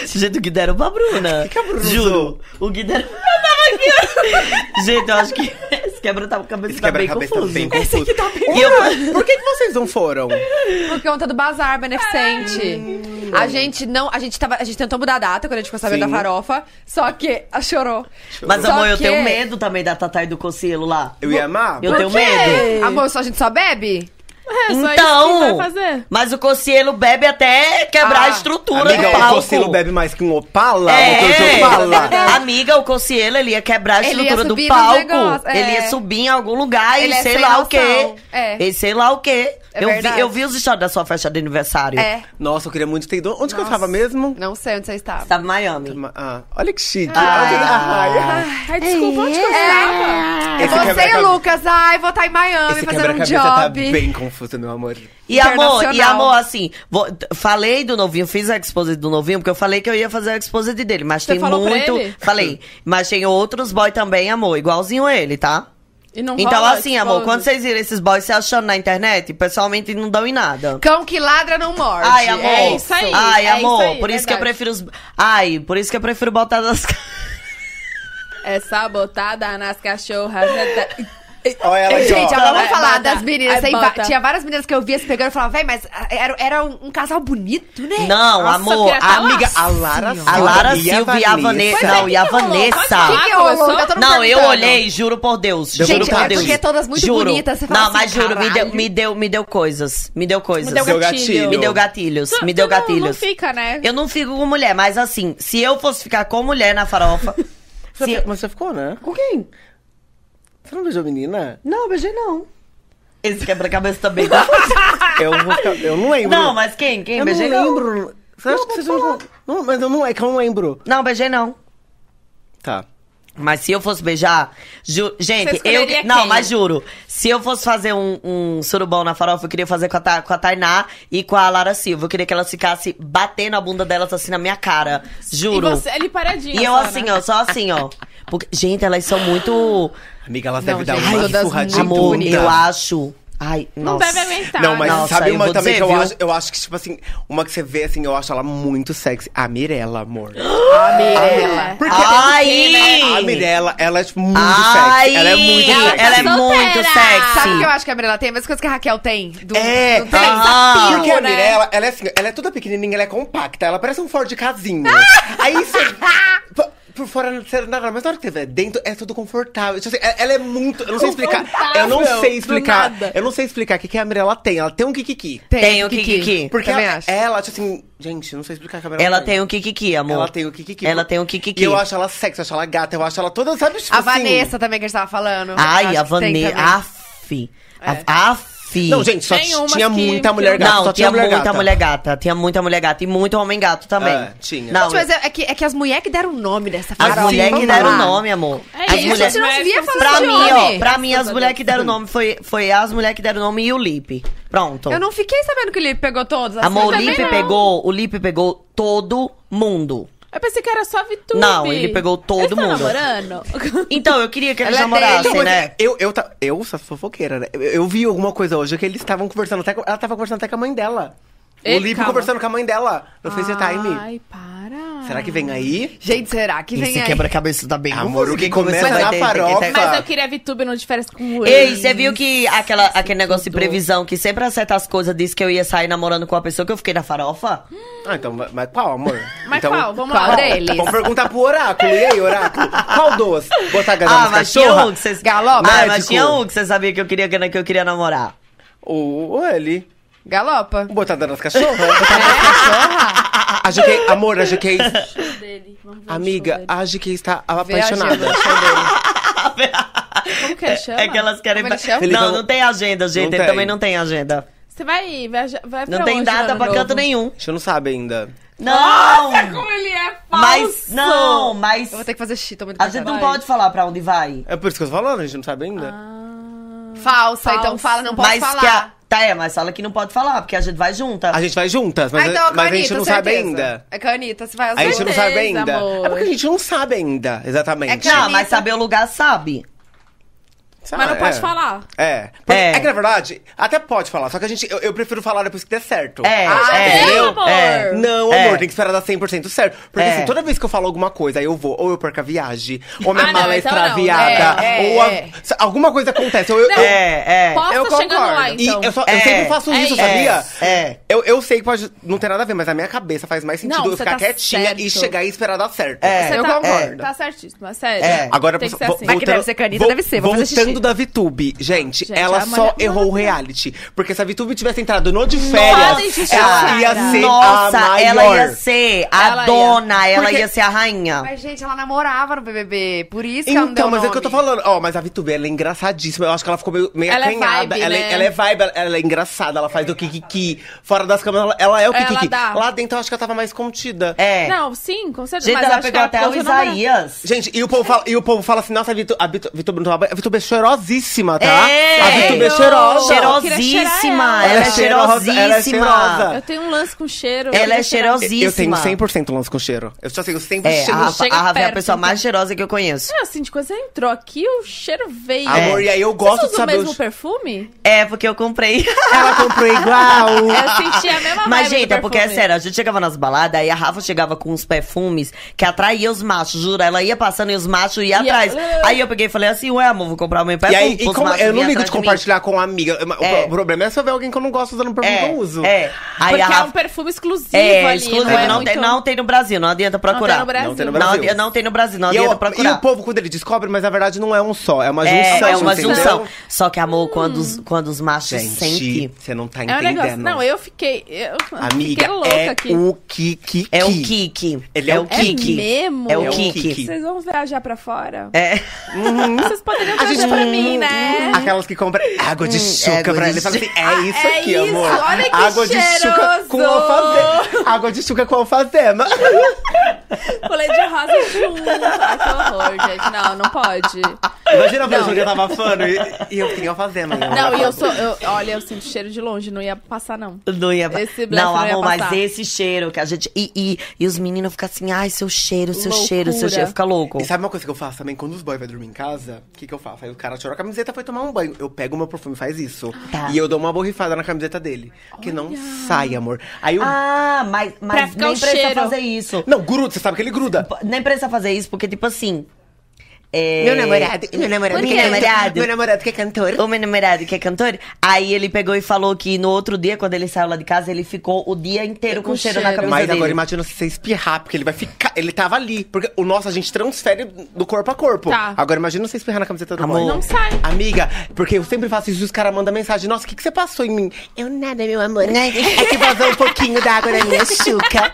Speaker 4: Gente, o Gui deram pra Bruna.
Speaker 8: que a Bruna
Speaker 4: Juro.
Speaker 8: usou?
Speaker 4: O Gui deram. Eu tava aqui. Gente, eu acho que esse quebra tá, a cabeça
Speaker 8: Esse
Speaker 4: tá bem
Speaker 8: quebra-cabeça tá
Speaker 4: confuso.
Speaker 8: bem confuso.
Speaker 4: E eu-
Speaker 8: Por que, que vocês não foram?
Speaker 2: Por conta do bazar beneficente. A gente não. A gente, tava, a gente tentou mudar a data quando a gente ficou sabendo
Speaker 8: Sim.
Speaker 2: da farofa. Só que a chorou.
Speaker 4: Mas,
Speaker 2: Só
Speaker 4: amor, eu
Speaker 2: que-
Speaker 4: tenho medo também da Tatá e do Cocielo lá.
Speaker 8: Eu ia amar?
Speaker 4: Eu tenho
Speaker 2: Por quê?
Speaker 4: medo.
Speaker 2: Amor, só, a gente só bebe?
Speaker 3: É, só isso que
Speaker 4: Então,
Speaker 3: vai fazer.
Speaker 4: mas o Cocielo bebe até quebrar
Speaker 2: Ah.
Speaker 4: a estrutura do
Speaker 8: Amiga, o
Speaker 4: palco.
Speaker 8: Cocilo bebe mais que um Opala, motor de
Speaker 4: É,
Speaker 8: Opala.
Speaker 4: amiga, o Cocielo, ele ia quebrar a
Speaker 2: Ele ia
Speaker 4: estrutura do
Speaker 2: subir no
Speaker 4: palco.
Speaker 2: negócio, é.
Speaker 4: Ele ia subir em algum lugar
Speaker 2: Ele
Speaker 4: e
Speaker 2: é
Speaker 4: sei
Speaker 2: sem
Speaker 4: lá o
Speaker 2: noção,
Speaker 4: quê.
Speaker 2: é.
Speaker 4: E sei lá o quê.
Speaker 2: É
Speaker 4: eu, vi,
Speaker 2: verdade.
Speaker 4: eu vi os stories da sua festa de aniversário.
Speaker 2: É.
Speaker 8: Nossa, eu queria muito ter ido. Onde que eu tava mesmo?
Speaker 2: Não sei onde você estava.
Speaker 4: Tava Tá em Miami.
Speaker 8: Ah, olha que chique.
Speaker 4: Ai.
Speaker 8: Ai, ai.
Speaker 3: Ai, desculpa, onde que eu tava?
Speaker 2: É.
Speaker 8: Esse
Speaker 4: é
Speaker 2: Você e
Speaker 8: quebra-cabe-
Speaker 2: o Lucas, ai, vou estar em Miami
Speaker 8: Esse
Speaker 2: fazendo um
Speaker 8: quebra-cabeça
Speaker 2: job.
Speaker 8: tá bem confuso, meu amor.
Speaker 4: E amor, e
Speaker 2: Internacional.
Speaker 4: amor, assim, vou- t- falei do novinho, fiz a exposed do novinho, porque eu falei que eu ia fazer a exposed dele, mas
Speaker 3: Você
Speaker 4: tem
Speaker 3: falou pra
Speaker 4: muito.
Speaker 3: ele?
Speaker 4: Falei, mas tem outros boy também, amor, igualzinho ele, tá?
Speaker 3: E não
Speaker 4: então,
Speaker 3: rola
Speaker 5: tipo,
Speaker 4: assim, amor,
Speaker 3: explode.
Speaker 4: quando vocês viram esses boys se achando na internet, pessoalmente não dão em nada.
Speaker 2: Cão que ladra não morde.
Speaker 4: Ai, amor.
Speaker 3: É isso aí,
Speaker 4: Ai,
Speaker 3: é isso
Speaker 4: amor.
Speaker 3: aí,
Speaker 4: por isso que eu
Speaker 3: verdade.
Speaker 4: prefiro os. Ai, por isso que eu prefiro botar nas.
Speaker 3: É sabotada nas cachorras. é da-
Speaker 5: tá-
Speaker 8: Olha ela aí,
Speaker 2: Gente,
Speaker 8: ó.
Speaker 2: agora
Speaker 5: é
Speaker 2: vamos
Speaker 3: Vai,
Speaker 2: falar
Speaker 3: bota.
Speaker 2: das meninas.
Speaker 3: Aí
Speaker 2: Tem va-
Speaker 3: bota.
Speaker 2: tinha várias meninas que eu via se pegando e falava, véi, mas ah, era, era um, um casal bonito, né?
Speaker 4: Não,
Speaker 3: Nossa, eu
Speaker 4: amor.
Speaker 3: queria tá
Speaker 4: A
Speaker 3: lá.
Speaker 4: amiga.
Speaker 8: A Lara Silva.
Speaker 4: A Lara
Speaker 8: e a
Speaker 4: Silva e a Vanessa.
Speaker 8: Vanessa.
Speaker 4: Não, e a
Speaker 3: que rolou?
Speaker 4: Vanessa.
Speaker 3: Pode falar.
Speaker 2: Que que
Speaker 3: Ah,
Speaker 2: rolou?
Speaker 3: começou?
Speaker 2: Tá todo mundo
Speaker 4: Não, eu
Speaker 2: perguntando.
Speaker 4: olhei, juro por Deus.
Speaker 8: Gente,
Speaker 4: juro por
Speaker 8: é
Speaker 4: Deus.
Speaker 8: porque
Speaker 2: todas muito
Speaker 4: juro.
Speaker 2: bonitas, você fala
Speaker 4: Não,
Speaker 2: assim,
Speaker 4: mas juro, me deu,
Speaker 2: "Caralho".
Speaker 4: me, deu, me deu coisas. Me deu coisas.
Speaker 3: deu
Speaker 8: Seu
Speaker 3: gatilho.
Speaker 8: gatilho.
Speaker 4: Me deu gatilhos.
Speaker 3: Tu-
Speaker 4: me deu
Speaker 3: tu não-
Speaker 4: gatilhos.
Speaker 3: Não fica, né?
Speaker 4: Eu não fico com mulher, mas assim, se eu fosse ficar com mulher na farofa. se eu-
Speaker 8: Mas você ficou, né?
Speaker 4: Com quem?
Speaker 8: Você não beijou a menina?
Speaker 4: Não, beijei não. Esse quebra-cabeça também. tá-
Speaker 8: Eu, vou ficar- eu não lembro.
Speaker 4: não, mas quem? Quem?
Speaker 8: Eu não
Speaker 4: beijei
Speaker 8: lembro. Você acha que você jogou? Não, mas eu não, é que eu não lembro.
Speaker 4: Não, beijei não.
Speaker 8: Tá.
Speaker 4: Mas se eu fosse beijar, ju- gente, eu
Speaker 5: escolheria
Speaker 4: não,
Speaker 5: quem?
Speaker 4: mas juro, se eu fosse fazer um, um surubão na farofa, eu queria fazer com a, Ta- com a Tainá e com a Lara Silva. Eu queria que elas ficassem batendo a bunda delas assim na minha cara, juro.
Speaker 5: E você ali paradinha.
Speaker 4: E eu
Speaker 5: só, né?
Speaker 4: assim, ó, só assim, ó. Porque, gente, elas são muito.
Speaker 8: Amiga, elas
Speaker 2: Não,
Speaker 8: devem dar
Speaker 2: gente,
Speaker 8: uma
Speaker 2: todas
Speaker 8: surradinha.
Speaker 2: muito
Speaker 4: Amor,
Speaker 2: bonita.
Speaker 4: eu acho. Ai,
Speaker 5: Não
Speaker 4: nossa.
Speaker 5: deve
Speaker 4: Tá.
Speaker 5: aguentar.
Speaker 8: Não, mas
Speaker 5: né?
Speaker 4: Nossa,
Speaker 8: sabe
Speaker 4: eu
Speaker 8: uma
Speaker 4: vou
Speaker 8: também
Speaker 4: dizer,
Speaker 8: que eu
Speaker 4: viu?
Speaker 8: acho, eu acho que, tipo assim, uma que você vê assim, eu acho ela muito sexy. A Mirella, amor.
Speaker 2: Mirella.
Speaker 8: Porque
Speaker 4: né?
Speaker 8: a
Speaker 4: Ai!
Speaker 8: Mirella, ela é tipo, muito
Speaker 4: Ai!
Speaker 8: sexy. Ela é muito
Speaker 4: ela
Speaker 8: sexy.
Speaker 4: é muito sexy.
Speaker 2: Sabe o que eu acho que a Mirella tem? A mesma coisa que a Raquel tem. Do,
Speaker 8: É,
Speaker 2: do trem.
Speaker 4: ah. aham.
Speaker 8: Porque a
Speaker 2: né?
Speaker 8: Mirella, ela é assim, ela é toda pequenininha, ela é compacta, ela parece um Ford casinho. Aí você. p- Por fora não serve nada, mas na hora que você vê dentro é tudo confortável. Tipo assim, é- ela é muito. Eu não sei explicar. Eu não
Speaker 5: Confortável,
Speaker 8: sei
Speaker 5: do
Speaker 8: explicar.
Speaker 5: nada.
Speaker 8: Eu não sei explicar o que, que a Mirella tem. Ela tem um kikiki.
Speaker 4: Tem o Kikiki.
Speaker 8: Porque
Speaker 2: Também
Speaker 8: ela,
Speaker 2: acho.
Speaker 4: é
Speaker 8: ela, tipo assim, gente, eu não sei explicar o que a Mirella
Speaker 4: Ela tem o Kikiki, amor.
Speaker 8: Ela tem o Kikiki.
Speaker 4: Ela tem o Kikiki.
Speaker 8: E eu acho ela sexy, eu acho ela gata, eu acho ela toda, sabe? Tipo
Speaker 2: A
Speaker 8: assim-
Speaker 2: Vanessa também que a gente tava falando.
Speaker 4: Ai,
Speaker 2: Acho
Speaker 4: a
Speaker 2: que tem
Speaker 4: Vanessa.
Speaker 2: também. É.
Speaker 4: Af. A- Af.
Speaker 8: Não, gente, só
Speaker 5: Tem umas
Speaker 8: tinha
Speaker 5: que-
Speaker 8: muita
Speaker 5: que-
Speaker 8: mulher gata.
Speaker 4: Não,
Speaker 8: só
Speaker 4: tinha,
Speaker 8: tinha mulher
Speaker 4: muita
Speaker 8: gata.
Speaker 4: mulher gata. Tinha muita mulher gata. E muito homem gato também.
Speaker 8: É, tinha.
Speaker 4: Não,
Speaker 2: Gente, Mas é, é que, é que as mulheres que deram o nome dessa
Speaker 4: as
Speaker 2: farofa.
Speaker 4: mulheres que
Speaker 2: vamos
Speaker 4: deram
Speaker 2: lá.
Speaker 4: nome, amor.
Speaker 5: É
Speaker 4: as
Speaker 5: isso,
Speaker 4: mulheres.
Speaker 5: a gente não devia falar
Speaker 4: Pra
Speaker 5: de
Speaker 4: mim,
Speaker 5: homem.
Speaker 4: ó, pra mim, as mulheres que deram nome foi, foi as mulheres que deram nome e o Lipe. Pronto.
Speaker 2: Eu não fiquei sabendo que o Lipe pegou todas. Assim,
Speaker 4: Amor, o
Speaker 2: também
Speaker 4: Lipe
Speaker 2: não.
Speaker 4: pegou. O Lipe pegou todo mundo.
Speaker 5: Eu pensei que era só a Vitube.
Speaker 4: Não, ele pegou todo
Speaker 5: Eles tão
Speaker 4: mundo.
Speaker 5: namorando?
Speaker 4: Então, eu queria que eles
Speaker 2: Ela é dele.
Speaker 8: Então,
Speaker 4: namorassem,
Speaker 8: mas
Speaker 4: né?
Speaker 8: Eu, eu, ta- eu sou fofoqueira, né? Eu, eu vi alguma coisa hoje que eles estavam conversando até com- Ela tava conversando até com a mãe dela.
Speaker 5: Ei,
Speaker 8: o Lipe
Speaker 5: calma.
Speaker 8: conversando com a mãe dela no FaceTime.
Speaker 5: Ai, para.
Speaker 8: Será que vem aí?
Speaker 2: Gente, será que vem
Speaker 4: Esse
Speaker 2: aí?
Speaker 4: quebra-cabeça tá bem
Speaker 8: Amor,
Speaker 4: confuso.
Speaker 8: o que
Speaker 4: Quem
Speaker 8: começa
Speaker 4: vai ter- tem
Speaker 8: na
Speaker 4: que ter-
Speaker 8: farofa.
Speaker 5: Mas eu queria a Vitube no de férias com o
Speaker 4: Ei, você viu que aquela, aquele negócio de previsão que sempre acerta as coisas disse que eu ia sair namorando com a pessoa que eu fiquei na farofa?
Speaker 8: Ah, então, ma- mas qual, amor?
Speaker 5: Mas
Speaker 8: então,
Speaker 5: qual? Vamos
Speaker 2: Qual
Speaker 5: lá.
Speaker 2: deles?
Speaker 8: Vamos perguntar pro oráculo. E aí, oráculo? Qual dos? Botar gasolina
Speaker 4: Ah,
Speaker 8: nas
Speaker 4: mas tinha
Speaker 8: cachorra?
Speaker 4: um que vocês.
Speaker 2: Galope?
Speaker 4: Ah, mas
Speaker 8: Médico.
Speaker 4: tinha um que você sabia que eu queria que eu queria namorar.
Speaker 8: Ou ou ele.
Speaker 2: Galopa.
Speaker 8: Botada nas cachorras? Botada nas cachorras? É. A GK, amor, a GK.
Speaker 5: Dele. Vamos ver o show
Speaker 8: Amiga,
Speaker 5: dele.
Speaker 8: a GK está
Speaker 2: Vê a agenda
Speaker 8: apaixonada.
Speaker 2: do show dele.
Speaker 5: Como que ele chama?
Speaker 4: É que elas querem.
Speaker 2: é Como ele chama?
Speaker 4: Não, não tem agenda, gente.
Speaker 8: Não
Speaker 4: Ele
Speaker 8: tem.
Speaker 4: também não tem agenda.
Speaker 5: Você vai, vai, vai pra
Speaker 4: Não tem
Speaker 5: onde,
Speaker 4: data
Speaker 5: Ano
Speaker 4: pra
Speaker 5: Novo?
Speaker 4: canto nenhum.
Speaker 8: A gente não sabe ainda.
Speaker 4: Não!
Speaker 5: Como ele é falso!
Speaker 4: Mas não, mas
Speaker 2: Eu vou ter que fazer xixi, tô muito
Speaker 4: a gente não
Speaker 2: cansada.
Speaker 4: pode falar pra onde vai.
Speaker 8: É por isso que eu tô falando, a gente não sabe ainda.
Speaker 2: Falsa, então
Speaker 5: Falsa.
Speaker 2: fala, não pode
Speaker 4: Mas
Speaker 2: falar. Ah,
Speaker 4: que a. Tá, é, mas fala que não pode falar, porque a gente vai junta.
Speaker 8: A gente vai juntas, mas,
Speaker 2: Ah, então é com
Speaker 8: mas a gente
Speaker 2: Anitta,
Speaker 8: não sabe
Speaker 2: certeza.
Speaker 8: ainda.
Speaker 2: É com a Anitta, você vai
Speaker 8: A gente não
Speaker 5: Certeza,
Speaker 8: sabe ainda.
Speaker 5: amor.
Speaker 8: É porque a gente não sabe ainda, exatamente.
Speaker 2: É que
Speaker 4: Não,
Speaker 2: Anitta-
Speaker 4: mas saber o lugar sabe.
Speaker 8: Sabe,
Speaker 5: Mas não pode
Speaker 8: é.
Speaker 5: falar.
Speaker 8: É. Porque-
Speaker 4: É.
Speaker 8: é. que na verdade, até pode falar, só que a gente, eu, eu prefiro falar depois que der certo.
Speaker 2: Ah,
Speaker 4: É, é.
Speaker 5: meu
Speaker 4: eu-
Speaker 5: amor.
Speaker 4: é.
Speaker 8: Não,
Speaker 4: É.
Speaker 8: amor, tem que esperar dar 100% certo. Porque
Speaker 4: É.
Speaker 8: assim, toda vez que eu falo alguma coisa, aí eu vou, ou eu perco a viagem, ou minha
Speaker 5: Ah, não,
Speaker 8: mala é
Speaker 5: então não,
Speaker 8: extraviada,
Speaker 2: é, é,
Speaker 8: ou a-
Speaker 2: é.
Speaker 8: se- alguma coisa acontece. Ou eu, eu-
Speaker 4: É, é.
Speaker 5: Posta
Speaker 2: eu
Speaker 5: chegando lá,
Speaker 2: concordo.
Speaker 8: e
Speaker 5: então.
Speaker 8: eu, só- eu
Speaker 4: É.
Speaker 8: sempre faço
Speaker 5: É
Speaker 8: isso,
Speaker 5: isso.
Speaker 8: sabia?
Speaker 4: É.
Speaker 8: Eu, eu sei que pode não ter nada a ver, mas na minha cabeça faz mais sentido
Speaker 5: Não,
Speaker 8: eu
Speaker 5: você
Speaker 8: ficar
Speaker 5: tá
Speaker 8: quietinha e
Speaker 5: certo.
Speaker 8: chegar e esperar dar certo.
Speaker 4: É.
Speaker 5: Você
Speaker 2: eu
Speaker 5: tá,
Speaker 4: concordo.
Speaker 5: Tá certíssimo, é sério.
Speaker 4: É.
Speaker 8: Agora,
Speaker 5: tem que ser
Speaker 8: vo-
Speaker 5: assim.
Speaker 2: Mas que deve ser canita,
Speaker 8: vo-
Speaker 2: deve ser, vou fazer
Speaker 8: Voltando
Speaker 2: xixi.
Speaker 8: da VTube, gente,
Speaker 5: Gente, é
Speaker 8: ela
Speaker 5: a mulher-
Speaker 8: só errou o reality. Porque se a VTube tivesse entrado no de férias,
Speaker 5: gente,
Speaker 8: ela
Speaker 5: cara.
Speaker 8: ia ser a
Speaker 4: Nossa,
Speaker 8: maior.
Speaker 4: ela ia ser a
Speaker 5: Ela ia.
Speaker 4: dona, ela
Speaker 8: Porque-
Speaker 4: ia ser a rainha.
Speaker 2: Mas, gente, ela namorava no BBB, por isso que ela não deu
Speaker 8: Então, mas é que
Speaker 2: nome.
Speaker 8: eu tô falando. Ó, mas a VTube, ela é engraçadíssima. Eu acho que ela ficou meio, meio
Speaker 5: Ela é
Speaker 8: acanhada.
Speaker 5: vibe,
Speaker 8: ela, é-
Speaker 5: né?
Speaker 8: ela é vibe, ela, ela é engraçada. Ela faz o kikiki. Fora das câmeras, ela, ela é o
Speaker 5: Ela
Speaker 8: kikiki.
Speaker 5: dá.
Speaker 8: Lá dentro, eu acho que ela tava mais contida.
Speaker 4: É.
Speaker 5: Não, sim, com certeza.
Speaker 4: Gente,
Speaker 5: mas
Speaker 4: ela
Speaker 5: acho que
Speaker 4: pegou até o
Speaker 5: postou na-
Speaker 4: Isaías.
Speaker 8: Gente, e o povo fala, e o povo fala assim, nossa, a Vitu- a Vitu- Vitube não toma banho. A Vitube é cheirosíssima, tá?
Speaker 4: É.
Speaker 8: a Vitube é
Speaker 5: Sério?
Speaker 8: cheirosa.
Speaker 5: Cheiro-
Speaker 4: Cheirosíssima, ela
Speaker 8: Eu
Speaker 4: é
Speaker 8: queria cheirar ela.
Speaker 4: cheirosíssima.
Speaker 8: Ela é cheirosa.
Speaker 5: Eu tenho um lance com cheiro.
Speaker 4: Ela é
Speaker 5: eu queria cheirar.
Speaker 4: cheirosíssima.
Speaker 8: Eu tenho 100% lance com cheiro. Eu só tenho 100%
Speaker 4: É, a
Speaker 8: cheiro.
Speaker 4: Rafa,
Speaker 5: chega
Speaker 4: a Rafa é a
Speaker 5: perto,
Speaker 4: pessoa
Speaker 5: então.
Speaker 4: mais cheirosa que eu conheço.
Speaker 5: É, assim, de quando você entrou aqui, o cheiro veio.
Speaker 8: Amor, e aí eu
Speaker 5: Vocês
Speaker 8: gosto de
Speaker 5: usam
Speaker 8: saber
Speaker 5: o mesmo
Speaker 8: os-
Speaker 5: perfume?
Speaker 4: É, porque eu comprei.
Speaker 8: Ela comprou igual.
Speaker 5: Eu senti a mesma
Speaker 4: Mas,
Speaker 5: vibe
Speaker 4: gente,
Speaker 5: do
Speaker 4: é porque é
Speaker 5: perfume.
Speaker 4: sério, a gente chegava nas baladas, aí a Rafa chegava com uns perfumes que atraía os machos, jura? Ela ia passando e os machos iam
Speaker 5: Ia-
Speaker 4: atrás. Aí eu peguei e falei assim, ué, amor, vou comprar o meu
Speaker 8: E
Speaker 4: perfume.
Speaker 8: aí, e
Speaker 4: pros
Speaker 8: como-
Speaker 4: machos
Speaker 8: eu não
Speaker 4: virem
Speaker 8: ligo
Speaker 4: atrás
Speaker 8: de
Speaker 4: mim.
Speaker 8: compartilhar com uma amiga. O
Speaker 4: É.
Speaker 8: pro- problema é se eu ver alguém que eu não gosto usando o perfume
Speaker 4: É,
Speaker 8: que eu uso.
Speaker 4: é. Aí
Speaker 5: Porque
Speaker 4: a
Speaker 5: é um
Speaker 4: Rafa...
Speaker 5: perfume exclusivo
Speaker 4: É,
Speaker 5: ali.
Speaker 4: exclusivo,
Speaker 5: não,
Speaker 4: não,
Speaker 5: é
Speaker 4: tem,
Speaker 5: muito-
Speaker 4: não tem no Brasil, não adianta procurar.
Speaker 5: no Brasil. Não tem no
Speaker 8: Brasil.
Speaker 4: Não, adi- não tem no Brasil, não
Speaker 8: E, eu-
Speaker 4: adianta
Speaker 8: e o
Speaker 4: procurar.
Speaker 8: povo, quando ele descobre, mas na verdade não é um só, é uma
Speaker 4: É,
Speaker 8: junção.
Speaker 4: é uma
Speaker 8: entendeu?
Speaker 4: junção. Só que, amor, quando
Speaker 5: Hum.
Speaker 4: os, quando os machos
Speaker 8: Gente,
Speaker 4: sentem...
Speaker 8: você não tá
Speaker 5: É um
Speaker 8: entendendo.
Speaker 5: negócio. Não, eu fiquei. Eu
Speaker 8: Amiga,
Speaker 5: fiquei louca
Speaker 8: é
Speaker 5: aqui.
Speaker 8: o Kiki.
Speaker 4: É o kick.
Speaker 8: Ele é o
Speaker 5: É
Speaker 8: Kiki.
Speaker 5: mesmo?
Speaker 4: É o
Speaker 8: É o
Speaker 4: kick.
Speaker 8: kick.
Speaker 5: Vocês vão viajar pra fora?
Speaker 4: É.
Speaker 5: Vocês poderiam
Speaker 8: A
Speaker 5: trazer
Speaker 8: gente-
Speaker 5: pra mim, né?
Speaker 8: Hum, Aquelas que compram água de chuca
Speaker 4: Hum, água
Speaker 8: pra
Speaker 4: de
Speaker 8: ele. Fala assim,
Speaker 4: chuca.
Speaker 8: é isso
Speaker 5: É
Speaker 8: aqui,
Speaker 5: isso,
Speaker 8: amor.
Speaker 5: olha que
Speaker 8: água de chuca
Speaker 5: cheiroso.
Speaker 8: com alfazema. Água de chuca com alfazema.
Speaker 3: Pulei de rosa junto. Ai, que horror, gente. Não, não pode.
Speaker 8: Imagina a pessoa que eu tava afando e, e eu né? fiquei fazendo.
Speaker 3: Não, e eu sou. eu- olha, eu sinto cheiro de longe, não ia passar, não.
Speaker 4: Não ia
Speaker 3: Esse blefe
Speaker 4: Não,
Speaker 3: não ia
Speaker 4: amor, mas
Speaker 3: passar.
Speaker 4: esse cheiro que a gente. E, e, e os meninos ficam assim, ai, seu cheiro, seu cheiro, seu
Speaker 3: Loucura.
Speaker 4: cheiro. Fica louco.
Speaker 8: E sabe uma coisa que eu faço também? Quando os boys vão dormir em casa, o que, que eu faço? Aí o cara tirou a camiseta foi tomar um banho. Eu pego o meu perfume e faz isso.
Speaker 4: Tá.
Speaker 8: E eu dou uma borrifada na camiseta dele. Que não sai, amor. Aí o.
Speaker 4: Ah, mas, mas
Speaker 3: ficar
Speaker 4: nem
Speaker 3: o
Speaker 4: precisa
Speaker 3: cheiro.
Speaker 4: fazer isso.
Speaker 8: Não, gruda, você sabe que ele gruda.
Speaker 4: P- Nem precisa fazer isso, porque, tipo assim. é-
Speaker 8: meu namorado,
Speaker 4: Meu namorado.
Speaker 8: namorado que é cantor.
Speaker 4: O meu namorado, que é cantor, aí ele pegou e falou que no outro dia, quando ele saiu lá de casa, ele ficou o dia inteiro com, cheiro, na cabeça
Speaker 8: Mas
Speaker 4: dele.
Speaker 8: agora imagina se você espirrar, porque ele vai ficar. Ele tava ali. Porque o nosso a gente transfere do corpo a corpo.
Speaker 3: Tá.
Speaker 8: Agora imagina você espirrar na camiseta do
Speaker 4: Amor.
Speaker 8: boy.
Speaker 4: Não
Speaker 3: sai.
Speaker 8: Amiga, porque eu sempre faço isso e os caras mandam mensagem. Nossa, o que, que você passou em mim? Eu nada, meu amor. É que vazou um pouquinho da água na minha chuca.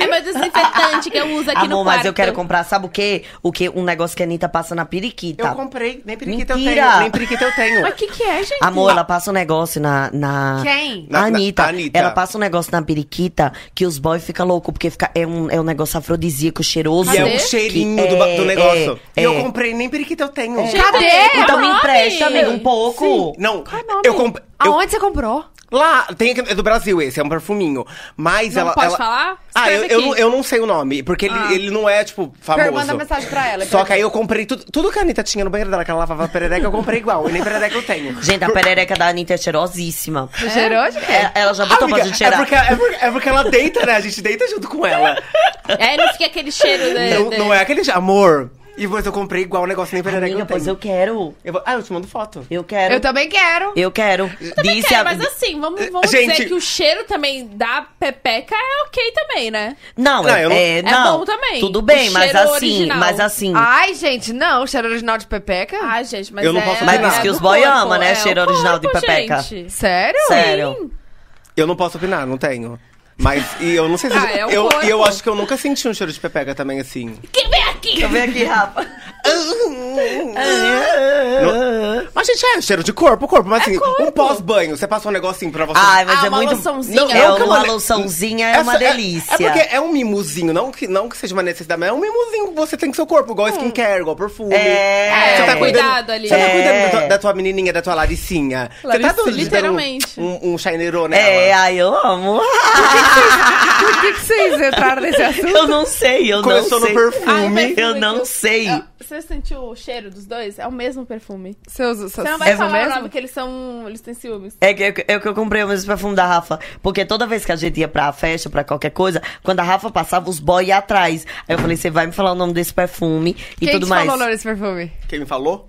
Speaker 3: É meu desinfetante que eu uso aqui no
Speaker 4: Amor,
Speaker 3: quarto.
Speaker 4: mas eu quero comprar, sabe o quê? O que? Um negócio que a Anitta passa na periquita.
Speaker 8: Eu comprei, nem periquita
Speaker 4: Mentira.
Speaker 8: eu tenho. Nem periquita eu tenho.
Speaker 3: Mas o que, que é, gente?
Speaker 4: Amor, ela passa um negócio na. na...
Speaker 2: Quem?
Speaker 8: Na-
Speaker 4: A
Speaker 8: na-
Speaker 4: Anitta.
Speaker 8: a Anitta.
Speaker 4: Ela passa um negócio na periquita que os boys ficam loucos, porque fica, é, um, é um negócio afrodisíaco, cheiroso.
Speaker 8: E é
Speaker 3: Cadê?
Speaker 8: um cheirinho
Speaker 4: Que-
Speaker 8: do, ba-
Speaker 4: é,
Speaker 8: do negócio.
Speaker 4: é,
Speaker 8: E eu
Speaker 4: é.
Speaker 8: comprei, nem periquita eu tenho.
Speaker 2: Cadê?
Speaker 4: Então me
Speaker 3: Amor,
Speaker 4: empresta,
Speaker 3: amiga.
Speaker 4: amiga, um pouco.
Speaker 8: Não, eu comprei.
Speaker 2: Aonde você comprou?
Speaker 8: Lá, tem aqui- é do Brasil esse, é um perfuminho. Mas
Speaker 3: Não
Speaker 8: ela.
Speaker 3: pode
Speaker 8: ela-
Speaker 3: falar?
Speaker 8: Ah, eu,
Speaker 3: Escreve
Speaker 8: eu,
Speaker 3: aqui.
Speaker 8: não- eu não sei o nome, porque ele, ele não é, tipo, famoso.
Speaker 2: Per- Manda mensagem pra ela.
Speaker 8: Só que aí eu comprei tudo, tudo que a Anitta tinha no banheiro dela, que ela lavava a perereca, eu comprei igual. E nem perereca eu tenho.
Speaker 4: Gente, a perereca da Anitta é cheirosíssima.
Speaker 2: Gerou de quê?
Speaker 4: É, Ela já botou
Speaker 8: Amiga,
Speaker 4: pra gente
Speaker 8: é,
Speaker 4: cheirar.
Speaker 8: porque, é, porque, é porque ela deita, né? A gente deita junto com ela.
Speaker 3: É, não fica aquele cheiro, né?
Speaker 8: não, não é aquele. de- Amor, e pois eu comprei igual o negócio, nem perereca
Speaker 4: Amiga,
Speaker 8: eu tenho.
Speaker 4: pois eu quero.
Speaker 8: Eu vou- Ah, eu te mando foto.
Speaker 4: Eu quero.
Speaker 2: Eu também quero.
Speaker 4: Eu quero. Disse
Speaker 3: Cara,
Speaker 4: a-
Speaker 3: mas assim, vamos, vamos
Speaker 8: Gente-
Speaker 3: dizer que o cheiro também da pepeca é ok também, né?
Speaker 4: Não,
Speaker 8: Não, eu não-
Speaker 4: é,
Speaker 8: É
Speaker 4: não.
Speaker 3: bom também.
Speaker 4: Tudo bem,
Speaker 3: O
Speaker 4: mas
Speaker 3: cheiro
Speaker 4: assim,
Speaker 3: original.
Speaker 4: mas assim.
Speaker 2: Ai, gente, não. O cheiro original de Pepeca?
Speaker 3: Ah, gente, mas
Speaker 8: Eu não
Speaker 3: é,
Speaker 8: posso
Speaker 4: Mas
Speaker 8: opinar.
Speaker 4: diz
Speaker 3: é
Speaker 4: que
Speaker 3: do
Speaker 4: os boy
Speaker 3: corpo,
Speaker 4: ama, né?
Speaker 3: é
Speaker 4: cheiro
Speaker 3: o
Speaker 4: original de
Speaker 3: corpo,
Speaker 4: pepeca.
Speaker 3: gente.
Speaker 2: Sério?
Speaker 4: Sério.
Speaker 8: Eu não posso opinar, não tenho. Mas, e eu não sei se.
Speaker 3: Ah, é o
Speaker 8: eu,
Speaker 3: corpo.
Speaker 8: e eu acho que eu nunca senti um cheiro de pepeca também assim.
Speaker 3: Quem vem aqui?
Speaker 4: Vem aqui, Rafa.
Speaker 3: Ah, é?
Speaker 8: Não- Mas, gente, é cheiro de corpo, corpo. Mas, assim, um pós-banho, você passa um negocinho pra você...
Speaker 4: Ai, mas
Speaker 3: Ah,
Speaker 4: é
Speaker 3: uma
Speaker 4: muito.
Speaker 3: loçãozinha.
Speaker 4: Não,
Speaker 8: eu
Speaker 4: é
Speaker 8: que
Speaker 4: uma
Speaker 8: mane-
Speaker 4: loçãozinha, é
Speaker 8: Essa-
Speaker 4: uma delícia.
Speaker 8: É, porque é um mimozinho, não que, não que seja uma necessidade, mas é um mimozinho que você tem com seu corpo. Igual skincare, igual perfume.
Speaker 4: É.
Speaker 8: Você tá
Speaker 3: Hum.
Speaker 8: cuidando,
Speaker 3: Cuidado ali.
Speaker 8: Você tá
Speaker 4: É.
Speaker 8: cuidando da tua, da tua menininha, da tua Laricinha.
Speaker 3: Larissa,
Speaker 8: você tá dando-
Speaker 3: literalmente.
Speaker 8: dando Um, um shinerô nela.
Speaker 4: É, ai, eu amo.
Speaker 2: Por que, que vocês entraram nesse assunto?
Speaker 4: Eu não sei, eu
Speaker 8: Começou
Speaker 4: não
Speaker 8: no
Speaker 4: sei.
Speaker 8: perfume.
Speaker 3: Ai, perfume
Speaker 4: Eu não
Speaker 3: que-
Speaker 4: sei.
Speaker 3: Ah, Você sentiu o cheiro dos dois? É o mesmo perfume.
Speaker 2: Seus, seus,
Speaker 3: Você não vai
Speaker 4: É o
Speaker 3: falar
Speaker 2: mesmo?
Speaker 3: o nome, que eles são. Eles têm ciúmes.
Speaker 4: É que, é que- é que eu comprei o mesmo perfume da Rafa. Porque toda vez que a gente ia pra festa, pra qualquer coisa, quando a Rafa passava, os boy ia atrás. Aí eu falei, você vai me falar o nome desse perfume e
Speaker 2: Quem
Speaker 4: tudo
Speaker 2: te
Speaker 4: mais.
Speaker 2: falou o nome desse perfume?
Speaker 8: Quem me falou?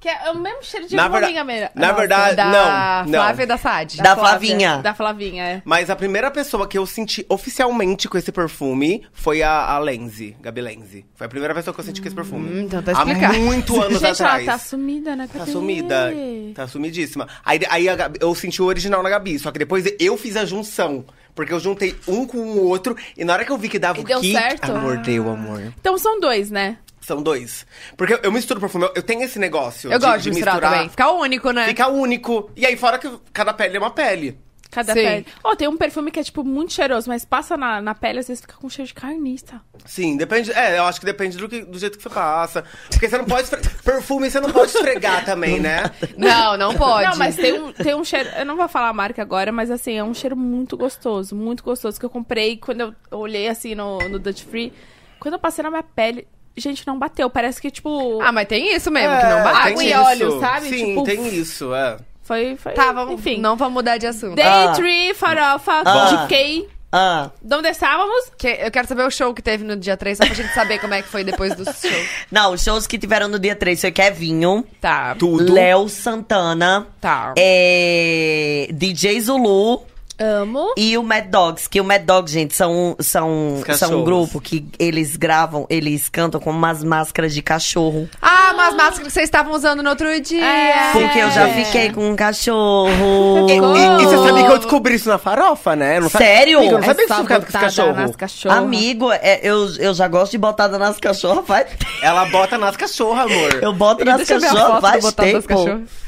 Speaker 3: Que é o mesmo cheiro de
Speaker 8: Na
Speaker 3: uma
Speaker 8: verda-
Speaker 3: amiga minha.
Speaker 8: na
Speaker 3: Nossa,
Speaker 8: verdade-
Speaker 2: da
Speaker 8: não, não.
Speaker 2: Flávia e da Saad.
Speaker 4: Da Flavinha.
Speaker 3: Da Flavinha, é.
Speaker 8: Mas a primeira pessoa que eu senti oficialmente com esse perfume foi a, a Lenzi, Gabi Lenzi. Foi a primeira pessoa que eu senti com esse perfume.
Speaker 2: Hum, então tá
Speaker 8: Há
Speaker 2: explicado.
Speaker 8: muito anos
Speaker 3: Gente,
Speaker 8: atrás.
Speaker 3: ela tá sumida, né?
Speaker 8: Tá
Speaker 3: Cadê?
Speaker 8: sumida. Tá sumidíssima. Aí, aí a Gabi- eu senti o original na Gabi, só que depois eu fiz a junção. Porque eu juntei um com o outro, e na hora que eu vi que dava
Speaker 3: E
Speaker 8: o
Speaker 3: deu
Speaker 8: kick...
Speaker 3: certo?
Speaker 8: Amor, deu, amor.
Speaker 3: Então são dois, né?
Speaker 8: São dois. Porque eu, eu misturo perfume, eu, eu tenho esse negócio
Speaker 2: Eu
Speaker 8: de,
Speaker 2: gosto de misturar, também. Fica único, né?
Speaker 8: Fica único. E aí, fora que cada pele é uma pele.
Speaker 3: Cada
Speaker 2: Sim.
Speaker 3: pele. oh, tem um perfume que é, tipo, muito cheiroso, mas passa na, na pele, às vezes fica com cheiro de carnista.
Speaker 8: Sim, depende. É, eu acho que depende do, que- do jeito que você passa. Porque você não pode. esfre- Perfume você não pode esfregar também, né?
Speaker 2: Não, não pode.
Speaker 3: Não, mas tem um, tem um cheiro. Eu não vou falar a marca agora, mas assim, é um cheiro muito gostoso, muito gostoso. Que eu comprei quando eu olhei assim no, no Dutch Free. Quando eu passei na minha pele, gente, não bateu. Parece que, tipo.
Speaker 2: Ah, mas tem isso mesmo, que não
Speaker 8: É,
Speaker 2: bate.
Speaker 8: tem
Speaker 3: água e
Speaker 8: isso.
Speaker 3: óleo, sabe?
Speaker 8: Sim,
Speaker 3: Tipo,
Speaker 8: tem isso, é.
Speaker 3: Foi. foi
Speaker 2: Tá, vamos,
Speaker 3: Enfim.
Speaker 2: não vamos mudar de assunto.
Speaker 3: Day
Speaker 4: Ah.
Speaker 3: Tree, farofa,
Speaker 4: Ah.
Speaker 3: GK.
Speaker 4: Ah.
Speaker 3: Onde estávamos?
Speaker 2: Que- eu quero saber o show que teve no dia 3, só pra gente saber como é que foi depois do show.
Speaker 4: Não, os shows que tiveram no dia 3 foi Kevinho,
Speaker 2: Tá.
Speaker 8: Tudo.
Speaker 4: Léo Santana,
Speaker 2: Tá.
Speaker 4: é, DJ Zulu
Speaker 3: Amo.
Speaker 4: e o Mad Dogs. Que o Mad Dogs, gente, são, são,
Speaker 8: Os
Speaker 4: são um
Speaker 8: cachorros.
Speaker 4: grupo que eles gravam, eles cantam com umas máscaras de cachorro.
Speaker 2: Ah, mas máscara que vocês estavam usando no outro dia.
Speaker 3: É.
Speaker 4: Porque eu já fiquei com um cachorro.
Speaker 8: E, e- e você sabia que eu descobri isso na farofa, né? Eu não sa-
Speaker 4: Sério?
Speaker 8: Amiga, eu não sabia que
Speaker 3: Essa
Speaker 8: você ficava com esse
Speaker 3: botada
Speaker 8: cachorro.
Speaker 3: Nas cachorro.
Speaker 4: Amigo, é, eu, eu já gosto de botada nas cachorras, faz
Speaker 8: Ela bota nas cachorras, amor.
Speaker 4: Eu boto nas
Speaker 2: Deixa eu ver a
Speaker 4: cachorras
Speaker 2: foto do
Speaker 4: faz
Speaker 2: botão das
Speaker 4: tempo.
Speaker 2: cachorras.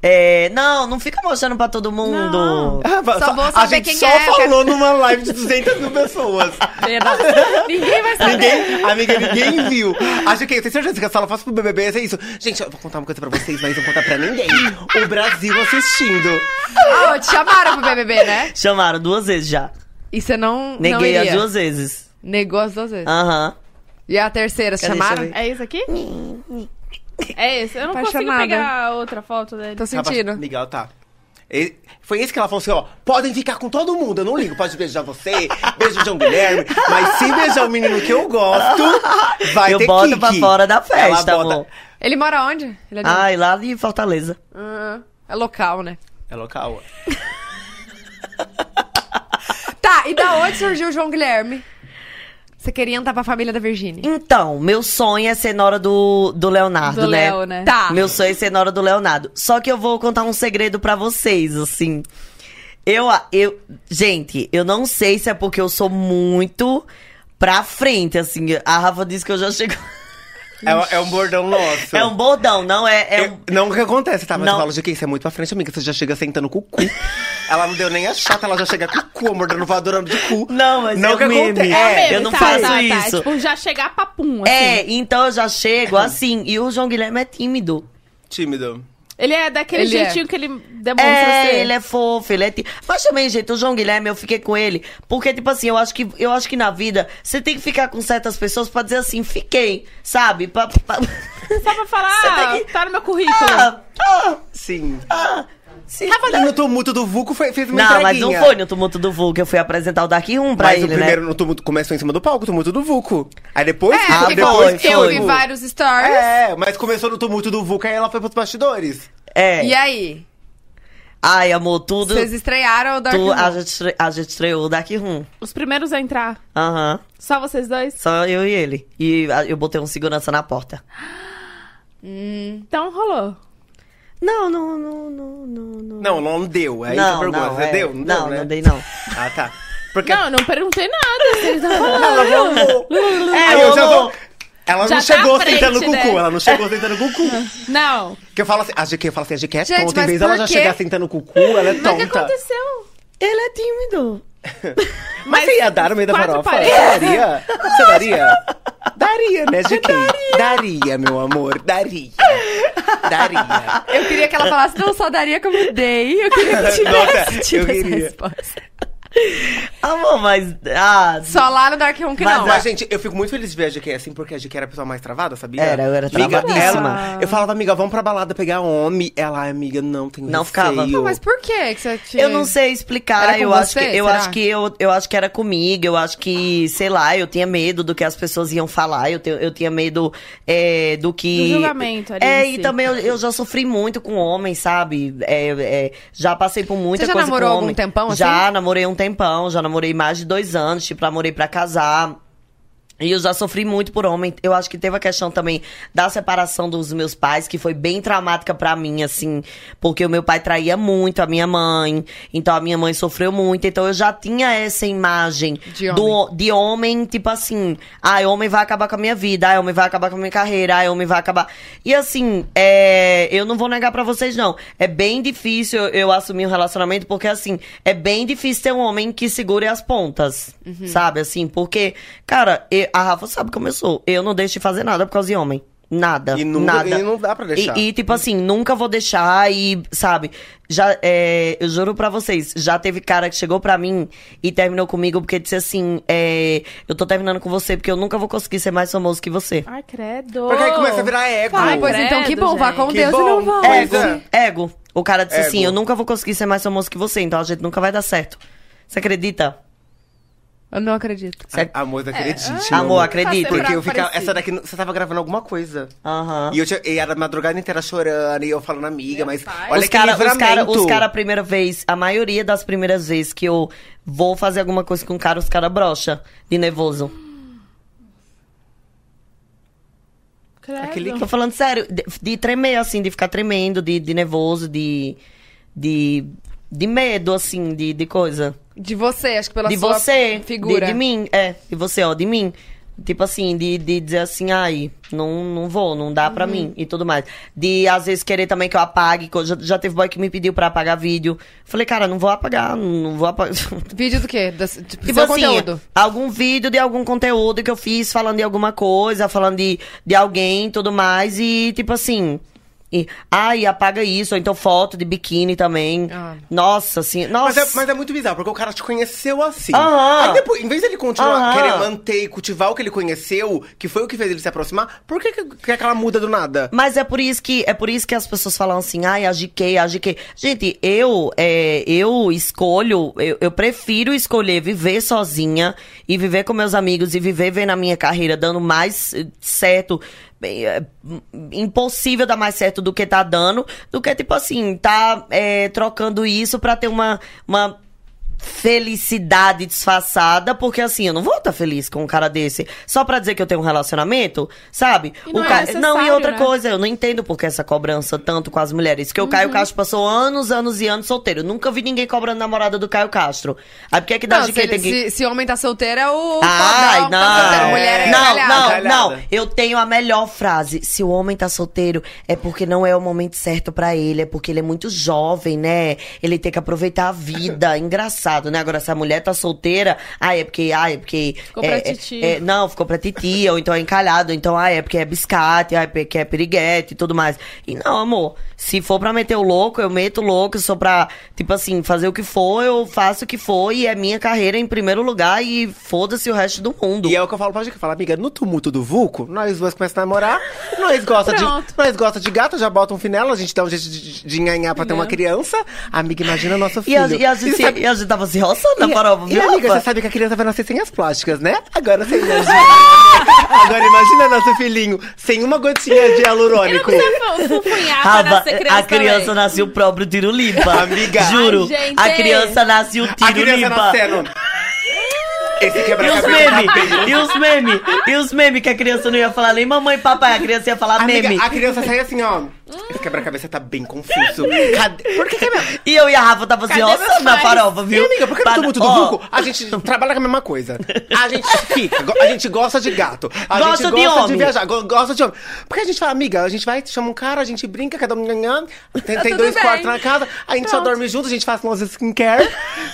Speaker 4: É, não, não fica mostrando pra todo mundo.
Speaker 8: Ah,
Speaker 2: Só vou
Speaker 8: a
Speaker 2: saber
Speaker 8: gente
Speaker 2: quem
Speaker 8: só
Speaker 2: é, eu quero-
Speaker 8: falou numa live de 200 mil pessoas.
Speaker 3: É, Ninguém vai saber.
Speaker 8: Ninguém, amiga, ninguém viu. Acho que eu tenho certeza que a sala faz pro BBB é isso. Gente, eu vou contar uma coisa pra vocês, mas não vou contar pra ninguém. O Brasil assistindo.
Speaker 2: Ah, te chamaram pro BBB, né?
Speaker 4: Chamaram duas vezes já.
Speaker 2: E você não. não
Speaker 4: Neguei
Speaker 2: iria.
Speaker 4: as duas vezes.
Speaker 2: Negou as duas vezes.
Speaker 4: Aham.
Speaker 2: E a terceira, se
Speaker 4: Cadê?
Speaker 2: chamaram?
Speaker 4: Deixa eu ver.
Speaker 3: É isso aqui? É esse. Eu não
Speaker 2: Apaixonada.
Speaker 3: consigo pegar outra foto dele.
Speaker 2: Tô sentindo.
Speaker 8: Miguel, tá. E- Foi isso que ela falou assim, ó. Podem ficar com todo mundo, eu não ligo. Pode beijar você, beijo o João Guilherme. Mas se beijar o menino que eu gosto, vai
Speaker 4: Eu
Speaker 8: ter
Speaker 4: boto
Speaker 8: kick.
Speaker 4: pra fora da festa,
Speaker 8: Ela bota-
Speaker 4: amor.
Speaker 2: Ele mora onde? Ele é, de...
Speaker 4: Ai, lá de Fortaleza.
Speaker 2: Ah, é local, né?
Speaker 8: É local.
Speaker 2: Tá, e da onde surgiu o João Guilherme? Você queria andar pra família da Virgínia.
Speaker 4: Então, meu sonho é ser nora do, do Leonardo,
Speaker 3: Do
Speaker 4: né?
Speaker 3: Léo, né?
Speaker 2: Tá.
Speaker 4: Meu sonho é ser nora do Leonardo. Só que eu vou contar um segredo pra vocês, assim. Eu, a- eu, gente, eu não sei se é porque eu sou muito pra frente, assim. A Rafa disse que eu já chego.
Speaker 8: É, é um bordão nosso.
Speaker 4: É um bordão, não é? é
Speaker 8: Eu-
Speaker 4: um-
Speaker 8: Não o que acontece, tá? Mas
Speaker 4: Não.
Speaker 8: eu falo de que isso é muito pra frente, amiga. Você já chega sentando com o cu. ela não deu nem a chata, ela já chega com o cu, mordendo, voadorando de cu.
Speaker 4: Não, mas
Speaker 8: não
Speaker 4: é
Speaker 8: o que
Speaker 4: um meme.
Speaker 8: acontece.
Speaker 4: É,
Speaker 3: Meme,
Speaker 4: eu não
Speaker 3: tá,
Speaker 4: faço
Speaker 3: tá, tá.
Speaker 4: isso.
Speaker 3: É tipo, já chegar papum, assim.
Speaker 4: É, então eu já chego assim. E o João Guilherme é tímido.
Speaker 8: Tímido.
Speaker 3: Ele é daquele
Speaker 2: Ele é.
Speaker 3: jeitinho que ele demonstra ser.
Speaker 4: É, ele é fofo, ele é. ti- Mas também, gente, o João Guilherme, eu fiquei com ele. Porque, tipo assim, eu acho que, eu acho que na vida você tem que ficar com certas pessoas pra dizer assim, fiquei, sabe? Pra, pra-
Speaker 3: Só pra falar,
Speaker 4: Você tem que-
Speaker 3: tá no meu currículo.
Speaker 4: Ah, ah,
Speaker 8: Sim.
Speaker 4: ah, sim.
Speaker 8: E no tumulto do Vulco foi, fez uma
Speaker 4: Não, mas
Speaker 8: entreguinha.
Speaker 4: não foi no tumulto do vulgo que eu fui apresentar o Dark Room pra
Speaker 8: Mas
Speaker 4: ele,
Speaker 8: o primeiro
Speaker 4: né?
Speaker 8: no tumulto começou em cima do palco, o tumulto do Vulco. Aí depois...
Speaker 2: É, porque
Speaker 4: Ah, depois
Speaker 2: como
Speaker 4: que
Speaker 2: eu
Speaker 4: foi.
Speaker 2: vi vários stories.
Speaker 8: É, mas começou no tumulto do Vulco, aí ela foi pros bastidores.
Speaker 4: É.
Speaker 2: E aí?
Speaker 4: Ai, amor, tudo.
Speaker 2: Vocês estrearam o Dark
Speaker 4: tu- a,
Speaker 2: Room?
Speaker 4: gente, estre- a gente estreou o Dark Room.
Speaker 3: Os primeiros a entrar.
Speaker 4: Aham.
Speaker 3: Só vocês dois?
Speaker 4: Só eu e ele. E ah, eu botei um segurança na porta.
Speaker 3: Então rolou.
Speaker 4: Não, não, não, não, não, não.
Speaker 8: Não, não deu. É isso a
Speaker 4: não,
Speaker 8: pergunta.
Speaker 4: não,
Speaker 8: Você
Speaker 4: é.
Speaker 8: deu?
Speaker 4: Não,
Speaker 8: deu, né?
Speaker 4: não dei não.
Speaker 8: Ah, tá. Porque...
Speaker 3: Não, eu não perguntei nada. Vocês não
Speaker 8: Ela
Speaker 3: falaram.
Speaker 8: voltou.
Speaker 4: É,
Speaker 8: Aí eu já
Speaker 4: rolou.
Speaker 8: vou- Ela
Speaker 3: Já
Speaker 8: não
Speaker 3: tá
Speaker 8: chegou
Speaker 3: à frente,
Speaker 8: sentando com o
Speaker 3: né?
Speaker 8: cu, ela não chegou sentando com o cu.
Speaker 3: Não.
Speaker 8: Que eu falo assim, a GQ, eu falo assim, a GQ é
Speaker 2: Gente,
Speaker 8: tonta. Em
Speaker 2: mas
Speaker 8: vez dela
Speaker 2: por
Speaker 8: já
Speaker 2: quê?
Speaker 8: chegar sentando com o cu, ela é
Speaker 3: Mas o que
Speaker 8: tonta.
Speaker 3: aconteceu?
Speaker 4: Ele é tímido.
Speaker 8: mas, você ia dar no meio da
Speaker 3: quatro
Speaker 8: farofa?
Speaker 3: paredes.
Speaker 8: Você daria? Você daria? Daria, né, GQ? Daria. meu amor, daria. Daria.
Speaker 2: Eu queria que ela falasse, não, só daria como dei. Eu queria que tivesse
Speaker 8: Nossa,
Speaker 2: tido
Speaker 8: eu
Speaker 2: essa
Speaker 8: queria.
Speaker 2: resposta.
Speaker 4: Amor, mas. Ah,
Speaker 2: Só lá no Dark Room que
Speaker 4: Mas
Speaker 2: não.
Speaker 8: Mas, gente, eu fico muito feliz de ver a GQ assim, porque a GQ era a pessoa mais travada, sabia?
Speaker 4: Era, eu era
Speaker 8: amiga,
Speaker 4: travadíssima.
Speaker 8: ela- eu falava, amiga, vamos pra balada pegar homem. Ela, amiga, não tem
Speaker 4: Não ficava.
Speaker 2: Não, mas por que que você te...
Speaker 4: eu não sei
Speaker 2: Era
Speaker 4: explicar.
Speaker 2: com
Speaker 4: Eu acho que
Speaker 2: você,
Speaker 4: eu
Speaker 2: será?
Speaker 4: acho que eu, eu acho que era comigo. Eu acho que, sei lá, eu tinha medo do que as pessoas iam falar. Eu, te- eu tinha medo é, do que.
Speaker 3: Do julgamento ali
Speaker 4: É,
Speaker 3: em si.
Speaker 4: e também eu, eu já sofri muito com homem, sabe? É, é, já passei por muita
Speaker 2: Você já
Speaker 4: coisa
Speaker 2: namorou
Speaker 4: com
Speaker 2: algum
Speaker 4: homem.
Speaker 2: tempão, assim?
Speaker 4: Já namorei um tempão, já namorei mais de dois anos, tipo, namorei pra casar. E eu já sofri muito por homem. Eu acho que teve a questão também da separação dos meus pais, que foi bem traumática pra mim, assim. Porque o meu pai traía muito a minha mãe. Então a minha mãe sofreu muito. Então eu já tinha essa imagem
Speaker 2: De
Speaker 4: do,
Speaker 2: homem.
Speaker 4: de homem, tipo assim, ai, homem vai acabar com a minha vida, ai, homem vai acabar com a minha carreira, ai, homem vai acabar. E assim, é, eu não vou negar pra vocês, não. É bem difícil eu, eu assumir um relacionamento, porque assim, é bem difícil ter um homem que segure as pontas,
Speaker 8: Uhum.
Speaker 4: sabe? Assim, porque, cara, e- a Rafa sabe como eu sou. Eu não deixo de fazer nada por causa de homem. Nada.
Speaker 8: E nunca-
Speaker 4: nada.
Speaker 8: e não dá pra deixar.
Speaker 4: E, e, tipo assim, nunca vou deixar e, sabe, já, é, eu juro pra vocês, já teve cara que chegou pra mim e terminou comigo porque disse assim, é, eu tô terminando com você porque eu nunca vou conseguir ser mais famoso que você.
Speaker 3: Ai, credo.
Speaker 8: Porque aí começa a virar ego.
Speaker 2: Ah, pois
Speaker 3: credo,
Speaker 2: então, que bom, vá com
Speaker 8: Que
Speaker 2: Deus e não
Speaker 8: bom.
Speaker 2: vá.
Speaker 8: Pois
Speaker 4: Ego,
Speaker 8: é.
Speaker 4: ego. O cara disse assim,
Speaker 8: Ego.
Speaker 4: eu nunca vou conseguir ser mais famoso que você, então a gente nunca vai dar certo. Você acredita?
Speaker 2: Eu não acredito.
Speaker 4: Você-
Speaker 8: A, amor, acredite. meu
Speaker 4: Amor, acredita?
Speaker 8: Porque eu
Speaker 3: Pra
Speaker 8: ficava.
Speaker 3: aparecer.
Speaker 8: Essa daqui. Você tava gravando alguma coisa.
Speaker 4: Aham.
Speaker 8: E eu, tinha, e era a madrugada inteira chorando e eu falando, amiga, mas. Olha
Speaker 4: Os
Speaker 8: que
Speaker 4: cara, os cara,
Speaker 8: livramento.
Speaker 4: os cara, a primeira vez, a maioria das primeiras vezes que eu vou fazer alguma coisa com o cara, os cara brocha de nervoso.
Speaker 3: Credo.
Speaker 8: Aquele
Speaker 4: Tô falando sério, de, de tremer, assim, de ficar tremendo, de, de nervoso, de, de. de medo, assim, de, de coisa.
Speaker 2: De você, acho que pela
Speaker 4: de
Speaker 2: sua
Speaker 4: você,
Speaker 2: figura.
Speaker 4: De, de mim, é, de você, ó, de mim. Tipo assim, de, de dizer assim, ai, não, não vou, não dá
Speaker 2: Uhum.
Speaker 4: pra mim e tudo mais. De às vezes querer também que eu apague. co- Já, já teve boy que me pediu pra apagar vídeo. Falei, cara, não vou apagar, não, não vou apagar.
Speaker 2: Vídeo do quê? Das, tipo,
Speaker 4: Tipo
Speaker 2: seu
Speaker 4: assim,
Speaker 2: conteúdo.
Speaker 4: algum vídeo de algum conteúdo que eu fiz falando de alguma coisa, falando de, de alguém e tudo mais. E tipo assim. E, ai, apaga isso, ou então foto de biquíni também.
Speaker 2: Ah.
Speaker 4: Nossa, assim. Nossa.
Speaker 8: Mas é, mas é muito bizarro, porque o cara te conheceu assim.
Speaker 4: Aham.
Speaker 8: Aí depois, em vez dele continuar
Speaker 4: Aham.
Speaker 8: querendo manter e cultivar o que ele conheceu, que foi o que fez ele se aproximar, por que, que, que aquela muda do nada?
Speaker 4: Mas é por isso que é por isso que as pessoas falam assim, ai, a GK, a GK. Gente, eu é, eu escolho, eu, eu prefiro escolher viver sozinha e viver com meus amigos e viver vendo a minha carreira dando mais eh, certo. bem, é, hum, impossível dar mais certo do que tá dando, do que tipo assim, tá é, trocando isso pra ter uma, uma felicidade disfarçada, porque assim, eu não vou estar feliz com um cara desse. Só pra dizer que eu tenho um relacionamento, sabe?
Speaker 5: E não é
Speaker 4: ca-
Speaker 5: necessário,
Speaker 4: não, e outra
Speaker 5: né?
Speaker 4: coisa, é, eu não entendo por que essa cobrança tanto com as mulheres. Que o
Speaker 2: Uhum.
Speaker 4: Caio Castro passou anos, anos e anos solteiro. Eu nunca vi ninguém cobrando namorada do Caio Castro. Aí por que é que dá
Speaker 2: Não,
Speaker 4: de
Speaker 2: se,
Speaker 4: quem
Speaker 2: ele,
Speaker 4: tem que.
Speaker 2: se, se homem tá solteiro é o.
Speaker 4: Ai,
Speaker 2: fodão,
Speaker 4: não.
Speaker 2: Tá solteiro, mulher é
Speaker 4: não,
Speaker 2: galhada.
Speaker 4: não,
Speaker 8: Galhada.
Speaker 4: não. Eu tenho a melhor frase. Se o homem tá solteiro, é porque não é o momento certo pra ele, é porque ele é muito jovem, né? Ele tem que aproveitar a vida. Engraçado, né? Agora, se a mulher tá solteira, ah, é porque, ah, é porque.
Speaker 5: Ficou
Speaker 4: é,
Speaker 5: pra
Speaker 4: é-
Speaker 5: titi.
Speaker 4: é- não, ficou pra titia, ou então é encalhado, ou então, ah, é porque é biscate, ah, é porque é piriguete e tudo mais. E não, amor, se for pra meter o louco, eu meto o louco, se for pra, tipo assim, fazer o que for, eu faço o que for, e é minha carreira em primeiro lugar, e foda-se o resto do mundo.
Speaker 8: E é o que eu falo pra gente, que eu falo, amiga, no tumulto do vulco, nós duas começamos a namorar, nós gosta de,
Speaker 5: Pronto.
Speaker 8: nós gosta de gato, já bota um finelo, a gente dá um jeito de, de enganhar pra ter uma criança. Amiga, imagina nosso
Speaker 4: E
Speaker 8: filho.
Speaker 4: a, e a gente,
Speaker 8: sabe-
Speaker 4: e a gente tava se roçando na
Speaker 8: E-
Speaker 4: farofa,
Speaker 8: E
Speaker 4: viu?
Speaker 8: amiga,
Speaker 4: Rafa?
Speaker 8: você sabe que a criança vai nascer sem as plásticas, né? Agora você imagina. Agora imagina nosso filhinho sem uma gotinha de hialurônico.
Speaker 5: Fufunhar pra
Speaker 4: Rafa,
Speaker 5: nascer criança
Speaker 4: a criança
Speaker 5: também.
Speaker 4: nasce o próprio tiro limpa.
Speaker 8: Amiga.
Speaker 4: Juro.
Speaker 5: Ai, gente.
Speaker 4: a criança nasce o tiro
Speaker 8: A criança
Speaker 4: limpa.
Speaker 8: nascendo. Esse
Speaker 4: E os
Speaker 8: quebra-cabeça. tá
Speaker 4: memes, e os memes, e os memes que a criança não ia falar nem mamãe e papai, a criança ia falar
Speaker 8: Amiga,
Speaker 4: meme.
Speaker 8: a criança sai assim, ó. Esse quebra-cabeça tá bem confuso. Cadê? Por que que é meu?
Speaker 4: E eu e a Rafa tava se
Speaker 5: Cadê
Speaker 4: roçando
Speaker 5: meus
Speaker 4: na
Speaker 5: pais?
Speaker 4: farofa, viu?
Speaker 8: E, amiga, por que no
Speaker 4: Para-
Speaker 8: tumulto do
Speaker 4: Ó,
Speaker 8: vulco a gente trabalha com a mesma coisa? A gente fica, go- a gente gosta de gato, a
Speaker 4: Gosta
Speaker 8: gente
Speaker 4: de
Speaker 8: gosta de,
Speaker 4: homem.
Speaker 8: viajar, go- gosta de homem. Porque a gente fala, amiga, a gente vai, chama um cara, a gente brinca, cada um... nhanhã, Tem, tem
Speaker 5: tudo
Speaker 8: dois
Speaker 5: bem.
Speaker 8: quartos na casa, a gente só dorme junto, a gente faz nossas skincare.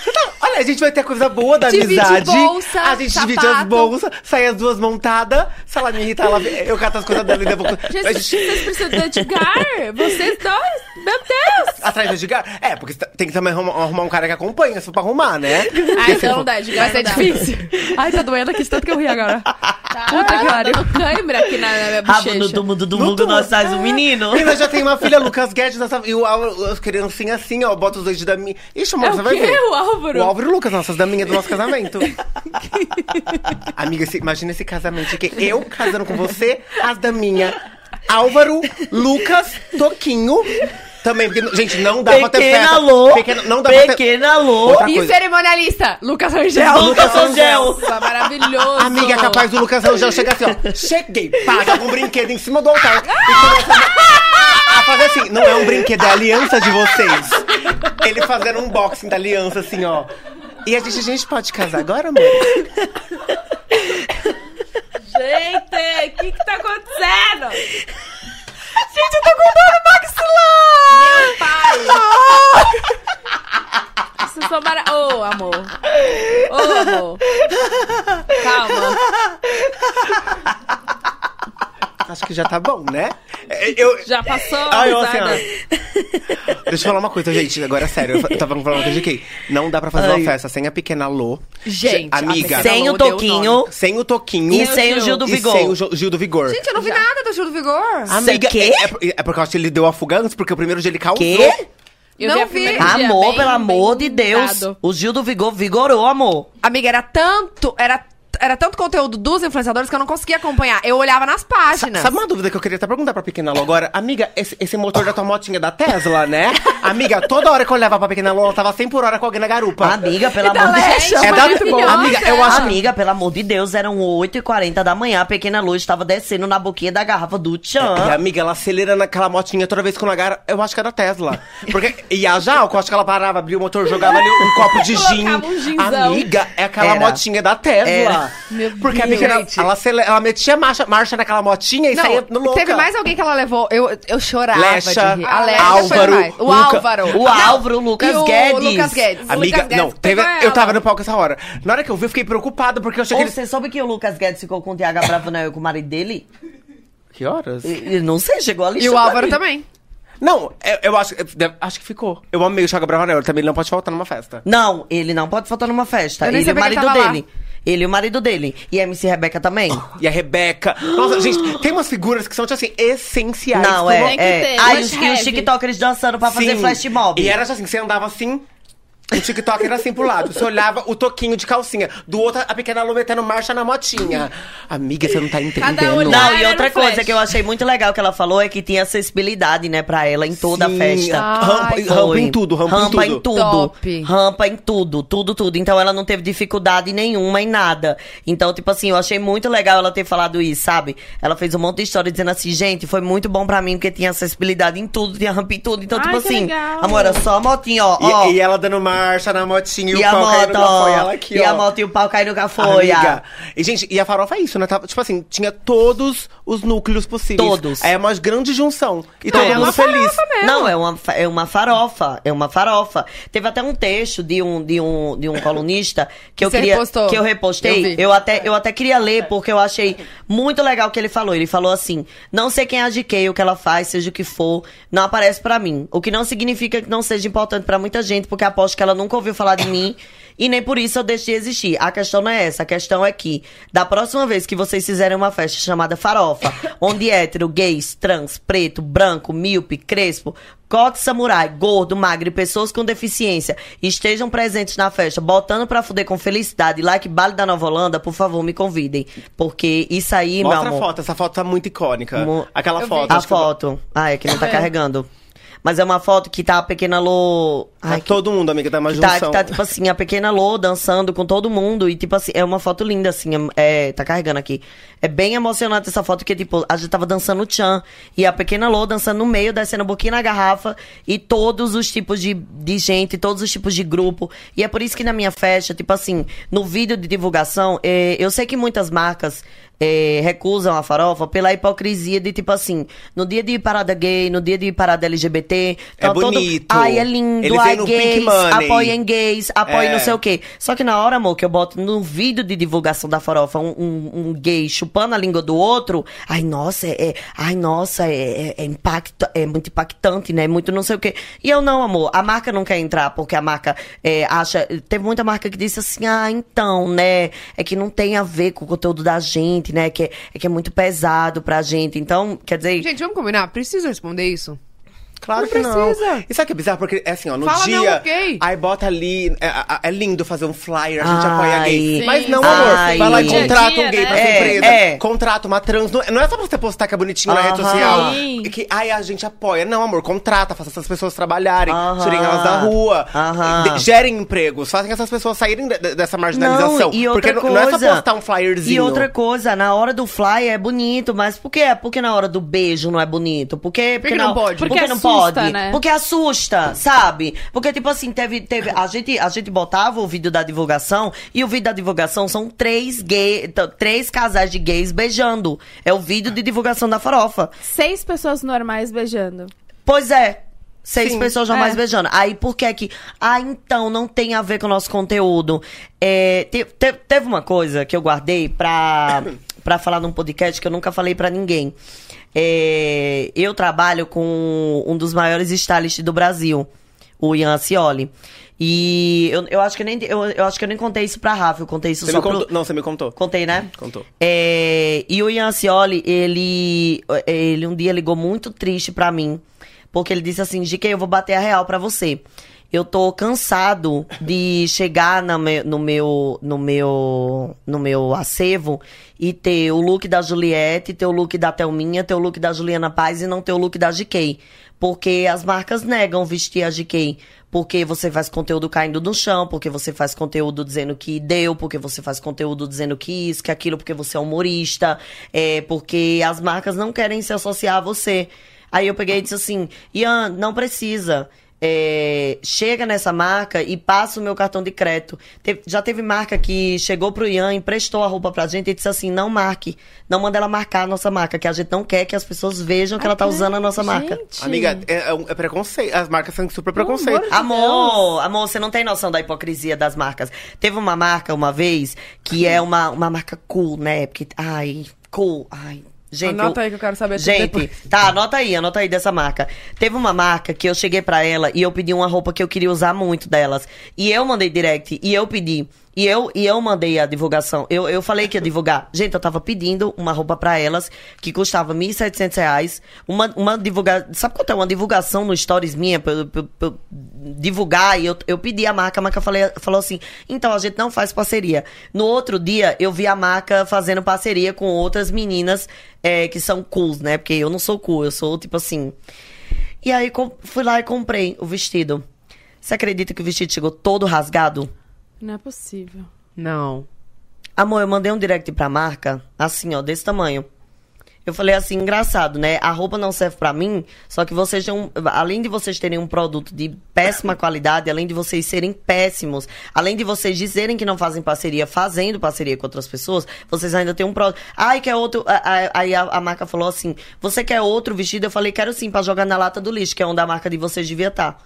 Speaker 8: Você tá- Olha, a gente vai ter coisa boa da
Speaker 5: Divide
Speaker 8: amizade.
Speaker 5: bolsa,
Speaker 8: a gente divide as
Speaker 5: sapato.
Speaker 8: bolsas, sai as duas montadas. Se ela me irritar, ela, eu cato as coisas dela e devo... A
Speaker 5: Gente,
Speaker 8: gente-
Speaker 5: vocês precisam de Edgar? Vocês dois? Meu Deus!
Speaker 8: Atrás do Edgar? É, porque tem que também arrumar, arrumar um cara que acompanha, se for pra arrumar, né?
Speaker 5: Ah, então não dá, Edgar.
Speaker 2: Vai ser
Speaker 5: não dá.
Speaker 2: difícil. Ai, tá doendo aqui, de tanto que eu ri agora. Puta
Speaker 5: Tá
Speaker 2: que pariu.
Speaker 5: dando cãibra aqui na, na minha
Speaker 4: Rafa, no
Speaker 5: bochecha.
Speaker 4: tumulto do vulco nós faz um menino.
Speaker 8: Ainda já tem uma filha, Lucas Guedes, nessa, e o Álvaro, as criancinhas assim, ó, bota os dois de daminha. Ixi, amor,
Speaker 5: É o
Speaker 8: você vai
Speaker 5: quê?
Speaker 8: ver.
Speaker 5: O Álvaro?
Speaker 8: O Álvaro e o Lucas, nossas daminhas do nosso casamento. Amiga, esse- imagina esse casamento que eu casando com você, as daminhas. Álvaro, Lucas, Toquinho. Também, porque, gente, não dá pra ter festa.
Speaker 4: Pequena Lô,
Speaker 8: Pequena, não dá pra ter...
Speaker 4: pequena Lô,
Speaker 8: Outra
Speaker 2: E
Speaker 8: coisa.
Speaker 2: cerimonialista, Lucas Angel.
Speaker 4: Lucas Angel.
Speaker 5: Nossa, maravilhoso.
Speaker 8: Amiga, é capaz do Lucas Rangel chegar assim, ó. Cheguei, paga um brinquedo em cima do altar. E começa a- a fazer assim. Não é um brinquedo, é a aliança de vocês. Ele fazendo um unboxing da aliança, assim, ó. E a gente, a gente pode casar agora, amor?
Speaker 5: Gente, o que que tá acontecendo?
Speaker 2: Gente, eu tô com dor no maxilar!
Speaker 5: Vocês são mara... Ô, amor. Ô, amor. Calma.
Speaker 8: Acho que já tá bom, né? É, Eu.
Speaker 5: Já passou a
Speaker 8: Ai, eu assim,
Speaker 5: risada?
Speaker 8: ó. Deixa eu falar uma coisa, gente. Agora, é sério, eu fa- tava falando com a GK. Não dá pra fazer uma festa sem a pequena Lô.
Speaker 2: Gente, a
Speaker 8: amiga.
Speaker 2: pequena
Speaker 4: Sem o
Speaker 2: Lô deu nome.
Speaker 4: toquinho
Speaker 8: Sem o Toquinho.
Speaker 4: e sem o Gil do
Speaker 8: e
Speaker 4: Vigor.
Speaker 8: sem o Jo- Gil do Vigor.
Speaker 2: Gente, eu não vi nada do Júlio Vigor.
Speaker 8: Amiga,
Speaker 4: Sei
Speaker 8: é,
Speaker 4: quê?
Speaker 8: é por- é porque eu acho que ele deu a fuga antes, porque o primeiro dia ele causou.
Speaker 4: Quê?
Speaker 5: Eu
Speaker 2: Não
Speaker 5: vi a
Speaker 2: vi.
Speaker 5: primeira dia
Speaker 4: Amor,
Speaker 5: bem-
Speaker 4: pelo amor
Speaker 5: bem
Speaker 4: de Deus.
Speaker 5: dado.
Speaker 4: O Gil do Vigor vigorou, amor.
Speaker 2: Amiga, era tanto, era, era tanto conteúdo dos influenciadores que eu não conseguia acompanhar. Eu olhava nas
Speaker 8: Sa-
Speaker 2: páginas.
Speaker 8: Sabe uma dúvida que eu queria até perguntar pra Pequena Lô agora? Amiga, esse, esse motor da tua motinha é da Tesla, né? Amiga, toda hora que eu levava pra Pequena Lô, ela tava 100 por hora com alguém na garupa.
Speaker 4: Amiga, pelo amor de
Speaker 2: Lecha,
Speaker 4: Deus.
Speaker 2: É da- maravilhosa.
Speaker 4: Amiga, eu acho. Amiga, pelo amor de Deus, eram 8h40 da manhã. A pequena luz estava descendo na boquinha da garrafa do
Speaker 8: E,
Speaker 4: Tchan.
Speaker 8: amiga, ela acelera naquela motinha toda vez que eu nagara, eu acho que é da Tesla. Porque, e a Jalco, eu acho que ela parava, abria o motor, jogava ali um copo de gin.
Speaker 5: Colocava um ginzão.
Speaker 8: amiga, é aquela
Speaker 4: Era.
Speaker 8: motinha da Tesla.
Speaker 4: Era.
Speaker 3: Meu
Speaker 8: Porque a
Speaker 3: Deus.
Speaker 8: menina, ela, acele- ela metia marcha, marcha naquela motinha e saía no
Speaker 2: Não,
Speaker 8: louca.
Speaker 2: teve mais alguém que ela levou. Eu, eu chorava
Speaker 8: Lecha,
Speaker 2: de rir. A Lecha
Speaker 8: Álvaro,
Speaker 2: foi demais. O
Speaker 8: Luca-
Speaker 2: Álvaro.
Speaker 4: O
Speaker 2: Não,
Speaker 4: Álvaro, o Lucas
Speaker 2: e o
Speaker 4: Guedes.
Speaker 2: Lucas
Speaker 4: É
Speaker 2: Guedes.
Speaker 8: Amiga,
Speaker 2: Lucas Guedes
Speaker 8: não, teve,
Speaker 2: pegou
Speaker 8: eu
Speaker 2: ela.
Speaker 8: tava no palco essa hora. Na hora que eu vi, eu fiquei preocupada, porque eu achei que
Speaker 4: Ou
Speaker 8: eles...
Speaker 4: você soube que o Lucas Guedes ficou com o Tiago Abravanel e com o marido dele?
Speaker 8: Que horas?
Speaker 4: E- e não sei, chegou a lista.
Speaker 2: E o
Speaker 4: pra
Speaker 2: Álvaro
Speaker 4: mim.
Speaker 2: também.
Speaker 8: Não, eu, eu acho, eu deve- acho que ficou. Eu amei o Chaga Bravanel, ele também não pode faltar numa festa.
Speaker 4: Não, ele não pode faltar numa festa.
Speaker 2: Eu nem
Speaker 4: Ele e o
Speaker 2: sabia que ele
Speaker 4: marido
Speaker 2: tava lá. Ah,
Speaker 4: dele. Ele e o marido dele. E a MC Rebeca também?
Speaker 8: E a Rebeca. Nossa, gente, tem umas figuras que são, tipo assim, essenciais.
Speaker 4: não,
Speaker 8: pro
Speaker 4: é.
Speaker 8: rolê.
Speaker 5: que
Speaker 4: é.
Speaker 5: ter,
Speaker 4: Aí
Speaker 5: mas
Speaker 4: os, que os
Speaker 5: heavy.
Speaker 4: tiktokers dançando pra fazer
Speaker 8: Sim.
Speaker 4: flash mob.
Speaker 8: E era assim, você andava assim. O TikTok era assim pro lado. Você olhava o toquinho de calcinha. Do outro, a pequena Lu metendo marcha na motinha. Amiga, você não tá entendendo.
Speaker 5: Cada olhada
Speaker 4: Não,
Speaker 5: Ah,
Speaker 4: e
Speaker 5: era
Speaker 4: outra
Speaker 5: no
Speaker 4: coisa
Speaker 5: flash.
Speaker 4: que eu achei muito legal que ela falou é que tinha acessibilidade, né, pra ela em toda
Speaker 8: Sim,
Speaker 4: a festa.
Speaker 5: Ah,
Speaker 8: a- rampa-
Speaker 4: Foi.
Speaker 8: rampa em tudo, rampa em tudo.
Speaker 2: Top.
Speaker 4: Rampa em tudo, tudo, tudo. Então ela não teve dificuldade nenhuma em nada. Então, tipo assim, eu achei muito legal ela ter falado isso, sabe? Ela fez um monte de história dizendo assim, gente, foi muito bom pra mim porque tinha acessibilidade em tudo, tinha rampa em tudo. Então,
Speaker 5: Ai,
Speaker 4: tipo
Speaker 5: que
Speaker 4: assim,
Speaker 5: legal.
Speaker 4: amor, era só a motinha, ó,
Speaker 8: E,
Speaker 4: ó.
Speaker 8: e ela dando marcha na motinha e,
Speaker 4: E
Speaker 8: o
Speaker 4: a
Speaker 8: pau caindo
Speaker 4: moto,
Speaker 8: na
Speaker 4: ó.
Speaker 8: folha. Ela aqui,
Speaker 4: e
Speaker 8: ó.
Speaker 4: a moto e o pau caindo com a folha.
Speaker 8: Amiga. E, gente, e a farofa é isso, né? Tava, tipo assim, tinha todos os núcleos possíveis.
Speaker 4: Todos.
Speaker 8: É uma grande junção. E todo
Speaker 4: é
Speaker 8: mundo
Speaker 4: uma
Speaker 8: feliz.
Speaker 4: Não, é uma, fa- é uma farofa. É uma farofa. Teve até um texto de um, de um, de um colunista que eu
Speaker 2: Você
Speaker 4: queria.
Speaker 2: repostou.
Speaker 4: Que eu
Speaker 2: Eu
Speaker 4: repostei. Eu,
Speaker 2: vi. É.
Speaker 4: até, eu até queria ler, porque eu achei muito legal o que ele falou. Ele falou assim: não sei quem é a GK, o que ela faz, seja o que for, não aparece pra mim. O que não significa que não seja importante pra muita gente, porque aposto que ela nunca ouviu falar de mim. E nem por isso eu deixo de existir. A questão não é essa. A questão é que, da próxima vez que vocês fizerem uma festa chamada Farofa, onde hétero, gays, trans, preto, branco, míope, crespo, coque samurai, gordo, magro e pessoas com deficiência estejam presentes na festa, botando pra fuder com felicidade, lá que Bale da Nova Holanda, por favor, me convidem. Porque isso aí,
Speaker 8: Mostra
Speaker 4: meu
Speaker 8: a
Speaker 4: amor.
Speaker 8: foto, essa foto tá muito icônica.
Speaker 4: Mo-
Speaker 8: Aquela foto.
Speaker 4: A
Speaker 8: acho que eu-
Speaker 4: foto. Ah, é que não tá carregando. Mas é uma foto que tá a pequena Lô.
Speaker 8: Tá
Speaker 4: Ai, que
Speaker 8: todo mundo, amiga, tá uma
Speaker 4: que tá,
Speaker 8: junção.
Speaker 4: que tá, tipo assim, a pequena Lô dançando com todo mundo. E, tipo assim, é uma foto linda, assim. É, é- tá carregando aqui. É bem emocionante essa foto, porque, tipo, a gente tava dançando o Tchan. E a pequena Lô dançando no meio, descendo um pouquinho na garrafa. E todos os tipos de, de gente, todos os tipos de grupo. E é por isso que na minha festa, tipo assim, no vídeo de divulgação, é, eu sei que muitas marcas é, recusam a farofa pela hipocrisia de, tipo assim, no dia de parada gay, no dia de parada LGBT.
Speaker 8: É
Speaker 4: tá
Speaker 8: bonito.
Speaker 4: Todo... Ai, é lindo.
Speaker 8: Eles
Speaker 4: ai,
Speaker 8: vêm no Pink
Speaker 4: gays,
Speaker 8: Money.
Speaker 4: apoiem gays, apoiem
Speaker 8: É.
Speaker 4: não sei o quê. Só que na hora, amor, que eu boto no vídeo de divulgação da farofa um, um- um gay chupando a língua do outro, ai, nossa, é, é- ai, nossa, é, é, é impacto, é muito impactante, né? Muito não sei o quê. E eu não, amor, a marca não quer entrar, porque a marca é, acha. Teve muita marca que disse assim, ah, então, né? É que não tem a ver com o conteúdo da gente, né? Que é, é que é muito pesado pra gente. Então, quer dizer.
Speaker 2: Gente, vamos combinar? Preciso responder isso?
Speaker 8: Claro
Speaker 2: Não
Speaker 8: que não.
Speaker 2: precisa.
Speaker 8: E sabe o que é bizarro? Porque, é assim, ó, no
Speaker 2: Fala não,
Speaker 8: dia.
Speaker 2: ok.
Speaker 8: Aí bota ali. É, é- é lindo fazer um flyer, a gente
Speaker 4: Ai.
Speaker 8: apoia gay.
Speaker 4: Sim.
Speaker 8: Mas não, amor.
Speaker 4: Ai.
Speaker 8: Vai lá e
Speaker 4: Dia a
Speaker 8: contrata
Speaker 5: dia,
Speaker 8: um gay
Speaker 5: né?
Speaker 8: pra sua
Speaker 4: É,
Speaker 8: empresa.
Speaker 4: é.
Speaker 8: Contrata uma trans. Não é, não é só pra você postar que é bonitinho na rede
Speaker 4: Aham.
Speaker 8: social.
Speaker 5: Sim.
Speaker 8: E Que, ai, a gente apoia. Não, amor, contrata, faça essas pessoas trabalharem,
Speaker 4: Aham.
Speaker 8: tirem elas da rua,
Speaker 4: Aham.
Speaker 8: de- gerem empregos, façam essas pessoas saírem de- de- dessa marginalização.
Speaker 4: Não, e outra
Speaker 8: porque não-
Speaker 4: coisa,
Speaker 8: não é só postar um flyerzinho.
Speaker 4: E outra coisa, na hora do fly é bonito, mas por que é? Porque na hora do beijo não é bonito? Porque,
Speaker 2: que não pode?
Speaker 4: Porque,
Speaker 5: Porque
Speaker 4: não
Speaker 5: assusta,
Speaker 4: pode?
Speaker 5: né?
Speaker 4: Porque assusta, sabe? Porque tipo assim, teve teve a gente a gente botava o vídeo da divulgação e o vídeo da divulgação são três gay, t- três casais de gays beijando. É o vídeo de divulgação da farofa.
Speaker 3: Seis pessoas normais beijando.
Speaker 4: Pois é. Seis
Speaker 8: Sim,
Speaker 4: pessoas jamais
Speaker 3: é.
Speaker 4: beijando. Aí por que é que. Ah, então, não tem a ver com o nosso conteúdo. É, te- te- teve uma coisa que eu guardei pra, pra falar num podcast que eu nunca falei pra ninguém. É, eu trabalho com um dos maiores stylists do Brasil, o Ian Cioli. E eu, eu acho que nem eu, eu acho que eu nem contei isso pra Rafa, eu contei isso
Speaker 8: Você
Speaker 4: só
Speaker 8: me
Speaker 4: pro-
Speaker 8: contou- Não, você me contou.
Speaker 4: Contei, né?
Speaker 8: Contou.
Speaker 4: É, e o Ian Cioli, ele, ele um dia ligou muito triste pra mim. Porque ele disse assim, GK, eu vou bater a real pra você. Eu tô cansado de chegar na me- no, meu, no, meu, no meu acervo e ter o look da Juliette, ter o look da Thelminha, ter o look da Juliana Paz e não ter o look da GK. Porque as marcas negam vestir a GK. Porque você faz conteúdo caindo no chão, porque você faz conteúdo dizendo que deu, porque você faz conteúdo dizendo que isso, que aquilo, porque você é humorista, é, porque as marcas não querem se associar a você. Aí eu peguei e disse assim, Ian, não precisa. É, é, chega nessa marca e passa o meu cartão de crédito. Te- já teve marca que chegou pro Ian, emprestou a roupa pra gente e disse assim: não marque, não manda ela marcar a nossa marca, que a gente não quer que as pessoas vejam que ela tá usando a nossa marca.
Speaker 8: Amiga, é, é um- é preconceito. As marcas são super preconceito.
Speaker 4: Amor, amor, você não tem noção da hipocrisia das marcas. Teve uma marca uma vez que é uma, uma marca cool, né? Porque, ai, cool, ai. Gente,
Speaker 1: Anota
Speaker 4: eu-
Speaker 1: aí que eu quero saber tudo
Speaker 4: Gente,
Speaker 1: depois.
Speaker 4: tá, anota aí, anota aí dessa marca. Teve uma marca que eu cheguei pra ela e eu pedi uma roupa que eu queria usar muito delas. E eu mandei direct, e eu pedi. E eu, e eu mandei a divulgação. Eu, eu falei que ia divulgar. Gente, eu tava pedindo uma roupa pra elas que custava R$ 1.700. reais. Uma, uma divulgação. Sabe quanto é uma divulgação no Stories minha? Pra, eu- pra eu- pra eu divulgar. E eu, eu pedi a marca, a marca falei- falou assim: então a gente não faz parceria. No outro dia, eu vi a marca fazendo parceria com outras meninas é, que são cools, né? Porque eu não sou cool, eu sou tipo assim. E aí com- fui lá e comprei o vestido. Você acredita que o vestido chegou todo rasgado?
Speaker 3: Não é possível.
Speaker 2: Não.
Speaker 4: Amor, eu mandei um direct pra marca, assim, ó, desse tamanho. Eu falei assim, engraçado, né? A roupa não serve pra mim, só que vocês têm um, além de vocês terem um produto de péssima qualidade, além de vocês serem péssimos, além de vocês dizerem que não fazem parceria, fazendo parceria com outras pessoas, vocês ainda têm um produto. Ai, quer outro. a- a- Aí a, a marca falou assim: você quer outro vestido? Eu falei, quero sim, pra jogar na lata do lixo, que é onde a marca de vocês devia estar.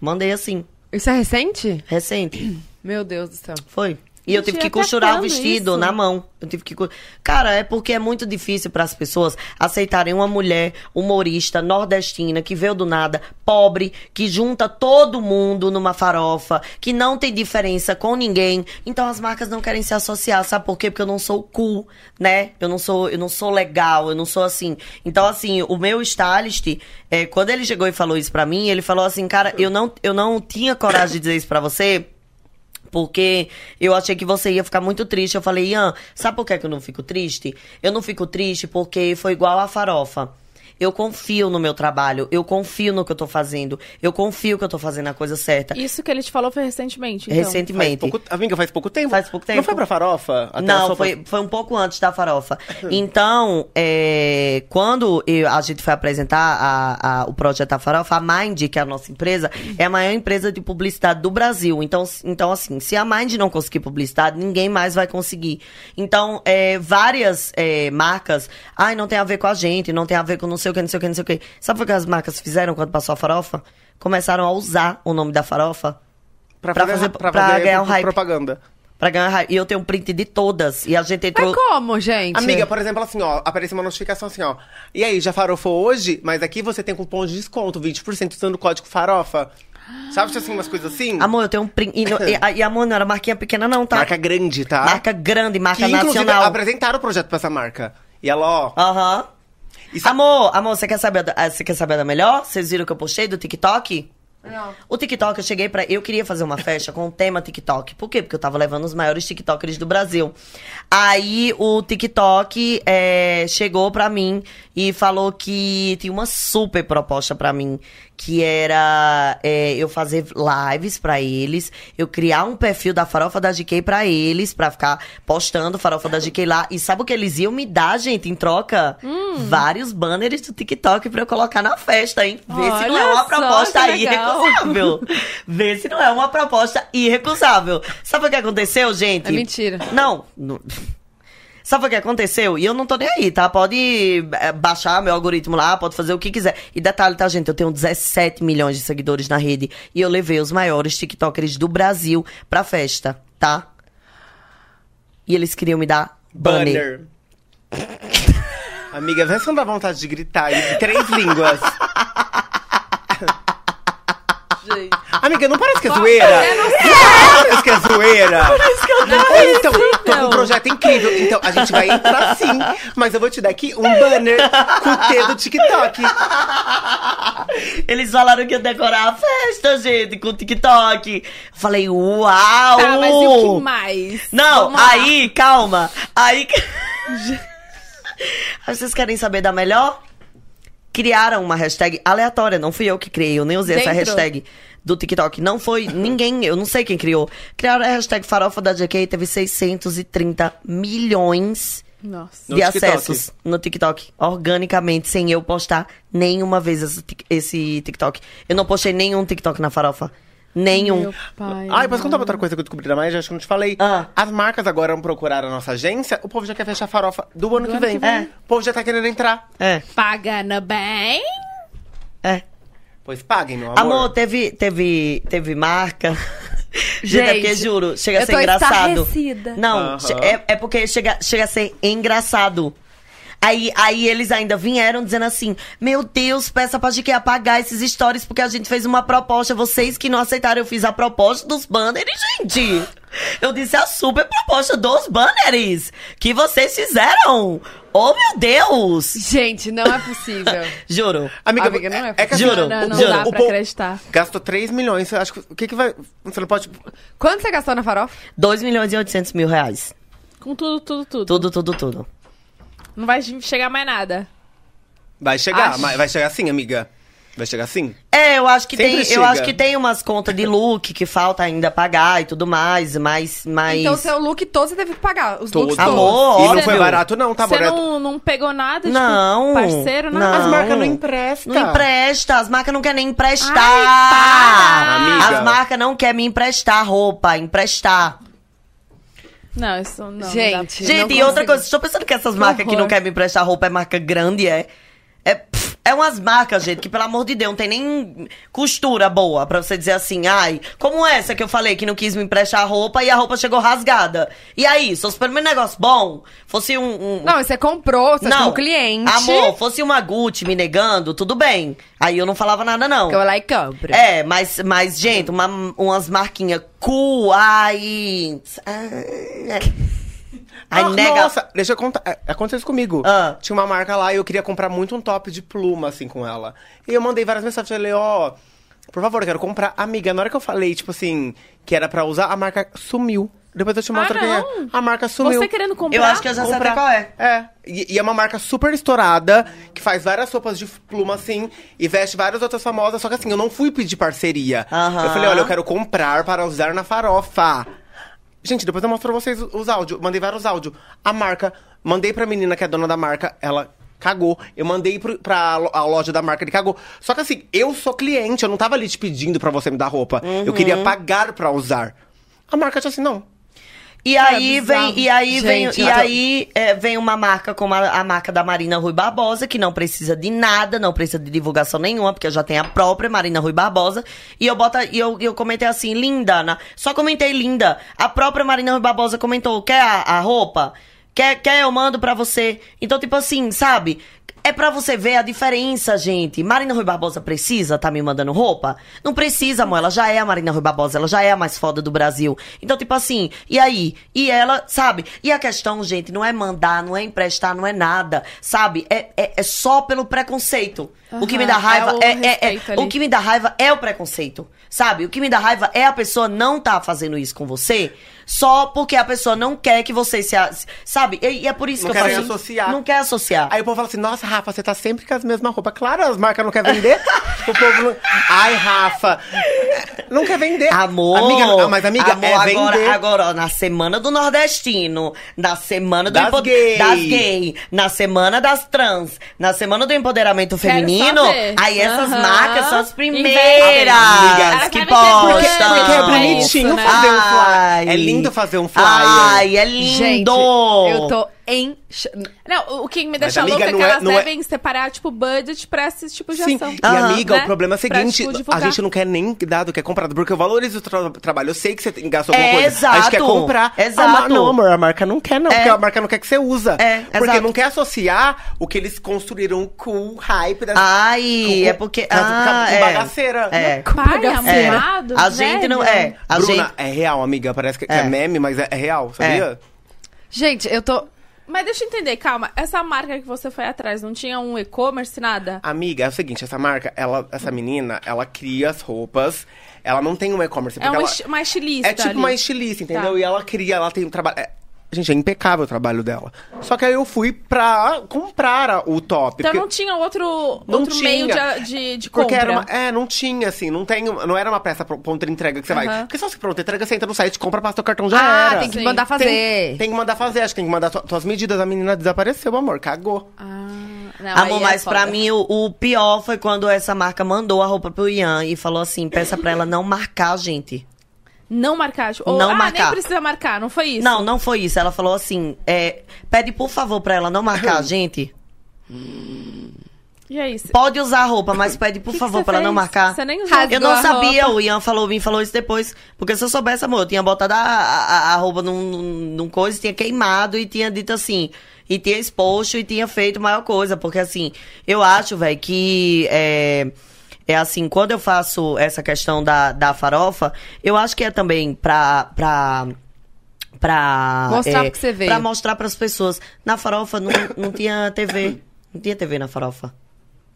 Speaker 4: Mandei assim,
Speaker 2: Isso é recente?
Speaker 4: recente.
Speaker 2: Meu Deus do céu.
Speaker 4: Foi. E eu
Speaker 3: Gente,
Speaker 4: tive que
Speaker 3: até
Speaker 4: costurar o
Speaker 3: quando
Speaker 4: vestido
Speaker 3: isso?
Speaker 4: na mão. Eu tive que. co- Cara, é porque é muito difícil para as pessoas aceitarem uma mulher humorista nordestina que veio do nada, pobre, que junta todo mundo numa farofa, que não tem diferença com ninguém. Então as marcas não querem se associar, sabe por quê? Porque eu não sou cool, né? Eu não sou, eu não sou legal, eu não sou assim. Então assim, o meu stylist, é, quando ele chegou e falou isso pra mim, ele falou assim, cara, eu não, eu não tinha coragem de dizer isso pra você. Porque eu achei que você ia ficar muito triste. Eu falei, Ian, sabe por que que eu não fico triste? Eu não fico triste porque foi igual a farofa. Eu confio no meu trabalho, eu confio no que eu tô fazendo, eu confio que eu tô fazendo a coisa
Speaker 8: Tá.
Speaker 4: certa.
Speaker 3: Isso que ele te falou foi recentemente, então.
Speaker 8: Faz
Speaker 4: Recentemente.
Speaker 8: pouco, amiga, faz pouco tempo.
Speaker 4: Faz pouco tempo.
Speaker 8: Não foi pra farofa? Até a
Speaker 4: Não,
Speaker 8: sopa-
Speaker 4: foi, foi um pouco antes da farofa. Então, é, quando eu- a gente foi apresentar a- a- o projeto da farofa, a Mind, que é a nossa empresa, é a maior empresa de publicidade do Brasil. Então, s- então assim, se a Mind não conseguir publicidade, ninguém mais vai conseguir. Então, é, várias é, marcas, ai, não tem a ver com a gente, não tem a ver com não sei o que, não sei o que, não sei o que. Sabe o que as marcas fizeram quando passou a farofa? Começaram a usar o nome da farofa
Speaker 8: Pra,
Speaker 4: pra
Speaker 8: fazer,
Speaker 4: fazer-
Speaker 8: pra
Speaker 4: pra
Speaker 8: fazer um
Speaker 4: ganhar o hype.
Speaker 8: propaganda.
Speaker 4: pra ganhar raiva. E eu tenho um print de todas. E a gente entrou.
Speaker 2: Mas É como, gente?
Speaker 8: Amiga, por exemplo, assim, ó, aparece uma notificação assim, ó. E aí, já farofou hoje? Mas aqui você tem cupom de desconto, 20% usando o código farofa. Sabe, tipo assim, umas coisas assim?
Speaker 4: Amor, eu tenho um print. E, no- e, a- e, amor, não era marquinha pequena, não, tá?
Speaker 8: Marca grande, tá?
Speaker 4: Marca grande, marca
Speaker 8: que, inclusive,
Speaker 4: nacional.
Speaker 8: apresentaram o projeto pra essa marca. E ela, ó...
Speaker 4: Aham.
Speaker 8: isso- é
Speaker 4: Amor, amor, você quer saber, da- ah, você quer saber da melhor? Vocês viram que eu postei do TikTok? Não. O TikTok, eu cheguei pra. Eu queria fazer uma festa com o tema TikTok. Por quê? Porque eu tava levando os maiores TikTokers do Brasil. Aí o TikTok eh, chegou pra mim e falou que tinha uma super proposta pra mim. Que era eh, eu fazer lives pra eles, eu criar um perfil da farofa da GK pra eles, pra ficar postando farofa da GK lá. E sabe o que eles iam me dar, gente, em troca?
Speaker 3: Hum.
Speaker 4: Vários banners do TikTok pra eu colocar na festa, hein? Vê se não é
Speaker 3: Olha
Speaker 4: uma
Speaker 3: só,
Speaker 4: proposta
Speaker 3: que legal.
Speaker 4: irrecusável. Vê se não é uma proposta irrecusável. Sabe o que aconteceu, gente?
Speaker 2: É mentira.
Speaker 4: Não. não- Sabe o que aconteceu? E eu não tô nem aí, tá? Pode eh, baixar meu algoritmo lá, pode fazer o que quiser. E detalhe, tá, gente? Eu tenho 17 milhões de seguidores na rede e eu levei os maiores TikTokers do Brasil pra festa, tá? E eles queriam me dar banner.
Speaker 8: Banner. Amiga, vê se não dá vontade de gritar em três línguas. Amiga, não parece que é zoeira? Não parece que é zoeira? Ou então, tô com um projeto incrível. Então, a gente vai entrar sim. Mas eu vou te dar aqui um banner com o T do TikTok.
Speaker 4: Eles falaram que ia decorar a festa, gente, com o TikTok. Falei, uau!
Speaker 3: Tá, mas e o que mais?
Speaker 4: Não,
Speaker 3: Vamos lá.
Speaker 4: aí, calma. Aí. que- Aí Vocês querem saber da melhor? Criaram uma hashtag aleatória, não fui eu que criei, eu nem usei essa
Speaker 3: Dentro.
Speaker 4: hashtag do TikTok. Não foi ninguém, eu não sei quem criou. Criaram a hashtag farofa da JK e teve 630 milhões
Speaker 3: Nossa.
Speaker 8: No
Speaker 4: de
Speaker 8: TikTok.
Speaker 4: acessos no TikTok. Organicamente, sem eu postar nenhuma vez esse, tic- esse TikTok. Eu não postei nenhum TikTok na farofa. Nenhum.
Speaker 3: Meu pai.
Speaker 8: Ai, posso contar outra coisa que eu descobri da Maia? Já Acho que eu não te falei.
Speaker 4: Ah.
Speaker 8: As marcas agora vão procurar a nossa agência, o povo já quer fechar a farofa do ano, que, vem. É. O povo já tá querendo entrar.
Speaker 4: É,
Speaker 3: Pagando bem.
Speaker 4: é.
Speaker 8: Pois paguem, meu amor.
Speaker 4: Amor, teve, teve, teve marca. Gente, é porque juro, chega a
Speaker 2: eu
Speaker 4: ser
Speaker 2: tô
Speaker 4: engraçado.
Speaker 2: estarrecida.
Speaker 4: Não,
Speaker 8: Aham.
Speaker 4: che- é, é porque chega, chega a ser engraçado. Aí, aí eles ainda vieram dizendo assim: Meu Deus, peça pra GQ apagar esses stories, porque a gente fez uma proposta. Vocês que não aceitaram, eu fiz a proposta dos banners, gente. Eu disse "É a super proposta dos banners que vocês fizeram. Oh, meu Deus!
Speaker 2: Gente, não é possível.
Speaker 4: Juro.
Speaker 8: Amiga,
Speaker 2: Amiga, não é
Speaker 8: é que assim,
Speaker 4: Juro,
Speaker 8: o-
Speaker 4: Não,
Speaker 8: o-
Speaker 4: não
Speaker 8: o-
Speaker 4: dá
Speaker 8: o
Speaker 3: Dá pra
Speaker 8: povo
Speaker 3: acreditar.
Speaker 8: Gastou 3 milhões. Acho que. O que, que vai. Você não pode.
Speaker 2: Quanto você gastou na farofa?
Speaker 4: 2 milhões e 800 mil reais.
Speaker 3: Com tudo, tudo, tudo.
Speaker 4: Tudo, tudo, tudo.
Speaker 3: Não vai chegar mais nada.
Speaker 8: Vai chegar, mas vai chegar sim, amiga. Vai chegar sim.
Speaker 4: É, eu acho que
Speaker 8: Sempre
Speaker 4: tem, eu
Speaker 8: chega.
Speaker 4: acho que tem umas contas de look que falta ainda pagar e tudo mais, mas mas
Speaker 2: Então, seu look todo você teve que pagar. Os looks
Speaker 4: Amor,
Speaker 2: todos.
Speaker 8: E não
Speaker 4: óbvio.
Speaker 8: foi barato, não, tá,
Speaker 3: Você
Speaker 8: Boreto?
Speaker 3: não, não pegou nada?
Speaker 4: Não,
Speaker 3: Tipo, parceiro? Nada?
Speaker 4: não.
Speaker 8: As marcas não emprestam.
Speaker 4: não empresta, as marcas não querem nem emprestar.
Speaker 8: Amiga.
Speaker 4: As marcas não querem me emprestar roupa, emprestar.
Speaker 3: Não, isso não. não
Speaker 2: Gente,
Speaker 3: dá pra-
Speaker 4: Gente, e outra coisa, estou pensando que essas marcas que
Speaker 3: horror.
Speaker 4: não querem me emprestar roupa é marca grande, é? É, pff, é umas marcas, gente, que pelo amor de Deus, não tem nem costura boa pra você dizer assim, ai, como essa que eu falei que não quis me emprestar roupa e a roupa chegou rasgada. E aí, se fosse pelo menos um negócio bom, fosse um. um-
Speaker 2: Não, você comprou, você como um cliente.
Speaker 4: Amor, fosse uma Gucci me negando, tudo bem. Aí eu não falava nada, não.
Speaker 2: Que eu vou lá e compro.
Speaker 4: É, mas, mas gente, uma, umas marquinhas cool, ai. ai, Ai,
Speaker 8: Ah,
Speaker 4: nega.
Speaker 8: Nossa, deixa eu contar. é, Aconteceu isso comigo.
Speaker 4: Ah.
Speaker 8: Tinha uma marca lá e eu queria comprar muito um top de pluma, assim, com ela. E eu mandei várias mensagens, falei, ó, por favor, eu quero comprar. Amiga, na hora que eu falei, tipo assim, que era pra usar, a marca sumiu. Depois eu te mostro quem é.
Speaker 3: Ah, não.
Speaker 8: A marca sumiu.
Speaker 3: Você querendo comprar?
Speaker 4: Eu acho que eu já sei até
Speaker 8: Comprar.
Speaker 4: qual é.
Speaker 8: É, e, e é uma marca super estourada, que faz várias sopas de pluma, assim, e veste várias outras famosas. Só que assim, eu não fui pedir parceria.
Speaker 4: Aham.
Speaker 8: Eu falei, olha, eu quero comprar para usar na farofa. Gente, depois eu mostro pra vocês os áudios. Mandei vários áudios. A marca, mandei pra menina que é dona da marca, ela cagou. Eu mandei pro, pra lo- a loja da marca, ele cagou. Só que assim, eu sou cliente, eu não tava ali te pedindo pra você me dar roupa. Eu
Speaker 4: Uhum.
Speaker 8: queria pagar pra usar. A marca tinha assim, não.
Speaker 4: E aí
Speaker 3: bizarro.
Speaker 4: vem, e aí vem,
Speaker 2: é Gente,
Speaker 4: e
Speaker 2: eu tô-
Speaker 4: aí é, vem uma marca como a, a marca da Marina Rui Barbosa, que não precisa de nada, não precisa de divulgação nenhuma, porque eu já tenho a própria Marina Rui Barbosa. E eu boto, e eu, eu comentei assim, linda, na- só comentei linda. A própria Marina Rui Barbosa comentou, quer a, a roupa? Quer, quer eu mando pra você? Então, tipo assim, sabe? É pra você ver a diferença, gente. Marina Rui Barbosa precisa tá me mandando roupa? Não precisa, amor. Ela já é a Marina Rui Barbosa. Ela já é a mais foda do Brasil. Então, tipo assim, e aí? E ela, sabe? E a questão, gente, não é mandar, não é emprestar, não é nada, sabe? É, é, é só pelo preconceito. o que me dá
Speaker 3: Aham,
Speaker 4: raiva
Speaker 3: é o
Speaker 4: é, é- é-
Speaker 3: respeito ali.
Speaker 4: O que me dá raiva é o preconceito, sabe? O que me dá raiva é a pessoa não tá fazendo isso com você só porque a pessoa não quer que você se... a- Sabe? E, e é por isso
Speaker 8: Não
Speaker 4: que eu
Speaker 8: querem
Speaker 4: falo... gente,
Speaker 8: associar.
Speaker 4: Não quer associar.
Speaker 8: Aí o povo fala assim, nossa, Rafa, você tá sempre com as mesmas roupas. Claro, as marcas não querem vender. o povo não... Ai, Rafa, não quer vender.
Speaker 4: Amor,
Speaker 8: Amiga, não, mas amiga,
Speaker 4: amor,
Speaker 8: é vender.
Speaker 4: agora, agora, ó, na semana do nordestino, na semana do
Speaker 8: Das
Speaker 4: empo-
Speaker 8: gay.
Speaker 4: das gay, na semana das trans, na semana do empoderamento feminino,
Speaker 3: saber.
Speaker 4: aí essas
Speaker 3: Aham.
Speaker 4: marcas são as
Speaker 3: Inventa,
Speaker 4: primeiras
Speaker 8: amiga.
Speaker 4: que
Speaker 3: Elas querem ter
Speaker 4: postam.
Speaker 8: Porque é
Speaker 3: Não, né? isso,
Speaker 8: bonitinho
Speaker 3: né?
Speaker 8: fazer um
Speaker 4: Ai.
Speaker 8: flyer. É lindo fazer um flyer.
Speaker 4: Ai, é lindo!
Speaker 2: Gente, eu tô em...
Speaker 3: Não, o que me deixa
Speaker 8: amiga,
Speaker 3: louca é que
Speaker 8: não é-
Speaker 3: elas
Speaker 8: não é-
Speaker 3: devem separar, tipo, budget pra esse tipo de
Speaker 8: Sim,
Speaker 3: ação.
Speaker 8: e
Speaker 4: Ah,
Speaker 8: amiga,
Speaker 3: né?
Speaker 8: o problema é o
Speaker 3: Pra,
Speaker 8: seguinte,
Speaker 3: tipo,
Speaker 8: a
Speaker 3: divulgar.
Speaker 8: gente não quer nem dar do que é comprado, porque eu valorizo o tra- trabalho, eu sei que você tem- gastou
Speaker 4: É,
Speaker 8: alguma coisa, a gente quer
Speaker 4: exato,
Speaker 8: comprar.
Speaker 4: exato.
Speaker 8: A mar- não, amor, a marca não quer não,
Speaker 4: É.
Speaker 8: porque a marca não quer que você usa.
Speaker 4: É,
Speaker 8: porque
Speaker 4: exato.
Speaker 8: não quer associar o que eles construíram com o hype da
Speaker 4: Ai, é porque...
Speaker 8: Com-
Speaker 4: Ah,
Speaker 8: com
Speaker 4: é.
Speaker 8: bagaceira.
Speaker 4: É.
Speaker 3: Pai
Speaker 4: É.
Speaker 3: amado,
Speaker 4: A gente não... É, a
Speaker 8: Bruna,
Speaker 4: gente...
Speaker 8: é real, amiga. Parece que que é,
Speaker 4: É.
Speaker 8: meme, mas é, é real, sabia?
Speaker 2: Gente, eu tô...
Speaker 3: Mas deixa eu entender, calma. Essa marca que você foi atrás, não tinha um e-commerce, nada?
Speaker 8: Amiga, é o seguinte, essa marca, ela, essa menina, ela cria as roupas. Ela não tem um e-commerce.
Speaker 3: É
Speaker 8: porque
Speaker 3: um
Speaker 8: ela-
Speaker 3: esti- uma estilista
Speaker 8: É tipo
Speaker 3: ali.
Speaker 8: uma estilista, entendeu?
Speaker 3: Tá.
Speaker 8: E ela cria, ela tem um trabalho. é, Gente, é impecável o trabalho dela. Só que aí eu fui pra comprar a- o top.
Speaker 5: Então
Speaker 8: porque-
Speaker 5: não tinha outro,
Speaker 8: Não
Speaker 5: outro
Speaker 8: tinha.
Speaker 5: meio de, de, de
Speaker 8: Porque
Speaker 5: compra.
Speaker 8: era uma, é, não tinha, assim, não tem, não era uma peça pro- ponto de entrega que você vai.
Speaker 5: Aham.
Speaker 8: Porque só se pronto entrega, você entra no site, compra, passa o cartão, já
Speaker 2: Ah,
Speaker 8: era.
Speaker 2: tem que
Speaker 5: Sim.
Speaker 2: mandar fazer.
Speaker 8: Tem, tem que mandar fazer, acho que tem que mandar suas medidas. A menina desapareceu, amor, cagou.
Speaker 5: Não, aí
Speaker 4: Amor,
Speaker 5: é
Speaker 4: mas pra
Speaker 5: foda.
Speaker 4: mim o, o pior foi quando essa marca mandou a roupa pro Ian e falou assim: peça pra ela não marcar a gente.
Speaker 5: Não marcar. tipo, Ou,
Speaker 4: Não
Speaker 5: ah, nem
Speaker 4: marcar.
Speaker 5: precisa marcar, não foi isso?
Speaker 4: Não, não foi isso. Ela falou assim: é, pede por favor pra ela não marcar a gente.
Speaker 5: E é aí? cê-
Speaker 4: Pode usar a roupa, mas pede por
Speaker 5: Que que
Speaker 4: favor
Speaker 5: cê
Speaker 4: pra ela não
Speaker 5: fez?
Speaker 4: marcar.
Speaker 5: Cê nem usou
Speaker 4: eu
Speaker 5: a
Speaker 4: não
Speaker 5: roupa.
Speaker 4: sabia, o Ian falou, me falou isso depois. Porque se eu soubesse, amor, eu tinha botado a, a, a roupa num, num- num coisa, tinha queimado e tinha dito assim. E tinha exposto e tinha feito maior coisa. Porque assim, eu acho, velho, que. É, é assim, quando eu faço essa questão da, da farofa, eu acho que é também pra. pra pra é,
Speaker 2: Mostrar pro que você veio.
Speaker 4: Pra mostrar pras pessoas. Na farofa não, não tinha TV. Não tinha TV na farofa.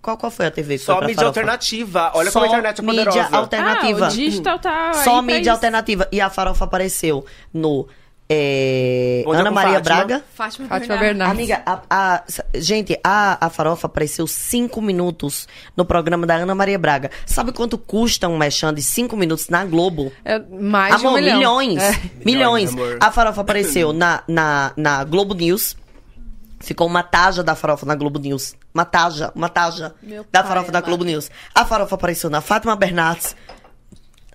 Speaker 4: Qual, qual foi a TV que
Speaker 8: Só
Speaker 4: foi pra
Speaker 8: mídia
Speaker 4: farofa?
Speaker 8: alternativa. Olha
Speaker 4: Só
Speaker 8: como a internet é poderosa.
Speaker 4: mídia alternativa.
Speaker 5: Ah, o digital tá aí
Speaker 4: Só
Speaker 5: pra
Speaker 4: mídia
Speaker 5: isso.
Speaker 4: alternativa. E a farofa apareceu no é,
Speaker 8: Bom Dia
Speaker 4: Ana
Speaker 8: com
Speaker 4: Maria
Speaker 8: Fátima.
Speaker 4: Braga.
Speaker 5: Fátima,
Speaker 2: Fátima
Speaker 5: Bernardo.
Speaker 2: Bernardes.
Speaker 4: Amiga, a, a- s- gente, a, a farofa apareceu cinco minutos no programa da Ana Maria Braga. Sabe quanto custa um merchan de cinco minutos na Globo?
Speaker 2: É mais de um
Speaker 4: Amor,
Speaker 2: milhão.
Speaker 4: milhões.
Speaker 2: É.
Speaker 4: Milhões.
Speaker 8: Milhões, amor.
Speaker 4: A farofa apareceu na, na, na Globo News. Ficou uma taja da farofa na Globo News. Uma taja, uma taja
Speaker 5: Meu
Speaker 4: da
Speaker 5: pai
Speaker 4: farofa da
Speaker 5: amado.
Speaker 4: Globo News. A farofa apareceu na Fátima Bernardes.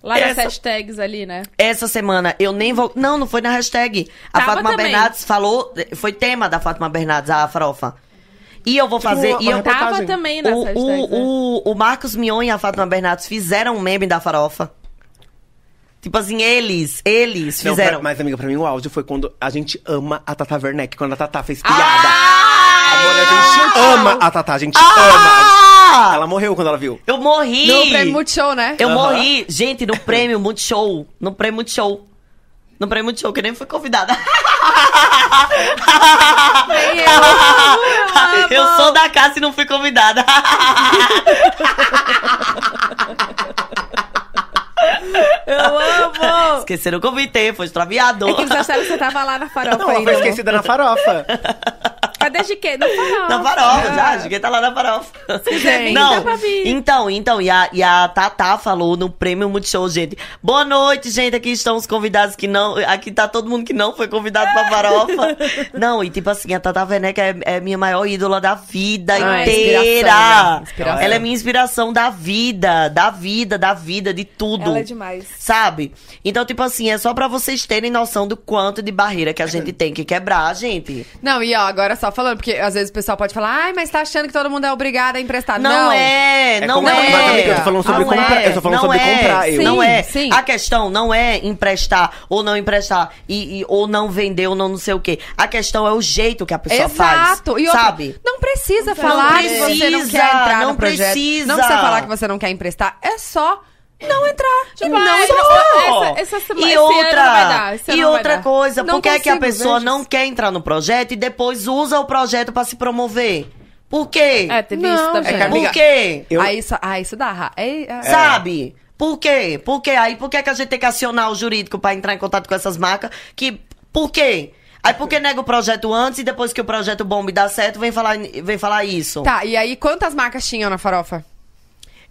Speaker 5: Lá nas
Speaker 4: Essa-
Speaker 5: hashtags ali, né?
Speaker 4: Essa semana eu nem vou. Não, não foi na hashtag. A
Speaker 5: Tava
Speaker 4: Fátima
Speaker 5: também.
Speaker 4: Bernardes falou. Foi tema da Fátima Bernardes, a farofa. E eu vou fazer.
Speaker 8: uma
Speaker 4: e eu,
Speaker 5: Tava
Speaker 8: Reportagem.
Speaker 5: também nas
Speaker 4: o,
Speaker 5: hashtags. né?
Speaker 4: o, o, o Marcos Mion e a Fátima Bernardes fizeram um meme da farofa. Tipo assim, eles, eles
Speaker 8: Não,
Speaker 4: fizeram.
Speaker 8: pra- mas, amiga, pra mim o áudio foi quando a gente ama a Tata Werneck, quando a Tata fez piada. Amor, a gente ama a Tata, a gente
Speaker 4: Ah!
Speaker 8: ama. Ah, Ela morreu quando ela viu.
Speaker 4: Eu morri!
Speaker 2: No prêmio Multishow, né?
Speaker 4: Eu
Speaker 8: Aham.
Speaker 4: morri, gente, no prêmio Multishow. No prêmio Multishow. No prêmio Multishow, que eu nem fui convidada. eu sou da casa e não fui convidada.
Speaker 5: Eu amo!
Speaker 4: Esqueceram o convite, foi extraviado.
Speaker 5: É que eles acharam que você tava lá na farofa
Speaker 8: Não, ela
Speaker 3: né?
Speaker 5: ainda. né?
Speaker 8: foi esquecida na farofa.
Speaker 5: Cadê de quê? Na farofa.
Speaker 4: Na farofa, já, acho que tá lá na farofa.
Speaker 5: Gente, é. dá
Speaker 4: Não,
Speaker 5: pra vir.
Speaker 4: então, então, e a, e a Tatá falou no Prêmio Multishow, gente. Boa noite, gente, aqui estão os convidados que não, aqui tá todo mundo que não foi convidado pra farofa. não, e tipo assim, a Tatá Werneck é, é minha maior ídola da vida
Speaker 5: é
Speaker 2: Ah, inspiração,
Speaker 4: inteira.
Speaker 2: né? Inspiração.
Speaker 4: Ela é minha inspiração da vida, da vida, da vida, de tudo.
Speaker 5: Ela é demais.
Speaker 4: Sabe? Então, tipo assim, é só pra vocês terem noção do quanto de barreira que a gente tem que quebrar, gente.
Speaker 2: Não, e ó, agora só falando, porque às vezes o pessoal pode falar, ai, mas tá achando que todo mundo é obrigado a emprestar.
Speaker 4: Ah, Não, é, não
Speaker 8: comprar,
Speaker 4: é.
Speaker 8: mas, amiga, eu tô falando sobre
Speaker 4: Não
Speaker 8: comprar,
Speaker 4: é,
Speaker 8: eu tô falando
Speaker 4: não
Speaker 8: sobre
Speaker 4: é,
Speaker 8: comprar, eu.
Speaker 4: Não
Speaker 2: Sim,
Speaker 4: é.
Speaker 2: sim.
Speaker 4: A questão não é emprestar ou não emprestar e, e- ou não vender ou não não sei o quê. A questão é o jeito que a pessoa faz.
Speaker 2: Exato. E outra,
Speaker 4: sabe?
Speaker 2: Não precisa falar que você não quer
Speaker 4: precisa,
Speaker 2: entrar
Speaker 4: não
Speaker 2: no projeto.
Speaker 4: precisa.
Speaker 2: Não precisa falar que você não quer emprestar. É só não entrar.
Speaker 5: Tipo,
Speaker 2: não
Speaker 5: ai,
Speaker 2: entrar.
Speaker 5: Essa- essa- essa semana- esse
Speaker 4: e
Speaker 5: ano
Speaker 4: outra,
Speaker 5: não vai dar, esse ano
Speaker 4: e
Speaker 5: não vai
Speaker 4: outra
Speaker 5: dar.
Speaker 4: coisa,
Speaker 2: Não
Speaker 4: por que, é que a
Speaker 2: consigo,
Speaker 4: pessoa
Speaker 2: veja
Speaker 4: não
Speaker 2: isso.
Speaker 4: quer entrar no projeto e depois usa o projeto pra se promover? Por quê?
Speaker 5: É, teve
Speaker 2: Não,
Speaker 4: tá
Speaker 5: isso também.
Speaker 2: gente.
Speaker 8: É que, amiga,
Speaker 4: Por quê?
Speaker 8: Eu-
Speaker 2: Ah, isso, ah, isso dá. ra- É, é-
Speaker 4: Sabe? Por quê? Por quê? Aí por que, que a gente tem que acionar o jurídico pra entrar em contato com essas marcas? Que, por quê? Aí por que nega o projeto antes e depois que o projeto bomba e dá certo, vem falar, vem falar isso?
Speaker 2: Tá, e aí quantas marcas tinham na farofa?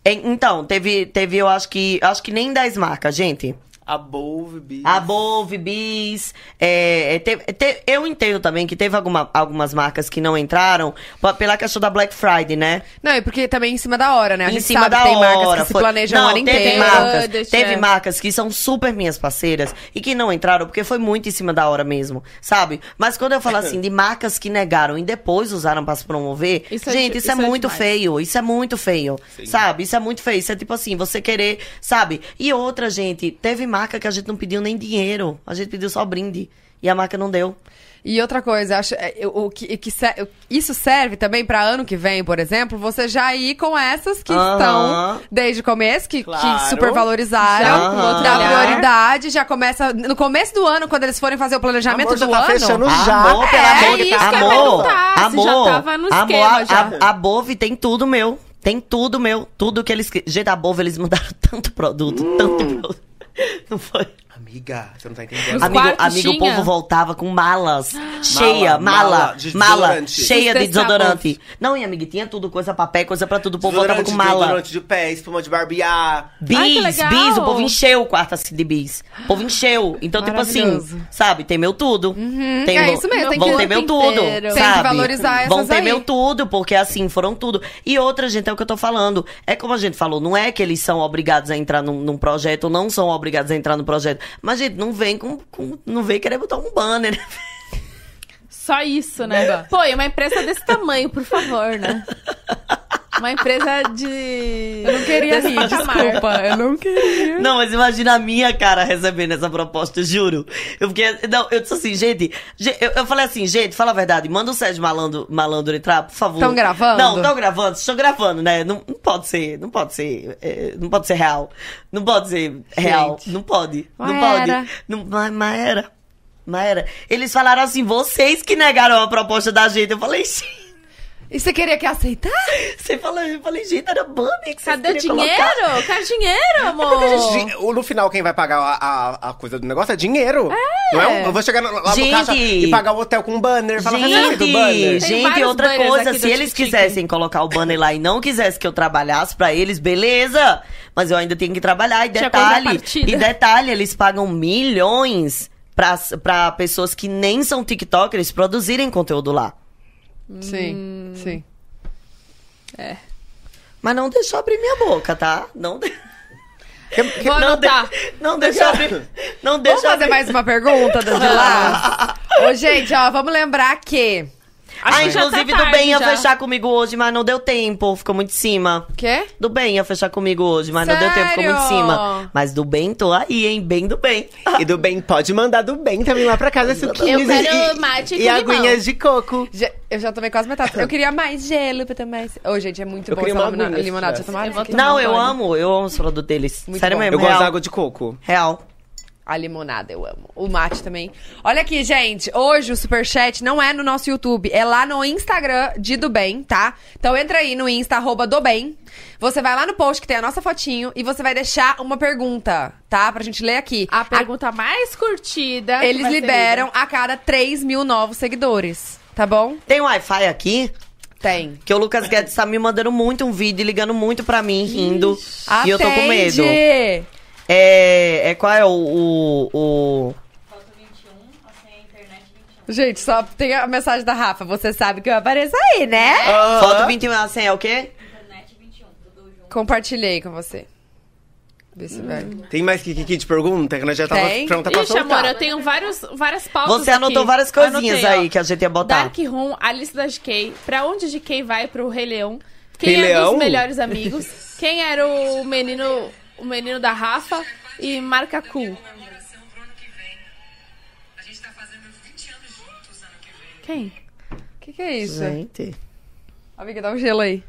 Speaker 4: En- Então, teve, teve, eu acho que. Acho que nem 10 marcas, gente.
Speaker 8: A Bove, Bi.
Speaker 4: A Bove, Bis. é, é, teve- te- eu entendo também que teve alguma- algumas marcas que não entraram pa- pela questão da Black Friday, né?
Speaker 2: Não, é porque também em cima da hora, né? A
Speaker 4: em
Speaker 2: gente
Speaker 4: cima
Speaker 2: sabe
Speaker 4: da
Speaker 2: que tem
Speaker 4: hora.
Speaker 2: marcas que se
Speaker 4: foi-
Speaker 2: planejam
Speaker 4: não,
Speaker 2: o ano
Speaker 4: teve
Speaker 2: inteiro.
Speaker 4: Marcas,
Speaker 5: Deixa-
Speaker 4: teve marcas que são super minhas parceiras e que não entraram porque foi muito em cima da hora mesmo, sabe? Mas quando eu falo assim de marcas que negaram e depois usaram pra se promover,
Speaker 5: Isso é
Speaker 4: gente,
Speaker 5: de-
Speaker 4: isso, é,
Speaker 5: isso é
Speaker 4: muito
Speaker 5: demais.
Speaker 4: feio, isso é muito feio, sabe? Isso é muito feio, isso é tipo assim, você querer, sabe? E outra, gente, teve marca que a gente não pediu nem dinheiro, a gente pediu só brinde e a marca não deu.
Speaker 2: E outra coisa, acho, é, eu- o que, e que se- eu- isso serve também pra ano que vem, por exemplo, você já ir com essas que
Speaker 4: Aham.
Speaker 2: estão desde o começo, que,
Speaker 8: Claro.
Speaker 2: que supervalorizaram,
Speaker 4: Já com outro
Speaker 2: dá
Speaker 4: olhar.
Speaker 2: prioridade, já começa no começo do ano, quando eles forem fazer o planejamento
Speaker 8: Amor, já
Speaker 2: do
Speaker 8: tá
Speaker 2: ano.
Speaker 8: fechando já.
Speaker 4: Amor, pelo
Speaker 5: É,
Speaker 4: amor de
Speaker 5: isso
Speaker 4: Deus.
Speaker 5: que eu ia
Speaker 4: Amor,
Speaker 5: perguntar, se já
Speaker 4: amor,
Speaker 5: tava no
Speaker 4: amor,
Speaker 5: esquema
Speaker 4: a,
Speaker 5: já.
Speaker 4: a- a Bove tem tudo meu. Tem tudo
Speaker 8: Hum.
Speaker 4: meu. Tudo que eles. que- Gente, a Bove, eles mudaram tanto produto, tanto produto. Não foi?
Speaker 8: Amiga, Amiga, você não tá entendendo.
Speaker 3: Os
Speaker 4: Amigo,
Speaker 3: quartos
Speaker 4: amigo o
Speaker 3: tinha?
Speaker 4: povo voltava com malas. cheia,
Speaker 8: mala,
Speaker 4: mala, mala,
Speaker 8: desodorante.
Speaker 4: cheia de
Speaker 3: Os
Speaker 4: desodorante. Não, e amiga, tinha tudo, coisa pra pé, coisa pra tudo. O povo voltava com mala.
Speaker 8: Desodorante de pé, espuma de barbear.
Speaker 4: Bis,
Speaker 3: Ai, que legal!
Speaker 4: bis, o povo encheu o quarto assim de bis. O povo encheu. Então, tipo assim,
Speaker 2: Maravilhoso.
Speaker 4: sabe, tem meu tudo. Tem
Speaker 2: é
Speaker 4: meu-
Speaker 2: isso mesmo, tem
Speaker 4: Vão
Speaker 2: que-
Speaker 4: ter meu tudo.
Speaker 3: inteiro.
Speaker 4: sabe?
Speaker 2: Tem que valorizar
Speaker 4: Vão
Speaker 2: essas
Speaker 4: ter
Speaker 2: aí.
Speaker 4: meu tudo, porque assim, foram tudo. E outra, gente, é o que eu tô falando. É como a gente falou, não é que eles são obrigados a entrar num, num projeto, ou não são obrigados a entrar no projeto. Mas, gente, não vem com. com- não vem querer botar um banner.
Speaker 3: Só isso, né? Pô, e uma empresa desse tamanho, por favor, né? Uma empresa de.
Speaker 2: Eu não queria
Speaker 3: desse
Speaker 2: rir,
Speaker 3: patamar.
Speaker 2: desculpa. Eu não queria.
Speaker 4: Não, mas imagina a minha cara recebendo essa proposta, juro. Eu fiquei. Não, eu disse assim, gente. ge- Eu, eu falei assim, gente, fala a verdade, manda o Sérgio Malandro, Malandro entrar, por favor.
Speaker 2: Tão gravando?
Speaker 4: Não, estão gravando, estão gravando, né? Não, não pode ser, não pode ser. é, não pode ser real. Não pode ser real. Não pode. Não
Speaker 2: Maera.
Speaker 4: pode. Não, Ma- Maera. Maera. Eles falaram assim, vocês que negaram a proposta da gente. Eu falei, gente.
Speaker 2: E você queria que eu aceitar?
Speaker 4: Você falou, eu falei, gente, era banner que vocês
Speaker 3: Cadê o
Speaker 4: queriam colocar. É
Speaker 3: dinheiro? Cadê o dinheiro, amor?
Speaker 8: Di- o- No final, quem vai pagar a, a- a coisa do negócio é dinheiro. Não é um- eu vou chegar lá no
Speaker 4: Gente!
Speaker 8: caixa e pagar o hotel com um banner. Fala, "Faz sentido o
Speaker 4: Gente,
Speaker 8: banner.
Speaker 3: Tem
Speaker 4: gente,
Speaker 3: vários
Speaker 4: outra
Speaker 3: banners
Speaker 4: coisa,
Speaker 3: aqui
Speaker 4: se
Speaker 3: do
Speaker 4: eles
Speaker 3: Tic-Tic.
Speaker 4: quisessem colocar o banner lá e não quisessem que eu trabalhasse pra eles, beleza? Mas eu ainda tenho que trabalhar e
Speaker 3: Tinha coisa
Speaker 4: detalhe,
Speaker 3: partida.
Speaker 4: e detalhe, eles pagam milhões pra, pra pessoas que nem são tiktokers produzirem conteúdo lá.
Speaker 2: Sim, sim.
Speaker 4: Mas não deixa eu abrir minha boca, tá? Não, de...
Speaker 3: Vou
Speaker 4: não, de-
Speaker 3: anotar.
Speaker 4: não deixa eu abrir. Não deixa
Speaker 2: Vamos
Speaker 4: eu
Speaker 2: fazer
Speaker 4: abrir.
Speaker 2: mais uma pergunta, Dani lá? Ô, gente, ó, vamos lembrar que...
Speaker 3: Acho
Speaker 4: Ah,
Speaker 3: que já tá
Speaker 4: inclusive do
Speaker 3: tarde
Speaker 4: bem ia
Speaker 3: já.
Speaker 4: fechar comigo hoje, mas não deu tempo, ficou muito em cima.
Speaker 2: Quê?
Speaker 4: Do bem ia fechar comigo hoje, mas não deu tempo, ficou muito em
Speaker 2: Sério?
Speaker 4: cima. Mas do bem tô aí, hein? Bem do bem.
Speaker 8: E do bem, pode mandar do bem também lá pra casa, suquinhos
Speaker 3: Eu quero
Speaker 8: e,
Speaker 3: mate
Speaker 8: e
Speaker 3: com
Speaker 8: aguinhas de coco.
Speaker 2: Je- Eu já tomei quase metade. Eu queria mais gelo pra tomar esse... Ô, gente, é muito
Speaker 8: Eu
Speaker 2: bom
Speaker 8: queria
Speaker 2: essa
Speaker 8: uma
Speaker 2: limona-
Speaker 8: aguinha, se
Speaker 2: limonada. Já
Speaker 8: tivesse.
Speaker 2: tomaram?
Speaker 4: Não, eu amo, eu amo os produtos deles.
Speaker 2: Muito
Speaker 4: Sério
Speaker 2: bom.
Speaker 4: mesmo,
Speaker 8: Eu gosto
Speaker 4: real.
Speaker 8: da água de coco.
Speaker 4: Real.
Speaker 2: A limonada eu amo. O mate também. Olha aqui, gente. Hoje o superchat não é no nosso YouTube, é lá no Instagram de Do Bem, tá? Então entra aí no Insta, arroba Do Bem. Você vai lá no post que tem a nossa fotinho e você vai deixar uma pergunta, tá? Pra gente ler aqui.
Speaker 3: A pergunta mais curtida. que
Speaker 2: Eles
Speaker 3: vai ser
Speaker 2: liberam a cada 3 mil novos seguidores, tá bom?
Speaker 4: Tem um Wi-Fi aqui,
Speaker 2: Tem.
Speaker 4: que o Lucas Guedes tá me mandando muito um vídeo, e ligando muito pra mim, rindo. E eu tô com medo.
Speaker 2: Atende!
Speaker 4: É, é qual é o... o, o-
Speaker 2: Gente, só tem a mensagem da Rafa. Você sabe que eu apareço aí, né?
Speaker 8: Ah.
Speaker 4: Foto 21, assim, é o quê?
Speaker 2: Compartilhei com você. Vê se vai.
Speaker 3: Hum.
Speaker 8: Tem mais que Kiki de pergunta? Que nós já tava
Speaker 2: Tem.
Speaker 8: pronta pra
Speaker 3: Ixi, amor,
Speaker 8: soltar.
Speaker 3: eu tenho vários, várias pautas
Speaker 4: Tá Você anotou
Speaker 3: aqui.
Speaker 4: várias coisinhas
Speaker 3: Anotei, ó.
Speaker 4: aí que a gente ia
Speaker 8: Então tá.
Speaker 4: botar.
Speaker 3: Dark Room, a lista da GK, pra onde GK vai pro Rei Leão? Quem
Speaker 8: Rei
Speaker 3: é era
Speaker 8: Leão?
Speaker 3: dos melhores amigos? Quem era o menino, o menino da Rafa? E marca
Speaker 8: Hum?
Speaker 3: cool.
Speaker 9: comemoração pro ano que vem. A gente tá fazendo 20 anos juntos ano que vem.
Speaker 3: Quem?
Speaker 2: O que, que é isso?
Speaker 4: Gente.
Speaker 2: Amiga, dá um gelo aí.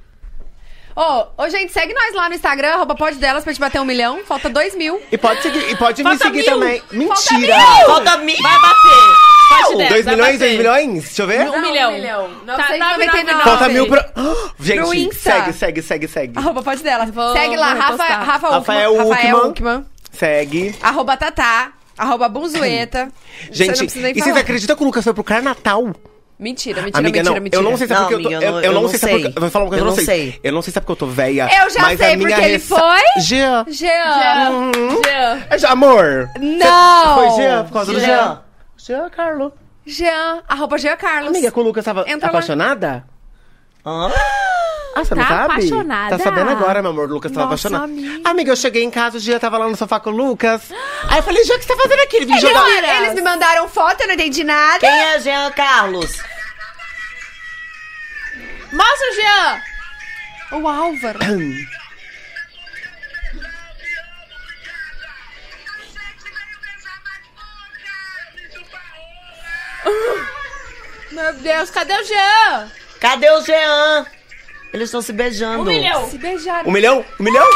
Speaker 2: Ô, ô, gente, segue nós lá no Instagram, arroba pode delas pra gente bater um milhão. Falta dois mil.
Speaker 8: E pode, seguir, e pode me
Speaker 3: Falta
Speaker 8: seguir
Speaker 3: mil.
Speaker 8: também.
Speaker 3: Falta
Speaker 8: Mentira!
Speaker 4: Falta mil!
Speaker 3: Vai bater! Parte 10,
Speaker 8: 2
Speaker 3: vai bater.
Speaker 8: milhões, 2 milhões? Deixa eu ver.
Speaker 3: Um milhão. Tá,
Speaker 2: 999.
Speaker 8: Falta mil pra. Ah,
Speaker 2: Pro
Speaker 8: Gente,
Speaker 2: Insta.
Speaker 8: segue, segue, segue, segue.
Speaker 2: Arroba pode delas.
Speaker 3: Vou-
Speaker 2: segue lá,
Speaker 3: vou
Speaker 2: Rafa,
Speaker 3: repostar.
Speaker 2: Rafa
Speaker 8: Rafael
Speaker 2: Uckman,
Speaker 8: Uckman.
Speaker 2: Rafael Uckman.
Speaker 8: Segue.
Speaker 2: Arroba Tatá. Arroba Bunzueta. Você não
Speaker 8: Gente,
Speaker 2: precisa nem
Speaker 8: e vocês
Speaker 2: falar.
Speaker 8: acreditam que o Lucas foi pro Carnatal?
Speaker 2: Mentira, mentira,
Speaker 8: Amiga,
Speaker 2: mentira,
Speaker 8: não.
Speaker 2: mentira.
Speaker 8: Eu não sei se é
Speaker 4: Não,
Speaker 8: porque
Speaker 4: amiga, eu
Speaker 8: eu tô. Eu,
Speaker 4: não-
Speaker 8: eu
Speaker 4: eu
Speaker 8: não
Speaker 4: não
Speaker 8: sei se é porque.
Speaker 4: sei.
Speaker 8: Eu vou falar uma coisa
Speaker 4: Eu
Speaker 8: que eu
Speaker 4: não
Speaker 8: não sei.
Speaker 4: sei.
Speaker 8: Eu não sei se é porque eu tô velha.
Speaker 2: Eu já
Speaker 8: mas a
Speaker 2: sei
Speaker 8: minha
Speaker 2: porque ele
Speaker 8: ressa-
Speaker 2: foi.
Speaker 8: Jean.
Speaker 2: Jean.
Speaker 3: Jean.
Speaker 8: É, Jean, Amor.
Speaker 2: Não!
Speaker 8: Foi Jean por causa do Jean.
Speaker 4: Jean.
Speaker 8: Jean, Carlos.
Speaker 2: Jean, arroba Jean Carlos.
Speaker 8: Amiga, com o Lucas tava
Speaker 2: Entra lá.
Speaker 8: apaixonada?
Speaker 4: Hã?
Speaker 8: Ah, você
Speaker 3: Tá
Speaker 8: não sabe?
Speaker 3: apaixonada.
Speaker 8: Tá sabendo agora, meu amor. O Lucas tava
Speaker 3: Nossa,
Speaker 8: apaixonado.
Speaker 3: amiga.
Speaker 8: Amiga. eu cheguei em casa, o dia tava lá no sofá com o Lucas. Aí eu falei, Jean, o que você tá fazendo aqui? Ele vinha jogar.
Speaker 2: Eles, eles me mandaram foto, eu não entendi nada.
Speaker 4: Quem é Jean Carlos?
Speaker 3: Mostra o Jean!
Speaker 2: O Álvaro.
Speaker 3: Meu Deus, cadê o Jean?
Speaker 4: Cadê o Jean? Eles estão se beijando.
Speaker 3: Um
Speaker 8: Hum.
Speaker 3: milhão.
Speaker 2: Se beijaram.
Speaker 8: Um milhão? Um milhão?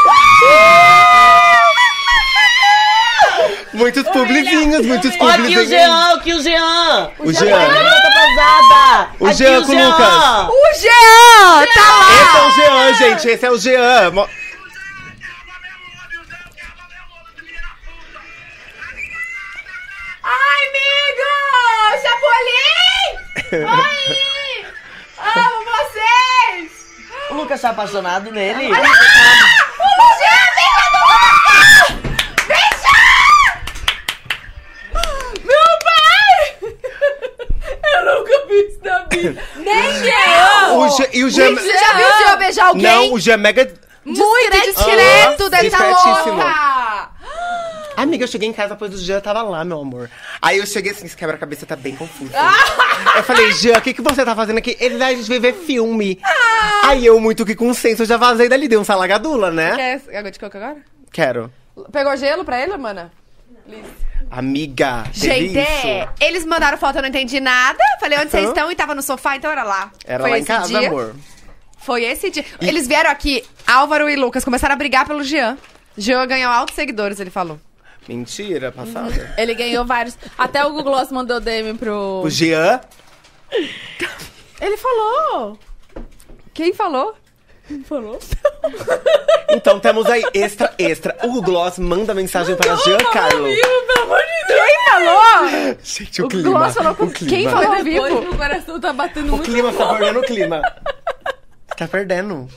Speaker 8: muitos publizinhos, muitos
Speaker 4: Ó, aqui o
Speaker 8: publizinhos.
Speaker 4: Jean, aqui o Jean.
Speaker 8: O Jean.
Speaker 4: Garota vazada.
Speaker 8: O
Speaker 4: Aqui
Speaker 8: Jean com o Lucas.
Speaker 2: O Jean! Tá lá!
Speaker 8: Esse é o Jean, gente. Esse é o Jean. Mo-
Speaker 5: Oi! Amo vocês!
Speaker 4: O Lucas tá apaixonado nele.
Speaker 5: Eu nunca vi isso na vida.
Speaker 2: Nem
Speaker 8: O G- e o G...
Speaker 2: Já viu o Jean beijar alguém?
Speaker 8: Não, o G é mega...
Speaker 2: Muito discreto,
Speaker 8: Aham,
Speaker 2: deve estar
Speaker 8: discretíssimo.
Speaker 2: louca.
Speaker 8: Amiga, eu cheguei em casa depois do Jean, tava lá, meu amor. Aí eu cheguei assim, esse quebra-cabeça tá bem confuso. eu falei, Jean, o que, que você tá fazendo aqui? Ele, "Ah, a gente veio ver filme. Aí eu, muito que com senso, eu já vazei dali, dei um salagadula, né?
Speaker 2: Quer água de coco agora?
Speaker 8: Quero.
Speaker 2: É? Pegou gelo pra ele, mana?
Speaker 8: Amiga, teve
Speaker 2: Gente, é.
Speaker 8: isso.
Speaker 2: eles mandaram foto, eu não entendi nada. Falei, onde vocês
Speaker 8: Hã?
Speaker 2: estão? E tava no sofá, então era lá.
Speaker 8: Era
Speaker 2: Foi
Speaker 8: lá em
Speaker 2: esse
Speaker 8: casa,
Speaker 2: dia.
Speaker 8: amor.
Speaker 2: Foi esse dia. Eles vieram aqui, Álvaro e Lucas, começaram a brigar pelo Jean. Jean ganhou altos seguidores, ele falou.
Speaker 8: Mentira, passada.
Speaker 5: Ele ganhou vários. Até o Google Gloss mandou DM pro.
Speaker 8: O Jean,
Speaker 5: Ele falou!
Speaker 2: Quem falou?
Speaker 5: Falou?
Speaker 8: então temos aí extra, extra. O Gloss manda mensagem para Jean Carlo.
Speaker 5: pelo amor de Deus!
Speaker 2: Quem falou?
Speaker 8: Gente, o, clima. o clima.
Speaker 2: Quem falou ao
Speaker 5: Depois,
Speaker 2: vivo?
Speaker 5: meu coração tá batendo
Speaker 8: Tá O
Speaker 5: muito.
Speaker 8: clima, você tá perdendo o clima. Tá perdendo.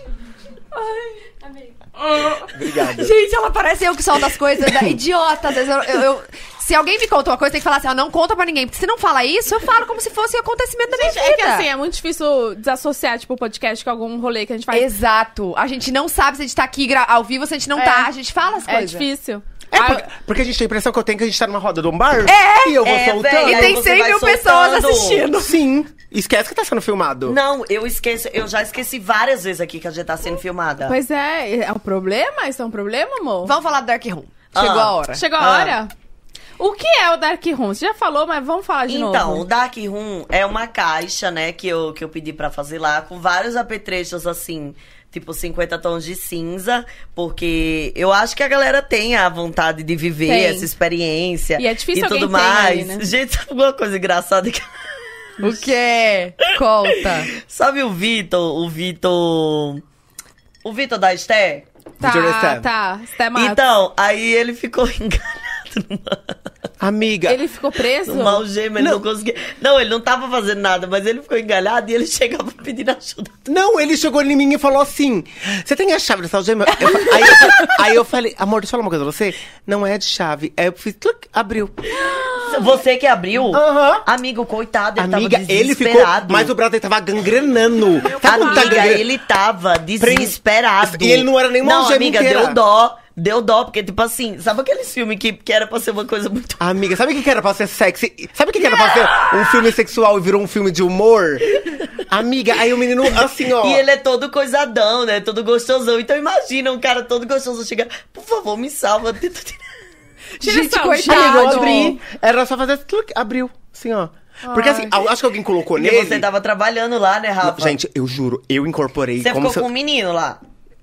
Speaker 8: Obrigado.
Speaker 2: Gente, ela parece eu que solto as coisas. Da idiota, às vezes eu, eu- eu- Se alguém me conta uma coisa, tem que falar assim, ó, não conta pra ninguém. Porque se não fala isso, eu falo como se fosse um acontecimento da minha vida.
Speaker 5: É que assim, é muito difícil desassociar, tipo, o podcast com algum rolê que a gente faz.
Speaker 2: Exato. A gente não sabe se a gente tá aqui gra- ao vivo, se a gente não
Speaker 5: É.
Speaker 2: tá. A gente fala as
Speaker 5: é
Speaker 2: coisas.
Speaker 5: difícil.
Speaker 8: É
Speaker 5: Ah,
Speaker 8: porque, porque a gente tem a impressão que eu tenho que a gente tá numa roda de um bar. É! E eu vou
Speaker 4: é,
Speaker 8: soltando.
Speaker 4: velho.
Speaker 2: E
Speaker 4: Aí
Speaker 2: tem
Speaker 4: você
Speaker 2: 100
Speaker 4: vai
Speaker 2: mil pessoas
Speaker 4: soltando.
Speaker 2: assistindo.
Speaker 8: Sim. Esquece que tá sendo filmado.
Speaker 4: Não, eu esqueço. Eu já esqueci várias vezes aqui que a gente tá sendo
Speaker 8: Ah.
Speaker 4: filmada.
Speaker 5: Pois é, é um problema? Isso é um problema, amor?
Speaker 2: Vamos falar do Dark Room.
Speaker 4: Ah.
Speaker 2: Chegou a hora.
Speaker 5: Chegou a
Speaker 4: Ah.
Speaker 5: hora? O que é o Dark Room? Você já falou, mas vamos falar de
Speaker 4: então, o
Speaker 5: novo.
Speaker 4: Dark Room é uma caixa, né, que eu, que eu pedi pra fazer lá, com vários apetrechos, assim, tipo 50 tons de cinza, porque eu acho que a galera tem a vontade de viver
Speaker 5: Tem.
Speaker 4: essa experiência.
Speaker 5: E é difícil
Speaker 4: e
Speaker 5: alguém
Speaker 4: tudo
Speaker 5: ter
Speaker 4: mais.
Speaker 5: ali, né?
Speaker 4: Gente, sabe uma coisa engraçada que.
Speaker 2: O quê? Conta.
Speaker 4: Sabe o Vitor? O Vitor. O Vitor da Esté?
Speaker 8: Junior
Speaker 5: Tá,
Speaker 8: Stan.
Speaker 5: tá. Sté Matos.
Speaker 4: Então, aí ele ficou enganado numa.
Speaker 8: Amiga.
Speaker 5: Ele ficou preso?
Speaker 4: Numa algema, ele não. conseguia. Não, ele não tava fazendo nada, mas ele ficou engalhado e ele chegava pedindo ajuda.
Speaker 8: Não, ele chegou em mim e falou assim: Você tem a chave dessa algema? Eu fa- aí, eu fa- aí eu falei: Amor, deixa eu falar uma coisa pra você. Não é de chave. Aí eu fiz, tuc, abriu.
Speaker 4: Você que abriu?
Speaker 8: Aham.
Speaker 4: Amigo, coitado, ele
Speaker 8: Amiga,
Speaker 4: tava
Speaker 8: ele ficou.
Speaker 4: desesperado.
Speaker 8: Mas o braço dele tava gangrenando. Sabe quando tá
Speaker 4: Amiga,
Speaker 8: gangrenando?
Speaker 4: ele tava desesperado.
Speaker 8: E ele não era nem uma
Speaker 4: Não,
Speaker 8: algema
Speaker 4: amiga,
Speaker 8: inteira.
Speaker 4: deu dó. Deu dó, porque, tipo assim, sabe aqueles filmes que, que era pra ser uma coisa muito.
Speaker 8: Amiga, sabe o que que era pra ser sexy? Sabe o que que era pra ser um filme sexual e virou um filme de humor? Amiga, aí o menino, assim, ó.
Speaker 4: E ele é todo coisadão, né? Todo gostosão. Então imagina um cara todo gostoso chegar. Por favor, me salva. Tenta tirar."
Speaker 2: Gente,
Speaker 5: só,
Speaker 4: é
Speaker 8: Amiga, eu
Speaker 2: coitado.
Speaker 8: abri. Era só fazer. tuc, abriu, assim, ó. Porque assim, eu acho que alguém colocou
Speaker 4: Porque
Speaker 8: nele.
Speaker 4: você tava trabalhando lá, né, Rafa?
Speaker 8: Gente, eu juro, eu incorporei
Speaker 4: você
Speaker 8: como
Speaker 4: ficou
Speaker 8: se eu-
Speaker 4: com um menino lá.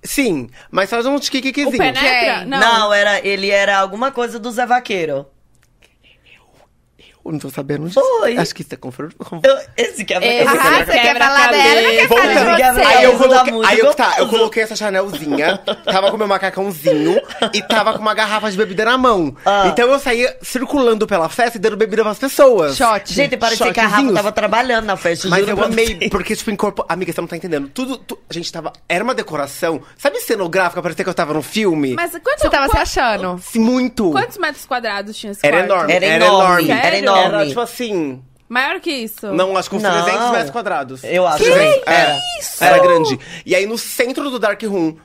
Speaker 8: Sim, mas faz um
Speaker 5: O
Speaker 8: tiquiquizinho.
Speaker 3: né?
Speaker 5: Penetra?
Speaker 2: Quem?
Speaker 5: Não.
Speaker 4: era, ele era alguma coisa do Zé Vaqueiro.
Speaker 8: Eu não tô sabendo disso.
Speaker 4: Foi.
Speaker 8: Acho que isso é conforto.
Speaker 4: Eu- esse que é
Speaker 5: Esse
Speaker 2: Ah,
Speaker 5: quebra-
Speaker 2: você quer
Speaker 5: quebra-
Speaker 2: falar dela, não quer
Speaker 4: Voltando.
Speaker 2: falar de você.
Speaker 4: Obrigada.
Speaker 8: Aí eu
Speaker 4: Isso dá
Speaker 8: coloquei,
Speaker 4: muito
Speaker 8: aí eu, tá, eu
Speaker 4: gostoso.
Speaker 8: coloquei essa chanelzinha, tava com meu macacãozinho e tava com uma garrafa de bebida na mão.
Speaker 4: Ah.
Speaker 8: Então eu saía circulando pela festa e dando bebida pras pessoas.
Speaker 2: Shot.
Speaker 4: Gente, parecia que a Rafa
Speaker 8: Choquezinhos.
Speaker 4: tava trabalhando na festa.
Speaker 8: Mas
Speaker 4: juro
Speaker 8: eu
Speaker 4: pra
Speaker 8: amei,
Speaker 4: você.
Speaker 8: porque, tipo, incorporou. Amiga, você não tá entendendo. Tudo. tu- A gente tava. Era uma decoração. Sabe cenográfica? Parecia que eu tava num filme?
Speaker 5: Mas quanto,
Speaker 2: Você tava se
Speaker 5: qua-
Speaker 2: achando.
Speaker 8: Sim, Muito.
Speaker 5: Quantos metros quadrados tinha esse
Speaker 8: Era
Speaker 5: quarto?
Speaker 8: enorme.
Speaker 4: Era
Speaker 8: Era
Speaker 4: enorme,
Speaker 8: enorme.
Speaker 4: era
Speaker 5: Sério?
Speaker 4: enorme.
Speaker 8: Era, tipo assim.
Speaker 5: Maior que isso?
Speaker 8: Não, acho que uns
Speaker 4: Não.
Speaker 8: 300 metros quadrados.
Speaker 4: Eu acho,
Speaker 8: Trezentos-
Speaker 4: que é
Speaker 8: era, era grande. E aí no centro do Dark Room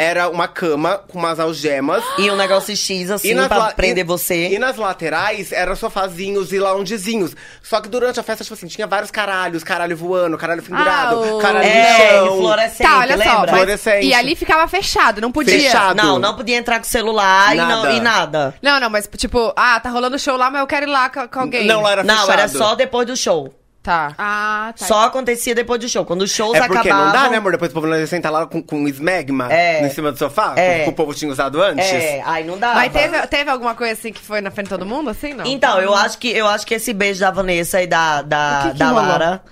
Speaker 8: era uma cama com umas algemas.
Speaker 4: E um negócio X, assim, pra
Speaker 8: la-
Speaker 4: prender
Speaker 8: e-
Speaker 4: você.
Speaker 8: E nas laterais eram sofazinhos e loungezinhos. Só que durante a festa, tipo assim, tinha vários caralhos. Caralho voando, caralho pendurado,
Speaker 2: o-
Speaker 8: caralho
Speaker 4: É,
Speaker 8: no chão.
Speaker 4: fluorescente,
Speaker 2: Tá, olha só.
Speaker 4: lembra?
Speaker 2: mas-
Speaker 8: Fluorescente.
Speaker 2: E ali ficava fechado, não podia.
Speaker 8: Fechado.
Speaker 4: Não, não podia entrar com celular e não-
Speaker 8: Nada.
Speaker 4: e nada.
Speaker 2: Não, não, mas tipo, ah, tá rolando show lá, mas eu quero ir lá com, com alguém.
Speaker 8: Não, lá era
Speaker 4: não,
Speaker 8: Tá fechado.
Speaker 4: era só depois do show.
Speaker 2: Tá.
Speaker 5: Ah, tá.
Speaker 4: Só acontecia depois do show. Quando os shows
Speaker 8: É porque
Speaker 4: acabavam.
Speaker 8: não dá, né, amor? Depois o povo não sentar lá com, com esmegma
Speaker 4: É.
Speaker 8: em cima do sofá,
Speaker 4: É.
Speaker 8: com- com o povo tinha usado antes.
Speaker 4: É, aí não dá.
Speaker 2: Mas teve, teve alguma coisa assim que foi na frente de todo mundo, assim, não?
Speaker 4: Então, eu acho que eu acho que esse beijo da Vanessa e da, da,
Speaker 2: O que que
Speaker 4: da
Speaker 2: rolou?
Speaker 4: Lara.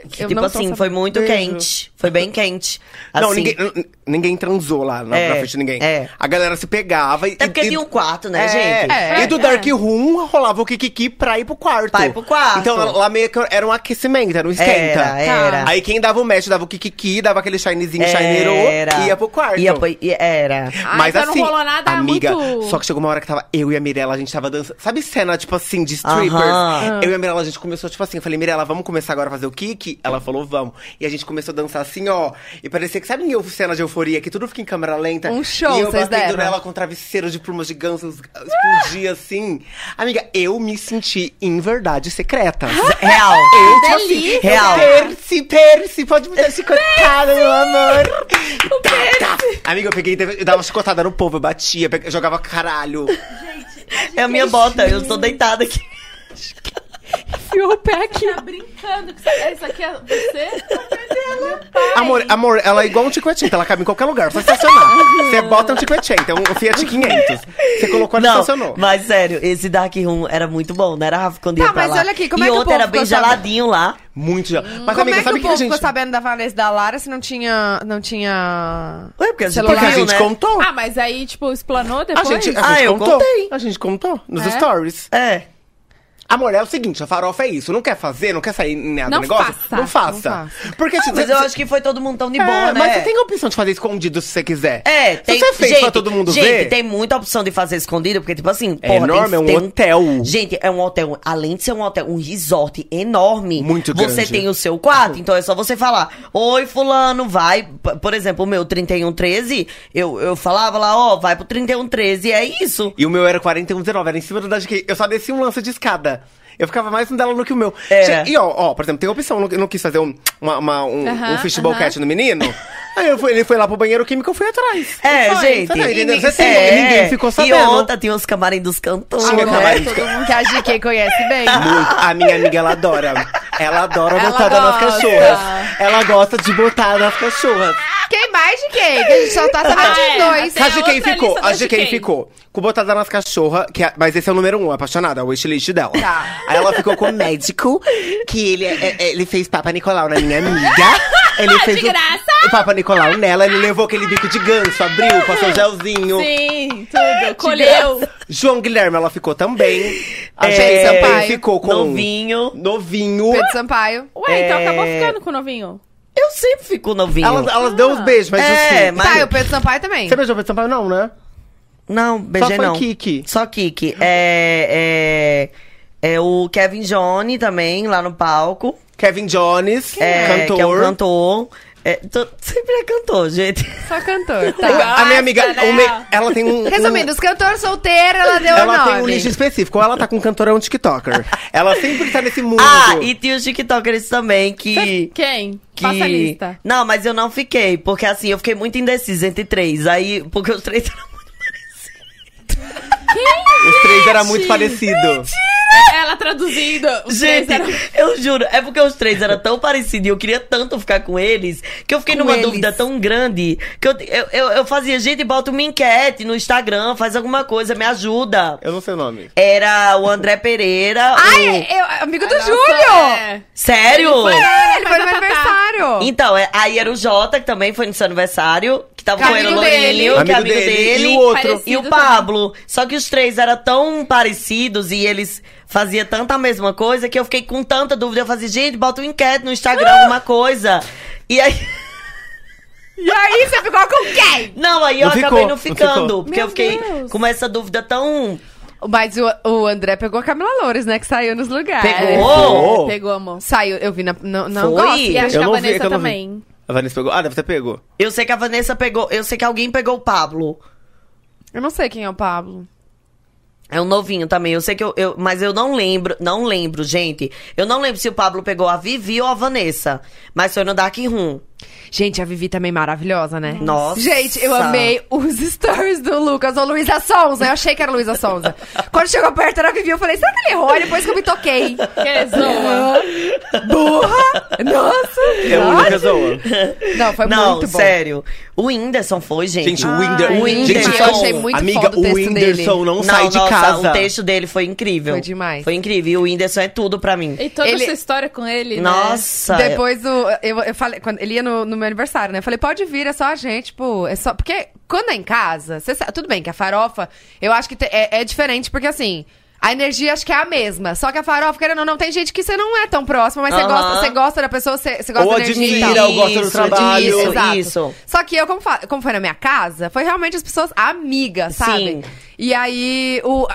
Speaker 2: Eu
Speaker 4: tipo
Speaker 2: não tô
Speaker 4: assim,
Speaker 2: sabendo.
Speaker 4: foi muito
Speaker 2: Beijo.
Speaker 4: quente. Foi bem quente.
Speaker 8: Não,
Speaker 4: assim.
Speaker 8: ninguém, n- ninguém transou lá na,
Speaker 4: É,
Speaker 8: na frente de ninguém.
Speaker 4: é.
Speaker 8: A galera se pegava e.
Speaker 4: Até porque
Speaker 8: e,
Speaker 4: tinha um quarto, né,
Speaker 8: é,
Speaker 4: gente?
Speaker 8: e do Dark Room rolava o Kikiki pra ir pro quarto.
Speaker 4: Pra ir pro quarto.
Speaker 8: Então lá meio que era um aquecimento, era um esquenta.
Speaker 4: Era, era.
Speaker 8: Aí quem dava o match dava o Kikiki, dava aquele shinezinho, shineiro,
Speaker 4: Era.
Speaker 8: ia pro quarto.
Speaker 4: Ia pro- e- era.
Speaker 8: Mas
Speaker 5: então não
Speaker 8: assim,
Speaker 5: rolou nada
Speaker 8: amiga,
Speaker 5: muito-
Speaker 8: só que chegou uma hora que tava eu e a Mirella, a gente tava dançando. Sabe cena, tipo assim, de strippers?
Speaker 5: Ah.
Speaker 4: Aham.
Speaker 8: Eu e a Mirella, a gente começou, tipo assim, eu falei, Mirella, vamos começar agora a fazer o kick? Ela falou, vamos. E a gente começou a dançar assim, ó. E parecia que, sabe em eu- cena de euforia, que tudo fica em câmera lenta?
Speaker 2: Um show,
Speaker 8: E eu
Speaker 2: vocês deram.
Speaker 8: batendo nela com travesseiro de plumas de ganso, explodia assim. Amiga, eu me senti em verdade secreta.
Speaker 5: Ah!
Speaker 4: Real.
Speaker 8: Eu,
Speaker 4: É
Speaker 8: tipo assim,
Speaker 4: Real. É
Speaker 8: Percy, Percy, pode me dar chicotada, meu amor. Tá, tá. Amiga, eu peguei, eu dava chicotada no povo, eu batia, pe- eu jogava caralho.
Speaker 4: É a minha bota, eu tô deitada aqui.
Speaker 2: Enfiou o pé aqui.
Speaker 3: Tá brincando que você- isso aqui é você?
Speaker 8: Amor, amor, ela é igual um tiquetinho, ela cabe em qualquer lugar, só estacionar. Você bota um tiquetinho, então um Fiat 500. Você colocou, ela
Speaker 4: Não,
Speaker 8: estacionou.
Speaker 4: mas sério, esse Dark Room era muito bom, não era, Rafa? Quando
Speaker 2: Tá,
Speaker 4: ia pra
Speaker 2: mas
Speaker 4: lá.
Speaker 2: olha aqui, como
Speaker 4: e
Speaker 2: é que o
Speaker 4: outro era
Speaker 2: povo
Speaker 4: bem
Speaker 2: ficou
Speaker 4: geladinho lá.
Speaker 8: Muito já. Mas,
Speaker 2: Como
Speaker 8: amiga,
Speaker 2: é que
Speaker 8: sabe
Speaker 2: o
Speaker 8: que
Speaker 2: povo
Speaker 8: a gente...
Speaker 2: ficou sabendo da Vanessa e da Lara se não tinha. Não tinha.
Speaker 4: Ué, porque a gente
Speaker 8: Porque a
Speaker 4: viu,
Speaker 8: gente
Speaker 4: né?
Speaker 8: contou.
Speaker 3: Ah, mas aí, tipo, explanou
Speaker 8: A
Speaker 3: depois?
Speaker 8: gente, a gente
Speaker 4: Ah, eu
Speaker 8: contou.
Speaker 4: contei.
Speaker 8: A gente contou nos stories.
Speaker 4: É.
Speaker 8: Amor, é o seguinte, a farofa é isso. Não quer fazer, não quer sair né, do
Speaker 3: Não
Speaker 8: negócio?
Speaker 3: faça.
Speaker 8: Não faça.
Speaker 2: Não
Speaker 8: Porque tipo, se
Speaker 4: Mas eu acho que foi todo mundo tão de boa,
Speaker 8: é,
Speaker 4: né?
Speaker 8: Mas você tem a opção de fazer escondido se você quiser.
Speaker 4: É,
Speaker 8: Se
Speaker 4: tem.
Speaker 8: você fez
Speaker 4: gente,
Speaker 8: pra todo mundo
Speaker 4: gente,
Speaker 8: ver.
Speaker 4: tem muita opção de fazer escondido, porque, tipo assim.
Speaker 8: É
Speaker 4: porra,
Speaker 8: enorme,
Speaker 4: tem-
Speaker 8: é um
Speaker 4: tem
Speaker 8: hotel.
Speaker 4: Gente, é um hotel. Além de ser um hotel, um resort enorme.
Speaker 8: Muito
Speaker 4: Você
Speaker 8: grande.
Speaker 4: tem o seu quarto, então é só você falar: Oi, Fulano, vai. P- Por exemplo, o meu 3113, eu, eu falava lá: Ó, vai pro 3113, é isso.
Speaker 8: E o meu era 4119, era em cima do da GK. Eu só desci um lance de escada. Eu ficava mais no dela do que o meu.
Speaker 4: Era.
Speaker 8: Che- E ó, ó, por exemplo, tem a opção. Eu não- eu não quis fazer um, uma, uma- um,
Speaker 3: Aham,
Speaker 8: um fishbowl
Speaker 3: aham.
Speaker 8: cat no menino. Aí eu fui- ele foi lá pro banheiro químico, eu fui atrás.
Speaker 4: É,
Speaker 8: Foi,
Speaker 4: gente.
Speaker 8: Tá entendendo?
Speaker 4: E
Speaker 8: Você tem,
Speaker 4: é.
Speaker 8: ninguém ficou sabendo.
Speaker 4: E outra, tinha os camarim dos cantores.
Speaker 8: Tinha
Speaker 4: né?
Speaker 8: camarim.
Speaker 2: Que a GK conhece bem.
Speaker 8: Muito. A minha amiga, ela adora. Ela adora
Speaker 2: Ela
Speaker 8: botar nas
Speaker 2: gosta.
Speaker 8: cachorras. Ela gosta de botar nas cachorras.
Speaker 2: Quem mais GK? Que a gente só tá sabendo
Speaker 3: Ah, é.
Speaker 2: de dois.
Speaker 3: Tem a
Speaker 8: Sabe quem
Speaker 3: outra
Speaker 8: ficou?
Speaker 3: lista da
Speaker 8: A de quem
Speaker 3: GK.
Speaker 8: ficou? Com botada nas cachorras, que é- mas esse é o número um, apaixonada, é o wishlist dela.
Speaker 2: Tá.
Speaker 8: Aí ela ficou com o médico, que ele, é- é- ele fez Papa Nicolau na minha amiga. Ele fez o-
Speaker 3: graça!
Speaker 8: O, Papa Nicolau nela, ele levou aquele bico de ganso, abriu, passou gelzinho.
Speaker 3: Sim, tudo. Colheu.
Speaker 8: João Guilherme, ela ficou também. A
Speaker 4: É,
Speaker 8: gente também
Speaker 2: Sampaio.
Speaker 8: ficou com.
Speaker 4: Novinho.
Speaker 8: Novinho.
Speaker 2: Pedro Sampaio.
Speaker 3: Ué, então
Speaker 4: É.
Speaker 3: acabou ficando com o novinho.
Speaker 4: Eu sempre fico novinho.
Speaker 8: Ela, ela deu uns beijos, mas
Speaker 4: É,
Speaker 8: assim.
Speaker 4: mas-
Speaker 2: Tá, e o Pedro Sampaio também.
Speaker 8: Você beijou o Pedro Sampaio, não, né?
Speaker 4: Não, beijei
Speaker 8: foi
Speaker 4: não.
Speaker 8: Kiki.
Speaker 4: Só Kiki. É, é, é o Kevin Johnny também, lá no palco.
Speaker 8: Kevin Jones,
Speaker 4: É,
Speaker 8: cantor.
Speaker 4: Que é um cantor. É, tô- sempre é cantor, gente.
Speaker 2: Só cantor,
Speaker 8: O-
Speaker 2: tá.
Speaker 8: a minha amiga,
Speaker 3: né?
Speaker 8: o me- ela tem um. um-
Speaker 2: Resumindo, os cantores solteiros, ela deu o
Speaker 8: Ela
Speaker 2: nome.
Speaker 8: tem um nicho específico. Ou ela tá com um cantor ou um tiktoker. ela sempre tá nesse mundo.
Speaker 4: Ah, e tem os tiktokers também que...
Speaker 3: Quem?
Speaker 4: Que...
Speaker 3: Passa a lista.
Speaker 4: Não, mas eu não fiquei, porque assim, eu fiquei muito indecisa entre três. Aí, porque os três eram muito
Speaker 8: Os três eram muito parecidos.
Speaker 3: Ela traduzindo. os três
Speaker 4: Gente,
Speaker 3: eram-
Speaker 4: eu juro, é porque os três eram tão parecidos e eu queria tanto ficar com eles que eu fiquei
Speaker 2: Com
Speaker 4: numa
Speaker 2: eles.
Speaker 4: dúvida tão grande que eu, eu, eu, eu fazia, gente, bota uma enquete no Instagram, faz alguma coisa, me ajuda.
Speaker 8: Eu não sei o nome.
Speaker 4: Era o André Pereira.
Speaker 2: Ai,
Speaker 4: o...
Speaker 2: eu, amigo do
Speaker 3: Nossa,
Speaker 2: Júlio!
Speaker 3: é.
Speaker 4: Sério?
Speaker 2: É, Ele foi
Speaker 3: Faz
Speaker 2: no
Speaker 3: a Tatá.
Speaker 2: aniversário.
Speaker 4: Então, é- aí era o Jota, que também foi no seu aniversário, que tava
Speaker 2: Que
Speaker 4: com ele
Speaker 2: amigo
Speaker 4: o Lourinho,
Speaker 8: dele.
Speaker 4: que é
Speaker 8: Amigo
Speaker 4: amigo
Speaker 8: dele.
Speaker 4: dele.
Speaker 8: E o outro?
Speaker 4: E
Speaker 3: Parecido
Speaker 4: o Pablo. Só que os três eram tão parecidos e eles faziam tanta a mesma coisa que eu fiquei com tanta dúvida. Eu fazia, gente, bota um enquete no Instagram, alguma coisa. E aí.
Speaker 2: E aí, você ficou com quem?
Speaker 4: Não, aí eu
Speaker 8: Não ficou,
Speaker 4: acabei não
Speaker 8: não
Speaker 4: ficando.
Speaker 8: ficou.
Speaker 4: porque
Speaker 3: Meu
Speaker 4: eu fiquei
Speaker 3: Deus.
Speaker 4: com essa dúvida tão.
Speaker 2: Mas o, o André pegou a Camila Loures, né? Que saiu nos lugares.
Speaker 4: Pegou?
Speaker 8: Oh.
Speaker 3: É, Pegou, amor.
Speaker 2: Saiu, eu vi na. Não, não
Speaker 4: Foi?
Speaker 2: gosto.
Speaker 3: E acho
Speaker 8: Eu
Speaker 3: que a
Speaker 8: não vi, é
Speaker 3: Vanessa
Speaker 8: eu não vi.
Speaker 3: também.
Speaker 8: A Vanessa pegou. Ah, deve ter pego.
Speaker 4: Eu sei que a Vanessa pegou. Eu sei que alguém pegou o Pablo.
Speaker 2: Eu não sei quem é o Pablo.
Speaker 4: É um novinho também. Eu sei que eu, eu- Mas eu não lembro. Não lembro, gente. Eu não lembro se o Pablo pegou a Vivi ou a Vanessa. Mas foi no Dark Room.
Speaker 2: Gente, a Vivi também maravilhosa, né?
Speaker 4: Nossa.
Speaker 2: Gente, eu amei os stories do Lucas ou Luísa Sonza. Eu achei que era Luísa Sonza. Quando chegou perto era a Vivi, eu falei, será que ele errou? Aí Depois que eu me toquei.
Speaker 3: Que zoa.
Speaker 2: Burra! Nossa!
Speaker 8: É o Lucas Owen.
Speaker 2: Não, foi
Speaker 4: não,
Speaker 2: muito bom.
Speaker 4: sério. O Whindersson foi, gente.
Speaker 8: Gente, o Winder.
Speaker 2: Ai,
Speaker 4: gente,
Speaker 8: gente,
Speaker 4: eu
Speaker 8: ó,
Speaker 4: achei
Speaker 2: muito
Speaker 8: amiga,
Speaker 2: foda o
Speaker 8: o
Speaker 2: texto
Speaker 8: Whindersson
Speaker 2: dele.
Speaker 8: não, sai de
Speaker 4: nossa,
Speaker 8: casa.
Speaker 4: O texto dele foi incrível.
Speaker 2: Foi demais.
Speaker 4: Foi incrível. E o Whindersson é tudo pra mim.
Speaker 3: E toda
Speaker 2: Ele-
Speaker 3: essa história com ele, né?
Speaker 4: Nossa.
Speaker 2: Depois o. Eu, eu falei, quando ele ia no, no meu aniversário, né? Eu falei, pode vir, é só a gente, tipo, é só. Porque quando é em casa, você sabe, tudo bem que a farofa, eu acho que te- é, é diferente, porque assim. A energia acho que é a mesma. Só que a farofa, querendo ou não, tem gente que você não é tão próxima, mas você
Speaker 4: Aham.
Speaker 2: gosta, você gosta da pessoa, você, você gosta
Speaker 8: Ou
Speaker 2: da energia. e
Speaker 8: admira,
Speaker 2: tal.
Speaker 8: ou gosta do
Speaker 4: Isso,
Speaker 8: trabalho.
Speaker 4: Isso,
Speaker 2: Exato.
Speaker 4: isso.
Speaker 2: Só que eu, como, fa- como foi na minha casa, foi realmente as pessoas amigas, sabe?
Speaker 4: Sim.
Speaker 2: E aí, o,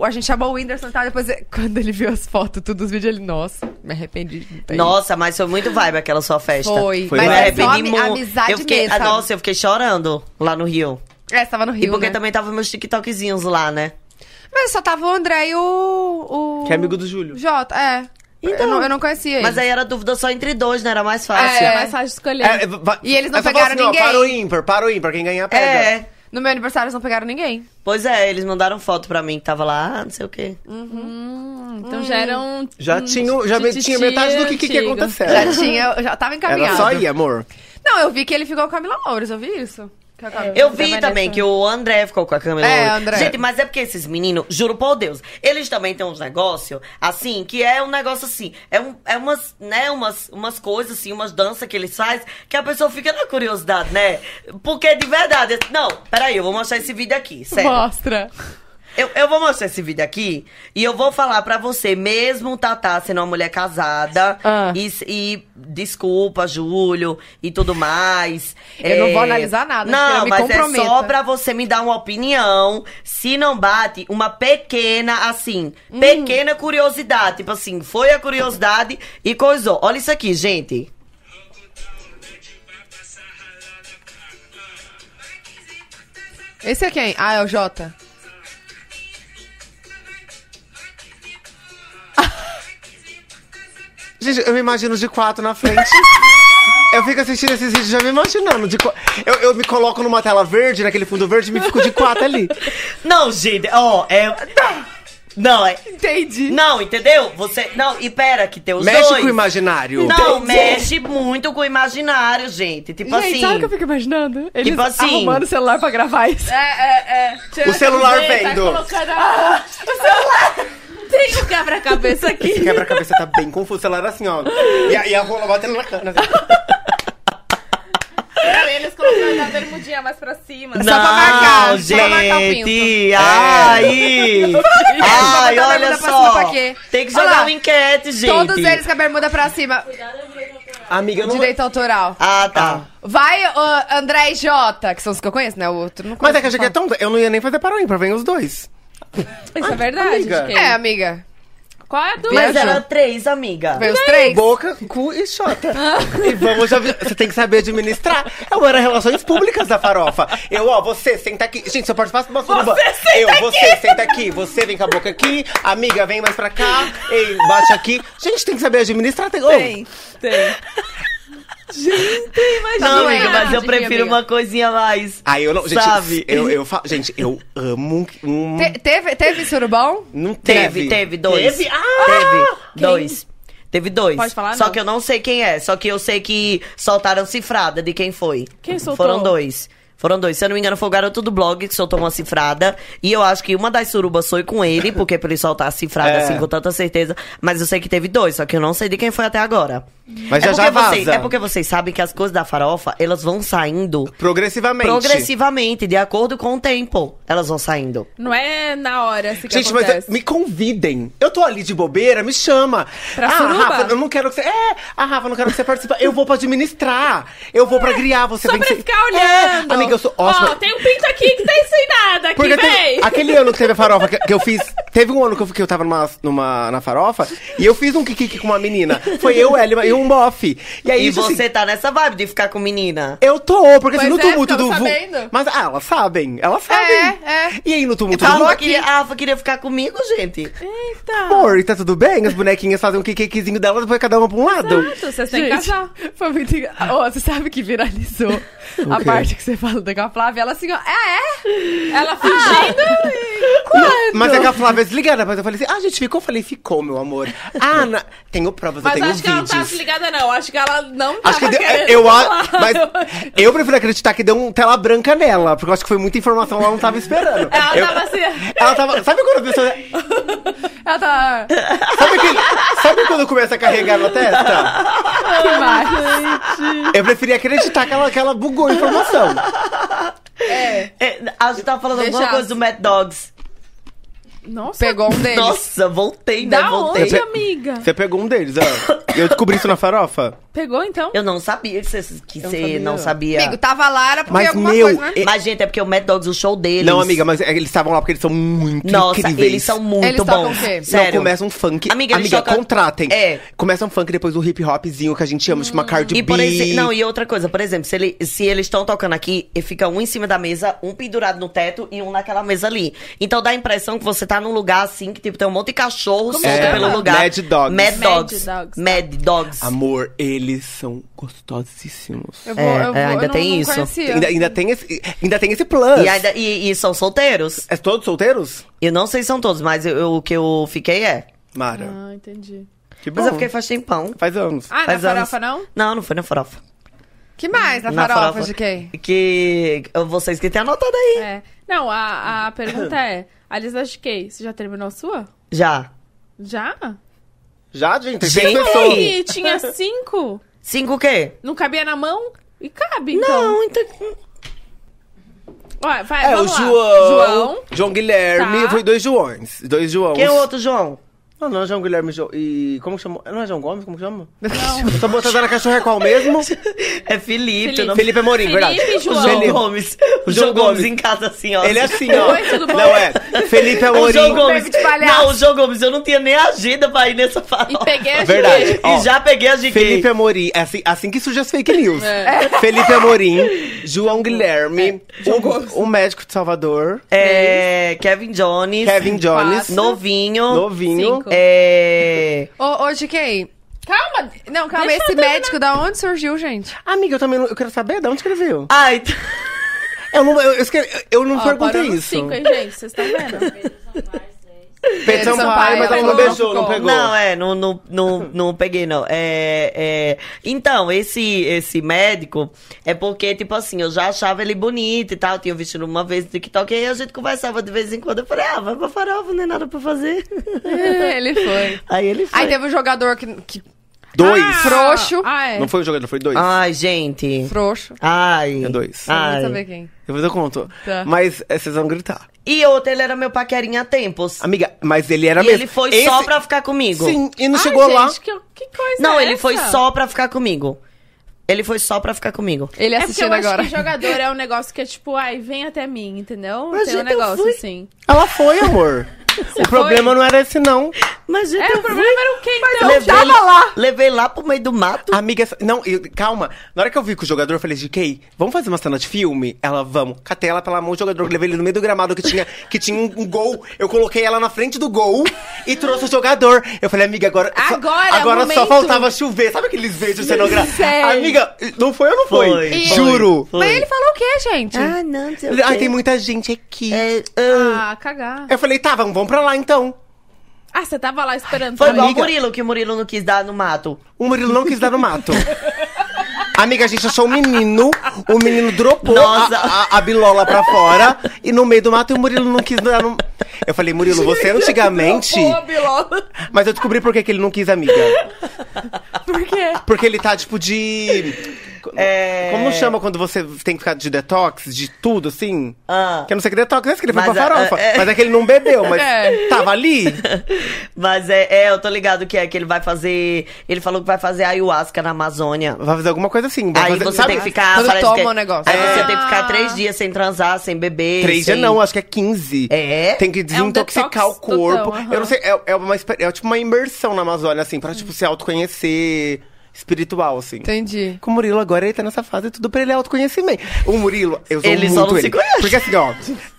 Speaker 2: o, a gente chamou o Whindersson e tal, depois, eh, quando ele viu as fotos, tudo, os vídeos, ele, nossa, me arrependi. não tem
Speaker 4: Nossa, mas foi muito vibe aquela sua festa.
Speaker 2: Foi.
Speaker 8: Foi
Speaker 2: mas
Speaker 4: Eu
Speaker 8: vibe.
Speaker 2: é só
Speaker 4: arrependi
Speaker 2: ami-
Speaker 4: muito.
Speaker 2: amizade
Speaker 4: eu fiquei,
Speaker 2: mesmo,
Speaker 4: ah,
Speaker 2: sabe?
Speaker 4: Nossa, eu fiquei chorando lá no Rio.
Speaker 2: É, você tava no Rio,
Speaker 4: e porque
Speaker 2: né?
Speaker 4: também tava meus TikTokzinhos lá, né?
Speaker 2: Mas só tava o André e o... o...
Speaker 8: Que é amigo do Júlio.
Speaker 2: Jota, é. eu, não, eu não conhecia ele.
Speaker 4: Então. Mas aí era dúvida só entre dois, né? Era mais fácil.
Speaker 2: É.
Speaker 3: É mais fácil escolher.
Speaker 8: É, é, va-
Speaker 2: E eles não
Speaker 8: é só
Speaker 2: pegaram
Speaker 8: falar assim,
Speaker 2: ninguém.
Speaker 8: Ó, para o ímpar, para o ímpar, quem ganhar pega.
Speaker 4: É.
Speaker 2: No meu aniversário eles não pegaram ninguém.
Speaker 4: Pois é, eles mandaram foto pra mim que tava lá, ah, não sei o quê.
Speaker 2: Hum,
Speaker 3: Então já era um.
Speaker 8: Já
Speaker 3: um
Speaker 8: tinha, já
Speaker 3: tititi
Speaker 8: tinha metade do que, que, que
Speaker 3: antigo.
Speaker 4: É.
Speaker 8: aconteceu.
Speaker 2: Já tinha, eu já tava encaminhado.
Speaker 8: Era só ir, amor.
Speaker 2: Não, eu vi que ele ficou com a Camila Loures, eu vi isso. Que é a Camila-
Speaker 4: Eu vi também que o André ficou com a câmera.
Speaker 2: tá É,
Speaker 4: hoje.
Speaker 2: André.
Speaker 4: Gente, mas é porque esses meninos, juro por Deus, eles também têm uns negócios, assim, que é um negócio assim, é, um, é umas, né, umas, umas coisas, assim, umas danças que eles fazem, que a pessoa fica na curiosidade, né? Porque de verdade, não, peraí, eu vou mostrar esse vídeo aqui, sério.
Speaker 2: Mostra.
Speaker 4: Eu, eu vou mostrar esse vídeo aqui e eu vou falar pra você, mesmo Tatá sendo uma mulher casada,
Speaker 2: Ah.
Speaker 4: e, s- e desculpa, Júlio, e tudo mais. é,
Speaker 2: Eu não vou analisar nada, porque eu
Speaker 4: Não,
Speaker 2: me
Speaker 4: mas
Speaker 2: comprometa.
Speaker 4: é só pra você me dar uma opinião. Se não bate, uma pequena, assim,
Speaker 2: Hum.
Speaker 4: pequena curiosidade. Tipo assim, foi a curiosidade e coisou. Olha isso aqui, gente.
Speaker 2: Esse é quem? Ah, é o Jota.
Speaker 8: Gente, eu me imagino de quatro na frente. Eu fico assistindo esses vídeos já me imaginando. de qua- eu, eu me coloco numa tela verde, naquele fundo verde, e me fico de quatro ali.
Speaker 4: Não, gente, ó, é. Não, é.
Speaker 2: Entendi.
Speaker 4: Não, entendeu? Você. Não, e pera, que tem os
Speaker 8: Mexe
Speaker 4: dois.
Speaker 8: com o imaginário.
Speaker 4: Não, mexe muito com o imaginário, gente. Tipo
Speaker 3: Gente,
Speaker 4: assim.
Speaker 3: sabe o que eu fico imaginando? Eles
Speaker 4: Tipo assim.
Speaker 3: arrumando o celular pra gravar isso.
Speaker 5: É, é, é. Tira
Speaker 8: O
Speaker 5: a
Speaker 8: celular
Speaker 3: tá
Speaker 5: camiseta,
Speaker 8: vendo.
Speaker 5: colocando a- o celular. Tem um quebra-cabeça aqui.
Speaker 8: Esse quebra-cabeça tá bem confuso. Ela era assim, ó. E a, e a rola batendo na cana. assim.
Speaker 3: Tá
Speaker 5: Não, eles colocando a bermudinha mais pra cima.
Speaker 4: Não,
Speaker 2: pra marcar,
Speaker 4: gente.
Speaker 2: só pra marcar o pinto.
Speaker 4: Ai! Ai,
Speaker 2: Botando a
Speaker 4: olha
Speaker 2: bermuda pra cima
Speaker 4: só.
Speaker 2: pra quê?
Speaker 4: Tem que
Speaker 2: Olha
Speaker 4: jogar
Speaker 2: lá.
Speaker 4: uma enquete, gente.
Speaker 2: Todos eles com a bermuda pra cima.
Speaker 8: Amiga, eu não... é-
Speaker 2: Direito autoral.
Speaker 4: Ah, tá.
Speaker 2: Vai, ô, André e Jota, que são os que eu conheço, né? O outro não
Speaker 8: Mas
Speaker 2: conheço.
Speaker 8: é que eu já que é tão... Eu não ia nem fazer para o ímpar, vem os dois.
Speaker 3: Isso é verdade.
Speaker 8: amiga.
Speaker 3: Chiquinho.
Speaker 2: É, amiga.
Speaker 3: Qual é a dúvida?
Speaker 4: Mas
Speaker 2: Viajou.
Speaker 4: era três, amiga.
Speaker 2: Veio os três.
Speaker 8: Boca, cu e chota. e vamos... já- Você tem que saber administrar. Eu era relações públicas da farofa. Eu, ó, você, senta aqui. Gente, se eu participar de uma suruba... eu, você, senta aqui. Você vem com a boca aqui. Amiga, vem mais pra cá. Ei, bate aqui. Gente, tem que saber administrar. Tem... Ô,
Speaker 3: Tem.
Speaker 4: Não,
Speaker 3: é
Speaker 4: amiga, mas eu
Speaker 2: Imagina,
Speaker 4: prefiro
Speaker 2: é amiga.
Speaker 4: uma coisinha mais.
Speaker 8: Aí eu não... Gente,
Speaker 4: Sabe?
Speaker 8: Eu, eu fa... gente, eu amo... Um...
Speaker 2: Te- teve, teve surubão?
Speaker 8: Não teve.
Speaker 4: Teve, teve dois.
Speaker 8: Teve? Ah!
Speaker 4: Teve dois. Teve dois.
Speaker 3: Pode falar,
Speaker 4: Só
Speaker 3: não.
Speaker 4: que eu não sei quem é. Só que eu sei que soltaram cifrada de quem foi.
Speaker 3: Quem soltou?
Speaker 4: Foram dois. Foram dois. Se eu não me engano, foi o garoto do blog que soltou uma cifrada. E eu acho que uma das surubas foi com ele, porque pra ele soltar a cifrada
Speaker 8: É.
Speaker 4: assim com tanta certeza. Mas eu sei que teve dois, só que eu não sei de quem foi até agora.
Speaker 8: Mas já
Speaker 4: é porque
Speaker 8: já
Speaker 4: vocês-
Speaker 8: vaza.
Speaker 4: é porque vocês sabem que as coisas da farofa, elas vão saindo
Speaker 8: Progressivamente.
Speaker 4: progressivamente, de acordo com o tempo. Elas vão saindo.
Speaker 3: Não é na hora assim que
Speaker 8: Gente, mas é-
Speaker 3: acontece.
Speaker 8: eu- me convidem. Eu tô ali de bobeira, me chama.
Speaker 3: Pra
Speaker 8: ah,
Speaker 3: suruba?
Speaker 8: Rafa, eu não quero que você. É, ah, Rafa, eu não quero que você participe. Eu vou pra administrar. Eu vou pra griar, você
Speaker 3: Só
Speaker 8: vem
Speaker 3: pra
Speaker 8: ser-
Speaker 3: ficar olhando.
Speaker 8: É, amiga, eu sou
Speaker 3: Ó,
Speaker 8: ótima.
Speaker 3: tem um pinto aqui que tá sem nada aqui,
Speaker 8: Porque um-
Speaker 3: vem.
Speaker 8: teve, aquele ano que teve a farofa que, que eu fiz. Teve um ano que eu, que eu tava numa, numa, na farofa e eu fiz um kikiki com uma menina. Foi eu, Elima e um bofe. E aí
Speaker 4: E
Speaker 8: tipo assim,
Speaker 4: você tá nessa vibe de ficar com menina.
Speaker 8: Eu tô, porque assim,
Speaker 2: Pois
Speaker 8: no
Speaker 2: é,
Speaker 8: tumulto
Speaker 2: ficamos
Speaker 8: do vulto.
Speaker 2: sabendo.
Speaker 8: Mas ah, elas sabem, elas sabem.
Speaker 2: é.
Speaker 8: E aí no tumulto do
Speaker 4: Falou
Speaker 8: vulto.
Speaker 4: que a Rafa queria ficar comigo, gente.
Speaker 8: Amor, e tá tudo bem? As bonequinhas fazem um kikikizinho delas, depois cada uma pra um lado.
Speaker 3: Exato, vocês têm que
Speaker 2: Gente,
Speaker 3: casar.
Speaker 2: Foi muito engraçado. Ô, você sabe que viralizou a
Speaker 8: quê?
Speaker 2: parte que você falou com a Flávia? Ela assim, ó, é, é?
Speaker 8: Ah!
Speaker 3: Ela fingindo.
Speaker 8: Mas é que a Flávia desligada, mas eu falei assim: ah, a gente ficou? Eu falei, ficou, meu amor. Ah, na- tenho provas,
Speaker 3: Mas
Speaker 8: eu tenho
Speaker 3: acho que ela não
Speaker 8: vídeos.
Speaker 3: tava desligada, não. Acho que ela não tava
Speaker 8: Acho que deu, é,
Speaker 3: querendo
Speaker 8: eu
Speaker 3: falar.
Speaker 8: acho, mas eu prefiro acreditar que deu um tela branca nela, porque eu acho que foi muita informação ela não tava esperando.
Speaker 3: Ela
Speaker 8: eu,
Speaker 3: tava assim...
Speaker 8: ela tava, sabe quando a pessoa,
Speaker 2: Ela tá...
Speaker 8: sabe, que, sabe quando começa a carregar na testa?
Speaker 3: que mais?
Speaker 8: Eu preferia acreditar que ela, que ela bugou a informação.
Speaker 4: É, a gente tava falando alguma
Speaker 3: Deixa-
Speaker 4: coisa do Mad Dogs.
Speaker 3: Nossa,
Speaker 2: Pegou um deles.
Speaker 4: Nossa, voltei, né?
Speaker 3: da
Speaker 4: Voltei.
Speaker 3: onde,
Speaker 8: pe-
Speaker 3: amiga?
Speaker 8: Você pegou um deles, ó. Eu descobri isso na farofa.
Speaker 3: Pegou, então?
Speaker 4: Eu não sabia que você que
Speaker 8: Eu não
Speaker 4: você
Speaker 8: sabia.
Speaker 4: não sabia.
Speaker 2: Amigo, tá- tava lá, era pra ver
Speaker 8: Mas,
Speaker 2: alguma
Speaker 8: meu,
Speaker 2: coisa, né?
Speaker 8: e-
Speaker 4: Mas, gente, é porque o Mad Dogs, o show deles.
Speaker 8: Não, amiga, mas é, eles estavam lá porque eles são muito
Speaker 4: Nossa,
Speaker 8: incríveis.
Speaker 4: eles são muito
Speaker 2: Eles tocam
Speaker 4: bons.
Speaker 2: o quê? Não,
Speaker 8: Não,
Speaker 4: Sério.
Speaker 8: começa um funk.
Speaker 4: Amiga,
Speaker 8: Amiga,
Speaker 4: eles tocam-
Speaker 8: contratem.
Speaker 4: É. Hum,
Speaker 8: Começa um funk, depois o hip hopzinho que a gente ama, chama Cardi
Speaker 4: E
Speaker 8: B.
Speaker 4: por exemplo, não, e outra coisa, por exemplo, se, ele- se eles estão tocando aqui, e fica um em cima da mesa, um pendurado no teto e um naquela mesa ali. Então dá a impressão que você tá num lugar assim, que tipo, tem um monte de cachorro solto
Speaker 8: chama?
Speaker 4: pelo lugar.
Speaker 8: Mad Dogs.
Speaker 4: Mad
Speaker 8: Mad
Speaker 4: Dogs.
Speaker 3: Dogs.
Speaker 4: Mad Dogs.
Speaker 8: Amor, eles são gostosíssimos.
Speaker 2: Eu
Speaker 4: É, é, ainda
Speaker 2: não-
Speaker 4: tem
Speaker 2: não
Speaker 4: isso.
Speaker 2: conhecia.
Speaker 8: Ainda, ainda tem esse, ainda tem esse plus.
Speaker 4: E, ainda- e- e são solteiros.
Speaker 8: É todos solteiros?
Speaker 4: Eu não sei se são todos, mas eu- eu- o que eu fiquei é.
Speaker 8: Mara.
Speaker 3: Ah, entendi.
Speaker 8: Que bom.
Speaker 4: Mas eu fiquei faz tempão.
Speaker 8: Faz anos.
Speaker 2: Ah, na
Speaker 4: Faz anos.
Speaker 2: farofa, não?
Speaker 4: Não, não foi na farofa.
Speaker 2: Que mais? Na, farofa, de quem?
Speaker 4: Que vocês que têm anotado aí.
Speaker 3: É. Não, a, a pergunta é: a Lisa GK, você já terminou a sua?
Speaker 2: É.
Speaker 4: Já.
Speaker 3: Já?
Speaker 8: Já, gente? tem
Speaker 4: Gente!
Speaker 8: seis pessoas.
Speaker 3: E tinha cinco?
Speaker 4: Cinco o quê?
Speaker 3: Não cabia na mão? E cabe, então.
Speaker 4: Não, então.
Speaker 3: Ué, vai,
Speaker 8: É, o
Speaker 3: vamos lá.
Speaker 8: João.
Speaker 3: João.
Speaker 8: João Guilherme.
Speaker 3: Tá.
Speaker 8: Foi dois Joões. Dois Joões.
Speaker 4: Quem é o outro, João?
Speaker 8: Não, não é João Guilherme Jo- e. Como que chamou? Não é João Gomes? Como que chama? Não. Só botando na cachorra é qual mesmo?
Speaker 4: É Felipe.
Speaker 3: Felipe.
Speaker 4: o nome-
Speaker 8: Felipe Amorim,
Speaker 3: Felipe
Speaker 8: verdade.
Speaker 3: e João.
Speaker 4: O João Gomes. O João
Speaker 8: João
Speaker 4: Gomes
Speaker 8: Gomes.
Speaker 4: em casa, assim, ó.
Speaker 8: Ele é assim, ó.
Speaker 3: Oi, tudo bom?
Speaker 8: Não é.
Speaker 4: O
Speaker 8: Felipe
Speaker 4: João
Speaker 8: Amorim.
Speaker 4: Gomes.
Speaker 2: Pego de palhaço.
Speaker 4: Não, o João Gomes, eu não tinha nem agenda pra ir nessa fala.
Speaker 3: E peguei a
Speaker 8: Verdade.
Speaker 3: GK.
Speaker 8: Ó,
Speaker 4: E já peguei a GK.
Speaker 8: Felipe Amorim, é assim, assim que surge as fake news. Felipe Amorim, João Guilherme, o, o médico de Salvador,
Speaker 4: É, Kevin Jones.
Speaker 8: Kevin Jones,
Speaker 4: Novinho.
Speaker 8: novinho.
Speaker 3: Cinco.
Speaker 4: É.
Speaker 2: Ô, ô, de quem? Calma! Não, calma,
Speaker 3: Deixa eu
Speaker 2: esse
Speaker 3: terminar.
Speaker 2: médico da onde surgiu, gente?
Speaker 8: Amiga, eu também não, eu quero saber de onde escreveu.
Speaker 4: Ai, t-
Speaker 8: Eu não, eu, eu esque- eu não
Speaker 3: Ó,
Speaker 8: perguntei
Speaker 3: parou no
Speaker 8: isso.
Speaker 3: Cinco, hein, é, gente? Vocês estão vendo?
Speaker 7: né?
Speaker 8: Pedro
Speaker 2: Pedro
Speaker 8: Sampaio,
Speaker 2: Sampaio,
Speaker 8: mas ela
Speaker 2: pegou,
Speaker 8: não beijou, não
Speaker 2: ficou.
Speaker 8: pegou.
Speaker 4: não, é, não, não, não, não peguei, não. É, é, Então, esse, esse médico é porque, tipo assim, eu já achava ele bonito e tal. Eu tinha visto ele uma vez no TikTok e aí a gente conversava de vez em quando. Eu falei, ah, vai pra farofa, não é nada pra fazer.
Speaker 2: Ele foi.
Speaker 4: Aí ele foi.
Speaker 2: Aí teve um jogador que. que
Speaker 8: Dois.
Speaker 2: frouxo.
Speaker 3: Ah, é.
Speaker 8: Não foi um jogador, foi dois.
Speaker 4: Ai, gente.
Speaker 2: Frouxo.
Speaker 4: Ai.
Speaker 8: É dois.
Speaker 2: Ai.
Speaker 4: Ai.
Speaker 2: saber quem.
Speaker 3: É
Speaker 8: Depois eu conto.
Speaker 2: Tá.
Speaker 8: Mas é, vocês vão gritar.
Speaker 4: E outro, ele era meu paquerinha há tempos.
Speaker 8: Amiga, mas ele era
Speaker 4: e
Speaker 8: mesmo.
Speaker 4: ele foi só
Speaker 8: Esse-
Speaker 4: pra ficar comigo.
Speaker 8: Sim, e não
Speaker 3: Ai,
Speaker 8: chegou lá.
Speaker 3: gente, Que, que coisa
Speaker 4: Não,
Speaker 3: é
Speaker 4: ele foi
Speaker 3: essa?
Speaker 4: só pra ficar comigo. Ele foi só pra ficar comigo.
Speaker 2: Ele
Speaker 3: É porque eu
Speaker 2: assistindo agora.
Speaker 3: acho que jogador é um negócio que é tipo, ai, vem até mim, entendeu?
Speaker 4: Mas,
Speaker 3: Tem um
Speaker 4: gente, eu
Speaker 3: negócio
Speaker 4: fui.
Speaker 3: assim.
Speaker 8: Ela foi, amor. o problema não era esse, não.
Speaker 4: Mas
Speaker 3: É, o problema era o quê, então?
Speaker 4: levei, lá. Levei lá pro meio do mato.
Speaker 8: Amiga, essa- não, eu- calma. Na hora que eu vi com o jogador, eu falei, GK, vamos fazer uma cena de filme? Ela, vamos. Catei ela pela mão do jogador, levei ele no meio do gramado que tinha, que tinha um, um gol. Eu coloquei ela na frente do gol e trouxe o jogador. Eu falei, amiga, agora. só-
Speaker 3: Agora,
Speaker 8: agora só
Speaker 3: momento.
Speaker 8: faltava chover. Sabe aqueles beijos de cenografia? Amiga, não foi ou não foi? Juro.
Speaker 4: Foi.
Speaker 2: Mas ele falou o quê, gente?
Speaker 8: É.
Speaker 4: Ah, não, não sei o
Speaker 8: Ai,
Speaker 4: quê.
Speaker 8: tem muita gente aqui.
Speaker 4: É, ah,
Speaker 3: Ah, cagar.
Speaker 8: Eu falei, tá, vamos, vamos pra lá então.
Speaker 3: Ah, você tava lá esperando.
Speaker 4: Foi
Speaker 3: também.
Speaker 4: igual o
Speaker 8: Amiga.
Speaker 4: Murilo, que o Murilo não quis dar no mato.
Speaker 8: O Murilo Um não quis dar no mato. Amiga, a gente achou um menino, o menino dropou a,
Speaker 4: Nossa.
Speaker 8: a- a bilola pra fora e no meio do mato o Murilo não quis dar no. Eu falei, Murilo, você antigamente. Mas eu descobri por que, que ele não quis, amiga.
Speaker 3: Por quê?
Speaker 8: Porque ele tá tipo de.
Speaker 4: É.
Speaker 8: Como chama quando você tem que ficar de detox, de tudo assim?
Speaker 4: Ah.
Speaker 8: Que eu não sei que detox, é esse que ele foi
Speaker 4: Mas
Speaker 8: pra
Speaker 4: a-
Speaker 8: farofa.
Speaker 4: a- é.
Speaker 8: Mas é que ele não bebeu, mas tava ali.
Speaker 4: Mas é, é, eu tô ligado que é que ele vai fazer. Ele falou que vai fazer ayahuasca na Amazônia.
Speaker 8: Vai fazer alguma coisa assim. vai
Speaker 4: Aí
Speaker 8: fazer-
Speaker 4: você
Speaker 8: sabe? um
Speaker 4: tem que ficar.
Speaker 2: Quando
Speaker 4: parece
Speaker 2: toma
Speaker 4: que-
Speaker 2: o negócio.
Speaker 4: Aí você
Speaker 3: Ah.
Speaker 4: tem que ficar três dias sem transar, sem beber.
Speaker 8: Três
Speaker 4: sem...
Speaker 8: dias não, acho que é 15.
Speaker 4: É?
Speaker 8: Tem que desintoxicar
Speaker 3: detox
Speaker 8: o corpo.
Speaker 3: total, aham.
Speaker 8: Eu não sei, é, é uma, experi- é tipo uma imersão na Amazônia, assim, pra tipo, se autoconhecer espiritual, assim.
Speaker 2: Entendi.
Speaker 8: Com o Murilo agora, ele tá nessa fase, tudo pra ele é autoconhecimento. O Murilo, eu sou
Speaker 4: Ele
Speaker 8: muito
Speaker 4: só não se
Speaker 8: ele.
Speaker 4: conhece.
Speaker 8: Porque assim, ó,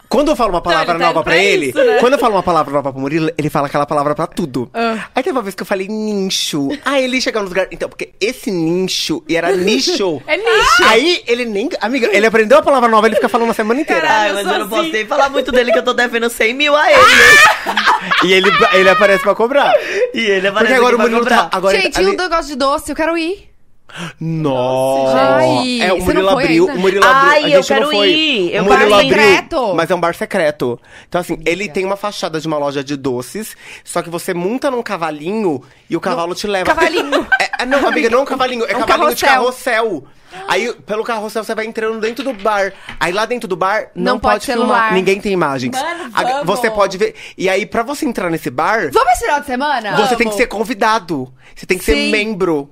Speaker 8: quando eu falo uma
Speaker 3: ele
Speaker 8: palavra
Speaker 3: tá
Speaker 8: nova
Speaker 3: indo
Speaker 8: pra,
Speaker 3: pra
Speaker 8: ele,
Speaker 3: isso, né?
Speaker 8: quando eu falo uma palavra nova pro Murilo, ele fala aquela palavra pra tudo. Aí teve uma vez que eu falei nicho. Aí ele chegou no lugar. Então, porque esse nicho, e era nicho.
Speaker 3: É lixo.
Speaker 8: Aí ele nem. Amiga, ele aprendeu a palavra nova, ele fica falando a semana inteira.
Speaker 4: Ai,
Speaker 3: eu
Speaker 4: mas
Speaker 3: sou
Speaker 4: eu não posso
Speaker 3: assim.
Speaker 4: nem falar muito dele que eu tô devendo 100 mil a ele.
Speaker 8: E ele, ele aparece pra cobrar.
Speaker 4: e ele é aparece
Speaker 8: Porque agora
Speaker 4: aqui pra
Speaker 8: o Murilo tá.
Speaker 4: comprar.
Speaker 8: Agora ele
Speaker 2: gente,
Speaker 8: tá
Speaker 2: e
Speaker 8: ali-
Speaker 2: o negócio de doce? Eu quero ir.
Speaker 8: Nossa!
Speaker 2: Ai,
Speaker 8: é o
Speaker 2: você
Speaker 8: Murilo
Speaker 2: não foi
Speaker 8: Abril.
Speaker 2: ainda?
Speaker 8: O Murilo
Speaker 4: Ai,
Speaker 8: Abril- a
Speaker 4: eu
Speaker 8: gente não
Speaker 4: quero
Speaker 8: foi.
Speaker 4: ir, eu
Speaker 8: o Murilo
Speaker 2: quero ir.
Speaker 8: Abril,
Speaker 2: Secreto.
Speaker 8: Mas é um bar secreto. Então, assim, ele tem uma fachada de uma loja de doces, só que você monta num cavalinho e o cavalo te leva.
Speaker 2: Cavalinho.
Speaker 8: É, é, não, amiga, não é um cavalinho, é
Speaker 2: É um
Speaker 8: cavalinho de carrossel. Aí, pelo carrossel, você vai entrando dentro do bar. Aí, lá dentro do bar, não,
Speaker 2: Não pode celular.
Speaker 8: Ninguém tem imagens.
Speaker 5: Mano,
Speaker 8: A-
Speaker 5: vamos.
Speaker 8: você pode ver. E aí, pra você entrar nesse bar,
Speaker 2: Vamos esse final de semana?
Speaker 8: você tem que ser convidado. Você tem que
Speaker 2: Sim.
Speaker 8: ser membro.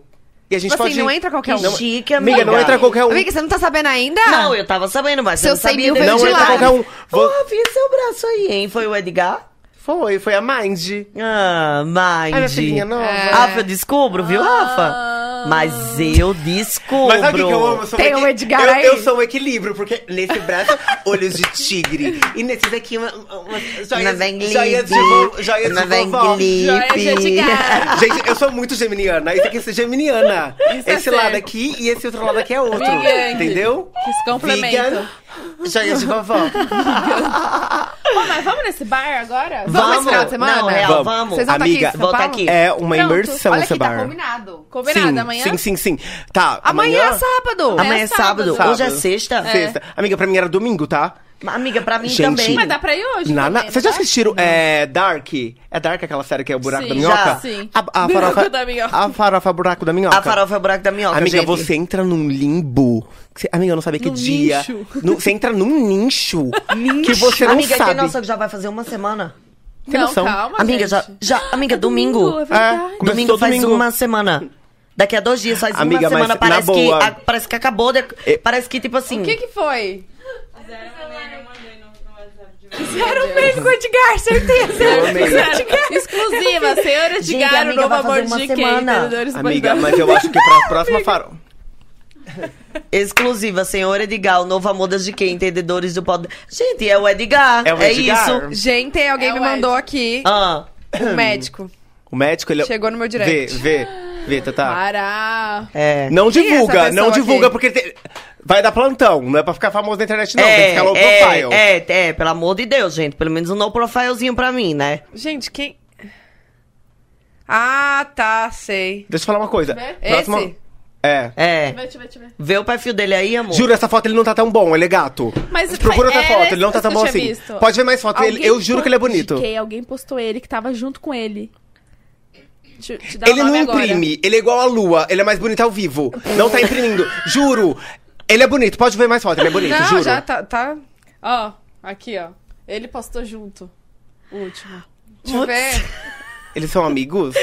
Speaker 8: E a gente
Speaker 2: Tipo
Speaker 8: pode.
Speaker 2: assim, não entra qualquer um.
Speaker 4: Que chique, amiga.
Speaker 8: Amiga, não entra qualquer um.
Speaker 2: Amiga, você não tá sabendo ainda?
Speaker 4: Não, eu tava sabendo, mas
Speaker 2: Seu
Speaker 4: eu não
Speaker 2: 100 mil
Speaker 4: sabia. desse
Speaker 2: veio de
Speaker 8: Ah. Não
Speaker 4: detalhe.
Speaker 8: entra
Speaker 2: lá.
Speaker 8: qualquer um. Vo-
Speaker 4: Porra, vi seu braço aí, hein? Foi o Edgar?
Speaker 8: Foi, foi a Mind.
Speaker 4: Ah,
Speaker 8: Ai, minha filhinha
Speaker 4: Mind.
Speaker 2: É.
Speaker 8: nova.
Speaker 4: Rafa, eu descubro, viu,
Speaker 2: Ah.
Speaker 4: Rafa? Mas eu descubro.
Speaker 8: Mas sabe o que que eu amo? Eu sou
Speaker 2: Tem
Speaker 8: equi-
Speaker 2: um Edgar
Speaker 8: eu,
Speaker 2: aí?
Speaker 8: eu sou o equilíbrio, porque nesse braço, olhos de tigre. E nesse daqui, uma, uma,
Speaker 4: Na
Speaker 8: joias,
Speaker 4: Van Glipe.
Speaker 8: joias de vo, joias
Speaker 4: Na
Speaker 8: de
Speaker 4: Van
Speaker 8: vovó.
Speaker 4: Glipe.
Speaker 5: Joia de gato.
Speaker 8: Gente, eu sou muito geminiana. Esse aqui é geminiana.
Speaker 5: é
Speaker 8: esse
Speaker 5: sério.
Speaker 8: lado aqui e esse outro lado aqui é outro.
Speaker 5: Gigante.
Speaker 8: Entendeu?
Speaker 5: Esse complemento.
Speaker 8: Vegan, Joias de vovó.
Speaker 5: Pô, mas vamos nesse bar agora?
Speaker 2: Vamos esse final de semana?
Speaker 4: Não, real,
Speaker 8: Vamos.
Speaker 4: É, vamos.
Speaker 2: Vocês vão tá aqui
Speaker 8: Amiga,
Speaker 2: em São
Speaker 4: volta
Speaker 2: Paulo?
Speaker 4: aqui.
Speaker 8: É uma
Speaker 5: Pronto.
Speaker 8: imersão
Speaker 2: Olha
Speaker 8: esse
Speaker 2: aqui, tá
Speaker 8: bar.
Speaker 2: combinado.
Speaker 5: Combinado
Speaker 8: sim,
Speaker 5: amanhã?
Speaker 8: Sim, sim, sim. Tá,
Speaker 2: Amanhã, é
Speaker 8: amanhã
Speaker 2: sábado.
Speaker 4: Amanhã é sábado.
Speaker 8: sábado.
Speaker 4: Hoje é sexta?
Speaker 8: Sexta. Amiga, pra mim era domingo, tá?
Speaker 4: Mas, Amiga, pra mim
Speaker 8: Gente,
Speaker 4: também.
Speaker 5: Mas dá pra ir hoje?
Speaker 8: Na, na,
Speaker 5: também,
Speaker 8: vocês já
Speaker 5: não
Speaker 3: né?
Speaker 5: dá?
Speaker 8: assistiram é, Dark? É Dark aquela série que é o Buraco
Speaker 5: Sim,
Speaker 8: da Minhoca?
Speaker 4: já,
Speaker 5: sim.
Speaker 8: A, a
Speaker 5: Buraco
Speaker 8: farofa,
Speaker 5: da Minhoca.
Speaker 8: A farofa Buraco da Minhoca.
Speaker 4: A farofa é o buraco da minhoca,
Speaker 8: Amiga,
Speaker 4: gente.
Speaker 8: você entra num limbo. que você- amiga, eu não sabia que
Speaker 5: Num
Speaker 8: dia.
Speaker 5: nicho.
Speaker 8: No- você entra num nicho que você não
Speaker 4: Amiga,
Speaker 8: sabe.
Speaker 4: tem noção que já vai fazer uma semana?
Speaker 8: Tem
Speaker 5: Não,
Speaker 8: noção.
Speaker 5: calma,
Speaker 4: amiga, já,
Speaker 5: gente.
Speaker 4: já. Amiga, domingo.
Speaker 5: domingo, é verdade.
Speaker 8: É, começou
Speaker 4: Domingo faz
Speaker 8: domingo.
Speaker 4: uma semana. Daqui a dois dias faz
Speaker 8: Amiga,
Speaker 4: uma
Speaker 8: mas
Speaker 4: semana.
Speaker 8: na
Speaker 4: Parece que,
Speaker 8: boa.
Speaker 4: a- parece que acabou. de-
Speaker 8: É.
Speaker 4: Parece que, tipo assim.
Speaker 2: O que que foi?
Speaker 5: Exclusiva, Senhora
Speaker 4: um-
Speaker 8: Eu amei.
Speaker 5: de
Speaker 4: Gente,
Speaker 5: Garo,
Speaker 4: amiga,
Speaker 5: novo
Speaker 4: vai fazer
Speaker 5: amor
Speaker 4: uma
Speaker 5: de GK,
Speaker 4: semana.
Speaker 5: entendedores
Speaker 8: Amiga,
Speaker 5: bandidos.
Speaker 8: mas eu acho que pra próxima farofa.
Speaker 4: Exclusiva, senhor Edgar, o novo amor das de quem? Entendedores do pod. Gente, é o Edgar.
Speaker 8: É o Edgar.
Speaker 4: isso.
Speaker 2: Gente, alguém
Speaker 5: É
Speaker 2: me
Speaker 5: o Ed.
Speaker 2: mandou aqui
Speaker 4: Ah,
Speaker 2: um médico.
Speaker 8: O médico, ele.
Speaker 2: Chegou no meu
Speaker 8: Vê,
Speaker 2: direct.
Speaker 8: vê, vê, Tatá.
Speaker 5: Pará.
Speaker 4: é.
Speaker 8: Não
Speaker 2: Quem é essa
Speaker 8: divulga, não
Speaker 2: pessoa
Speaker 8: divulga,
Speaker 2: aqui?
Speaker 8: porque tem- vai dar plantão. Não é pra ficar famoso na internet, não. tem que
Speaker 4: é,
Speaker 8: ficar low profile.
Speaker 4: é, é, é, pelo amor de Deus, gente. Pelo menos um no profilezinho pra mim, né?
Speaker 2: Gente, quem... Ah, tá, sei.
Speaker 8: Deixa eu falar uma coisa.
Speaker 2: Esse?
Speaker 8: É.
Speaker 4: É.
Speaker 5: Vai, te ver, te ver.
Speaker 4: Vê o perfil dele aí, amor.
Speaker 8: Juro, essa foto ele não tá tão bom, ele é gato.
Speaker 5: Mas
Speaker 8: Procura outra
Speaker 5: é,
Speaker 8: foto, ele não tá
Speaker 5: essa
Speaker 8: tão
Speaker 5: que eu
Speaker 8: bom
Speaker 5: tinha
Speaker 8: assim.
Speaker 5: visto.
Speaker 8: Pode ver mais foto, ele-
Speaker 5: Alguém
Speaker 8: eu juro que ele é
Speaker 5: postou-
Speaker 8: bonito.
Speaker 5: GK, alguém postou ele que tava junto com ele. Te, te dá o
Speaker 8: Ele não
Speaker 5: nome agora.
Speaker 8: imprime, ele é igual a lua, ele é mais bonito ao vivo. Não tá imprimindo, juro. Ele é bonito, pode ver mais foto, ele é bonito,
Speaker 2: Não,
Speaker 8: juro.
Speaker 2: já tá... tá...
Speaker 5: Ó, aqui, ó. Ele postou junto. O último.
Speaker 2: Deixa eu ver.
Speaker 8: Eles são amigos?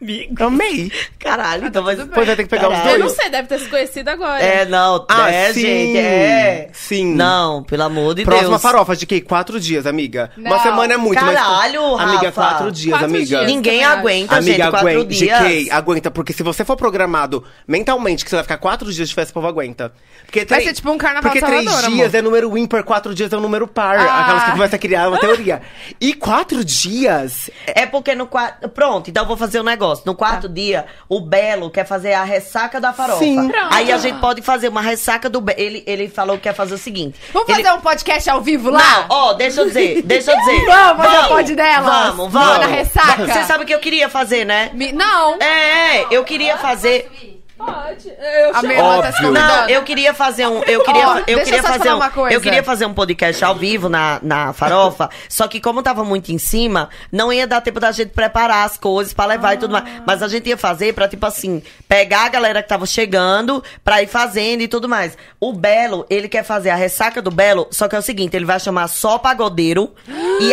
Speaker 4: Amigo.
Speaker 8: Amei.
Speaker 5: Ah, tá
Speaker 4: Caralho, então vai.
Speaker 8: Depois vai ter que pegar os
Speaker 4: Caralho.
Speaker 5: Eu
Speaker 8: dois.
Speaker 5: não sei, deve ter se conhecido agora.
Speaker 4: É, não.
Speaker 8: Ah,
Speaker 4: é,
Speaker 8: sim.
Speaker 4: gente, é.
Speaker 8: Sim.
Speaker 4: Não, pelo amor de
Speaker 8: Próxima
Speaker 4: Deus.
Speaker 8: farofa de que? Quatro dias, amiga. Uma
Speaker 5: Não.
Speaker 8: semana é muito,
Speaker 4: Caralho,
Speaker 8: mas... Amiga,
Speaker 4: Rafa.
Speaker 8: quatro dias,
Speaker 5: Quatro
Speaker 8: amiga.
Speaker 5: dias.
Speaker 4: Ninguém
Speaker 5: Também acho.
Speaker 4: aguenta, gente,
Speaker 8: Amiga,
Speaker 4: quatro
Speaker 8: aguenta,
Speaker 4: dias.
Speaker 8: GK, aguenta, porque se você for programado mentalmente que você vai ficar quatro dias de festa, o povo aguenta. Porque
Speaker 2: Vai
Speaker 8: três-
Speaker 2: ser tipo um carnaval
Speaker 8: Porque
Speaker 2: de
Speaker 8: três
Speaker 2: Salvador,
Speaker 8: dias
Speaker 2: amor.
Speaker 8: é número ímpar, quatro dias é um número par.
Speaker 2: Ah.
Speaker 8: Aquelas que começam a criar uma teoria. E quatro dias
Speaker 4: É porque no quarto. Pronto, então eu vou fazer um negócio. No quarto
Speaker 2: Tá.
Speaker 4: dia, o Belo quer fazer a ressaca da farofa.
Speaker 8: Sim.
Speaker 5: Pronto.
Speaker 4: Aí a gente pode fazer uma ressaca do Belo. Ele, ele falou que quer fazer o seguinte.
Speaker 2: Vamos
Speaker 4: ele...
Speaker 2: fazer um podcast ao vivo
Speaker 4: Não,
Speaker 2: lá?
Speaker 4: ó, deixa eu dizer, deixa eu dizer.
Speaker 2: Vamos, já pode delas. Vamos
Speaker 4: Vamos, vamos.
Speaker 2: na ressaca.
Speaker 4: Você sabe o que eu queria fazer, né?
Speaker 2: Me- Não.
Speaker 4: É, é, eu queria fazer.
Speaker 5: Pode. Eu
Speaker 2: A Merla tá se
Speaker 8: Óbvio.
Speaker 2: convidando.
Speaker 4: Não, eu queria fazer um. Eu queria,
Speaker 2: Ó,
Speaker 4: eu
Speaker 2: deixa
Speaker 4: queria
Speaker 2: eu só te
Speaker 4: fazer
Speaker 2: falar
Speaker 4: um,
Speaker 2: uma coisa.
Speaker 4: Eu queria fazer um podcast ao vivo na, na farofa. só que como tava muito em cima, não ia dar tempo da gente preparar as coisas pra levar e tudo mais.
Speaker 2: Ah.
Speaker 4: Mas a gente ia fazer pra, tipo assim, pegar a galera que tava chegando pra ir fazendo e tudo mais. O Belo, ele quer fazer a ressaca do Belo, só que é o seguinte, ele vai chamar só pagodeiro. e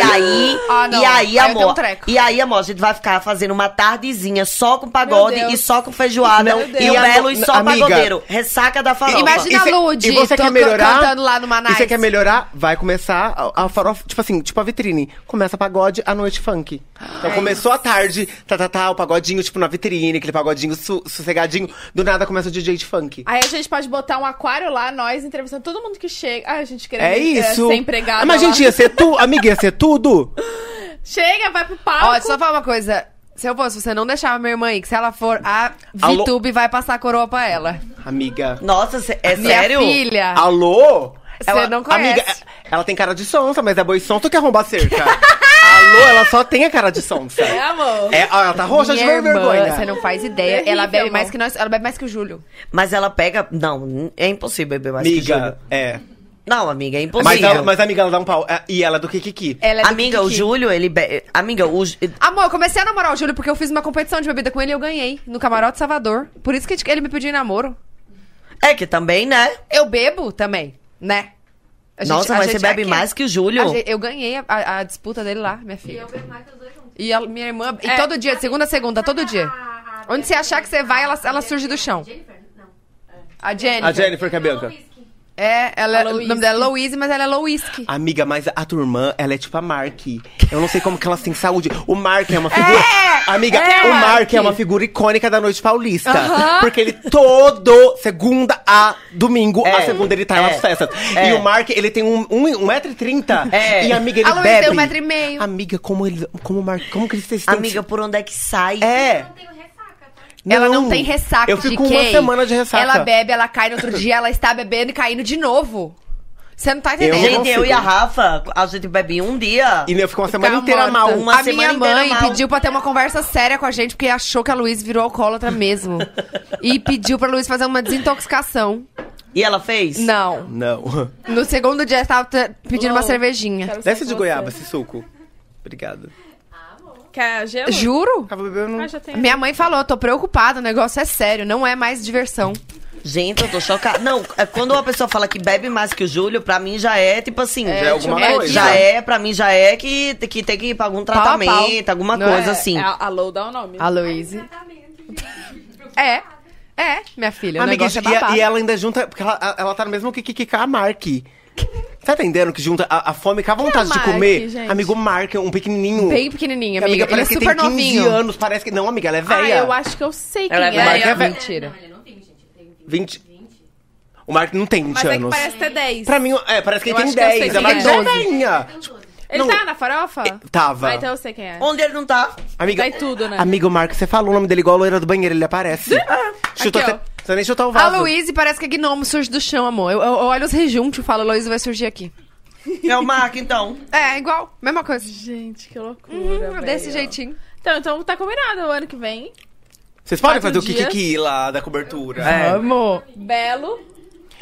Speaker 4: aí,
Speaker 2: Ah, não.
Speaker 4: e
Speaker 2: Aí
Speaker 4: aí,
Speaker 2: eu tenho um
Speaker 4: amor.
Speaker 2: treco.
Speaker 4: e aí, amor, a gente vai ficar fazendo uma tardezinha só com pagode
Speaker 5: Meu Deus.
Speaker 4: e só com feijoada.
Speaker 8: Meu
Speaker 4: E
Speaker 8: Deus.
Speaker 4: o Belo e só
Speaker 8: Amiga.
Speaker 4: pagodeiro. Ressaca da farofa.
Speaker 2: Imagina
Speaker 8: E
Speaker 2: a
Speaker 8: cê-
Speaker 2: Lud
Speaker 8: E você
Speaker 2: to-
Speaker 8: quer melhorar?
Speaker 2: cantando lá no Manaus.
Speaker 8: E você quer melhorar? Vai começar a, a farofa, tipo assim, tipo a vitrine. Começa pagode, à noite funk. Então começou a tarde, tá, tá, tá, o pagodinho, tipo, na vitrine, aquele pagodinho su- sossegadinho. Do nada começa o DJ de funk.
Speaker 5: Aí a gente pode botar um aquário lá, nós entrevistando todo mundo que chega. Ai, a gente querendo
Speaker 8: É
Speaker 5: eh,
Speaker 8: isso.
Speaker 5: ser empregado.
Speaker 8: Ah, mas, gente, ia ser tu, amiga, ia ser tudo.
Speaker 5: Chega, vai pro palco.
Speaker 2: Ó, deixa eu só falar uma coisa. Se eu fosse, você não deixava minha irmã aí, que se ela for, a
Speaker 8: Alô?
Speaker 2: VTube vai passar a coroa pra ela.
Speaker 8: Amiga.
Speaker 4: Nossa, cê- é
Speaker 2: Minha
Speaker 4: sério?
Speaker 2: filha.
Speaker 8: Alô?
Speaker 2: Ah. Você não conhece.
Speaker 8: Amiga, é- ela tem cara de sonsa, mas é boi sonsa que arromba a cerca. Alô, ela só tem a cara de sonsa.
Speaker 3: É, amor.
Speaker 8: É, ó, ela tá roxa de
Speaker 2: Minha irmã,
Speaker 8: vergonha.
Speaker 2: Você não faz ideia.
Speaker 3: Terrível,
Speaker 2: ela bebe
Speaker 3: amor.
Speaker 2: mais que nós. Ela bebe mais que o Júlio.
Speaker 4: Mas ela pega. Não, é impossível beber mais que o Júlio.
Speaker 8: Amiga, é.
Speaker 4: Não, amiga, é impossível.
Speaker 8: Mas, ela, mas amiga, ela dá um pau. É, E ela é do Kikiki.
Speaker 2: Ela é do
Speaker 4: Amiga, o
Speaker 2: Kikiki.
Speaker 4: Júlio, ele. be- Amiga, o. Ju-
Speaker 2: Amor, eu comecei a namorar o Júlio porque eu fiz uma competição de bebida com ele e eu ganhei. No Camarote Salvador. Por isso que ele me pediu em namoro.
Speaker 4: É que também, né?
Speaker 2: Eu bebo também, né? A gente-
Speaker 4: Nossa,
Speaker 2: a
Speaker 4: mas você
Speaker 2: gente
Speaker 4: bebe
Speaker 2: aqui- é-
Speaker 4: mais que o
Speaker 2: a
Speaker 4: Júlio.
Speaker 2: gente- eu ganhei a, a disputa dele lá, minha filha.
Speaker 7: Eu bebo mais que os dois juntos.
Speaker 2: E a minha irmã. E todo dia, de segunda a segunda, todo dia.
Speaker 7: Ah,
Speaker 2: Onde você achar que você vai, ela, ela surge do chão.
Speaker 7: Jennifer? Não.
Speaker 2: A Jennifer.
Speaker 8: A Jennifer Cabeanca.
Speaker 7: Whisky.
Speaker 2: É, ela, o nome dela é Louise, mas ela é Louise.
Speaker 8: Amiga, mas a tua irmã, ela é tipo a Mark. Eu não sei como que ela tem saúde. O Mark é uma figura. Amiga,
Speaker 2: é,
Speaker 8: o Mark,
Speaker 2: Mark.
Speaker 8: é uma figura icônica da noite paulista. Porque ele todo segunda a domingo,
Speaker 4: É.
Speaker 8: a segunda ele tá
Speaker 4: É.
Speaker 8: nas festas.
Speaker 4: É.
Speaker 8: E o Mark, ele tem um, um, um metro e trinta.
Speaker 4: É.
Speaker 8: E amiga, ele
Speaker 2: A Luísa
Speaker 8: bebe.
Speaker 2: tem um metro e meio.
Speaker 8: Amiga, como ele, como o Mark, como que eles têm
Speaker 4: Amiga, por onde é que sai?
Speaker 8: É.
Speaker 7: Eu não tenho ressaca, tá?
Speaker 2: Ela não tem ressaca,
Speaker 8: Eu fico
Speaker 2: GK.
Speaker 8: uma semana de ressaca.
Speaker 2: Ela bebe, ela cai no outro dia, ela está bebendo e caindo de novo. Você não tá
Speaker 8: Eu
Speaker 2: entendendo.
Speaker 8: não
Speaker 4: gente, eu
Speaker 8: consigo.
Speaker 4: e a Rafa, a gente bebe um dia.
Speaker 8: E eu fico uma semana
Speaker 2: Ficava
Speaker 8: inteira
Speaker 2: morta.
Speaker 8: mal.
Speaker 4: uma
Speaker 2: a
Speaker 4: semana
Speaker 2: minha
Speaker 4: inteira
Speaker 2: mãe
Speaker 4: mal.
Speaker 2: pediu pra ter uma conversa séria com a gente, porque achou que a Luiz virou alcoólatra mesmo. e pediu pra Luiz fazer uma desintoxicação.
Speaker 4: E ela fez?
Speaker 2: Não.
Speaker 8: Não.
Speaker 2: No segundo dia, estava pedindo uma cervejinha.
Speaker 3: Quero ser
Speaker 8: Desce
Speaker 3: com
Speaker 8: é de
Speaker 3: você.
Speaker 8: goiaba assim. esse suco. Obrigado.
Speaker 3: Quer gelo?
Speaker 2: Juro?
Speaker 8: Tava bebendo. um
Speaker 3: Ah, já tem.
Speaker 2: Minha mãe falou, tô preocupada, o negócio é sério, não é mais diversão.
Speaker 4: Gente, eu tô chocada. Não, é quando uma pessoa fala que bebe mais que o Júlio, pra mim já é tipo assim.
Speaker 8: Já é alguma
Speaker 2: é,
Speaker 8: coisa.
Speaker 4: Já é, pra mim já é que, que tem que ir pra algum
Speaker 2: a pau.
Speaker 4: tratamento, alguma
Speaker 2: Não
Speaker 4: coisa
Speaker 2: é-
Speaker 4: assim.
Speaker 3: É, a Low dá o nome.
Speaker 2: A Luiz. É, é, minha filha, o
Speaker 8: Amiga,
Speaker 2: negócio é
Speaker 8: e,
Speaker 2: babado.
Speaker 8: e ela ainda junta. Porque ela, ela tá no mesmo que, que, que a Mark. Tá entendendo que junta a, a fome com a vontade
Speaker 3: é
Speaker 8: de
Speaker 3: Mark,
Speaker 8: comer?
Speaker 3: gente?
Speaker 8: Amigo Mark, um pequenininho.
Speaker 2: Bem pequenininha,
Speaker 8: Que,
Speaker 2: amiga. Ele é
Speaker 8: parece
Speaker 2: super
Speaker 8: que tem 15
Speaker 2: novinho.
Speaker 8: anos, parece que. Não, amiga, ela é
Speaker 3: Ah,
Speaker 8: velha.
Speaker 3: eu acho que eu sei quem
Speaker 4: Ela é
Speaker 3: é.
Speaker 8: O Mark é velho.
Speaker 2: Mentira.
Speaker 7: Ele não tem, gente. Ele tem
Speaker 8: 20. O Mark não tem 20
Speaker 3: Mas é que
Speaker 8: anos.
Speaker 3: parece ter 10.
Speaker 8: Pra mim, é, parece que
Speaker 3: Eu
Speaker 8: ele tem
Speaker 3: acho que eu sei
Speaker 8: 10.
Speaker 3: quem
Speaker 8: A Mark
Speaker 2: é.
Speaker 8: já é velhinha.
Speaker 3: Ele
Speaker 8: Não. É.
Speaker 3: tá na farofa?
Speaker 8: Tava.
Speaker 3: Ah, então eu sei quem é.
Speaker 4: Onde ele não tá?
Speaker 8: Amiga,
Speaker 3: Tá em tudo, né? Ah,
Speaker 8: Amigo Mark, você falou o nome dele igual a loira do banheiro, ele aparece. Chutou
Speaker 3: Aqui,
Speaker 8: até-
Speaker 3: ó.
Speaker 8: Não precisa nem chutar o
Speaker 2: A
Speaker 8: vaso.
Speaker 2: Luísa parece que é gnomo, surge do chão, amor. Eu, eu- eu olho os rejuntos e falo, Luísa vai surgir aqui.
Speaker 4: É o Mark, então.
Speaker 2: É, igual, mesma coisa.
Speaker 3: Gente, que loucura.
Speaker 2: Hum,
Speaker 3: velho.
Speaker 2: desse jeitinho.
Speaker 3: Então, então tá combinado o ano que vem.
Speaker 8: Vocês podem fazer o
Speaker 3: Quatro dias.
Speaker 8: Kikiki lá da cobertura.
Speaker 2: É.
Speaker 8: É.
Speaker 2: Amor.
Speaker 3: Belo.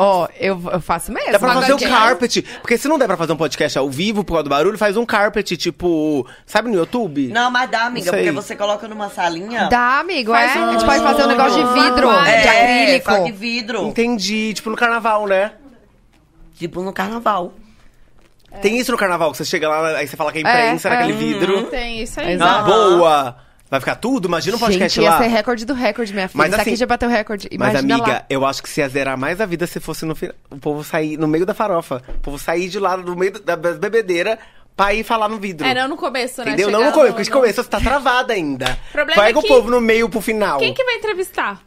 Speaker 2: Ó, eu, eu faço mesmo.
Speaker 8: Dá pra fazer o
Speaker 2: Agora,
Speaker 8: carpet. Porque se não der pra fazer um podcast ao vivo por causa do barulho, faz um carpet, tipo. Sabe no YouTube?
Speaker 4: Não, mas dá, amiga,
Speaker 8: Não sei.
Speaker 4: porque você coloca numa salinha.
Speaker 2: Dá, amigo,
Speaker 3: Faz
Speaker 2: é?
Speaker 3: um-
Speaker 2: A gente pode fazer um negócio de vidro,
Speaker 3: É,
Speaker 2: de acrílico.
Speaker 4: faz de vidro.
Speaker 8: Entendi. Tipo no carnaval, né?
Speaker 4: Tipo no carnaval.
Speaker 8: Tem isso no carnaval, que você chega lá, aí você fala que é imprensa
Speaker 2: É, é.
Speaker 8: naquele vidro.
Speaker 3: Uhum. Tem isso aí.
Speaker 2: Exato.
Speaker 8: Na boa! Vai ficar tudo? Imagina um podcast
Speaker 2: Gente, ia
Speaker 8: lá.
Speaker 2: ser recorde do recorde, minha filha.
Speaker 8: Mas
Speaker 2: Isso aqui
Speaker 8: assim-
Speaker 2: já bateu recorde.
Speaker 8: Mas,
Speaker 2: Imagina
Speaker 8: amiga,
Speaker 2: lá.
Speaker 8: eu acho que se ia zerar mais a vida se fosse no final. O povo sair no meio da farofa. O povo sair de lá, no meio da da bebedeira, pra ir falar no vidro.
Speaker 3: É, não no começo, né?
Speaker 8: Entendeu?
Speaker 3: Chegar
Speaker 8: Não no começo,
Speaker 3: no-
Speaker 8: porque de começo é você tá travada ainda.
Speaker 3: Problema
Speaker 8: Pega
Speaker 3: é que-
Speaker 8: o povo no meio pro final. é
Speaker 3: Quem que vai entrevistar?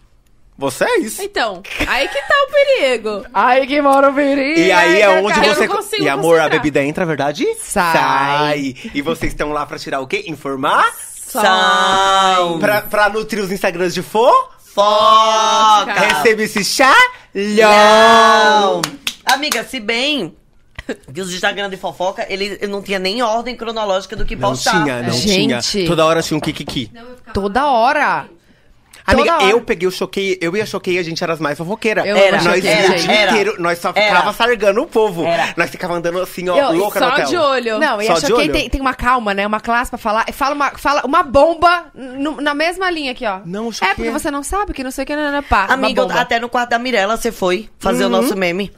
Speaker 8: Vocês?
Speaker 3: Então, aí que tá o perigo.
Speaker 2: Ai, que mora o perigo.
Speaker 8: E aí é onde
Speaker 3: cara, eu
Speaker 8: você.
Speaker 3: não consigo
Speaker 8: e amor, a
Speaker 3: concentrar.
Speaker 8: bebida entra, verdade?
Speaker 2: Sai.
Speaker 8: E vocês estão lá pra tirar o quê? Informar?
Speaker 4: São
Speaker 8: Pra, pra nutrir os Instagrams de fo?
Speaker 4: foca.
Speaker 8: Recebe esse chá?
Speaker 4: Não. Amiga, se bem que os Instagram de fofoca, ele ele não tinha nem ordem cronológica do que
Speaker 8: Não
Speaker 4: postar.
Speaker 8: tinha, né? não
Speaker 2: Gente.
Speaker 8: tinha. Toda hora tinha um kikiki.
Speaker 2: Toda hora.
Speaker 8: Amiga,
Speaker 2: hora.
Speaker 8: eu peguei o choquei, eu e a choquei, a gente era as mais fofoqueiras.
Speaker 2: Eu Era, amo
Speaker 8: nós
Speaker 2: Choquei,
Speaker 8: o
Speaker 2: gente.
Speaker 8: dia
Speaker 4: Era.
Speaker 8: inteiro, nós só
Speaker 4: Era.
Speaker 8: ficava sargando o povo.
Speaker 4: Era.
Speaker 8: Nós ficava andando assim, ó,
Speaker 3: Eu,
Speaker 8: louca no
Speaker 3: só
Speaker 8: hotel.
Speaker 3: de olho.
Speaker 2: Não, e
Speaker 8: Só
Speaker 2: a
Speaker 8: de
Speaker 2: Choquei
Speaker 8: olho?
Speaker 2: tem, tem uma calma, né? Uma classe pra falar. E Fala uma, fala uma bomba no- na mesma linha aqui, ó.
Speaker 8: Não, Choquei.
Speaker 2: É porque você não sabe que não sei o que, não, não, não, pá.
Speaker 4: Amiga,
Speaker 2: uma bomba.
Speaker 4: até no quarto da Mirella você foi
Speaker 8: Uhum.
Speaker 4: fazer o nosso meme.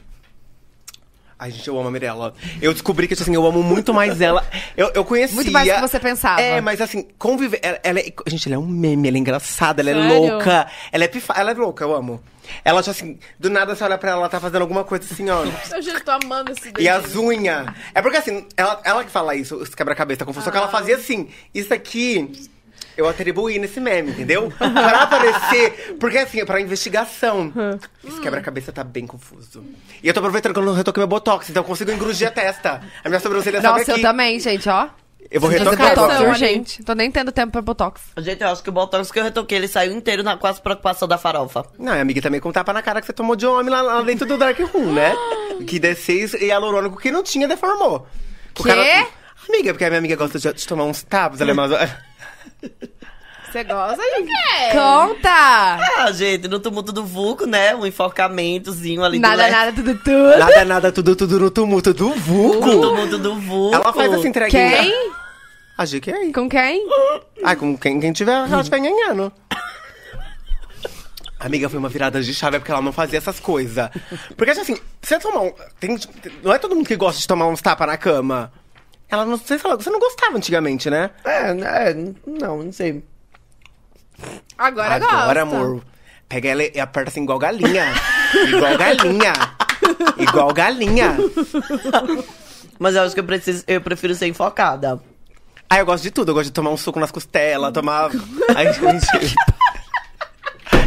Speaker 8: Ai, gente, eu amo a Mirella. Eu descobri que, assim, eu amo muito mais ela. Eu, eu conhecia...
Speaker 2: Muito mais do que você pensava.
Speaker 8: É, mas assim, conviver... Ela, ela é- Gente, ela é um meme, ela é engraçada, ela é
Speaker 3: Sério?
Speaker 8: louca. Ela é pifa... Ela é louca, eu amo. Ela, tipo assim, do nada você olha pra ela, ela tá fazendo alguma coisa assim, ó.
Speaker 3: Eu já tô amando esse
Speaker 8: E
Speaker 3: dedinho.
Speaker 8: as unhas. É porque assim, ela, ela que fala isso, os quebra-cabeça confusão,
Speaker 2: Ah.
Speaker 8: que ela fazia assim, isso aqui. Eu atribuí nesse meme, entendeu? Pra aparecer. Porque assim, é pra investigação.
Speaker 2: Hum.
Speaker 8: Esse quebra-cabeça tá bem confuso. E eu tô aproveitando que eu não retoquei meu botox, então eu consigo engrugir a testa. A minha sobrancelha sobe
Speaker 2: Nossa,
Speaker 8: aqui.
Speaker 2: eu também, gente, ó.
Speaker 8: Eu vou
Speaker 2: Preciso fazer
Speaker 8: retocar
Speaker 2: botox
Speaker 8: agora.
Speaker 2: urgente. Tô nem tendo tempo pra botox.
Speaker 4: Gente, eu acho que o Botox que eu retoquei, ele saiu inteiro na quase preocupação da farofa.
Speaker 8: Não, e a amiga também com tapa na cara que você tomou de homem lá, lá dentro do Dark Room, né? que D6 e hialurônico que não tinha deformou. O
Speaker 2: Quê?
Speaker 8: Amiga, porque a minha amiga gosta de, de tomar uns tapas. Ela é mais...
Speaker 3: Você gosta de quê?
Speaker 2: Conta!
Speaker 4: Ah, gente, no tumulto do vulco, né? Um enforcamentozinho ali do
Speaker 2: Nada,
Speaker 4: leste.
Speaker 2: nada, tudo, tudo.
Speaker 8: né? nada, nada, tudo, tudo no tumulto do
Speaker 4: No
Speaker 8: vulgo.
Speaker 4: tumulto do vulco.
Speaker 8: Ela faz assim, essa entreguinha.
Speaker 2: Quem?
Speaker 8: A GK. aí.
Speaker 2: Com quem?
Speaker 8: Ai, com quem, quem tiver, ela tiver nhanhando. Amiga, foi uma virada de chave, é porque ela não fazia essas coisas. Porque, assim, você tomar um... tem- não é todo mundo que gosta de tomar uns tapas na cama. Ela não... Você, falou- você não gostava antigamente, né?
Speaker 4: É, é, não, não sei.
Speaker 3: Agora,
Speaker 8: Agora,
Speaker 3: gosta.
Speaker 8: amor, pega ela e aperta assim, igual galinha. igual galinha. igual galinha.
Speaker 4: Mas eu acho que eu, preciso, eu prefiro ser enfocada.
Speaker 8: Ah, eu gosto de tudo. Eu gosto de tomar um suco nas costelas, tomar... Ai, gente...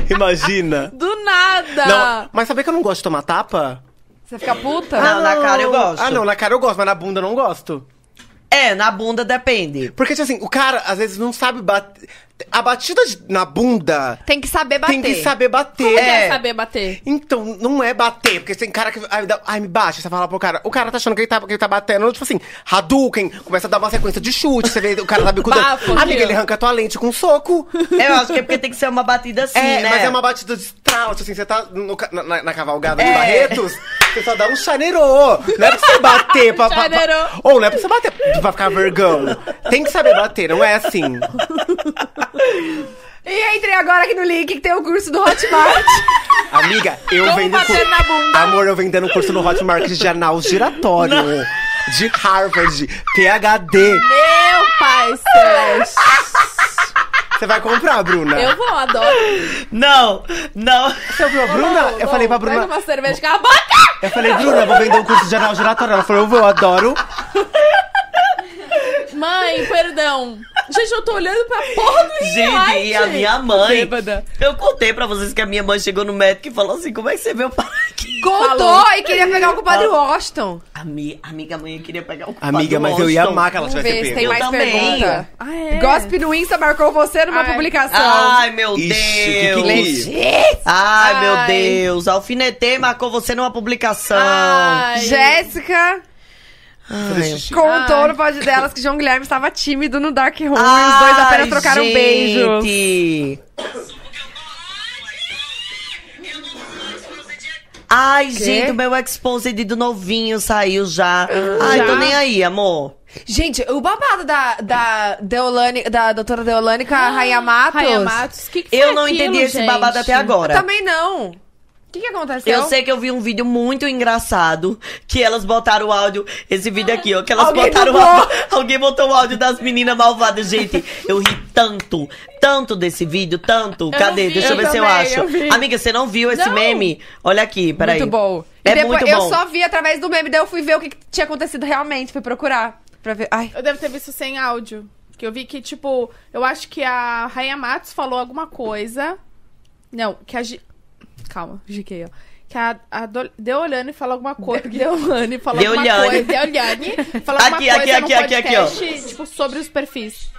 Speaker 8: Imagina.
Speaker 3: Do nada!
Speaker 8: Não, mas saber que eu não gosto de tomar tapa?
Speaker 2: Você fica puta?
Speaker 4: Não, na cara eu gosto.
Speaker 8: Ah, não, na cara eu gosto, mas na bunda eu não gosto.
Speaker 4: É, na bunda depende.
Speaker 8: Porque, tipo assim, o cara às vezes não sabe bater. A batida de- na bunda
Speaker 2: Tem que saber bater.
Speaker 8: tem que saber bater.
Speaker 4: É.
Speaker 8: É.
Speaker 3: Quer saber bater?
Speaker 8: Então, não é bater, porque tem cara que. Ai, dá- ai, me baixa, você fala pro cara. O cara tá achando que ele tá, que ele tá batendo, tipo assim, Hadouken, começa a dar uma sequência de chute, você vê o cara tá bicudando.
Speaker 3: Bafo,
Speaker 8: Amiga,
Speaker 3: viu?
Speaker 8: ele arranca a tua lente com um soco.
Speaker 4: Eu acho que é porque tem que ser uma batida assim,
Speaker 8: é,
Speaker 4: né?
Speaker 8: mas é uma batida de estralo, tipo assim, você tá no ca- na, na- na cavalgada de
Speaker 4: É.
Speaker 8: Barretos, você só dá um chaneiro. Não é pra você bater pra. pra, pra
Speaker 3: Chaneiro.
Speaker 8: ou não é pra você bater pra ficar vergão. Tem que saber bater, não é assim.
Speaker 2: E entrei agora aqui no link que tem o curso do Hotmart.
Speaker 8: Amiga, eu
Speaker 3: Como
Speaker 8: vendo.
Speaker 3: bater na bunda.
Speaker 8: Amor, eu vendendo um curso no Hotmart de anal giratório. De Harvard, PHD.
Speaker 3: Meu pai celeste!
Speaker 8: Você vai comprar, Bruna?
Speaker 3: Eu vou, adoro.
Speaker 4: Não, não.
Speaker 8: Você ouviu a Bruna? eu falei pra Bruna.
Speaker 3: Pega uma cerveja com a boca!
Speaker 8: Eu falei, Bruna, eu vou vender um curso de anal giratório. Ela falou, eu vou, eu adoro.
Speaker 3: Mãe, perdão. Gente, eu tô olhando pra porra do
Speaker 4: Gente,
Speaker 3: highlight.
Speaker 4: e a minha mãe.
Speaker 3: Bêbada.
Speaker 4: Eu contei pra vocês que a minha mãe chegou no médico e falou assim: como é que você veio parar aqui?
Speaker 2: Contou e queria pegar o compadre
Speaker 8: Ah.
Speaker 2: Washington.
Speaker 4: Ami, amiga, mãe, eu queria pegar o
Speaker 8: Amiga,
Speaker 4: do
Speaker 8: mas eu ia
Speaker 4: Washington.
Speaker 8: amar que ela
Speaker 2: Vamos
Speaker 8: tivesse
Speaker 2: ver se tem
Speaker 8: pego.
Speaker 2: mais
Speaker 4: também.
Speaker 2: pergunta.
Speaker 3: Ah, é?
Speaker 2: Gospe no Insta marcou você numa
Speaker 3: Ai.
Speaker 2: publicação.
Speaker 4: Ai, meu
Speaker 8: Ixi,
Speaker 4: Deus.
Speaker 8: que é que-
Speaker 4: Ai, meu
Speaker 3: Ai.
Speaker 4: Deus. Alfinetei marcou você numa publicação.
Speaker 3: Ai.
Speaker 2: Jéssica
Speaker 8: Fazer xixi.
Speaker 2: contou
Speaker 3: Ai.
Speaker 2: no pod delas que João Guilherme estava tímido no Dark Room e os dois
Speaker 4: Ai,
Speaker 2: apenas trocaram
Speaker 4: gente.
Speaker 2: beijos.
Speaker 4: Ai, gente, o meu exposed do novinho saiu já. Ai,
Speaker 3: Ah. Já?
Speaker 4: tô nem aí, amor.
Speaker 2: Gente, o babado da, da Deolane, da doutora Deolane com a Raia Ah, Matos.
Speaker 3: Raia Matos, que que foi
Speaker 4: Eu não
Speaker 3: aquilo,
Speaker 4: entendi esse
Speaker 3: gente?
Speaker 4: babado até agora.
Speaker 2: Eu também não. O que, que aconteceu?
Speaker 4: Eu sei que eu vi um vídeo muito engraçado que elas botaram o áudio. Esse vídeo aqui, ó. Que elas
Speaker 2: Alguém
Speaker 4: botaram
Speaker 2: botou.
Speaker 4: o áudio. Alguém botou o áudio das meninas malvadas. Gente, eu ri tanto, tanto desse vídeo, tanto. Cadê?
Speaker 3: vi,
Speaker 4: Deixa eu
Speaker 3: eu
Speaker 4: ver
Speaker 3: também,
Speaker 4: se eu
Speaker 3: eu
Speaker 4: acho.
Speaker 3: vi.
Speaker 4: Amiga, você não viu esse
Speaker 3: Não.
Speaker 4: meme? Olha aqui, peraí.
Speaker 2: Muito bom.
Speaker 4: É
Speaker 2: e depois,
Speaker 4: muito
Speaker 2: eu
Speaker 4: bom.
Speaker 2: só vi através do meme, daí eu fui ver o que, que tinha acontecido realmente, fui procurar. Pra ver. Ai.
Speaker 3: Eu devo ter visto sem áudio. Que eu vi que, tipo, eu acho que a Raia Matos falou alguma coisa. Não, que a. Gi- Calma, GK, ó. Que a, a Do- Deolane falou alguma coisa. Deolane falou alguma
Speaker 4: Deolane.
Speaker 3: coisa. Deolane falou alguma
Speaker 4: Aqui,
Speaker 3: coisa
Speaker 4: aqui,
Speaker 3: no
Speaker 4: aqui, aqui, aqui, ó.
Speaker 3: podcast, tipo, sobre os perfis.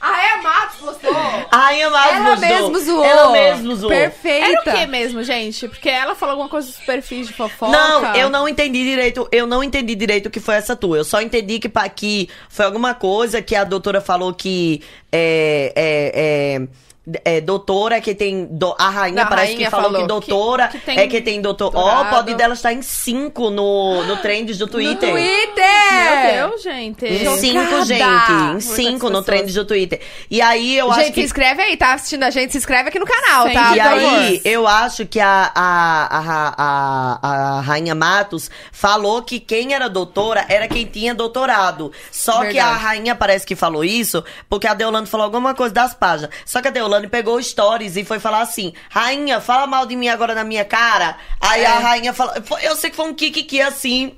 Speaker 2: A Raia Matos postou.
Speaker 4: Ai, ela,
Speaker 2: Ela
Speaker 4: zoou.
Speaker 2: mesmo zoou.
Speaker 4: Ela mesmo zoou.
Speaker 3: Era o
Speaker 2: Perfeita.
Speaker 3: que mesmo, gente? Porque ela falou alguma coisa dos perfis de fofoca.
Speaker 4: Não, eu não entendi direito, eu não entendi direito o que foi essa tua. Eu só entendi que, pa- que foi alguma coisa que a doutora falou que é. é, é, d- é, doutora que tem. do- a rainha
Speaker 2: A
Speaker 4: parece
Speaker 2: rainha
Speaker 4: que falou,
Speaker 2: falou
Speaker 4: que doutora
Speaker 3: que- que tem
Speaker 4: é que tem doutor. Ó, o
Speaker 3: doutorado.
Speaker 4: pod dela está em 5 no, no trend do Twitter.
Speaker 2: Twitter!
Speaker 3: Meu Deus, gente.
Speaker 4: Em 5,
Speaker 2: Chocada.
Speaker 4: gente. Em
Speaker 2: Muitas
Speaker 4: 5 no
Speaker 3: pessoas.
Speaker 4: trend do Twitter. E aí eu acho
Speaker 2: Gente,
Speaker 4: que.
Speaker 2: se inscreve aí, tá assistindo a gente? Se inscreve aqui no canal,
Speaker 3: Sim.
Speaker 2: tá?
Speaker 4: E
Speaker 2: Por
Speaker 4: aí,
Speaker 2: favor.
Speaker 4: eu acho que a, a, a, Ra- a, a Rainha Matos falou que quem era doutora era quem tinha doutorado. Só que a
Speaker 2: Verdade.
Speaker 4: Rainha parece que falou isso porque a Deolane falou alguma coisa das páginas. Só que a Deolane pegou stories e foi falar assim: Rainha, fala mal de mim agora na minha cara. Aí
Speaker 2: É.
Speaker 4: a Rainha falou. foi- Eu sei que foi um kikiki assim.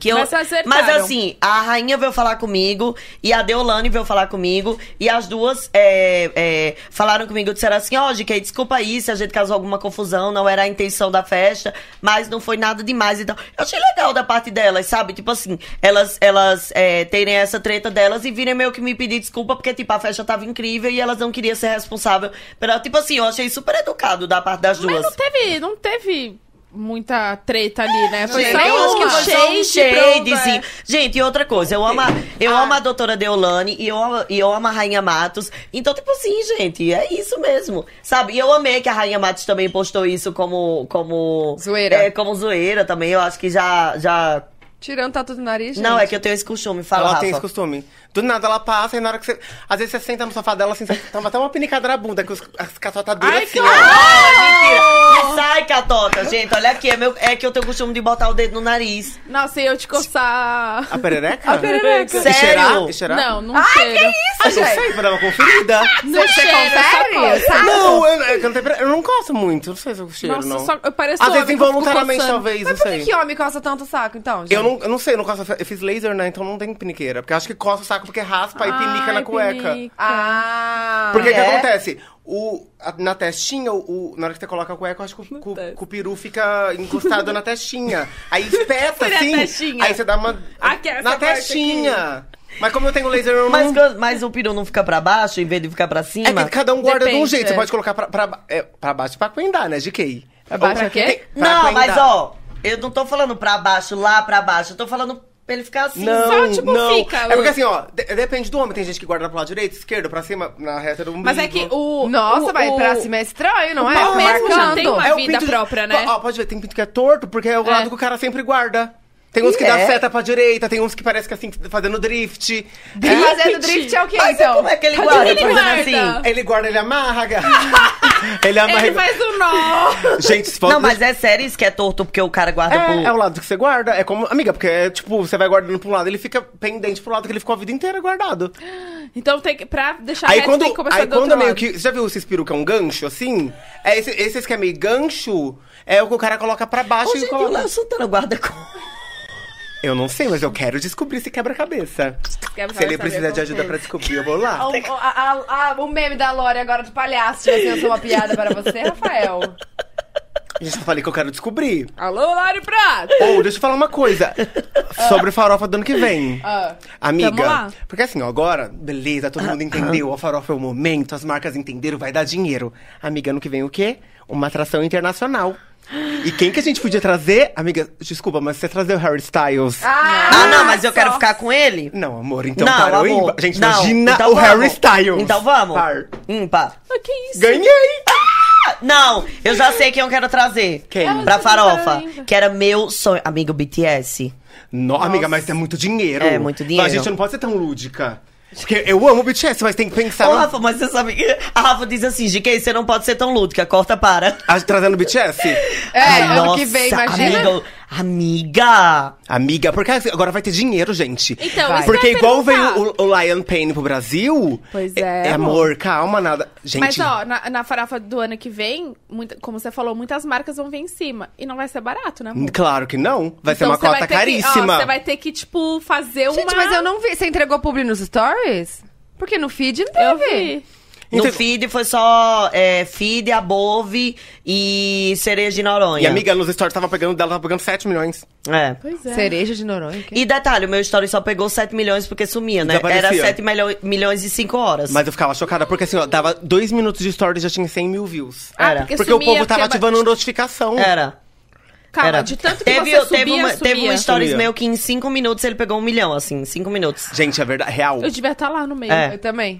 Speaker 4: Que eu,
Speaker 3: Mas acertaram.
Speaker 4: mas assim, a rainha veio falar comigo e a Deolane veio falar comigo. E as duas é, é, falaram comigo, disseram assim, ó, GK, desculpa aí se a gente causou alguma confusão, não era a intenção da festa, mas não foi nada demais. Então, eu achei legal da parte delas, sabe? Tipo assim, elas, elas é, terem essa treta delas e virem meio que me pedir desculpa, porque, tipo, a festa tava incrível e elas não queriam ser responsáveis. Pela, tipo assim, eu achei super educado da parte das
Speaker 3: Mas
Speaker 4: duas.
Speaker 3: não teve, não teve muita treta ali, né? Foi
Speaker 4: Gente,
Speaker 3: só
Speaker 4: eu acho que
Speaker 3: um
Speaker 4: foi só um
Speaker 3: shade,
Speaker 4: shade,
Speaker 3: pronto,
Speaker 4: sim.
Speaker 3: é.
Speaker 4: Gente, e outra coisa, eu amo, a- eu amo a doutora Deolane e eu, amo- e eu amo a Rainha Matos. Então, tipo assim, gente, é isso mesmo. Sabe? E eu amei que a Rainha Matos também postou isso como. como
Speaker 2: Zoeira.
Speaker 4: É, como zoeira também. Eu acho que já. já...
Speaker 2: Tirando tatu do nariz, gente.
Speaker 4: Não, é que eu tenho esse costume, fala.
Speaker 8: Ela
Speaker 4: Rafa.
Speaker 8: tem esse costume. Do nada ela passa e na hora que você. Às vezes você senta no sofá dela assim, você toma até uma pinicada na bunda, que os, as catotaduras assim, ó.
Speaker 4: Ai, mentira! Não sai, catota, é gente. Olha aqui, é, meu, é que eu tenho o costume de botar o dedo no nariz.
Speaker 3: Nossa, e eu te coçar...
Speaker 8: A perereca? A
Speaker 4: perereca.
Speaker 8: E cheirar?
Speaker 4: Sério?
Speaker 8: E cheirar?
Speaker 3: Não, não cheiro.
Speaker 8: Ah, não sei, pra dar uma conferida.
Speaker 3: Não cheiro, só coça.
Speaker 8: Não, eu, é que eu não tenho pere- eu não gosto muito, não sei se eu um cheiro,
Speaker 3: Nossa,
Speaker 8: não.
Speaker 3: só, eu pareço
Speaker 8: Às vezes
Speaker 3: homem, que eu fico
Speaker 8: involuntariamente,
Speaker 3: coçando.
Speaker 8: talvez, não
Speaker 2: Mas por
Speaker 8: sei.
Speaker 2: que, que homem coça tanto o saco, então, gente?
Speaker 8: Eu não, eu não sei, eu não coço, eu fiz laser, né? Então não tem piniqueira. Porque eu acho que coça o saco porque raspa e pinica na
Speaker 3: Ai,
Speaker 8: cueca.
Speaker 3: pinica.
Speaker 2: Ah!
Speaker 8: Porque o que
Speaker 4: é?
Speaker 8: acontece? O, a- na testinha, o, o- na hora que você coloca a cueca, eu acho que o, cu- cu- o peru fica encostado na testinha. Aí espeta
Speaker 3: Seria a
Speaker 8: assim.
Speaker 3: testinha.
Speaker 8: Aí você dá uma.
Speaker 3: Aqui, essa
Speaker 8: na
Speaker 3: parte
Speaker 8: testinha! Mas como eu tenho laser, eu não.
Speaker 4: Mas, mas o peru não fica pra baixo em vez de ficar pra
Speaker 8: Hum. é
Speaker 4: cima?
Speaker 8: que cada um guarda de um
Speaker 3: Depende,
Speaker 8: jeito. Você
Speaker 3: é.
Speaker 8: pode colocar pra, pra, ba- é, pra baixo pra coendar, né? De quê? Pra
Speaker 3: baixo pra quê?
Speaker 4: Não,
Speaker 8: coendar.
Speaker 4: mas ó, eu não tô falando pra baixo, lá pra baixo. Eu tô falando pra ele ficar assim.
Speaker 8: Não,
Speaker 3: só, tipo,
Speaker 8: não.
Speaker 3: fica,
Speaker 8: É porque assim, ó, de- depende do homem. Tem gente que guarda pro lado direito, esquerdo, pra cima, na reta do umbigo.
Speaker 3: Mas é que o...
Speaker 2: Nossa,
Speaker 3: o,
Speaker 2: vai
Speaker 3: o-
Speaker 2: pra cima é estranho, não é?
Speaker 3: pau
Speaker 2: Fica
Speaker 3: mesmo já
Speaker 2: marcando.
Speaker 3: tem uma-
Speaker 8: Tá É o
Speaker 3: vida
Speaker 8: pinto de-
Speaker 3: própria, né?
Speaker 8: Ó, pode ver, tem pinto que é torto, porque é o lado que o cara sempre guarda. Tem uns
Speaker 4: E
Speaker 8: que dá
Speaker 4: é.
Speaker 8: seta pra direita, tem uns que parece que assim, fazendo drift.
Speaker 2: E tá fazendo drift é o quê, então?
Speaker 4: Como é que ele
Speaker 3: Cadê
Speaker 4: guarda
Speaker 3: ele
Speaker 4: fazendo
Speaker 3: guarda?
Speaker 4: assim?
Speaker 8: É. Ele guarda, ele amarra, gata. Ele amarra.
Speaker 3: Ele faz um nó.
Speaker 8: Gente, se
Speaker 4: Não, mas é sério isso que é torto porque o cara guarda
Speaker 8: É,
Speaker 4: pro...
Speaker 8: é o lado que você guarda. É como. Amiga, porque é tipo, você vai guardando pra um lado, ele fica pendente pro lado que ele ficou a vida inteira guardado.
Speaker 3: Então tem que, pra deixar
Speaker 8: aí
Speaker 3: reto,
Speaker 8: quando,
Speaker 3: tem que começar
Speaker 8: aí
Speaker 3: do outro
Speaker 8: quando é meio
Speaker 3: lado.
Speaker 8: que. Você já viu esse espiru que é um gancho, assim? É esse, esse esquema meio gancho é o que o cara coloca pra baixo
Speaker 4: Ô,
Speaker 8: e
Speaker 4: gente, o
Speaker 8: coloca.
Speaker 4: Léo Santana guarda com...
Speaker 8: Eu não sei, mas eu quero descobrir esse quebra-cabeça. Se ele precisar de ajuda pra descobrir, eu vou lá.
Speaker 2: O, a- a- a- o meme da Lore agora do palhaço, tipo assim, eu sou uma piada para você, Rafael.
Speaker 8: Eu já falei que eu quero descobrir.
Speaker 3: Alô, Lari Prado!
Speaker 8: Ou, deixa eu falar uma coisa. Sobre farofa do ano que vem.
Speaker 3: Ah. Tamo
Speaker 8: Amiga,
Speaker 3: lá.
Speaker 8: porque assim, ó, agora, beleza, todo mundo entendeu. A farofa é o momento, as marcas entenderam, vai dar dinheiro. Amiga, ano que vem o quê? Uma atração internacional. E quem que a gente podia trazer? Amiga, desculpa, mas você trazer o Harry Styles.
Speaker 4: Ah, não, mas eu quero ficar com ele?
Speaker 8: Não, amor, então
Speaker 4: não,
Speaker 8: para o
Speaker 4: amor.
Speaker 8: ímpar. Gente,
Speaker 4: Não,
Speaker 8: imagina
Speaker 4: então
Speaker 8: o
Speaker 4: vamos.
Speaker 8: Harry Styles.
Speaker 4: Então vamos.
Speaker 8: Par.
Speaker 4: Ímpar.
Speaker 3: Ah, que isso?
Speaker 8: Ganhei!
Speaker 4: Ah! Não, eu já sei quem eu quero trazer.
Speaker 8: Quem? Ela
Speaker 4: Pra
Speaker 3: disse
Speaker 4: farofa.
Speaker 3: Ah, tá ainda.
Speaker 4: Que era meu sonho. Amigo BTS.
Speaker 8: No, amiga, mas é muito dinheiro.
Speaker 4: É, muito dinheiro.
Speaker 8: A gente não pode ser tão lúdica. Porque eu amo o BTS, mas tem que pensar
Speaker 4: Ô,
Speaker 8: no...
Speaker 4: Rafa, mas você sabe que... A Rafa diz assim, GK, você não pode ser tão lúdica. Corta, para.
Speaker 8: Ah, Trazendo o BTS?
Speaker 2: É, ano
Speaker 4: nossa,
Speaker 2: que vem, imagina.
Speaker 4: Amiga, amiga.
Speaker 8: Amiga, porque assim, agora vai ter dinheiro, gente.
Speaker 3: Então, isso
Speaker 8: Porque
Speaker 3: que eu ia
Speaker 8: igual veio
Speaker 3: perguntar.
Speaker 8: o, o Lion Payne pro Brasil...
Speaker 3: Pois é,
Speaker 8: amor, calma, nada... Gente...
Speaker 3: Mas ó, na, na farofa do ano que vem, muita- como você falou, muitas marcas vão vir em cima. E não vai ser barato, né? amor?
Speaker 8: Claro que não. Vai ser
Speaker 3: Então
Speaker 8: uma
Speaker 3: você vai
Speaker 8: cota
Speaker 3: ter que- ó,
Speaker 8: caríssima.
Speaker 3: Você vai ter que, tipo, fazer uma...
Speaker 2: Gente, mas eu não vi. Você entregou publi nos stories? Porque no feed não
Speaker 3: Eu
Speaker 2: teve.
Speaker 3: vi.
Speaker 4: No
Speaker 8: Então-
Speaker 4: feed foi só é, feed, above e cereja de Noronha.
Speaker 8: E amiga, nos stories tava pegando dela, tava pegando 7 milhões.
Speaker 4: É.
Speaker 3: Pois é.
Speaker 2: Cereja de Noronha. que-
Speaker 4: E detalhe, o meu story só pegou 7 milhões porque sumia, né? Era
Speaker 8: Desaparecia.
Speaker 4: 7 milho- milhões e 5 horas.
Speaker 8: Mas eu ficava chocada, porque assim, ó, dava dois minutos de stories e já tinha 100 mil views.
Speaker 3: Ah,
Speaker 4: Era.
Speaker 3: porque,
Speaker 8: Porque
Speaker 3: sumia,
Speaker 8: o povo tava
Speaker 3: porque-
Speaker 8: ativando notificação.
Speaker 4: Era.
Speaker 3: Calma,
Speaker 4: era.
Speaker 3: Tá, de tanto que
Speaker 4: teve,
Speaker 3: você subia,
Speaker 4: teve, uma-
Speaker 3: sumia.
Speaker 4: teve um stories
Speaker 8: Sumia.
Speaker 4: meu que em 5 minutos ele pegou um milhão, assim, 5 minutos.
Speaker 8: Gente, é verdade, real.
Speaker 3: Eu devia estar lá no meio.
Speaker 4: É.
Speaker 2: Eu também.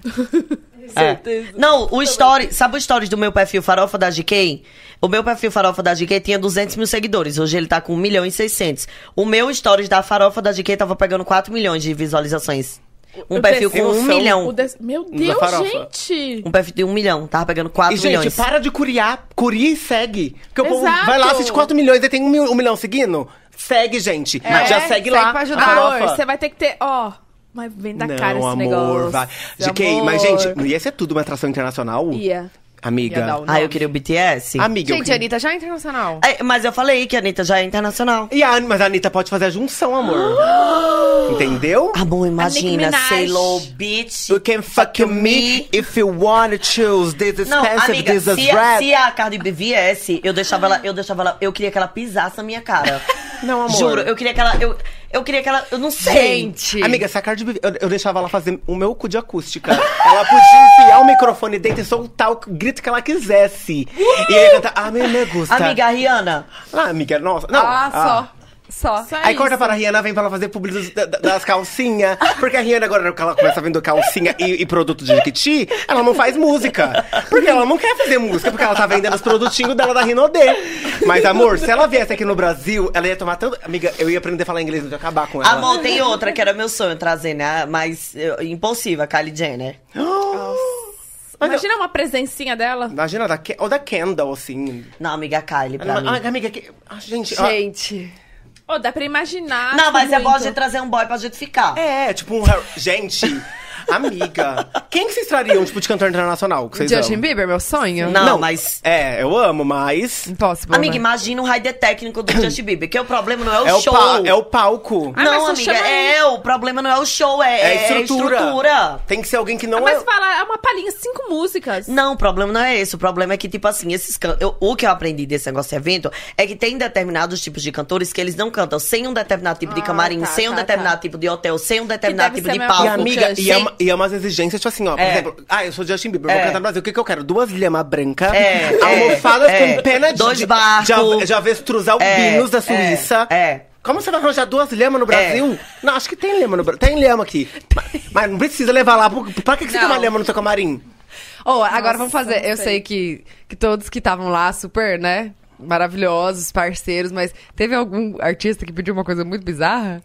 Speaker 4: É. Não, o story. Sabe o stories do meu perfil Farofa da GK? O meu perfil Farofa da GK tinha 200 mil seguidores. Hoje ele tá com 1 milhão e 600. O meu stories da Farofa da GK tava pegando 4 milhões de visualizações. Um
Speaker 3: Eu
Speaker 4: perfil com
Speaker 3: pensei-
Speaker 4: 1
Speaker 8: Noção.
Speaker 3: O
Speaker 4: milhão.
Speaker 3: des- Meu Deus,
Speaker 8: farofa.
Speaker 3: gente!
Speaker 4: Um perfil de 1 milhão. Tava pegando 4
Speaker 8: E, gente,
Speaker 4: milhões.
Speaker 8: para de curiar. Curia e segue. Porque o povo
Speaker 3: Exato.
Speaker 8: vai lá, assiste 4 milhões e tem 1 um, mil- um milhão seguindo. Segue, gente.
Speaker 3: É,
Speaker 8: Já É. segue,
Speaker 2: segue
Speaker 8: lá.
Speaker 2: pra ajudar.
Speaker 8: a
Speaker 3: Amor,
Speaker 8: farofa.
Speaker 3: você vai ter que ter... Ó, mas vem da
Speaker 8: Não,
Speaker 3: cara esse
Speaker 8: amor,
Speaker 3: negócio.
Speaker 8: vai. De quem? Mas, gente, não ia ser tudo uma atração internacional?
Speaker 3: Ia.
Speaker 8: Amiga.
Speaker 2: Ia dar um-
Speaker 4: Ah, eu queria o BTS.
Speaker 8: Amiga, eu
Speaker 2: Gente, a
Speaker 8: queria-
Speaker 2: Anitta já é internacional.
Speaker 4: É, mas eu falei que a Anitta já é internacional.
Speaker 8: E a, An- mas a Anitta pode fazer a junção, amor. Entendeu?
Speaker 4: Amor, Ah, imagina,
Speaker 3: Minaj.
Speaker 4: Sailor Bitch.
Speaker 8: You can fuck me if you wanna choose this
Speaker 4: Não,
Speaker 8: expensive,
Speaker 4: amiga,
Speaker 8: this
Speaker 4: se a,
Speaker 8: dress.
Speaker 4: se a Cardi B viesse, eu deixava ela, eu deixava ela, eu queria que ela pisasse na minha cara.
Speaker 8: Não, amor.
Speaker 4: Juro, eu queria que ela. Eu, Eu queria que ela. Eu não sei.
Speaker 2: Gente!
Speaker 8: Amiga, se a Cardi B... Eu, eu deixava ela fazer o meu cu de acústica. ela podia enfiar o microfone dentro e soltar o grito que ela quisesse. E aí cantar, ah, me, me gusta.
Speaker 4: Amiga, a Rihanna.
Speaker 8: Ah, amiga, nossa. Não,
Speaker 5: Ah,
Speaker 8: ah.
Speaker 5: só. Só.
Speaker 3: É
Speaker 8: Aí corta para a Rihanna, vem pra ela fazer publi dos- da- da- das calcinhas. Porque a Rihanna, agora que ela começa vendo calcinha e, e produto de Jequiti, ela não faz música. Porque ela não quer fazer música, porque ela tá vendendo os produtinhos dela da Rinodê. Mas, amor, se ela viesse aqui no Brasil, ela ia tomar tanto. Amiga, eu ia aprender a falar inglês, não ia acabar com ela.
Speaker 4: Amor, tem outra que era meu sonho trazer, né? Mas eu- impossível, a Kylie Jenner.
Speaker 3: Imagina uma presencinha dela.
Speaker 8: Imagina, da, Ke- ou da Kendall, assim.
Speaker 4: Não, amiga, a Kylie pra mim.
Speaker 8: Ah, amiga, que... ah, gente. ah,
Speaker 2: Gente.
Speaker 3: Ô, dá pra imaginar.
Speaker 4: não, mas é
Speaker 3: muito.
Speaker 4: bom a gente trazer um boy pra gente ficar.
Speaker 8: é, tipo um. Har- Gente, amiga. Quem que vocês trariam, tipo, de cantor internacional? Que vocês
Speaker 2: Justin
Speaker 8: amam?
Speaker 2: Bieber, meu sonho?
Speaker 4: Não, Ah, mas.
Speaker 8: É, eu amo, mas.
Speaker 2: Impossible.
Speaker 4: Amiga,
Speaker 2: né?
Speaker 4: imagina o raider técnico do Justin Bieber, que o problema não é o
Speaker 8: É o,
Speaker 4: show.
Speaker 8: pa- é o palco.
Speaker 3: Ah,
Speaker 4: não,
Speaker 3: mas você
Speaker 4: amiga,
Speaker 3: chama-
Speaker 4: é o problema não é o show, é,
Speaker 8: É
Speaker 4: é a
Speaker 8: estrutura.
Speaker 4: estrutura.
Speaker 8: Tem que ser alguém que não
Speaker 3: Mas
Speaker 8: é.
Speaker 3: fala, é uma palhinha, cinco músicas.
Speaker 4: Não, o problema não é esse. O problema é que, tipo assim, esses can... eu- O que eu aprendi desse negócio de evento é que tem determinados tipos de cantores que eles não cantam sem um determinado tipo de
Speaker 3: Ah,
Speaker 4: camarim,
Speaker 3: tá,
Speaker 4: sem um
Speaker 3: tá,
Speaker 4: determinado tipo de hotel, sem um determinado
Speaker 3: deve
Speaker 4: tipo de
Speaker 3: ser
Speaker 4: palco.
Speaker 8: E
Speaker 3: mesmo.
Speaker 8: amiga,
Speaker 3: Justin.
Speaker 8: e é, uma- e é umas exigências, tipo assim, ó, por
Speaker 4: É.
Speaker 8: exemplo, ah, eu sou Justin Bieber,
Speaker 4: É.
Speaker 8: vou cantar no Brasil. O que, que eu quero? Duas lhamas brancas,
Speaker 4: É,
Speaker 8: almofadas
Speaker 4: é,
Speaker 8: com pena de.
Speaker 4: dois barcos.
Speaker 8: de av- de avestruz albinos da Suíça.
Speaker 4: É. é.
Speaker 8: Como você vai arranjar duas lemas no Brasil? Não, acho que tem lema no Brasil. Tem lema aqui. mas, mas não precisa levar lá. pro- Pra que, que você tem uma lema no seu camarim?
Speaker 2: Ô, agora vamos fazer. Eu sei que, que todos que estavam lá, super, né? Maravilhosos, parceiros, mas teve algum artista que pediu uma coisa muito bizarra?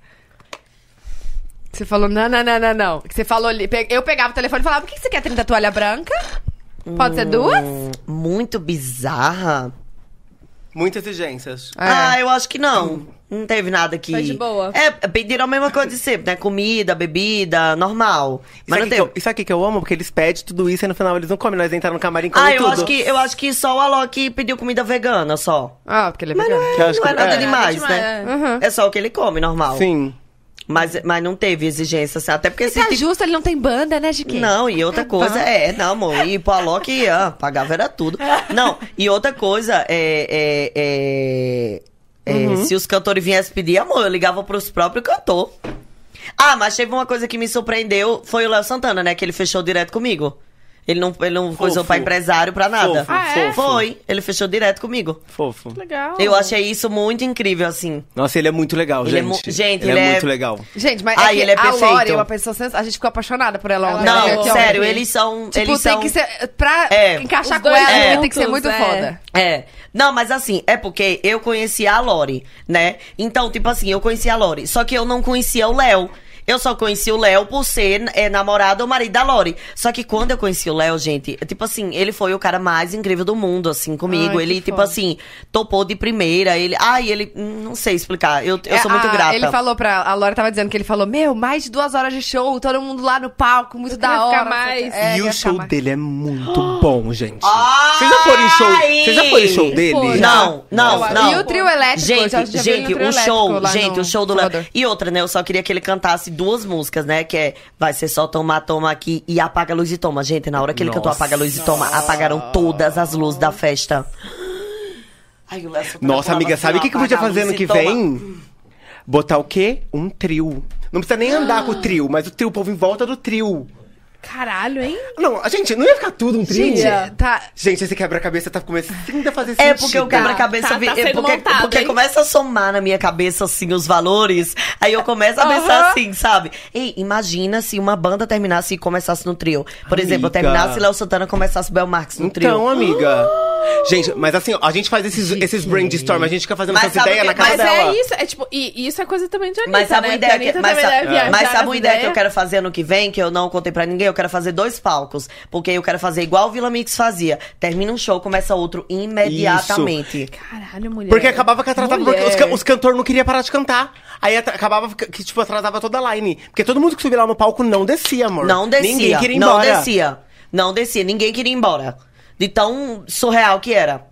Speaker 2: Você falou, não, não, não, não, não. Que Você falou ali. pe- Eu pegava o telefone e falava, por que que você quer 30 toalha branca? Pode ser duas?
Speaker 4: Hum, Muito bizarra.
Speaker 8: Muitas exigências.
Speaker 2: É.
Speaker 4: Ah, eu acho que não. Não teve nada que.
Speaker 3: Foi de boa.
Speaker 4: É, pediram a mesma coisa de sempre, né? Comida, bebida, normal. Mas
Speaker 8: Mas
Speaker 4: não
Speaker 8: isso, aqui que
Speaker 4: deu.
Speaker 8: eu, isso aqui que eu amo, porque eles pedem tudo isso e no final eles não comem. Nós entramos no camarim e comem
Speaker 4: Ah, eu
Speaker 8: tudo.
Speaker 4: acho, que, eu acho que só o Alok pediu comida vegana, só.
Speaker 2: Ah, porque ele é vegano.
Speaker 8: Que eu acho
Speaker 4: não é
Speaker 8: que-
Speaker 4: nada
Speaker 8: é.
Speaker 4: demais,
Speaker 3: Nada
Speaker 4: né?
Speaker 3: demais,
Speaker 4: É só o que ele come, normal.
Speaker 8: Sim.
Speaker 4: Mas, mas não teve exigência, assim, até porque esse
Speaker 2: Tá
Speaker 4: tipo...
Speaker 2: justo, ele não tem banda, né, Giquinho?
Speaker 4: Não, e
Speaker 8: Tá.
Speaker 4: outra coisa é, não, amor, e pro Alok, ah, pagava era tudo. Não, e outra coisa é. é, é, é,
Speaker 8: Uhum.
Speaker 4: Se os cantores viessem pedir, amor, eu ligava pros próprios cantores. Ah, mas teve uma coisa que me surpreendeu, foi o Léo Santana, né? Que ele fechou direto comigo. Ele não, ele não coisou pra empresário, pra nada.
Speaker 8: Fofo, Ah, é? Oh. fofo.
Speaker 4: Foi, ele fechou direto comigo.
Speaker 8: Fofo.
Speaker 3: Legal.
Speaker 4: Eu achei isso muito incrível, assim.
Speaker 8: Nossa, ele é muito legal,
Speaker 4: Ele é mu-
Speaker 8: gente.
Speaker 4: gente,
Speaker 8: ele,
Speaker 4: ele
Speaker 8: é,
Speaker 4: é-
Speaker 8: muito legal.
Speaker 2: Gente, mas é
Speaker 4: Ah,
Speaker 2: que
Speaker 4: ele é
Speaker 2: a Lori
Speaker 4: perfeito.
Speaker 2: é uma pessoa sens... A gente ficou apaixonada por ela ontem.
Speaker 4: Não,
Speaker 2: né, que
Speaker 4: sério,
Speaker 2: ontem.
Speaker 4: eles são.
Speaker 2: Tipo,
Speaker 4: eles
Speaker 2: tem
Speaker 4: são...
Speaker 2: que ser... Pra
Speaker 4: É.
Speaker 2: encaixar
Speaker 3: Os
Speaker 2: com
Speaker 3: dois
Speaker 2: ela, ele tem que ser
Speaker 3: juntos,
Speaker 2: muito
Speaker 3: é.
Speaker 2: foda.
Speaker 4: É. Não, mas assim, é porque eu conhecia a Lori, né? Então, tipo assim, eu conhecia a Lori. Só que eu não conhecia o Léo. Eu só conheci o Léo por ser é, namorado ou marido da Lori. Só que quando eu conheci o Léo, gente, tipo assim, ele foi o cara mais incrível do mundo, assim, comigo.
Speaker 2: Ai, que
Speaker 4: ele, tipo
Speaker 2: foda.
Speaker 4: assim, topou de primeira. Ele. Ai, ele. hum, Não sei explicar. Eu, eu
Speaker 2: É,
Speaker 4: sou muito
Speaker 2: a-
Speaker 4: grata.
Speaker 2: Ele falou pra. A Laura tava dizendo que ele falou: Meu, mais de duas horas de show, todo mundo lá no palco, muito
Speaker 3: queria
Speaker 2: da hora.
Speaker 3: ficar
Speaker 2: não sei
Speaker 3: mais.
Speaker 2: quê. É, queria
Speaker 8: e o
Speaker 2: ficar
Speaker 8: show
Speaker 2: mais.
Speaker 8: dele é muito bom, gente.
Speaker 4: Ai!
Speaker 8: Vocês já foram em show? Vocês já foram em show dele?
Speaker 4: Não, não,
Speaker 3: Eu
Speaker 4: não.
Speaker 2: acho. E o trio elétrico, eu já-
Speaker 4: Gente,
Speaker 2: já vi ele no
Speaker 4: gente,
Speaker 2: trio
Speaker 4: o show,
Speaker 2: elétrico lá
Speaker 4: gente,
Speaker 2: no
Speaker 4: o show do Léo.
Speaker 2: Salvador.
Speaker 4: E outra, né? Eu só queria que ele cantasse duas músicas, né? Que é Vai Ser Só Tomar, Toma Aqui e Apaga a Luz e Toma. Gente, na hora que ele cantou
Speaker 8: Nossa.
Speaker 4: Apaga a Luz e Toma, apagaram todas as luzes da festa. Ai, o Léo Santana
Speaker 8: Nossa,
Speaker 4: pulava
Speaker 8: amiga,
Speaker 4: assim,
Speaker 8: sabe
Speaker 4: ó,
Speaker 8: o que, que podia
Speaker 4: apaga a
Speaker 8: fazer
Speaker 4: luz
Speaker 8: ano
Speaker 4: e
Speaker 8: que
Speaker 4: toma.
Speaker 8: vem? Botar o quê? Um trio. Não precisa nem andar com o trio, mas o trio, o povo em volta do trio.
Speaker 3: Caralho, hein?
Speaker 8: Não, a gente, não ia ficar tudo um trio?
Speaker 2: Gente, tá.
Speaker 8: Gente, esse quebra-cabeça tá começando a fazer sentido.
Speaker 4: É porque o quebra-cabeça
Speaker 3: Tá, tá
Speaker 4: vi- é
Speaker 3: sendo
Speaker 4: porque,
Speaker 3: montado,
Speaker 4: porque
Speaker 3: hein?
Speaker 4: começa a somar na minha cabeça assim os valores. Aí eu começo a pensar assim, sabe? Ei, imagina se uma banda terminasse e começasse no trio. Por exemplo, eu
Speaker 8: Amiga.
Speaker 4: terminasse Léo Santana e começasse Bel Marx no trio.
Speaker 8: Então, amiga. Gente, mas assim, ó, a gente faz esses, esses brainstorm, a gente fica fazendo
Speaker 4: Mas
Speaker 8: essas
Speaker 4: sabe o que-
Speaker 8: ideias na
Speaker 4: mas
Speaker 8: casa
Speaker 3: Mas
Speaker 8: dela.
Speaker 3: é isso, é tipo, e, e isso é coisa também de Anitta,
Speaker 4: Mas sabe
Speaker 3: né?
Speaker 4: uma
Speaker 3: Porque a
Speaker 4: ideia, que,
Speaker 3: Anitta
Speaker 4: mas,
Speaker 3: também
Speaker 4: sabe-
Speaker 3: deve viajar
Speaker 4: mas sabe
Speaker 3: nas
Speaker 4: uma ideia que eu
Speaker 3: ideias.
Speaker 4: quero fazer ano que vem, que eu não contei pra ninguém? Eu quero fazer dois palcos. Porque eu quero fazer igual o Vila Mix fazia. Termina um show, começa outro imediatamente.
Speaker 3: Caralho, mulher.
Speaker 4: é
Speaker 8: Porque acabava que atrasava,
Speaker 3: Mulher.
Speaker 8: porque os, can- os cantores não queriam parar de cantar. Aí atra- acabava que, que, tipo, atrasava toda a line. Porque todo mundo que subia lá no palco não descia, amor.
Speaker 4: Não descia.
Speaker 8: Ninguém queria ir
Speaker 4: não
Speaker 8: embora.
Speaker 4: descia. Não descia. Ninguém queria ir embora. De tão surreal que era.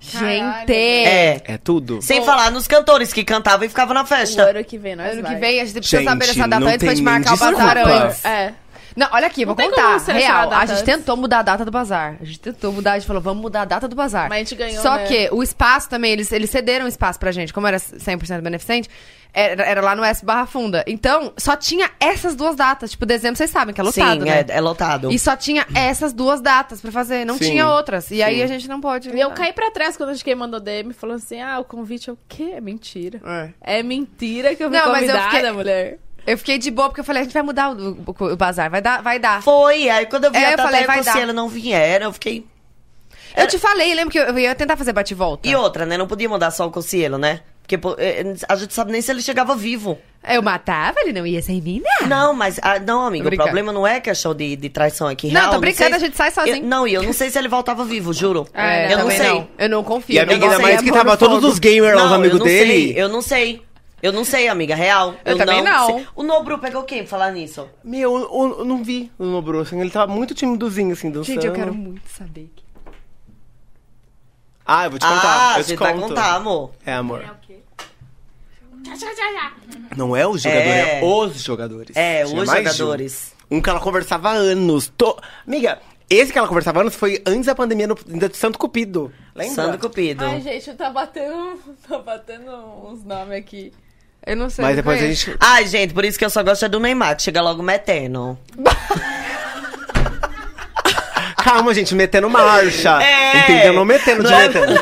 Speaker 2: Gente.
Speaker 4: É.
Speaker 8: É tudo.
Speaker 4: Sem falar nos cantores que cantavam e ficavam na
Speaker 3: O
Speaker 4: festa.
Speaker 3: ano que vem, nós
Speaker 2: Ano
Speaker 3: vai.
Speaker 2: que vem a gente precisa
Speaker 8: Gente,
Speaker 2: saber dessa
Speaker 8: não
Speaker 2: data antes pra
Speaker 8: tem
Speaker 2: gente
Speaker 8: nem
Speaker 2: marcar o bazar
Speaker 8: desculpa.
Speaker 2: antes.
Speaker 3: É.
Speaker 2: Não, olha aqui,
Speaker 3: Não
Speaker 2: vou
Speaker 3: tem
Speaker 2: contar.
Speaker 3: como selecionar
Speaker 2: Real,
Speaker 3: a data
Speaker 2: a gente
Speaker 3: antes.
Speaker 2: tentou mudar a data do bazar. A gente tentou mudar, a gente falou, vamos mudar a data do bazar.
Speaker 3: Mas a gente ganhou,
Speaker 2: Só
Speaker 3: né?
Speaker 2: que o espaço também, eles, eles cederam espaço pra gente. Como era 100% beneficente, era, era lá no S Barra Funda. Então, só tinha essas duas datas. Tipo, dezembro, vocês sabem que é lotado,
Speaker 4: Sim,
Speaker 2: né?
Speaker 4: é, é lotado.
Speaker 2: E só tinha essas duas datas pra fazer, não
Speaker 8: Sim,
Speaker 2: tinha outras. E aí
Speaker 8: sim.
Speaker 2: a gente não pode.
Speaker 3: E eu caí pra trás quando a gente mandou DM falou assim: ah, o convite é o quê? É mentira.
Speaker 2: É.
Speaker 3: É mentira que eu fui
Speaker 2: Não, mas eu
Speaker 3: convidada,
Speaker 2: fiquei-
Speaker 3: mulher.
Speaker 2: Eu fiquei de boa, porque eu falei, a gente vai mudar o, o- o bazar, vai dar, vai dar.
Speaker 4: Foi, aí quando eu vi
Speaker 2: É,
Speaker 4: a
Speaker 2: eu
Speaker 4: Tata
Speaker 2: falei,
Speaker 4: e a
Speaker 2: vai dar.
Speaker 4: Conselho não vieram, eu fiquei...
Speaker 2: Eu te falei, lembra que eu, eu ia tentar fazer bate-volta.
Speaker 4: E outra, né? Não podia mandar só o Cossielo, né? Porque pô, eh, eh, a gente sabe nem se ele chegava vivo.
Speaker 2: Eu matava, ele não ia sem mim, né?
Speaker 4: Não, mas. ah, não, amigo,
Speaker 2: Tô
Speaker 4: o
Speaker 2: brincando.
Speaker 4: problema não é questão de, de traição aqui.
Speaker 2: Não,
Speaker 4: real,
Speaker 2: tô brincando,
Speaker 4: sei
Speaker 2: a gente sai sozinho. Ah,
Speaker 4: Eu- não, e eu não sei se ele voltava vivo, juro. eu Ah, não
Speaker 2: É, também
Speaker 4: sei.
Speaker 2: Eu não
Speaker 8: E
Speaker 2: confio.
Speaker 8: a amiga,
Speaker 2: eu não
Speaker 8: ainda
Speaker 2: sei, É
Speaker 8: mais que tá
Speaker 2: amor
Speaker 8: tava
Speaker 2: no
Speaker 8: todos
Speaker 2: fogo.
Speaker 8: os gamers lá, os
Speaker 4: é Não,
Speaker 8: amigos
Speaker 4: eu não
Speaker 8: dele.
Speaker 4: sei, eu não sei. Eu não sei, amiga, real.
Speaker 2: Eu também não.
Speaker 4: sei. O Nobru pegou quem pra falar nisso?
Speaker 8: Meu, eu, eu- eu não vi o Nobru, assim, ele tava muito timidozinho, assim, dançando.
Speaker 2: Gente, eu quero muito saber.
Speaker 8: Ah, eu vou te contar,
Speaker 4: Ah,
Speaker 8: eu te
Speaker 4: você vai
Speaker 8: conto.
Speaker 4: contar, amor.
Speaker 8: É, amor. Não é o jogador, é,
Speaker 4: É.
Speaker 8: os jogadores.
Speaker 4: É,
Speaker 8: Tinha
Speaker 4: os
Speaker 8: mais de um.
Speaker 4: jogadores.
Speaker 8: Um que ela conversava há anos. Tô- Amiga, esse que ela conversava há anos foi antes da pandemia no, ainda de Santo Cupido. Lembra?
Speaker 4: Sandro Cupido.
Speaker 3: Ai, gente, tá batendo. Tá batendo uns nomes aqui.
Speaker 2: Eu não sei. é. não
Speaker 8: Mas depois a
Speaker 2: conheço.
Speaker 8: gente...
Speaker 4: Ai, gente, por isso que eu só gosto é do Neymar, que chega logo metendo.
Speaker 8: Calma, gente, metendo marcha.
Speaker 4: É.
Speaker 8: Entendeu? Não metendo de
Speaker 4: Não é-
Speaker 8: metendo.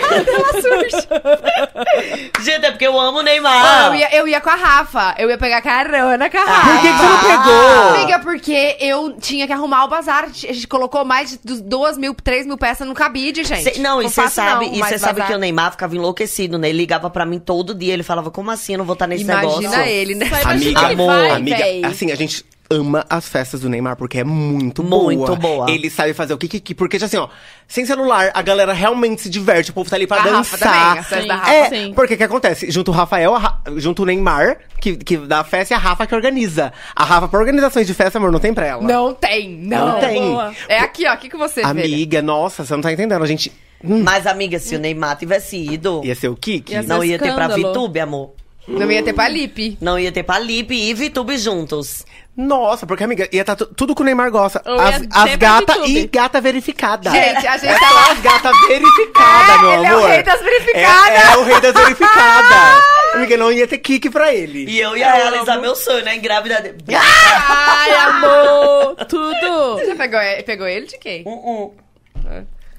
Speaker 4: Gente, é porque eu amo o Neymar.
Speaker 2: Ah, Eu, ia, eu ia com a Rafa. Eu ia pegar carona com a Rafa.
Speaker 8: Ah. Por que, que você não pegou?
Speaker 2: Amiga, porque eu tinha que arrumar o bazar. A gente colocou mais de du- duas mil, três mil peças no cabide, gente.
Speaker 4: Cê- não, e você
Speaker 2: fácil
Speaker 4: sabe,
Speaker 2: não,
Speaker 4: e
Speaker 2: mais
Speaker 4: cê sabe
Speaker 2: bazar.
Speaker 4: que o Neymar ficava enlouquecido, né? Ele ligava pra mim todo dia, ele falava, como assim eu não vou estar nesse
Speaker 2: Imagina
Speaker 4: negócio?
Speaker 2: ele, né?
Speaker 3: Só
Speaker 8: Amiga,
Speaker 3: imagina ele
Speaker 4: amor,
Speaker 3: vai,
Speaker 8: amiga,
Speaker 3: véi.
Speaker 8: assim, a gente ama as festas do Neymar porque é muito,
Speaker 4: Muito
Speaker 8: boa.
Speaker 4: boa.
Speaker 8: Ele sabe fazer o que que que- porque assim, ó, sem celular, a galera realmente se diverte, o povo tá ali pra
Speaker 2: A Rafa
Speaker 8: dançar.
Speaker 2: também, as festas da Rafa,
Speaker 8: é,
Speaker 3: sim.
Speaker 8: porque o que acontece? Junto o Rafael, a Ra- junto o Neymar, que, que dá a festa e a Rafa que organiza. A Rafa pra organizações de festa, amor, não tem pra ela.
Speaker 2: Não tem, não.
Speaker 8: Não tem.
Speaker 2: Boa. É aqui, ó. O que, que você vê?
Speaker 8: Amiga, nossa, você não tá entendendo, a gente hum,
Speaker 4: Mas, amiga, se o Neymar tivesse ido,
Speaker 8: ia ser o Kiki.
Speaker 3: Ia ser
Speaker 4: não ia ter pra
Speaker 3: escândalo.
Speaker 4: VTube, amor.
Speaker 2: Não ia ter pra Lipe.
Speaker 4: Não ia ter pra Lipe e VTube juntos.
Speaker 8: Nossa, porque amiga, ia tá tu- tudo que o Neymar gosta.
Speaker 3: Ou
Speaker 8: As,
Speaker 3: ia
Speaker 8: as
Speaker 3: ter
Speaker 8: gata
Speaker 3: pra
Speaker 8: e
Speaker 3: YouTube.
Speaker 8: gata verificada.
Speaker 2: Gente, a gente
Speaker 8: É
Speaker 2: tá
Speaker 8: só as gata verificada,
Speaker 2: É,
Speaker 8: meu
Speaker 2: ele é o
Speaker 8: amor.
Speaker 2: rei das verificadas.
Speaker 8: É, é o rei das verificadas. Amiga, não ia ter kick pra ele.
Speaker 4: E eu ia realizar meu sonho, né? Engravidar dele.
Speaker 2: Ah!
Speaker 3: Ai, amor! Tudo!
Speaker 2: Você já pegou, pegou ele de quem?
Speaker 4: Uh,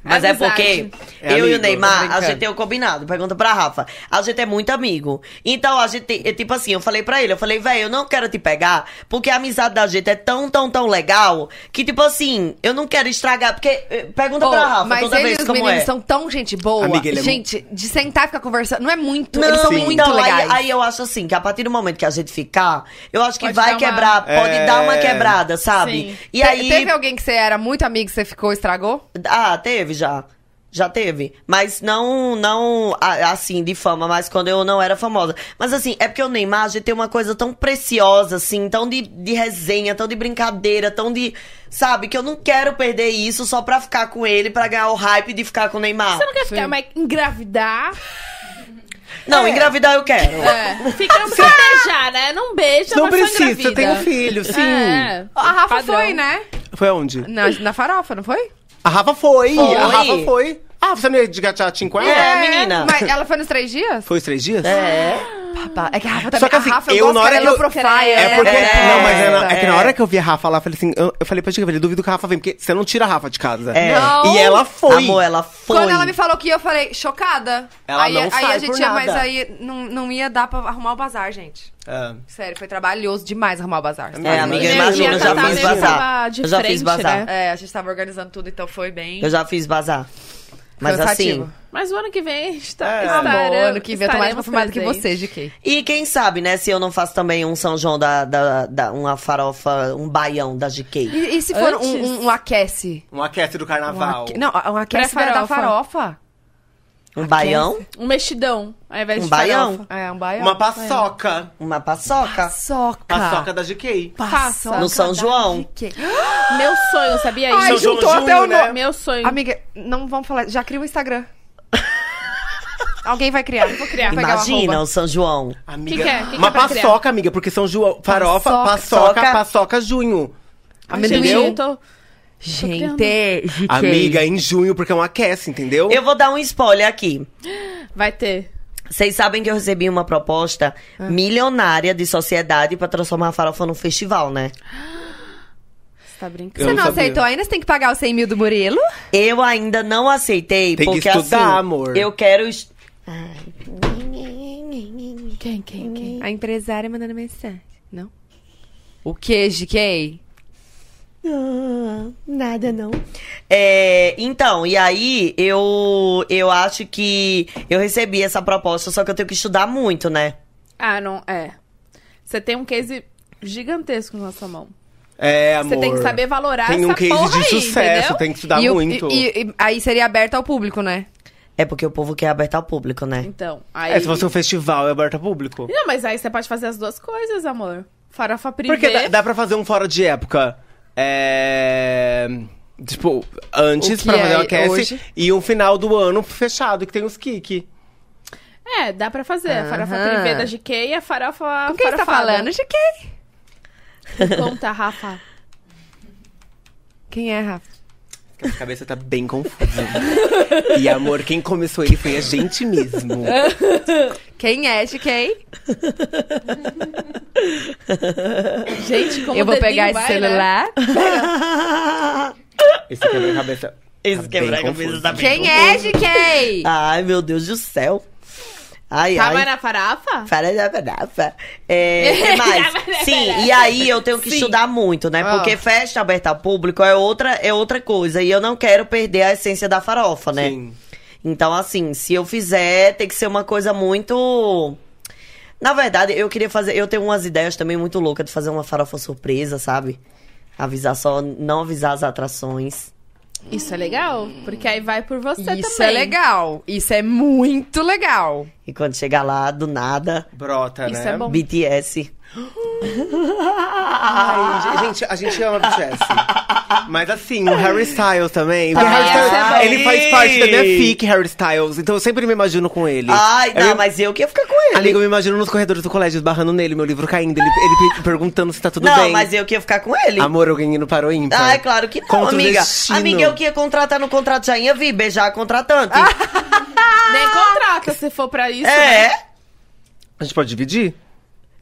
Speaker 4: Mas é
Speaker 3: Amizade.
Speaker 4: porque
Speaker 8: É
Speaker 4: eu e o
Speaker 8: amigo, tô
Speaker 4: Neymar, a
Speaker 8: brincando.
Speaker 4: gente tem o combinado. Pergunta pra Rafa. A gente é muito amigo. Então a gente, tem- é tipo assim, eu falei pra ele, eu falei, velho, eu não quero te pegar, porque a amizade da gente é tão, tão, tão legal, que tipo assim, eu não quero estragar, porque. eh, Pergunta
Speaker 2: Bom,
Speaker 4: pra Rafa
Speaker 2: mas
Speaker 4: toda
Speaker 2: ele
Speaker 4: vez
Speaker 2: e os
Speaker 4: como
Speaker 2: meninos
Speaker 4: é.
Speaker 2: são tão gente boa.
Speaker 8: Amiga, ele é mu-
Speaker 2: gente, de sentar e ficar conversando. Não é muito. eles são
Speaker 4: Não,
Speaker 2: muito
Speaker 4: então, aí-
Speaker 2: legais.
Speaker 4: Aí, eu acho assim, que a partir do momento que a gente ficar, eu acho que
Speaker 3: Pode
Speaker 4: vai
Speaker 3: dar uma-
Speaker 4: quebrar, pode
Speaker 8: É.
Speaker 4: dar uma quebrada, sabe?
Speaker 3: Sim.
Speaker 4: E
Speaker 2: Te-
Speaker 4: aí.
Speaker 2: Teve alguém que você era muito amigo que você ficou, estragou?
Speaker 4: Ah, teve já. Já teve. Mas não, não a- assim, de fama, mas quando eu não era famosa. Mas assim, é porque o Neymar, a gente tem uma coisa tão preciosa, assim, tão de, de resenha, tão de brincadeira, tão de. Sabe, que eu não quero perder isso só pra ficar com ele, pra ganhar o hype de ficar com o Neymar.
Speaker 3: Você não quer ficar mais engravidar?
Speaker 4: Não, engravidar eu quero.
Speaker 3: É. Fica não precisa beijar, né? Não
Speaker 4: é
Speaker 3: beija,
Speaker 8: Não
Speaker 3: mas só
Speaker 8: precisa, eu
Speaker 3: engravida.
Speaker 8: tenho filho, sim.
Speaker 3: É.
Speaker 2: A Rafa
Speaker 3: Padrão.
Speaker 2: foi, né?
Speaker 8: Foi aonde?
Speaker 2: Na, na farofa, não foi?
Speaker 8: A Rafa foi.
Speaker 4: Foi.
Speaker 8: A Rafa foi. Ah, você não ia de gatinho com ela?
Speaker 4: É, menina.
Speaker 2: Mas ela foi nos três dias?
Speaker 8: Foi os três dias?
Speaker 4: É.
Speaker 2: Papá, É que a Rafa
Speaker 8: Só
Speaker 2: também.
Speaker 8: que assim,
Speaker 2: a Rafa,
Speaker 8: eu,
Speaker 2: gosto
Speaker 8: na hora
Speaker 2: que
Speaker 8: que
Speaker 2: ela é
Speaker 8: eu-
Speaker 2: low profile.
Speaker 8: É porque.
Speaker 4: É.
Speaker 8: não, mas é, na- é que na
Speaker 4: É.
Speaker 8: hora que eu vi a Rafa lá, eu falei assim, eu, eu falei pra Chica, eu falei, duvido que a Rafa vem, porque você não tira a Rafa de casa.
Speaker 4: É.
Speaker 2: Não.
Speaker 8: E ela foi.
Speaker 4: Amor, ela foi.
Speaker 2: Quando ela me falou que ia, eu falei, chocada.
Speaker 8: Ela
Speaker 2: aí
Speaker 8: não
Speaker 2: aí
Speaker 8: sai
Speaker 2: a gente
Speaker 8: por
Speaker 2: ia,
Speaker 8: nada.
Speaker 2: mas aí não, não ia dar pra arrumar o bazar, gente.
Speaker 8: É.
Speaker 2: Sério, foi trabalhoso demais arrumar o bazar.
Speaker 4: É, amiga, imagina, eu já
Speaker 3: Tá
Speaker 4: fiz
Speaker 3: meio tava
Speaker 4: bazar.
Speaker 3: de
Speaker 4: Eu já fiz
Speaker 3: frente,
Speaker 4: bazar.
Speaker 3: né?
Speaker 2: É, a gente tava organizando tudo, então foi bem.
Speaker 4: Eu já fiz bazar. Mas
Speaker 2: cansativo.
Speaker 4: assim.
Speaker 3: Mas o ano que vem está,
Speaker 8: É,
Speaker 2: Amor,
Speaker 3: estará-
Speaker 2: ano que vem eu tô mais
Speaker 3: estaremos
Speaker 2: confirmada que
Speaker 3: presentes.
Speaker 2: você, GK.
Speaker 4: E quem sabe, né, se eu não faço também um São João da, da, da- uma farofa, um baião da GK.
Speaker 2: E, e se for um,
Speaker 3: Antes?
Speaker 2: um- um aquece?
Speaker 8: Um aquece do
Speaker 2: Um
Speaker 8: carnaval.
Speaker 2: aque- Não, um aquece da, da
Speaker 3: Pré-farofa.
Speaker 2: farofa.
Speaker 4: Um baião,
Speaker 3: Um mexidão, ao invés
Speaker 4: Um
Speaker 3: de
Speaker 4: baião?
Speaker 3: farofa.
Speaker 2: É, um baião.
Speaker 8: Uma paçoca.
Speaker 4: uma paçoca.
Speaker 2: Paçoca.
Speaker 3: Tá.
Speaker 8: Paçoca da GK.
Speaker 2: Paçoca
Speaker 4: No São
Speaker 2: da
Speaker 4: João.
Speaker 2: GK.
Speaker 3: Meu sonho, sabia isso?
Speaker 2: Ai,
Speaker 8: São João
Speaker 2: juntou
Speaker 8: Júnior,
Speaker 2: até o
Speaker 8: né?
Speaker 2: nome.
Speaker 3: Meu sonho.
Speaker 2: Amiga, não vamos falar. Já cria o Instagram. Alguém vai criar. Vou criar.
Speaker 4: Imagina o São João.
Speaker 8: Amiga,
Speaker 3: Que que é? Que que
Speaker 8: uma
Speaker 3: é pra
Speaker 8: paçoca, amiga, porque São João, farofa,
Speaker 2: Paçoca.
Speaker 8: paçoca, paçoca,
Speaker 4: Paçoca.
Speaker 8: junho.
Speaker 2: Amendoim.
Speaker 3: Gente, eu tô...
Speaker 2: Gente, gente.
Speaker 8: Amiga, em junho, porque é um aquece, entendeu?
Speaker 4: Eu vou dar um spoiler aqui.
Speaker 3: Vai ter.
Speaker 4: Vocês sabem que eu recebi uma proposta
Speaker 3: É.
Speaker 4: milionária de sociedade pra transformar a farofa num festival, né?
Speaker 3: Você tá brincando.
Speaker 8: Eu
Speaker 2: Você
Speaker 8: não
Speaker 2: não
Speaker 8: sabia.
Speaker 2: aceitou ainda? Você tem que pagar os 100 mil do Murilo?
Speaker 4: Eu ainda não aceitei,
Speaker 8: Tem que
Speaker 4: porque
Speaker 8: estudar,
Speaker 4: assim,
Speaker 8: amor.
Speaker 4: eu quero... es-
Speaker 3: Quem, quem, quem?
Speaker 2: A empresária mandando mensagem. Não? O que, GK?
Speaker 4: Nada, não. É, então, e aí eu, eu acho que eu recebi essa proposta, só que eu tenho que estudar muito, né?
Speaker 3: Ah, não, é. Você tem um case gigantesco na sua mão.
Speaker 8: É, amor.
Speaker 3: Você tem que saber valorar
Speaker 8: Tem um
Speaker 3: essa
Speaker 8: case
Speaker 3: porra
Speaker 8: de
Speaker 3: aí,
Speaker 8: sucesso,
Speaker 3: entendeu?
Speaker 8: tem que estudar
Speaker 2: e, o-
Speaker 8: muito.
Speaker 2: e- e- e aí seria aberto ao público, né?
Speaker 4: É porque o povo quer aberto ao público, né?
Speaker 3: Então, aí...
Speaker 8: É, se fosse um festival, é aberto a público.
Speaker 3: Não, mas aí você pode fazer as duas coisas, amor. Farofa privê.
Speaker 8: Porque dá, dá pra fazer um fora de época. É. Tipo, antes
Speaker 2: O que
Speaker 8: pra fazer
Speaker 2: é
Speaker 8: o aquece
Speaker 2: hoje?
Speaker 8: e um final do ano fechado, que tem os kick.
Speaker 3: É, dá pra fazer. A farofa
Speaker 2: Aham.
Speaker 3: privê da GK e a farofa
Speaker 2: Com quem você tá
Speaker 3: farofada.
Speaker 2: falando, GK?
Speaker 3: Conta, Rafa.
Speaker 2: Quem é, Rafa?
Speaker 8: A cabeça tá bem confusa. e amor, quem começou ele foi a gente mesmo.
Speaker 2: Quem é, GK?
Speaker 3: Gente, como
Speaker 2: Eu vou
Speaker 3: o dedinho
Speaker 2: pegar esse
Speaker 3: vai, né?
Speaker 2: celular.
Speaker 8: Esse quebra-cabeça.
Speaker 4: Esse
Speaker 8: tá
Speaker 4: quebra-cabeça
Speaker 8: bem
Speaker 4: tá
Speaker 8: confuso.
Speaker 2: Quem é, GK?
Speaker 4: Ai, meu Deus do céu. Ai,
Speaker 3: Tava
Speaker 4: ai.
Speaker 3: Tá na farofa?
Speaker 4: Faranafarapa. É, que mais? Sim, e aí eu tenho que estudar muito, né? Porque festa aberta ao público é outra, é outra coisa. E eu não quero perder a essência da farofa, né?
Speaker 8: Sim.
Speaker 4: Então, assim, se eu fizer, tem que ser uma coisa muito. Na verdade, eu queria fazer. Eu tenho umas ideias também muito loucas de fazer uma farofa surpresa, sabe? Avisar só, não avisar as atrações.
Speaker 3: Isso é legal, porque aí vai por você também.
Speaker 2: Isso é legal. Isso é muito legal.
Speaker 4: E quando chegar lá, do nada,
Speaker 8: Brota, né?
Speaker 3: Isso é bom.
Speaker 4: BTS.
Speaker 8: Ai, gente, a gente ama BTS. Mas assim, o Harry Styles também. o Harry
Speaker 4: essa
Speaker 8: Styles,
Speaker 4: é boa.
Speaker 8: ele faz parte da minha fic, Harry Styles. Então eu sempre me imagino com ele.
Speaker 4: Ai,
Speaker 8: eu
Speaker 4: não,
Speaker 8: me-
Speaker 4: mas eu que ia ficar com ele.
Speaker 8: Amiga, eu me imagino nos corredores do colégio, esbarrando nele, meu livro caindo, ele, ele pe- perguntando se tá tudo
Speaker 4: não,
Speaker 8: bem.
Speaker 4: mas eu que ia ficar com ele.
Speaker 8: Amor, alguém indo para o ímpar.
Speaker 4: Ah, é claro que não,
Speaker 8: Contra o
Speaker 4: amiga.
Speaker 8: destino.
Speaker 4: Amiga, eu que ia contratar no contrato já ia vir beijar a contratante.
Speaker 3: Nem contrata se for pra isso. né?
Speaker 4: é?
Speaker 8: A gente pode dividir?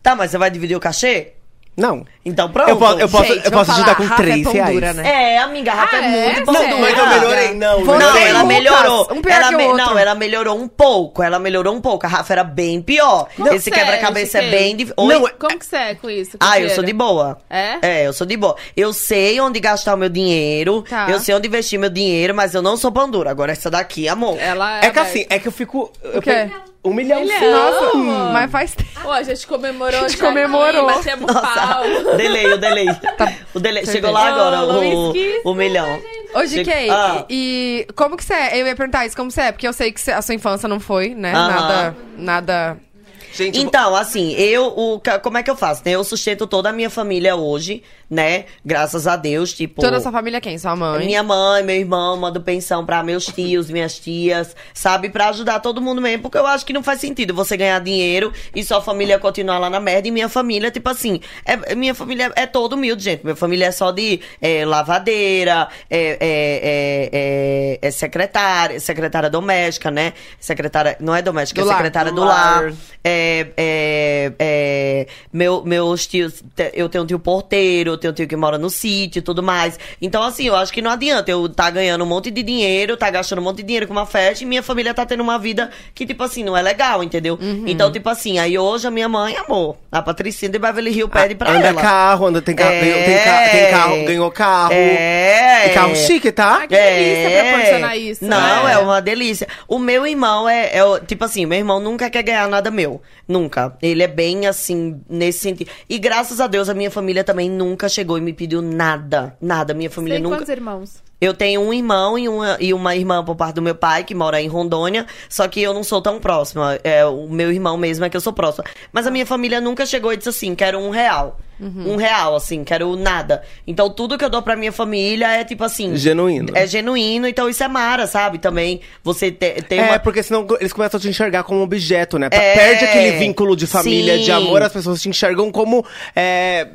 Speaker 4: Tá, mas você vai dividir o cachê?
Speaker 8: Não.
Speaker 4: Então pronto.
Speaker 8: Eu posso, eu posso,
Speaker 2: Gente,
Speaker 8: eu
Speaker 2: vamos
Speaker 8: posso
Speaker 2: falar,
Speaker 8: ajudar com
Speaker 2: Rafa é
Speaker 8: 3
Speaker 2: pão
Speaker 8: reais.
Speaker 2: dura, né?
Speaker 4: É, amiga, a Rafa é,
Speaker 3: Ah, é?
Speaker 4: muito bom.
Speaker 3: Sério?
Speaker 8: Mas eu melhorei, não.
Speaker 2: Foi
Speaker 4: Não,
Speaker 8: melhorei.
Speaker 4: ela
Speaker 2: Lucas,
Speaker 4: melhorou.
Speaker 2: um pior
Speaker 4: ela
Speaker 2: que o outro.
Speaker 4: Não, ela melhorou um pouco. Ela melhorou um pouco. A Rafa era bem pior.
Speaker 3: Como
Speaker 4: Esse
Speaker 3: que você é,
Speaker 4: quebra-cabeça é
Speaker 3: GK?
Speaker 4: bem difícil.
Speaker 3: Como que você é com isso? com
Speaker 4: Ah, eu
Speaker 3: dinheiro?
Speaker 4: sou de boa.
Speaker 3: É?
Speaker 4: É, eu sou de boa. Eu sei onde gastar o meu dinheiro.
Speaker 3: Tá.
Speaker 4: Eu sei onde investir meu dinheiro, mas eu não sou pandura. Agora essa daqui, amor.
Speaker 3: Ela é.
Speaker 8: É que assim, é que eu fico. eu
Speaker 2: quê?
Speaker 8: pe- Um milhão.
Speaker 3: Milhão.
Speaker 2: Nossa,
Speaker 3: Hum.
Speaker 2: mas faz tempo.
Speaker 3: Pô, a gente comemorou. A gente
Speaker 2: comemorou.
Speaker 3: Batemos pau.
Speaker 4: Delay, o delay.
Speaker 2: Tá
Speaker 4: O delay. Chegou lá agora,
Speaker 3: Ô,
Speaker 4: o,
Speaker 3: Luiz, que
Speaker 4: o milhão.
Speaker 2: Ô, GK,
Speaker 4: Ah.
Speaker 2: é e e como que você é? Eu ia perguntar isso, como você é? Porque eu sei que cê- a sua infância não foi, né?
Speaker 4: Aham.
Speaker 2: Nada, nada... tipo-
Speaker 8: Gente,
Speaker 4: Então, assim, eu, o, ca- como é que eu faço? né? Eu sustento toda a minha família hoje, né? Graças a Deus, tipo.
Speaker 2: Toda a sua família é quem? Sua mãe?
Speaker 4: Minha mãe, meu irmão, mando pensão pra meus tios, minhas tias, sabe? Pra ajudar todo mundo mesmo, porque eu acho que não faz sentido você ganhar dinheiro e sua família continuar lá na merda. E minha família, tipo assim, é- minha família é toda humilde, gente. Minha família é só de é, lavadeira, é, é- é- é- é secretária, secretária doméstica, né? Secretária, não é doméstica,
Speaker 2: Do
Speaker 4: é
Speaker 2: lar,
Speaker 4: secretária
Speaker 8: do
Speaker 4: do lar.
Speaker 8: lar.
Speaker 4: É, é, é, meu, meus tios, te- eu tenho um tio porteiro, eu tenho um tio que mora no sítio e tudo mais. Então, assim, eu acho que não adianta eu tá ganhando um monte de dinheiro, tá gastando um monte de dinheiro com uma festa e minha família tá tendo uma vida que, tipo assim, não é legal, entendeu?
Speaker 8: Uhum.
Speaker 4: Então, tipo assim, aí hoje a minha mãe, amor, a Patricinha de Beverly Hill pede pra
Speaker 8: Ah, anda
Speaker 4: ela.
Speaker 8: carro, anda tem carro, ganhou- tem, ca- tem carro, ganhou carro.
Speaker 4: É.
Speaker 8: E carro chique, tá?
Speaker 3: Ah, que delícia proporcionar isso,
Speaker 4: Não,
Speaker 3: né?
Speaker 4: é uma delícia. O meu irmão é, é o- tipo assim, meu irmão nunca quer ganhar nada meu. Nunca. Ele é bem assim, nesse sentido. E graças a Deus, a minha família também nunca chegou e me pediu nada. Nada. Minha família
Speaker 3: Tem
Speaker 4: nunca.
Speaker 3: quantos irmãos?
Speaker 4: Eu tenho um irmão e uma, e uma irmã por parte do meu pai, que mora em Rondônia. Só que eu não sou tão próxima. É, o meu irmão mesmo é que eu sou próxima. Mas a minha família nunca chegou e disse assim, quero um real. Um real, assim, quero nada. Então tudo que eu dou pra minha família é tipo assim...
Speaker 8: Genuíno. né?
Speaker 4: É genuíno, então isso é mara, sabe? Também você te- tem
Speaker 8: É,
Speaker 4: uma...
Speaker 8: porque senão eles começam a te enxergar como objeto, né?
Speaker 4: É.
Speaker 8: Perde aquele vínculo de família, de
Speaker 4: Sim.
Speaker 8: amor, as pessoas te enxergam como. é,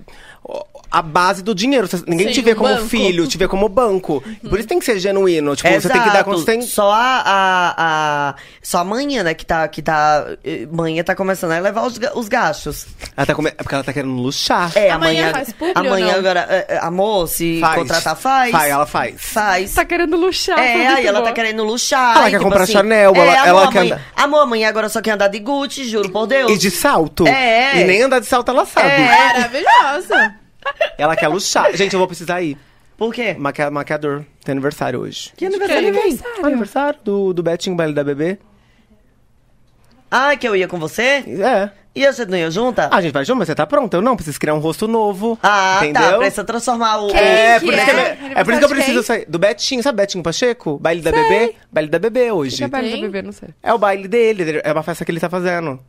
Speaker 8: o- a base do dinheiro. Cê- Ninguém
Speaker 3: Sim,
Speaker 8: te vê
Speaker 3: um
Speaker 8: como
Speaker 3: banco.
Speaker 8: filho, te vê como banco. Por isso tem que ser genuíno. Tipo, você tem que dar
Speaker 4: Exato.
Speaker 8: quando você tem.
Speaker 4: Só a, a, a- Só a manhã, né? Que tá. Que tá eh, manhã tá começando a levar os, ga- os gastos.
Speaker 8: Ela tá come- é Porque ela tá querendo luxar.
Speaker 4: É,
Speaker 3: Amanhã
Speaker 4: amanhã.
Speaker 3: faz publi ou
Speaker 4: amanhã
Speaker 3: não?
Speaker 4: agora. eh, eh, Amor, se
Speaker 8: Faz.
Speaker 4: contratar, faz.
Speaker 8: Faz, ela faz.
Speaker 4: Faz.
Speaker 2: Tá querendo
Speaker 3: Ah,
Speaker 2: luxar.
Speaker 4: É, aí ela tá querendo luxar.
Speaker 8: Ela
Speaker 4: e
Speaker 8: quer
Speaker 4: tipo
Speaker 8: comprar
Speaker 4: assim,
Speaker 8: Chanel,
Speaker 4: é,
Speaker 8: ela-
Speaker 4: amor,
Speaker 8: ela quer
Speaker 4: amanhã-
Speaker 8: andar-
Speaker 4: Amor, amanhã agora só quer andar de Gucci, juro por Deus.
Speaker 8: E de salto.
Speaker 4: É.
Speaker 8: E nem andar de salto ela sabe.
Speaker 4: É.
Speaker 3: Maravilhosa.
Speaker 8: Ela quer luxar. Gente, eu vou precisar ir.
Speaker 4: Por quê?
Speaker 8: Maquia- maquiador. Tem aniversário hoje. Que
Speaker 3: aniversário
Speaker 8: vem? Aniversário do, do Betinho Baile da Bebê.
Speaker 4: Ah, que eu ia com você?
Speaker 8: É.
Speaker 4: E você não ia junta?
Speaker 8: Ah, gente, vai junto, mas você tá pronto. Eu não, preciso criar um rosto novo.
Speaker 4: Ah, tá.
Speaker 8: entendeu?
Speaker 4: Precisa transformar o.
Speaker 8: É,
Speaker 3: que
Speaker 8: por isso que,
Speaker 3: é?
Speaker 8: é, é por isso que eu preciso sair. Do Betinho, sabe Betinho Pacheco? Baile da Bebê? Baile da Bebê hoje.
Speaker 2: Que baile do bebê, não sei.
Speaker 8: É o baile dele, é uma festa que ele tá fazendo.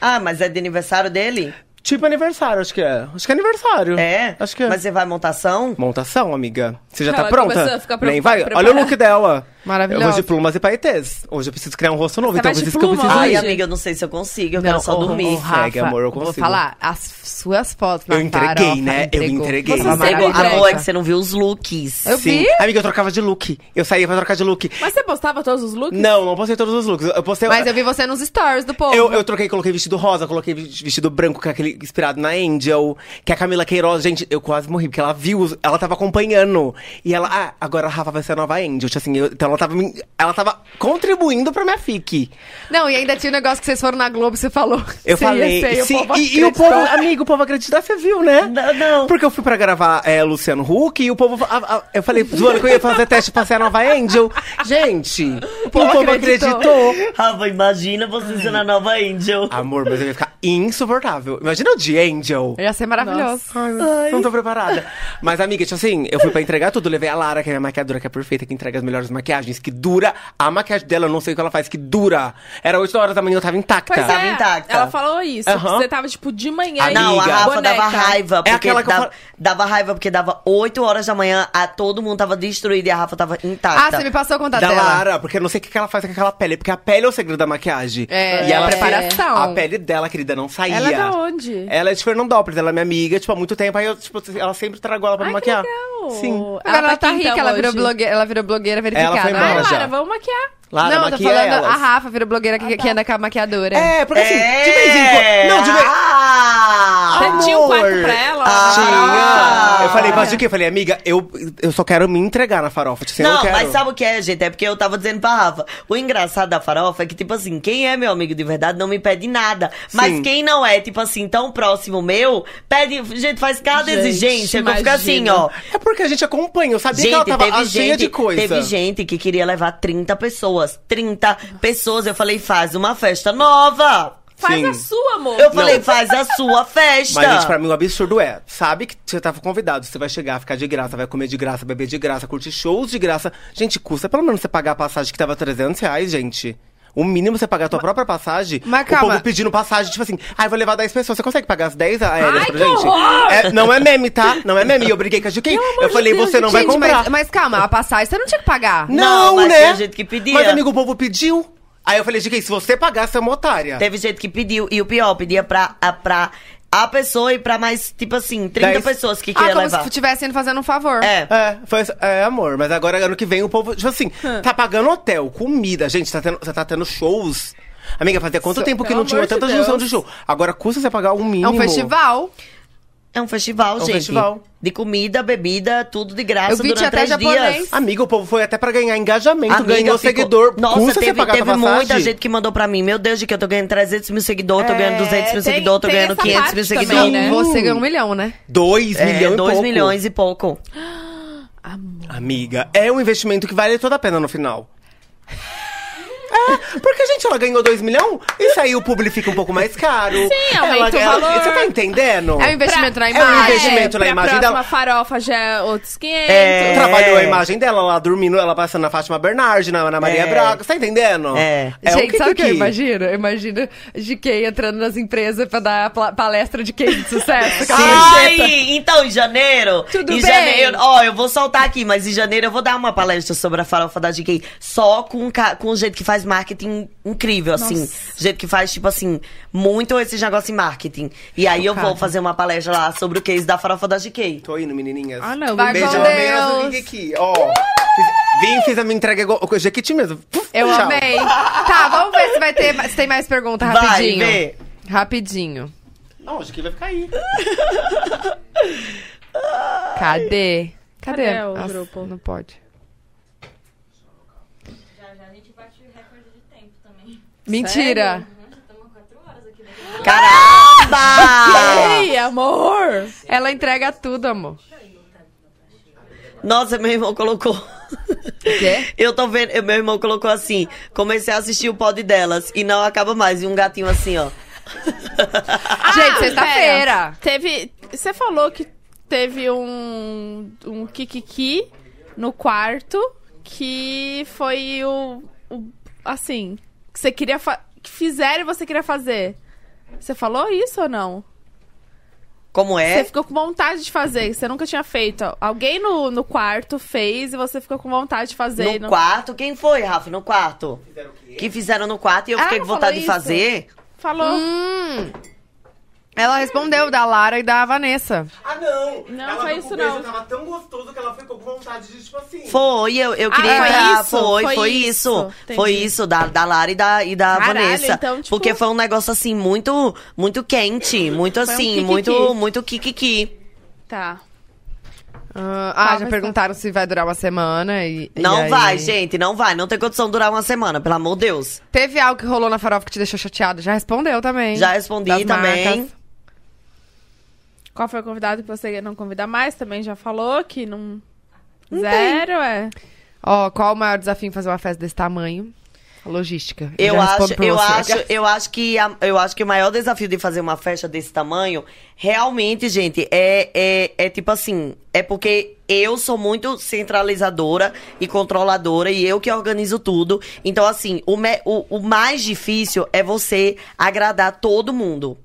Speaker 4: Ah, mas é de aniversário dele?
Speaker 8: Tipo aniversário, acho que é. Acho que é aniversário.
Speaker 4: É?
Speaker 8: Acho que é.
Speaker 4: Mas você vai montação?
Speaker 8: Montação, amiga. Você já tá
Speaker 5: Ela começou
Speaker 8: pronta?
Speaker 5: a ficar pre-
Speaker 8: Nem vai.
Speaker 5: preparada.
Speaker 8: Olha o look dela.
Speaker 2: Maravilhosa.
Speaker 8: Eu vou de plumas e paetês. Hoje eu preciso criar um rosto novo,
Speaker 5: Você
Speaker 8: então
Speaker 5: vai de
Speaker 8: por isso que eu
Speaker 5: pluma
Speaker 8: preciso
Speaker 4: Ai,
Speaker 8: ir.
Speaker 5: hoje?
Speaker 4: amiga, eu não sei se eu consigo. Eu
Speaker 2: Não,
Speaker 4: quero só
Speaker 3: oh,
Speaker 2: o-
Speaker 4: dormir.
Speaker 2: o Rafa,
Speaker 8: Segue, amor, eu
Speaker 2: Vou
Speaker 8: consigo.
Speaker 2: falar, as suas fotos na
Speaker 8: Eu entreguei,
Speaker 2: farofa,
Speaker 8: né? Eu
Speaker 2: entregou.
Speaker 8: entreguei.
Speaker 2: Você
Speaker 5: Você
Speaker 2: sempre
Speaker 5: sempre
Speaker 2: entrega.
Speaker 4: Amor, é que você não viu os looks.
Speaker 2: Eu
Speaker 8: Sim.
Speaker 2: vi.
Speaker 8: Amiga, eu trocava de look. Eu saía pra trocar de look.
Speaker 5: Mas você postava todos os looks?
Speaker 8: Não, não postei todos os looks. Eu postei.
Speaker 2: Mas é eu vi você nos stories do povo.
Speaker 8: Eu, eu troquei, coloquei vestido rosa, coloquei vesti- vestido branco, que é aquele inspirado na Angel. Que é a Camila Queiroz, gente, eu quase morri, porque ela viu, os- ela tava acompanhando. E ela, ah, agora a Rafa vai ser a nova Angel. Tipo assim, eu- então ela tava, me- ela tava contribuindo pra minha fic.
Speaker 2: Não, e ainda tinha um negócio que vocês foram na Globo e você falou.
Speaker 8: Eu
Speaker 2: Sim,
Speaker 8: falei,
Speaker 2: sei, o
Speaker 8: sim,
Speaker 2: povo
Speaker 8: e, e o povo, amigo, o povo acreditar, você viu, né?
Speaker 4: Não, não.
Speaker 8: Porque eu fui pra gravar é, Luciano Huck e o povo. a- a- eu falei, zoando que eu ia fazer teste pra ser a nova Angel. Gente, o povo,
Speaker 2: acreditou.
Speaker 8: acreditou.
Speaker 4: Rafa, imagina você sendo a nova Angel.
Speaker 8: Amor, mas eu ia ficar insuportável. Imagina o de Angel.
Speaker 2: Ia ser maravilhoso.
Speaker 8: Ai, não tô preparada. Mas, amiga, tipo assim, eu fui pra entregar tudo, levei a Lara, que é minha maquiadora, que é perfeita, que entrega as melhores maquiagens, que dura. A maquiagem dela, eu não sei o que ela faz, que dura. Era 8 horas da manhã, eu tava intacta.
Speaker 5: Pois é,
Speaker 4: Tava Tá intacta. Ah,
Speaker 5: ela falou isso. que
Speaker 8: Tá. Aham.
Speaker 5: Você tava, tipo, de manhã.
Speaker 8: Amiga. É
Speaker 4: Não, a Rafa
Speaker 5: Boneca.
Speaker 4: dava raiva. Porque
Speaker 8: aquela que eu
Speaker 4: dava,
Speaker 8: falo-
Speaker 4: dava raiva porque dava 8 horas da manhã, a todo mundo tava destruído e a Rafa tava
Speaker 2: Ah,
Speaker 4: intacta.
Speaker 2: você me passou o contato
Speaker 8: Da
Speaker 2: dela.
Speaker 8: Lara, porque eu não sei o que que ela faz com aquela pele, porque a pele é o segredo da maquiagem.
Speaker 2: É,
Speaker 8: e ela
Speaker 2: a preparação.
Speaker 8: A pele dela, querida, não saía.
Speaker 5: Ela é da onde?
Speaker 8: Ela é de Fernandópolis, ela é minha amiga, tipo, há muito tempo. Aí eu, tipo, ela sempre trago ela pra me
Speaker 5: Ai, que
Speaker 8: maquiar.
Speaker 5: legal.
Speaker 8: Sim.
Speaker 2: Agora ela, tá
Speaker 5: aqui,
Speaker 2: rica,
Speaker 5: então,
Speaker 2: ela, virou
Speaker 5: hoje.
Speaker 2: blogueira, ela virou blogueira verificada.
Speaker 8: foi
Speaker 2: né?
Speaker 8: embora.
Speaker 5: Ai, Lara,
Speaker 8: Já.
Speaker 5: vamos maquiar.
Speaker 8: Lara,
Speaker 2: Não, tô
Speaker 8: maquia
Speaker 2: falando
Speaker 8: elas.
Speaker 2: a Rafa virou blogueira que, que anda com a maquiadora.
Speaker 8: É, porque assim, de vez em
Speaker 4: É,
Speaker 8: quando. Não, de vez.
Speaker 4: ah!
Speaker 5: Você tinha um quarto
Speaker 8: Amor.
Speaker 5: pra ela?
Speaker 4: Ah.
Speaker 8: Tinha. Eu falei, mas de quê? Eu falei, amiga, eu, eu só quero me entregar na farofa. Tipo, assim, eu
Speaker 4: não,
Speaker 8: não quero.
Speaker 4: mas sabe o que é, gente? É porque eu tava dizendo pra Rafa. O engraçado da farofa é que, tipo assim, quem é meu amigo de verdade não me pede nada. Mas
Speaker 8: Sim.
Speaker 4: quem não é, tipo assim, tão próximo meu, pede. Gente, faz cada
Speaker 5: Gente,
Speaker 4: exigência que eu fico assim,
Speaker 5: imagina.
Speaker 4: ó.
Speaker 8: É porque a gente acompanha. Eu sabia que
Speaker 4: Gente,
Speaker 8: ela tava
Speaker 4: teve
Speaker 8: cheia
Speaker 4: gente,
Speaker 8: de coisa.
Speaker 4: teve gente que queria levar 30 pessoas. 30 pessoas. Eu falei, faz uma festa nova.
Speaker 5: Faz
Speaker 8: Sim.
Speaker 5: a sua, amor.
Speaker 4: Eu falei, faz a sua festa.
Speaker 8: Mas, gente, pra mim o absurdo é, sabe que você tava convidado, você vai chegar, ficar de graça, vai comer de graça, beber de graça, curtir shows de graça. Gente, custa pelo menos você pagar a passagem que tava 300 reais, gente. O mínimo é você pagar a tua própria passagem.
Speaker 2: Mas
Speaker 8: o
Speaker 2: calma.
Speaker 8: povo pedindo passagem, tipo assim, ai, vou levar 10 pessoas. Você consegue pagar as 10 aéreas
Speaker 5: Ai,
Speaker 8: pra
Speaker 5: que
Speaker 8: gente?
Speaker 5: horror!
Speaker 8: É, não é meme, tá? Não é meme. Eu briguei com a Juquinha. Eu falei, você não vai
Speaker 2: Gente,
Speaker 8: comprar.
Speaker 2: mas, mas calma, a passagem você não tinha que pagar.
Speaker 4: Não,
Speaker 8: Não,
Speaker 4: mas
Speaker 8: né?
Speaker 4: tem gente que pedia.
Speaker 8: Mas, amigo, o povo pediu. Aí eu falei, Juquinha, se você pagar, você é uma otária.
Speaker 4: Teve gente que pediu, e o pior, pedia pra a, pra a pessoa e pra mais, tipo assim, 30
Speaker 8: Dez. tá,
Speaker 4: pessoas que
Speaker 2: Ah,
Speaker 4: queria
Speaker 2: como
Speaker 4: levar.
Speaker 2: se estivesse indo fazendo um favor.
Speaker 4: É.
Speaker 8: É, foi, é, amor, mas agora ano que vem o povo. Tipo assim, tá pagando hotel, comida, gente, tá tendo, você tá tendo shows. Amiga, fazia quanto tempo que
Speaker 5: pelo
Speaker 8: não tinha
Speaker 5: amor de
Speaker 8: tanta junção de
Speaker 5: Deus.
Speaker 8: show? Agora custa você pagar um
Speaker 2: É
Speaker 8: mínimo.
Speaker 2: um festival.
Speaker 4: É um festival,
Speaker 8: É um
Speaker 4: gente.
Speaker 8: festival.
Speaker 4: De comida, bebida, tudo de graça
Speaker 2: Eu vi,
Speaker 4: durante
Speaker 2: tinha até
Speaker 4: três
Speaker 2: japonês.
Speaker 4: dias.
Speaker 8: Amiga, o povo foi até pra ganhar engajamento,
Speaker 4: Amiga,
Speaker 8: Ah, ganhou
Speaker 4: ficou-
Speaker 8: seguidor.
Speaker 4: Nossa,
Speaker 8: custa você
Speaker 4: teve,
Speaker 8: pagar
Speaker 4: teve
Speaker 8: tua
Speaker 4: muita
Speaker 8: passagem?
Speaker 4: gente que mandou pra mim. Meu Deus, de que eu tô ganhando 300 mil seguidores, tô
Speaker 8: É,
Speaker 4: ganhando 200 mil
Speaker 3: tem-
Speaker 4: seguidores, tô
Speaker 3: tem
Speaker 4: ganhando
Speaker 3: essa
Speaker 4: 500
Speaker 3: parte
Speaker 4: mil
Speaker 3: também,
Speaker 4: seguidores.
Speaker 3: né?
Speaker 2: Você ganhou um milhão, né?
Speaker 8: Dois
Speaker 4: É,
Speaker 8: milhões e
Speaker 4: 2
Speaker 8: pouco.
Speaker 4: milhões e pouco.
Speaker 8: Amiga, é um investimento que vale toda a pena no final. É, porque, gente, ela ganhou 2 milhões, isso aí o público fica um pouco mais caro. Sim,
Speaker 5: aumenta o valor.
Speaker 8: Você tá entendendo?
Speaker 2: É um investimento na
Speaker 8: é um
Speaker 2: imagem.
Speaker 8: investimento na
Speaker 5: pra
Speaker 8: imagem
Speaker 5: próxima
Speaker 8: dela.
Speaker 5: farofa já é outros 500.
Speaker 4: É.
Speaker 8: Trabalhou a imagem dela lá dormindo, ela passando na Fátima Bernardi, na Ana Maria
Speaker 4: É.
Speaker 8: Braga. Você tá entendendo?
Speaker 4: É.
Speaker 8: o
Speaker 2: Gente, sabe o que eu
Speaker 8: que-
Speaker 2: imagino? Eu imagino de quem entrando nas empresas pra dar pla- palestra de quem de sucesso. Aquela
Speaker 4: Ai,
Speaker 2: camiseta.
Speaker 4: então, em janeiro.
Speaker 2: Tudo
Speaker 4: em
Speaker 2: bem?
Speaker 4: janeiro. Ó, eu vou soltar aqui, mas em janeiro eu vou dar uma palestra sobre a farofa da GK. Só com, ca- com o jeito que faz marketing incrível, assim. Gente que faz, tipo assim, muito esse negócio em marketing. E aí eu vou fazer uma palestra lá sobre o case da farofa da GK.
Speaker 8: Tô indo, menininhas.
Speaker 2: Ah, não.
Speaker 3: Vai
Speaker 8: Beijo,
Speaker 3: com
Speaker 8: ao menos eu vim
Speaker 3: Deus.
Speaker 8: aqui, ó. Fiz- Vim, fiz a minha entrega igual. o Jequiti mesmo. Puf,
Speaker 2: Eu
Speaker 8: tchau.
Speaker 2: amei. Tá, vamos ver se vai ter, se tem mais pergunta
Speaker 4: Vai,
Speaker 2: rapidinho.
Speaker 4: vê.
Speaker 2: Rapidinho.
Speaker 8: Não, o Jequiti vai ficar aí.
Speaker 2: Cadê? Cadê?
Speaker 3: Cadê o
Speaker 2: Nossa,
Speaker 3: grupo?
Speaker 2: Não pode.
Speaker 7: Já já a gente bate o recorde de tempo também.
Speaker 2: Mentira.
Speaker 7: Uhum, já estamos há quatro horas aqui dentro.
Speaker 4: Caramba!
Speaker 3: Ei, amor!
Speaker 2: Ela entrega tudo, amor.
Speaker 4: Nossa, meu irmão colocou.
Speaker 2: quê?
Speaker 4: Eu tô vendo. eu- Meu irmão colocou assim: comecei a assistir o pod delas e não acaba mais. E um gatinho assim, ó.
Speaker 2: Gente, É sexta-feira.
Speaker 3: Ah, Teve. Você falou que teve um. um Kikiki no quarto que foi o. o- assim. Que você queria. fa- que fizeram e você queria fazer. Você falou isso ou não?
Speaker 4: Como
Speaker 3: Você
Speaker 4: é?
Speaker 3: ficou com vontade de fazer, que você nunca tinha feito. Alguém no, no quarto fez e você ficou com vontade de fazer. e
Speaker 4: No
Speaker 3: não-
Speaker 4: quarto? Quem foi, Rafa? No quarto? Que fizeram no quarto e eu
Speaker 3: Ah,
Speaker 4: fiquei com
Speaker 3: falou
Speaker 4: vontade de
Speaker 3: isso?
Speaker 4: fazer.
Speaker 3: Falou.
Speaker 2: Hum. Ela respondeu da Lara e da Vanessa.
Speaker 8: Ah, não!
Speaker 3: Não,
Speaker 8: ela
Speaker 3: foi
Speaker 8: viu que
Speaker 3: isso
Speaker 8: o beijo
Speaker 3: não.
Speaker 8: Tava tão gostoso que ela ficou com vontade de, tipo assim.
Speaker 4: Foi, eu, eu queria
Speaker 3: Ah, foi
Speaker 4: entrar.
Speaker 3: isso,
Speaker 4: foi,
Speaker 3: foi
Speaker 4: foi, isso.
Speaker 3: isso. Entendi.
Speaker 4: Foi isso, da, da Lara e da, e da
Speaker 3: Caralho,
Speaker 4: Vanessa.
Speaker 3: então, tipo-
Speaker 4: Porque foi um negócio assim, muito, muito quente. Muito
Speaker 3: um
Speaker 4: assim,
Speaker 3: kikiki.
Speaker 4: muito, muito kikiki.
Speaker 3: Tá.
Speaker 2: Ah, ah,
Speaker 3: Qual
Speaker 2: já
Speaker 3: vai
Speaker 2: perguntaram se vai durar uma semana e. e
Speaker 4: Não
Speaker 2: aí-
Speaker 4: vai, gente, não vai. Não tem condição de durar uma semana, pelo amor de Deus.
Speaker 2: Teve algo que rolou na farofa que te deixou chateado? Já respondeu também.
Speaker 4: Já respondi
Speaker 2: Das
Speaker 4: também.
Speaker 2: marcas.
Speaker 3: Qual foi o convidado que você não convida mais? Também já falou que não. Zero, é.
Speaker 2: Ó, qual o maior desafio em fazer uma festa desse tamanho? A logística.
Speaker 4: Eu
Speaker 2: já
Speaker 4: acho,
Speaker 2: respondo pra
Speaker 4: eu
Speaker 2: você.
Speaker 4: acho, eu acho que a- eu acho que o maior desafio de fazer uma festa desse tamanho, realmente, gente, é, é, é tipo assim, é porque eu sou muito centralizadora e controladora e eu que organizo tudo. Então, assim, o, me- o, o mais difícil é você agradar todo mundo,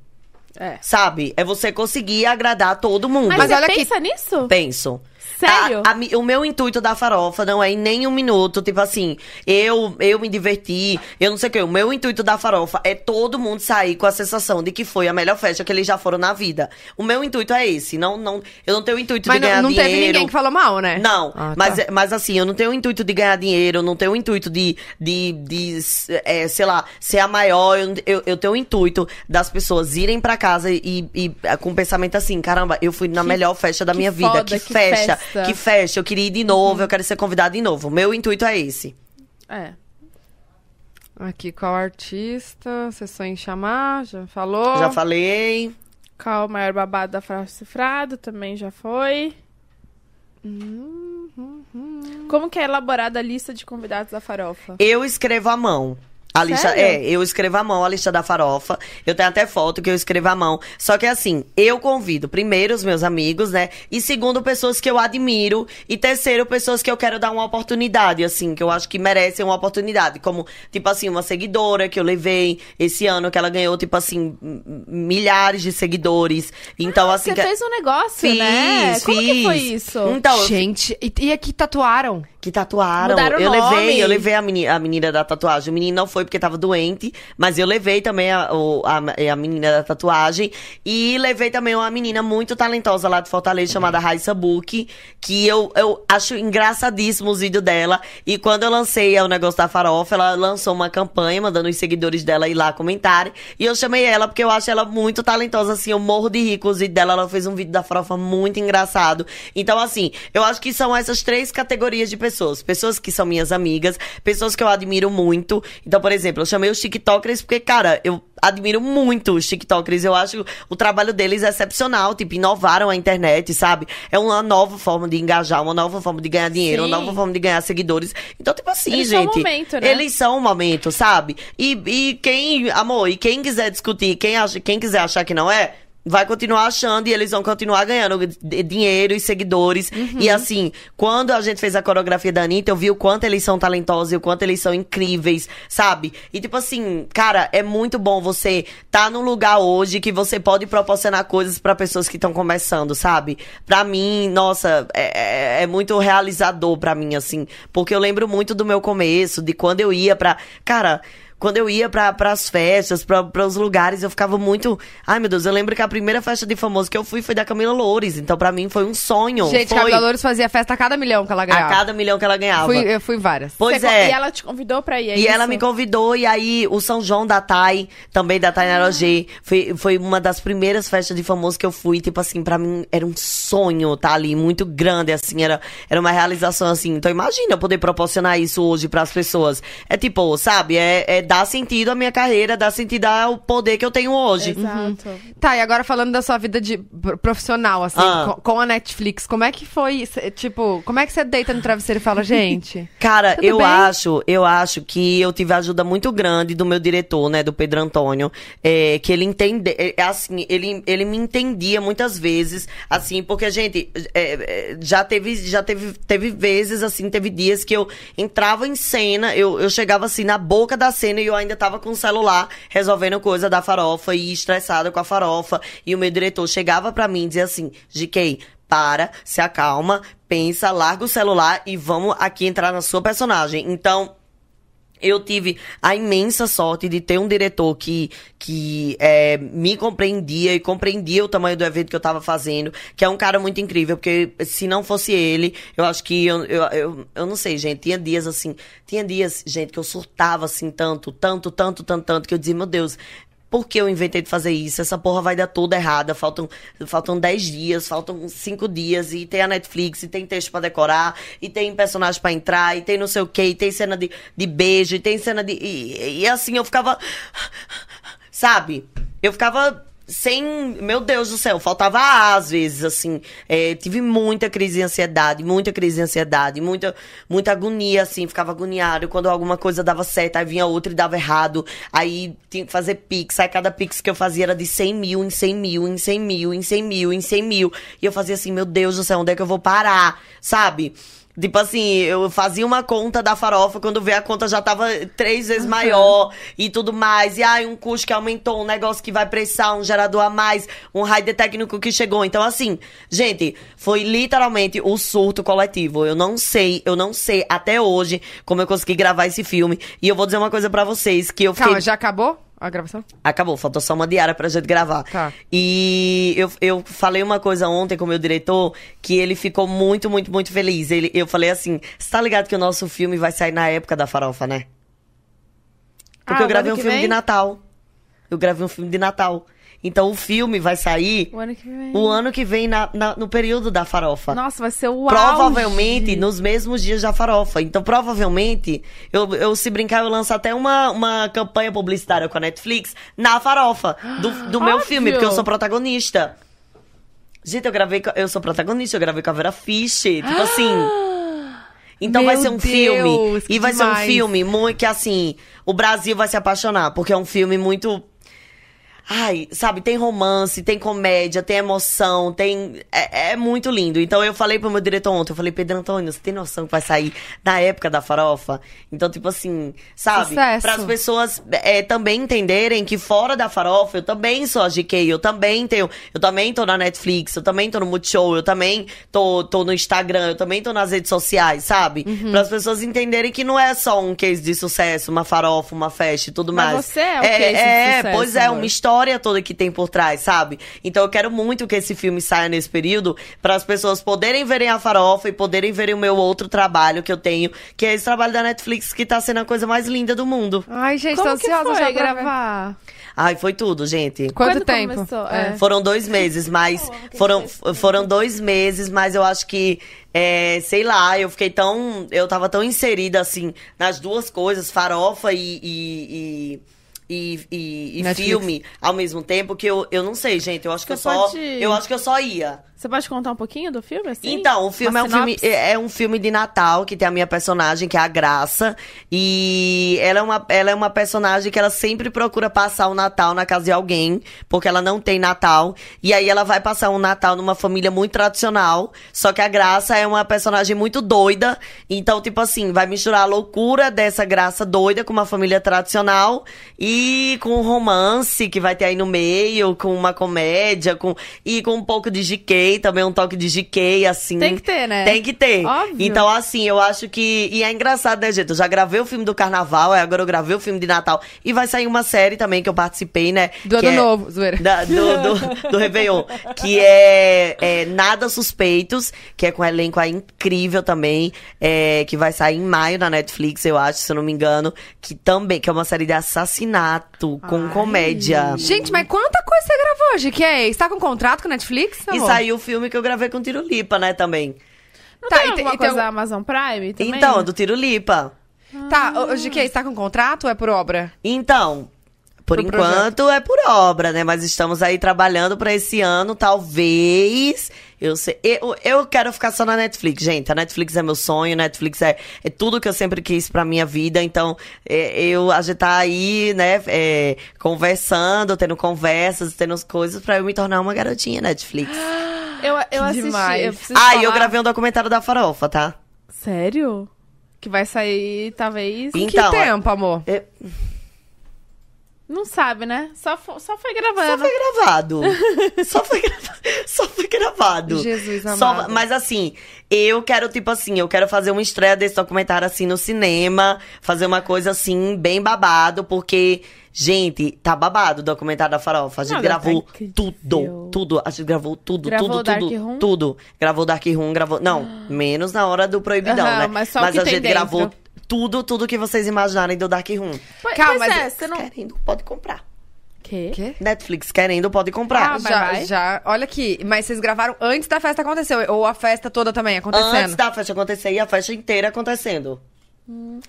Speaker 3: É.
Speaker 4: sabe? É você conseguir agradar todo mundo.
Speaker 3: Mas,
Speaker 2: Mas é
Speaker 3: você
Speaker 2: olha aqui-
Speaker 3: pensa nisso?
Speaker 4: Penso.
Speaker 3: Sério?
Speaker 4: A- a mi- o meu intuito da farofa não é em nenhum minuto, tipo assim, eu eu me diverti, eu não sei o que. O meu intuito da farofa é todo mundo sair com a sensação de que foi a melhor festa que eles já foram na vida. O meu intuito é esse. Não, não, eu não tenho o intuito
Speaker 2: Mas
Speaker 4: de
Speaker 2: não,
Speaker 4: ganhar
Speaker 2: não
Speaker 4: dinheiro.
Speaker 2: teve ninguém que falou mal, né?
Speaker 4: Não,
Speaker 2: Ah, tá.
Speaker 4: mas, mas assim, eu não tenho o intuito de ganhar dinheiro, eu não tenho o intuito de, de, de é, sei lá, ser a maior. Eu, eu, eu tenho o intuito das pessoas irem pra casa e, e é, com o pensamento assim: caramba, eu fui na melhor festa da minha vida.
Speaker 3: foda,
Speaker 4: Que,
Speaker 3: que
Speaker 4: festa,
Speaker 3: festa.
Speaker 4: que festa. Eu queria ir de novo, eu quero ser convidada de novo. Meu intuito é esse.
Speaker 3: É.
Speaker 2: Aqui, qual artista? Você sonha em chamar? Já falou?
Speaker 4: Já falei.
Speaker 3: Qual o maior babado da frase cifrado? Também já foi.
Speaker 4: Uhum.
Speaker 3: Como que é elaborada a lista de convidados da farofa?
Speaker 4: Eu escrevo à mão. A lista,
Speaker 3: Sério?
Speaker 4: é, eu escrevo à mão a lista da farofa. Eu tenho até foto que eu escrevo à mão. Só que assim, eu convido primeiro os meus amigos, né? E segundo, pessoas que eu admiro. E terceiro, pessoas que eu quero dar uma oportunidade, assim, que eu acho que merecem uma oportunidade. Como, tipo assim, uma seguidora que eu levei esse ano, que ela ganhou, tipo assim, m- m- milhares de seguidores. Então, assim.
Speaker 3: Você
Speaker 4: que-
Speaker 3: fez um negócio,
Speaker 4: Fiz,
Speaker 3: né? Como que
Speaker 4: fiz.
Speaker 3: foi isso?
Speaker 4: Então, eu
Speaker 2: Gente, e, e aqui tatuaram?
Speaker 4: que tatuaram.
Speaker 3: Mudaram o
Speaker 4: eu
Speaker 3: nome.
Speaker 4: levei, eu levei a, meni, a menina da tatuagem. O menino não foi porque tava doente, mas eu levei também a, o- a, a menina da tatuagem. E levei também uma menina muito talentosa lá de Fortaleza, chamada Raissa Book, que eu, eu acho engraçadíssimo os vídeos dela. E quando eu lancei o negócio da farofa, ela lançou uma campanha, mandando os seguidores dela ir lá comentarem. E eu chamei ela porque eu acho ela muito talentosa, assim, eu morro de rir com os vídeos dela. Ela fez um vídeo da farofa muito engraçado. Então, assim, eu acho que são essas três categorias de pessoas. Pessoas que são minhas amigas, pessoas que eu admiro muito. Então, por exemplo, eu chamei os TikTokers porque, cara, eu admiro muito os TikTokers. Eu acho o trabalho deles excepcional. Tipo, inovaram a internet, sabe? É uma nova forma de engajar, uma nova forma de ganhar dinheiro, uma
Speaker 3: Sim.
Speaker 4: nova forma de ganhar seguidores. Então, tipo assim,
Speaker 3: Eles são o
Speaker 4: gente.
Speaker 3: momento, né?
Speaker 4: Eles são um o momento, sabe? E, e quem, amor, e quem quiser discutir, quem, acha, quem quiser achar que não é. Vai continuar achando e eles vão continuar ganhando d- dinheiro e seguidores.
Speaker 3: Uhum.
Speaker 4: E assim, quando a gente fez a coreografia da Anitta, eu vi o quanto eles são talentosos e o quanto eles são incríveis, sabe? E tipo assim, cara, é muito bom você tá num lugar hoje que você pode proporcionar coisas pra pessoas que estão começando, sabe? Pra mim, nossa, é, é- é muito realizador pra mim, assim. Porque eu lembro muito do meu começo, de quando eu ia pra. Cara quando eu ia para as festas, para os lugares, eu ficava muito. Ai, meu Deus, eu lembro que a primeira festa de famoso que eu fui foi da Camila Loures. Então, pra mim, foi um sonho.
Speaker 2: Gente,
Speaker 4: foi
Speaker 2: Camila Louros fazia festa a cada milhão que ela
Speaker 4: a
Speaker 2: ganhava.
Speaker 4: cada milhão que ela ganhava.
Speaker 2: Fui- eu fui em várias.
Speaker 4: Pois
Speaker 3: Você-
Speaker 4: é.
Speaker 3: E ela te convidou pra ir, é
Speaker 4: E ela
Speaker 3: isso?
Speaker 4: me convidou, e aí o São João da Thay, também da Thay Narogê,
Speaker 3: Ah.
Speaker 4: foi, foi uma das primeiras festas de famoso que eu fui. Tipo assim, pra mim era um sonho tá ali, muito grande, assim, era, era uma realização assim. Então imagina eu poder proporcionar isso hoje pras pessoas. É tipo, sabe, é, é dar sentido à minha carreira, dar sentido ao poder que eu tenho hoje.
Speaker 3: Exato.
Speaker 2: Tá, e agora falando da sua vida de pro- profissional, assim,
Speaker 4: Ah.
Speaker 2: co- com, a Netflix, como é que foi? cê- tipo, como é que você deita no travesseiro e fala, gente?
Speaker 4: Cara,
Speaker 2: Tudo
Speaker 4: eu
Speaker 2: bem?
Speaker 4: acho, eu acho que eu tive ajuda muito grande do meu diretor, né, do Pedro Antônio, é, que ele entende, é, é assim, ele, ele me entendia muitas vezes, assim, porque gente, é, é, já teve, já teve, teve vezes assim, teve dias que eu entrava em cena, eu, eu chegava assim na boca da cena e eu ainda tava com o celular resolvendo coisa da farofa e estressada com a farofa e o meu diretor chegava pra mim e dizia assim, GK, para, se acalma, pensa, larga o celular e vamos aqui entrar na sua personagem. Então, eu tive a imensa sorte de ter um diretor que, que é, me compreendia e compreendia o tamanho do evento que eu tava fazendo, que é um cara muito incrível, porque se não fosse ele, eu acho que eu, eu, eu, eu não sei, gente, tinha dias assim, tinha dias, gente, que eu surtava assim tanto, tanto, tanto, tanto, tanto, que eu dizia, meu Deus, por que eu inventei de fazer isso? Essa porra vai dar toda errada. Faltam, faltam 10 dias, faltam 5 dias. E tem a Netflix, e tem texto pra decorar, e tem personagem pra entrar, e tem não sei o quê, e tem cena de, de beijo, e tem cena de. E, e assim, eu ficava. Sabe? Eu ficava sem. Meu Deus do céu, faltava ar às vezes, assim. É, tive muita crise de ansiedade, muita crise de ansiedade, muita, muita agonia, assim. Ficava agoniado quando alguma coisa dava certo, aí vinha outra e dava errado. Aí tinha que fazer pix. Aí cada pix que eu fazia era de 100 mil, em 100 mil, em 100 mil, em 100 mil, em 100 mil. E eu fazia assim, meu Deus do céu, onde é que eu vou parar? Sabe? Tipo assim, eu fazia uma conta da farofa, quando vê a conta já tava três vezes maior e tudo mais. E aí, um custo que aumentou, um negócio que vai pressar, um gerador a mais, um raio técnico que chegou. Então, assim, gente, foi literalmente o surto coletivo. Eu não sei, eu não sei até hoje como eu consegui gravar esse filme. E eu vou dizer uma coisa pra vocês, que eu fiquei...
Speaker 2: Calma, já acabou a gravação?
Speaker 4: Acabou, faltou só uma diária pra gente gravar.
Speaker 2: Tá.
Speaker 4: E eu, eu falei uma coisa ontem com o meu diretor que ele ficou muito, muito, muito feliz. Ele, eu falei assim: você tá ligado que o nosso filme vai sair na época da farofa, né? Porque
Speaker 3: Ah,
Speaker 4: eu gravei
Speaker 3: o ano
Speaker 4: um
Speaker 3: que
Speaker 4: filme de
Speaker 3: vem?
Speaker 4: Natal. Eu gravei um filme de Natal. Então o filme vai sair
Speaker 3: O ano que vem.
Speaker 4: o ano que vem na- na- no período da farofa.
Speaker 3: Nossa, vai ser o
Speaker 4: Provavelmente
Speaker 3: auge.
Speaker 4: nos mesmos dias da farofa. Então, provavelmente, eu, eu se brincar, eu lanço até uma, uma campanha publicitária com a Netflix na farofa do, do meu
Speaker 3: Óbvio.
Speaker 4: filme, porque eu sou protagonista. Gente, eu gravei. com- Eu sou protagonista, eu gravei com a Vera Fischer. Tipo assim. Então vai
Speaker 2: Ah! Meu
Speaker 4: ser um
Speaker 2: Deus,
Speaker 4: filme.
Speaker 2: que
Speaker 4: E vai ser um
Speaker 2: demais.
Speaker 4: filme muito que assim, o Brasil vai se apaixonar, porque é um filme muito Ai, sabe, tem romance, tem comédia, tem emoção, tem. É, é muito lindo. Então eu falei pro meu diretor ontem, eu falei, Pedro Antônio, você tem noção que vai sair na época da farofa? Então, tipo assim, sabe?
Speaker 2: Sucesso.
Speaker 4: Para as pessoas é, também entenderem que fora da farofa eu também sou a GK, eu também tenho. Eu também tô na Netflix, eu também tô no Multishow, eu também tô, tô no Instagram, eu também tô nas redes sociais, sabe?
Speaker 3: Uhum.
Speaker 4: Para as pessoas entenderem que não é só um case de sucesso, uma farofa, uma festa e tudo
Speaker 3: Mas
Speaker 4: mais.
Speaker 3: você é o case de sucesso, né?
Speaker 4: pois é,
Speaker 3: amor.
Speaker 4: uma história toda que tem por trás, sabe? Então eu quero muito que esse filme saia nesse período para as pessoas poderem verem a farofa e poderem verem o meu outro trabalho que eu tenho, que é esse trabalho da Netflix que tá sendo a coisa mais linda do mundo.
Speaker 2: Ai, gente,
Speaker 3: Como
Speaker 2: tô
Speaker 3: que
Speaker 2: ansiosa
Speaker 3: foi
Speaker 2: já pra
Speaker 3: gravar?
Speaker 4: Ai, foi tudo, gente.
Speaker 2: Quanto
Speaker 3: Quando
Speaker 2: tempo?
Speaker 3: começou?
Speaker 2: É.
Speaker 3: É.
Speaker 4: Foram dois meses, mas. Foram, foram dois meses, mas eu acho que. é, sei lá, eu fiquei tão. Eu tava tão inserida, assim, nas duas coisas, farofa e. e, e- e- e- e
Speaker 2: Netflix.
Speaker 4: filme ao mesmo tempo que eu, eu não sei, gente. Eu acho que eu
Speaker 3: Você
Speaker 4: só.
Speaker 3: pode-
Speaker 4: Eu acho que eu só ia.
Speaker 3: Você pode contar um pouquinho do filme? assim?
Speaker 4: Então, o filme, é
Speaker 3: Uma
Speaker 4: um filme,
Speaker 3: sinopse?
Speaker 4: é é um filme de Natal que tem a minha personagem, que é a Graça. E ela é, uma, ela é uma personagem que ela sempre procura passar o Natal na casa de alguém, porque ela não tem Natal. E aí ela vai passar um Natal numa família muito tradicional. Só que a Graça é uma personagem muito doida. Então, tipo assim, vai misturar a loucura dessa Graça doida com uma família tradicional e com um romance que vai ter aí no meio, com uma comédia, com e com um pouco de GK, também um toque de GK, assim.
Speaker 3: Tem que ter, né?
Speaker 4: Tem que ter.
Speaker 3: Óbvio.
Speaker 4: Então, assim, eu acho que. E é engraçado, né, gente? Eu já gravei o filme do carnaval, aí agora eu gravei o filme de Natal. E vai sair uma série também que eu participei, né?
Speaker 2: Do
Speaker 4: que
Speaker 2: ano
Speaker 4: é-
Speaker 2: novo, zoeira.
Speaker 4: da- do, do, do Réveillon. Que é, é Nada Suspeitos, que é com um elenco aí incrível também. é, que vai sair em maio na Netflix, eu acho, se eu não me engano. Que também, que é uma série de assassinato com comédia.
Speaker 2: Gente, mas quanta coisa você gravou hoje? Que é? Você tá com contrato com a Netflix?
Speaker 4: E
Speaker 2: amor?
Speaker 4: saiu o filme que eu gravei com o Tiro Lipa, né, também.
Speaker 3: Não
Speaker 2: Tá,
Speaker 3: tem
Speaker 2: e tem-
Speaker 3: alguma
Speaker 2: e tem
Speaker 3: coisa
Speaker 2: algum-
Speaker 3: da Amazon Prime também?
Speaker 4: Então, do Tiro Lipa.
Speaker 2: Tá, hoje que é? Você tá com contrato ou é por obra?
Speaker 4: Então, por
Speaker 2: Pro
Speaker 4: enquanto é por obra, né? Mas estamos aí trabalhando pra esse ano, talvez. Eu, sei, eu, eu quero ficar só na Netflix, gente. A Netflix é meu sonho, Netflix é, é tudo que eu sempre quis pra minha vida. Então, é, eu a gente tá aí, né, é, conversando, tendo conversas, tendo as coisas pra eu me tornar uma garotinha Netflix.
Speaker 3: Eu, eu assisti.
Speaker 2: Demais.
Speaker 3: Eu preciso
Speaker 4: Ah, e eu
Speaker 3: falar.
Speaker 4: gravei um documentário da Farofa, tá?
Speaker 3: Sério? Que vai sair, talvez.
Speaker 4: E- Então,
Speaker 2: que
Speaker 4: é-
Speaker 2: tempo, amor?
Speaker 4: É,
Speaker 3: Não sabe, né? Só, fo- só foi gravando.
Speaker 4: Só foi gravado. Só foi gravado. Só foi gravado.
Speaker 2: Jesus
Speaker 4: Só-
Speaker 2: amado.
Speaker 4: mas assim, eu quero, tipo assim, eu quero fazer uma estreia desse documentário assim no cinema. Fazer uma coisa assim, bem babado, porque, gente, tá babado o documentário da farofa. A gente
Speaker 3: Não,
Speaker 4: gravou
Speaker 3: tá incrível.
Speaker 4: tudo. Tudo. A gente gravou tudo,
Speaker 3: Gravou
Speaker 4: tudo,
Speaker 3: o Dark
Speaker 4: tudo.
Speaker 3: Room?
Speaker 4: Tudo. Gravou Dark Room, gravou. Não, menos na hora do proibidão,
Speaker 3: Aham,
Speaker 4: né?
Speaker 3: mas só o que
Speaker 4: a
Speaker 3: tem
Speaker 4: gente
Speaker 3: dentro.
Speaker 4: gravou tudo, tudo que vocês imaginarem do Dark Room.
Speaker 3: Pois-
Speaker 2: Calma,
Speaker 3: pois
Speaker 2: mas-
Speaker 3: é, você não.
Speaker 4: Querendo, pode comprar.
Speaker 3: Quê?
Speaker 2: Quê?
Speaker 4: Netflix querendo, pode comprar.
Speaker 3: Ah, vai,
Speaker 2: já,
Speaker 3: vai.
Speaker 2: já. Olha aqui, mas vocês gravaram antes da festa acontecer, ou a festa toda também
Speaker 4: Antes
Speaker 2: acontecendo?
Speaker 4: da festa acontecer e a festa inteira acontecendo.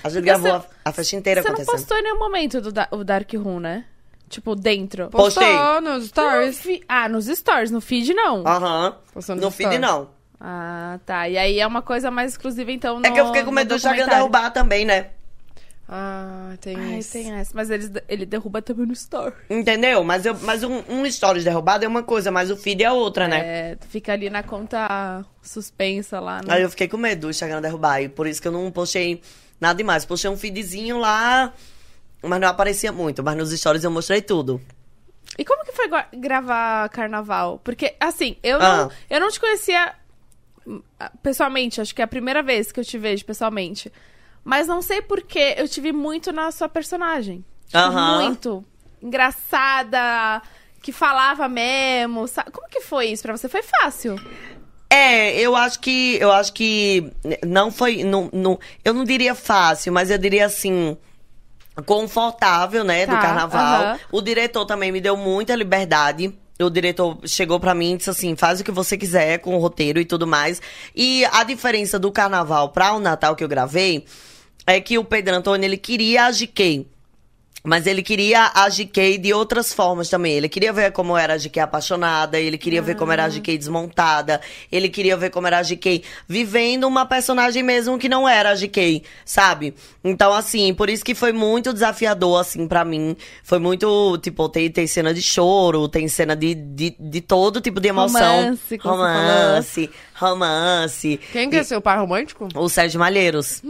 Speaker 4: A gente gravou
Speaker 3: você-
Speaker 4: a, a festa inteira
Speaker 3: Você não
Speaker 4: acontecendo.
Speaker 3: postou em nenhum momento do da- o Dark Room, né? Tipo, dentro.
Speaker 4: Postei.
Speaker 2: Postou nos stories.
Speaker 3: No fi- Ah, nos stories, no feed não.
Speaker 4: Aham.
Speaker 2: Postou nos
Speaker 4: No feed,
Speaker 2: stories.
Speaker 4: não.
Speaker 3: Ah, tá. E aí é uma coisa mais exclusiva, então.
Speaker 4: É
Speaker 3: no-
Speaker 4: que eu fiquei com
Speaker 3: no
Speaker 4: medo do Instagram
Speaker 3: documentário.
Speaker 4: derrubar também, né?
Speaker 2: Ah, tem
Speaker 3: Ai,
Speaker 2: isso.
Speaker 3: tem essa. Mas eles, ele derruba também no story.
Speaker 4: Entendeu? Mas, eu, mas um, um stories derrubado é uma coisa, mas o feed é outra, né?
Speaker 3: É, fica ali na conta suspensa lá. né?
Speaker 4: Aí eu fiquei com medo do Instagram derrubar. E por isso que eu não postei nada demais. Postei um feedzinho lá, mas não aparecia muito. Mas nos stories eu mostrei tudo.
Speaker 3: E como que foi gua- gravar carnaval? Porque, assim, eu,
Speaker 4: Ah.
Speaker 3: não, eu não te conhecia hum, ah, pessoalmente, acho que é a primeira vez que eu te vejo pessoalmente. Mas não sei porquê, eu te vi muito na sua personagem. Tipo,
Speaker 4: Aham.
Speaker 3: Muito. Engraçada, que falava mesmo. sa- Como que foi isso pra você? Foi fácil.
Speaker 4: É, eu acho que. Eu acho que. Não foi. Não, não, eu não diria fácil, mas eu diria assim. Confortável, né?
Speaker 3: Tá,
Speaker 4: do carnaval.
Speaker 3: aham.
Speaker 4: O diretor também me deu muita liberdade. O diretor chegou pra mim e disse assim: faz o que você quiser com o roteiro e tudo mais. E a diferença do carnaval pra o Natal que eu gravei é que o Pedro Antônio ele queria a GK. Mas ele queria a GK de outras formas também. Ele queria ver como era a GK apaixonada, ele queria ver
Speaker 3: Ah.
Speaker 4: como era a GK desmontada, ele queria ver como era a GK vivendo uma personagem mesmo que não era a GK, sabe? Então, assim, por isso que foi muito desafiador, assim, pra mim. Foi muito, tipo, tem, tem cena de choro, tem cena de, de, de todo tipo de emoção.
Speaker 3: Romance, como você falou.
Speaker 4: romance, romance.
Speaker 2: Quem que é seu par romântico?
Speaker 4: O Sérgio Malheiros.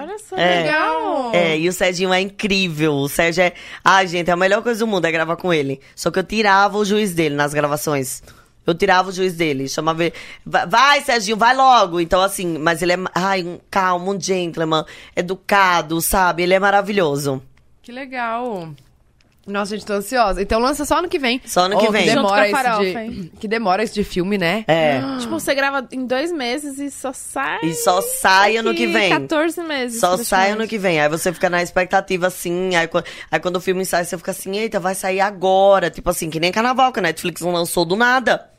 Speaker 3: Olha só,
Speaker 4: É.
Speaker 3: legal.
Speaker 4: É, e o Serginho é incrível. O Sérgio é. Ai, gente, é a melhor coisa do mundo é gravar com ele. Só que eu tirava o juiz dele nas gravações. Eu tirava o juiz dele, chamava ele. "Va- Vai, Serginho, vai logo. Então, assim, mas ele é. ma- Ai, um calmo, um gentleman, educado, sabe? Ele é maravilhoso.
Speaker 2: Que legal. Nossa, gente, tô ansiosa. Então lança só ano que vem.
Speaker 4: Só ano que vem.
Speaker 2: Que
Speaker 4: Junto
Speaker 2: demora,
Speaker 3: com a farofa,
Speaker 2: isso de... que demora isso de filme, né?
Speaker 4: É.
Speaker 3: Tipo, você grava em dois meses e só sai.
Speaker 4: E só sai ano
Speaker 3: daqui
Speaker 4: que vem.
Speaker 3: 14 meses.
Speaker 4: Só sai ano
Speaker 3: praticamente.
Speaker 4: que vem. Aí você fica na expectativa, assim. Aí, quan- aí quando o filme sai, você fica assim, eita, vai sair agora. Tipo assim, que nem carnaval, que a Netflix não lançou do nada.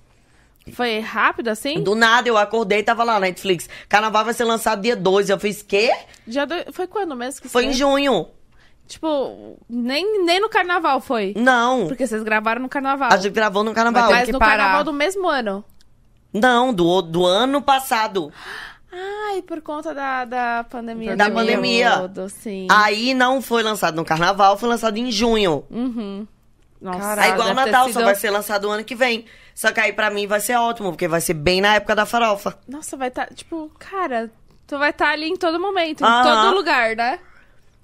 Speaker 3: Foi rápido assim?
Speaker 4: Do nada eu acordei e tava lá na Netflix. Carnaval vai ser lançado dia 12. Eu fiz quê?
Speaker 3: Já do- Foi quando mesmo que
Speaker 4: Foi em
Speaker 3: você-
Speaker 4: junho.
Speaker 3: Tipo, nem, nem no carnaval foi.
Speaker 4: Não.
Speaker 3: Porque vocês gravaram no carnaval.
Speaker 4: A gente gravou no Uhum. Ah, carnaval.
Speaker 2: Vai
Speaker 3: Mas
Speaker 2: que
Speaker 3: no
Speaker 2: parar.
Speaker 3: carnaval do mesmo ano.
Speaker 4: Não, do, do ano passado.
Speaker 3: Ai, por conta da, da pandemia.
Speaker 4: Da
Speaker 3: do
Speaker 4: pandemia. Ah,
Speaker 3: Todo, sim.
Speaker 4: Aí não foi lançado no carnaval, foi lançado em junho.
Speaker 3: Nossa,
Speaker 4: é igual o
Speaker 3: Hum, deve ter
Speaker 4: Natal, só
Speaker 3: sido-
Speaker 4: vai ser lançado o ano que vem. Só que aí pra mim vai ser ótimo, porque vai ser bem na época da farofa.
Speaker 3: Nossa, vai estar, tipo, cara, tu vai estar ali em todo momento, em
Speaker 4: Aham.
Speaker 3: todo lugar, né?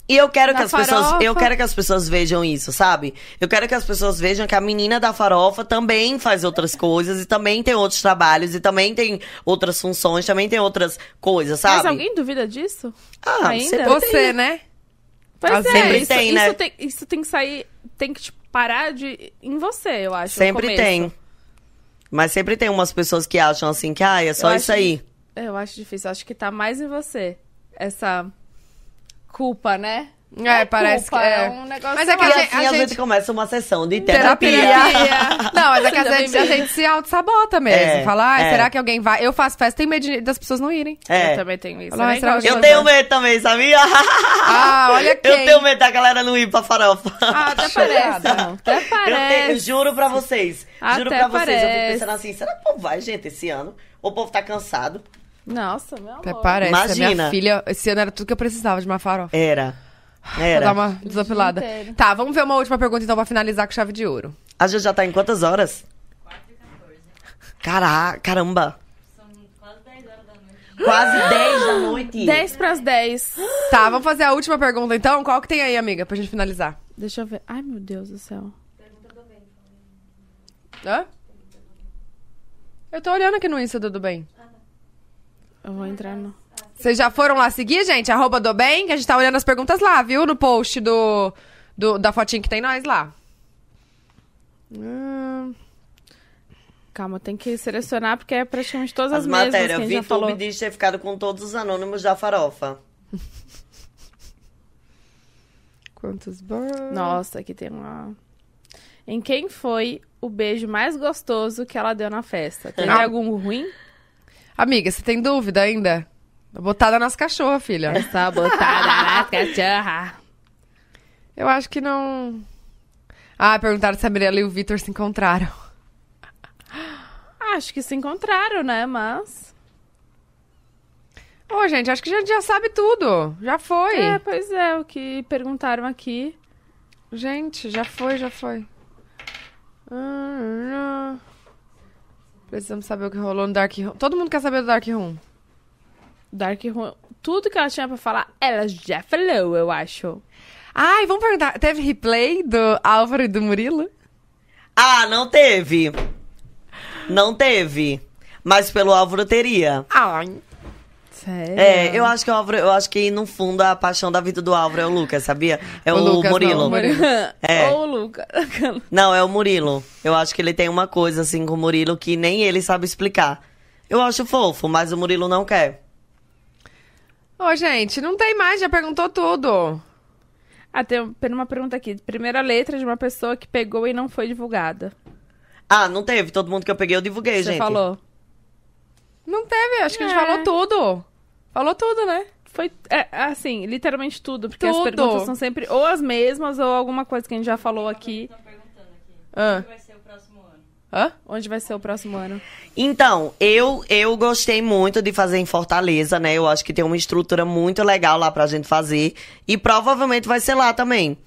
Speaker 4: E eu quero
Speaker 3: Da
Speaker 4: que as pessoas,
Speaker 3: farofa.
Speaker 4: eu quero que as pessoas vejam isso, sabe? Eu quero que as pessoas vejam que a menina da farofa também faz outras coisas e também tem outros trabalhos e também tem outras funções, também tem outras coisas, sabe?
Speaker 3: Mas alguém duvida disso?
Speaker 4: Ah,
Speaker 3: ainda?
Speaker 4: sempre
Speaker 2: Você, né?
Speaker 3: Pois
Speaker 4: Sempre
Speaker 3: é, isso,
Speaker 4: tem,
Speaker 3: isso
Speaker 4: né?
Speaker 3: tem, isso tem que sair, tem que tipo, parar de em você, eu acho. no
Speaker 4: Sempre
Speaker 3: começo.
Speaker 4: tem. Mas sempre tem umas pessoas que acham assim que, ah, é só
Speaker 3: Eu
Speaker 4: isso
Speaker 3: acho-
Speaker 4: aí.
Speaker 3: Eu acho difícil, acho que tá mais em você essa culpa, né? Não
Speaker 2: É, parece
Speaker 3: culpa,
Speaker 2: que é.
Speaker 3: um negócio
Speaker 2: Mas é que
Speaker 4: E
Speaker 2: a
Speaker 3: mais-
Speaker 2: gente-
Speaker 4: assim a, gente...
Speaker 2: gente-
Speaker 4: começa uma sessão de terapia.
Speaker 2: Terapia. Não, mas é que a
Speaker 3: Ainda
Speaker 2: gente,
Speaker 3: bem
Speaker 2: a gente se auto-sabota mesmo.
Speaker 4: É,
Speaker 2: Fala, "Ai,
Speaker 4: é.
Speaker 2: será que alguém vai? Eu faço festa, tenho medo de- das pessoas não irem.
Speaker 3: Eu
Speaker 4: É.
Speaker 3: também tenho isso.
Speaker 2: Olha lá,
Speaker 3: né?
Speaker 2: estraga
Speaker 3: Igual-
Speaker 4: Eu tenho medo também, sabia?
Speaker 2: Ah, olha quem.
Speaker 4: Eu tenho medo da galera não ir pra farofa.
Speaker 3: Ah, até parece. não. Até
Speaker 4: Eu, tenho- eu
Speaker 3: parece.
Speaker 4: juro pra vocês. juro
Speaker 3: Até
Speaker 4: pra vocês. Eu fico
Speaker 3: parece.
Speaker 4: pensando assim, será que o povo vai, gente, esse ano? Ou o povo tá cansado?
Speaker 3: Nossa, meu
Speaker 2: Até
Speaker 3: amor.
Speaker 2: parece. né?
Speaker 4: Imagina.
Speaker 2: Minha filha, esse ano era tudo que eu precisava de uma farofa.
Speaker 4: Era.
Speaker 2: Pra dar
Speaker 4: Era.
Speaker 2: uma desapilada.
Speaker 3: dia inteiro.
Speaker 2: Tá, vamos ver uma última pergunta então pra finalizar com chave de ouro.
Speaker 4: A gente já tá em quantas horas? Caraca, caramba.
Speaker 7: São quase 10 horas da noite.
Speaker 4: Quase 10 da noite.
Speaker 3: 10 pras 10.
Speaker 2: Tá, vamos fazer a última pergunta então. Qual que tem aí, amiga, pra gente finalizar?
Speaker 3: Deixa eu ver. Ai, meu Deus do céu.
Speaker 2: Hã? Eu tô olhando aqui no Insta do Bem.
Speaker 3: Eu vou entrar no.
Speaker 2: Vocês já foram lá seguir, gente? Arroba do Bem, que a gente tá olhando as perguntas lá, viu? No post do, do- da fotinha que tem nós lá. Hum,
Speaker 3: Calma, tem que selecionar porque é praticamente todas as,
Speaker 4: As
Speaker 3: mesmas que a
Speaker 4: matérias.
Speaker 3: gente já
Speaker 4: Vitor
Speaker 3: falou.
Speaker 4: me diz ter ficado com todos os anônimos da farofa.
Speaker 2: quantos bons.
Speaker 3: Nossa, aqui tem uma. Em quem foi o beijo mais gostoso que ela deu na festa? Teve
Speaker 2: Ah.
Speaker 3: algum ruim?
Speaker 2: Amiga, você tem dúvida ainda? Botada nas cachorras, filha.
Speaker 3: Essa botada na cachorra.
Speaker 2: Eu acho que não. Ah, perguntaram se a Mirella e o Vitor se encontraram.
Speaker 3: Acho que se encontraram, né? Mas.
Speaker 2: Ô, gente, acho que já, já sabe tudo. Já foi.
Speaker 3: É, pois é, o que perguntaram aqui.
Speaker 2: Gente, já foi, já foi. Ah, ah. Precisamos saber o que rolou no Dark Room. Todo mundo quer saber do Dark Room.
Speaker 3: Dark Room. Tudo que ela tinha pra falar, ela já falou, eu acho.
Speaker 2: Ai, vamos perguntar. Teve replay do Álvaro e do Murilo?
Speaker 4: Ah, não teve. Não teve. Mas pelo Álvaro teria.
Speaker 2: Ai.
Speaker 3: Sério?
Speaker 4: É, eu acho que o Álvaro, eu acho que no fundo a paixão da vida do Álvaro é o Lucas, sabia? É o,
Speaker 2: Lucas, não,
Speaker 4: Murilo.
Speaker 2: o Murilo.
Speaker 4: É.
Speaker 3: Ou o Luca.
Speaker 4: Não, é o Murilo. Eu acho que ele tem uma coisa assim com o Murilo que nem ele sabe explicar. Eu acho fofo, mas o Murilo não quer.
Speaker 2: Ô, gente, não tem mais, já perguntou tudo.
Speaker 3: Ah, tem um- tem uma pergunta aqui. Primeira letra de uma pessoa que pegou e não foi divulgada.
Speaker 4: Ah, não teve. Todo mundo que eu peguei eu divulguei,
Speaker 3: Você
Speaker 4: gente.
Speaker 3: falou.
Speaker 2: Não teve, acho que a gente
Speaker 3: É.
Speaker 2: falou tudo. Falou tudo, né?
Speaker 3: Foi, é, assim, literalmente tudo. Porque as
Speaker 2: Tudo.
Speaker 3: perguntas são sempre ou as mesmas ou alguma coisa que a gente já falou aqui.
Speaker 7: Estão perguntando aqui.
Speaker 2: Ah.
Speaker 7: O que vai ser o próximo ano?
Speaker 2: Hã?
Speaker 3: Onde vai ser o próximo ano?
Speaker 4: Então, eu eu gostei muito de fazer em Fortaleza, né? Eu acho que tem uma estrutura muito legal lá pra gente fazer. E provavelmente vai ser lá também.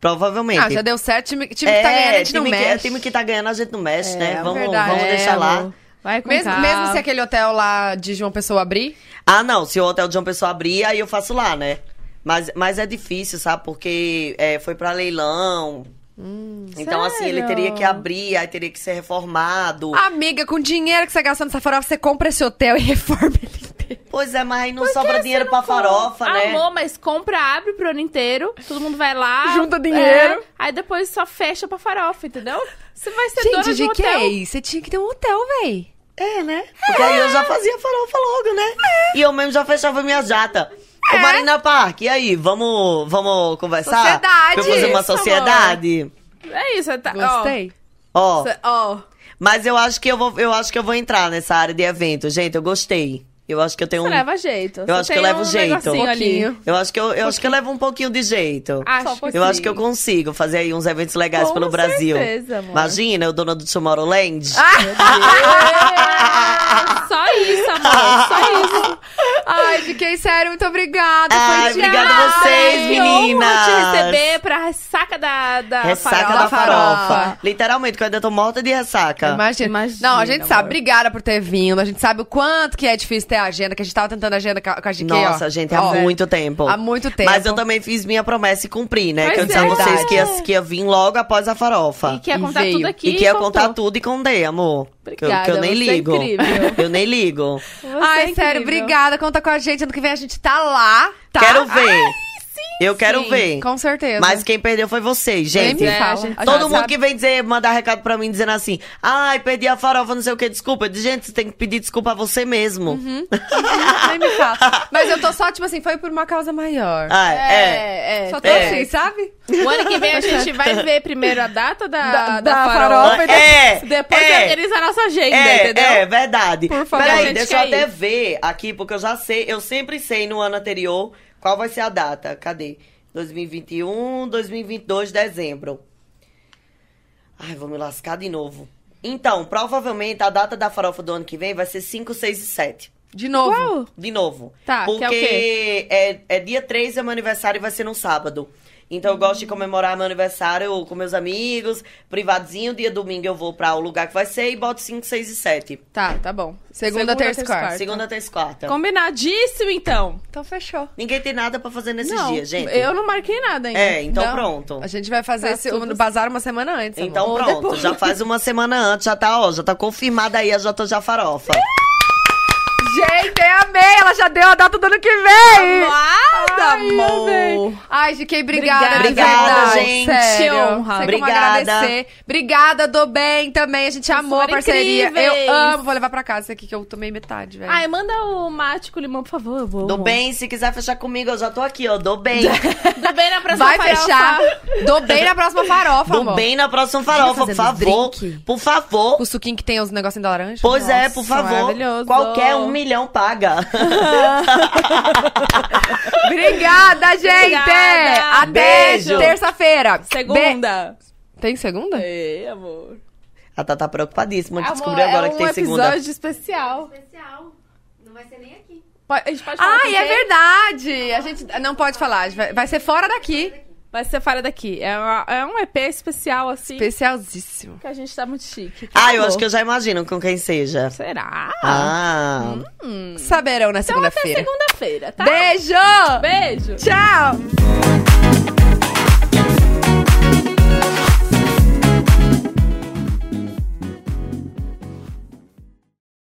Speaker 4: Provavelmente.
Speaker 2: Ah, já deu certo. Time, time que tá ganhando, a gente não
Speaker 4: É, time que,
Speaker 2: mexe.
Speaker 4: time que tá ganhando, a gente não mexe, né? Vamos,
Speaker 2: verdade.
Speaker 4: vamos
Speaker 2: É,
Speaker 4: deixar lá.
Speaker 3: amor. Vai com
Speaker 2: Mesmo,
Speaker 3: calma.
Speaker 2: mesmo se aquele hotel lá de João Pessoa abrir,
Speaker 4: Ah, não. Se o hotel de uma pessoa abrir, aí eu faço lá, né? Mas, mas é difícil, sabe? Porque é, foi pra leilão. então, assim, ele
Speaker 3: Hum, sério? Ah,
Speaker 4: teria que abrir, aí teria que ser reformado.
Speaker 2: amiga, com o dinheiro que você gastou nessa farofa, você compra esse hotel e reforma ele inteiro.
Speaker 4: Pois é, mas aí não
Speaker 3: Por que
Speaker 4: sobra
Speaker 3: você
Speaker 4: dinheiro
Speaker 3: não
Speaker 4: pra
Speaker 3: compra?
Speaker 4: farofa, né?
Speaker 3: Amor, mas compra, abre pro ano inteiro, todo mundo vai lá.
Speaker 2: Junta
Speaker 3: é,
Speaker 2: dinheiro.
Speaker 3: aí depois só fecha pra farofa, entendeu? Você vai ser dona
Speaker 2: Gente,
Speaker 3: de um
Speaker 2: de que é
Speaker 3: hotel.
Speaker 2: Você tinha que ter um hotel, véi.
Speaker 4: É, né? Porque aí eu já fazia farofa logo, né? E eu mesmo já fechava minha jata.
Speaker 3: É?
Speaker 4: Ô, Marina Park, e aí? Vamos, vamos conversar?
Speaker 2: Sociedade,
Speaker 4: Pra eu fazer uma
Speaker 3: isso, amor.
Speaker 4: sociedade?
Speaker 3: É isso, tá, ó.
Speaker 2: Gostei.
Speaker 4: Ó,
Speaker 3: Cê- Ó,
Speaker 4: mas eu acho que eu vou, eu acho que eu vou entrar nessa área de evento, gente. Eu gostei. Eu acho que eu tenho
Speaker 5: Você
Speaker 4: um.
Speaker 5: leva jeito.
Speaker 4: Eu acho que eu levo jeito.
Speaker 5: Um ali.
Speaker 4: Eu acho que eu, eu acho que eu levo um pouquinho de jeito.
Speaker 5: Acho
Speaker 3: Só um
Speaker 4: Eu acho que eu consigo fazer aí uns eventos legais
Speaker 5: Ah, Com
Speaker 4: pelo Brasil.
Speaker 5: certeza, amor. Ah,
Speaker 4: Imagina, eu dona do Tomorrowland.
Speaker 5: É, Só isso, amor. Só isso.
Speaker 2: Ai, fiquei sério, muito obrigada.
Speaker 4: Ai,
Speaker 2: foi demais.
Speaker 4: obrigada a vocês,
Speaker 5: Que honra
Speaker 4: meninas.
Speaker 5: te receber pra ressaca da, da
Speaker 4: Ressaca
Speaker 5: farofa.
Speaker 4: da farofa. Literalmente, que eu ainda tô morta de ressaca.
Speaker 2: Imagina.
Speaker 3: Imagina,
Speaker 2: Não, a gente sabe.
Speaker 3: amor.
Speaker 2: Obrigada por ter vindo. A gente sabe o quanto que é difícil ter agenda, que a gente tava tentando agenda ca- com a GK, ó.
Speaker 4: Nossa, gente, há
Speaker 2: Ó,
Speaker 4: muito tempo.
Speaker 2: Há muito tempo.
Speaker 4: Mas eu também fiz minha promessa e cumpri, né? que eu
Speaker 5: Pois
Speaker 4: disse a
Speaker 5: é.
Speaker 4: vocês que ia, que ia vir logo após a farofa.
Speaker 5: E que ia
Speaker 2: E
Speaker 5: contar
Speaker 2: veio.
Speaker 5: tudo aqui.
Speaker 4: E que ia
Speaker 5: contou.
Speaker 4: contar tudo e contei, amor. Que eu- que, eu
Speaker 5: Obrigada,
Speaker 4: nem
Speaker 5: você é
Speaker 4: ligo.
Speaker 5: incrível.
Speaker 4: Eu nem ligo.
Speaker 5: Você
Speaker 2: Ai,
Speaker 5: é incrível.
Speaker 2: sério, obrigada. Conta com a gente. Ano que vem a gente tá lá, tá?
Speaker 4: Quero ver. eu quero
Speaker 2: Sim,
Speaker 4: ver.
Speaker 2: Com certeza.
Speaker 4: Mas quem perdeu foi vocês,
Speaker 2: Nem
Speaker 4: gente.
Speaker 2: me
Speaker 5: É,
Speaker 2: fala.
Speaker 5: a gente
Speaker 2: A
Speaker 4: Todo
Speaker 2: gente
Speaker 4: mundo
Speaker 2: sabe.
Speaker 4: que vem dizer, mandar recado pra mim dizendo assim: ai, perdi a farofa, não sei o que, desculpa. Eu disse, gente, você tem que pedir desculpa a você mesmo.
Speaker 2: Nem me fala. Mas eu tô só, tipo assim, foi por uma causa maior.
Speaker 4: Ah, é.
Speaker 3: É, é.
Speaker 2: só tô
Speaker 4: é.
Speaker 2: assim, sabe?
Speaker 3: O ano que vem a gente vai ver primeiro a data da,
Speaker 5: Da-
Speaker 3: da,
Speaker 5: da
Speaker 3: farofa.
Speaker 5: farofa.
Speaker 4: É,
Speaker 5: Depois
Speaker 4: é.
Speaker 5: organiza a nossa agenda,
Speaker 4: É,
Speaker 5: entendeu?
Speaker 4: é, verdade.
Speaker 5: Por favor, a
Speaker 4: Peraí,
Speaker 5: gente
Speaker 4: deixa eu
Speaker 5: quer
Speaker 4: até
Speaker 5: ir.
Speaker 4: ver aqui, porque eu já sei, eu sempre sei no ano anterior qual vai ser a data. Cadê? 2021, 2022, dezembro. Ai, vou me lascar de novo. Então, provavelmente a data da farofa do ano que vem vai ser 5, 6 e 7.
Speaker 2: De novo.
Speaker 4: De novo.
Speaker 3: Tá, que é o
Speaker 4: Porque é, é dia 3 é meu aniversário e vai ser num sábado. Então eu
Speaker 3: Hum.
Speaker 4: gosto de comemorar meu aniversário com meus amigos, privadinho. Dia domingo eu vou pra o lugar que vai ser e boto 5, 6 e 7.
Speaker 3: Tá, tá bom.
Speaker 2: Segunda, terça e quarta.
Speaker 4: Segunda, terça e quarta.
Speaker 5: Combinadíssimo, então.
Speaker 2: Então fechou.
Speaker 4: Ninguém tem nada pra fazer nesses
Speaker 3: Não,
Speaker 4: dias, gente.
Speaker 3: eu não marquei nada ainda.
Speaker 4: É, então
Speaker 3: Não.
Speaker 4: pronto.
Speaker 2: A gente vai fazer
Speaker 3: Tá
Speaker 2: esse,
Speaker 3: tudo
Speaker 2: o bazar uma semana antes. amor.
Speaker 4: Então
Speaker 2: Ou
Speaker 4: pronto,
Speaker 2: depois.
Speaker 4: já faz uma semana antes, já tá, ó, já tá confirmada aí a Jota Já Farofa.
Speaker 2: Gente, eu amei! Ela já deu a data do ano que vem!
Speaker 5: Amada,
Speaker 2: Ai, amor! Ai, GK, obrigada.
Speaker 4: Obrigada,
Speaker 2: de verdade,
Speaker 4: gente.
Speaker 2: Sério.
Speaker 5: Honra.
Speaker 2: Sei como
Speaker 4: Obrigada.
Speaker 2: agradecer. Obrigada, do bem também. A gente amou a
Speaker 5: foram
Speaker 2: parceria.
Speaker 5: incríveis.
Speaker 2: Eu amo. Vou levar pra casa esse aqui que eu tomei metade, velho.
Speaker 5: Ai, manda o mate com limão, por favor. Eu vou.
Speaker 4: Do É. bem, se quiser fechar comigo, eu já tô aqui, ó. Do bem.
Speaker 3: Tá
Speaker 5: Do bem né, na próxima
Speaker 2: Vai
Speaker 5: farofa.
Speaker 2: fechar. Do bem na próxima farofa,
Speaker 4: Do
Speaker 2: amor.
Speaker 4: bem na próxima farofa, por
Speaker 2: Fazendo
Speaker 4: favor.
Speaker 2: drink.
Speaker 4: Por favor.
Speaker 2: O suquinho que tem os negocinhos da laranja.
Speaker 4: Pois é,
Speaker 2: Nossa.
Speaker 4: por favor.
Speaker 5: maravilhoso.
Speaker 4: Qualquer um milhão paga.
Speaker 2: Obrigada, gente!
Speaker 5: Obrigada.
Speaker 2: Até
Speaker 4: Beijo.
Speaker 2: terça-feira. Be-
Speaker 5: Segunda.
Speaker 2: Tem segunda?
Speaker 5: Ei, amor.
Speaker 4: a Tata tá preocupadíssima que
Speaker 3: Amor,
Speaker 4: descobriu agora
Speaker 3: é
Speaker 4: que
Speaker 3: um
Speaker 4: tem segunda.
Speaker 3: episódio especial.
Speaker 7: Especial. Não vai ser nem aqui.
Speaker 3: Pode- A gente pode
Speaker 5: Ah,
Speaker 3: falar
Speaker 2: Ai,
Speaker 3: com
Speaker 2: é
Speaker 3: quem?
Speaker 2: verdade! A gente não pode falar. a gente vai- Vai ser fora daqui.
Speaker 5: Vai ser fora daqui. É, uma- é um EP especial, assim,
Speaker 2: Especialzíssimo.
Speaker 5: que a gente tá muito chique.
Speaker 4: Ah, eu acho que eu já imagino com quem seja.
Speaker 5: Será?
Speaker 4: Ah.
Speaker 2: Saberão na
Speaker 5: então até tá?
Speaker 2: segunda-feira.
Speaker 5: segunda-feira, tá?
Speaker 2: Beijo!
Speaker 5: Beijo!
Speaker 2: Tchau!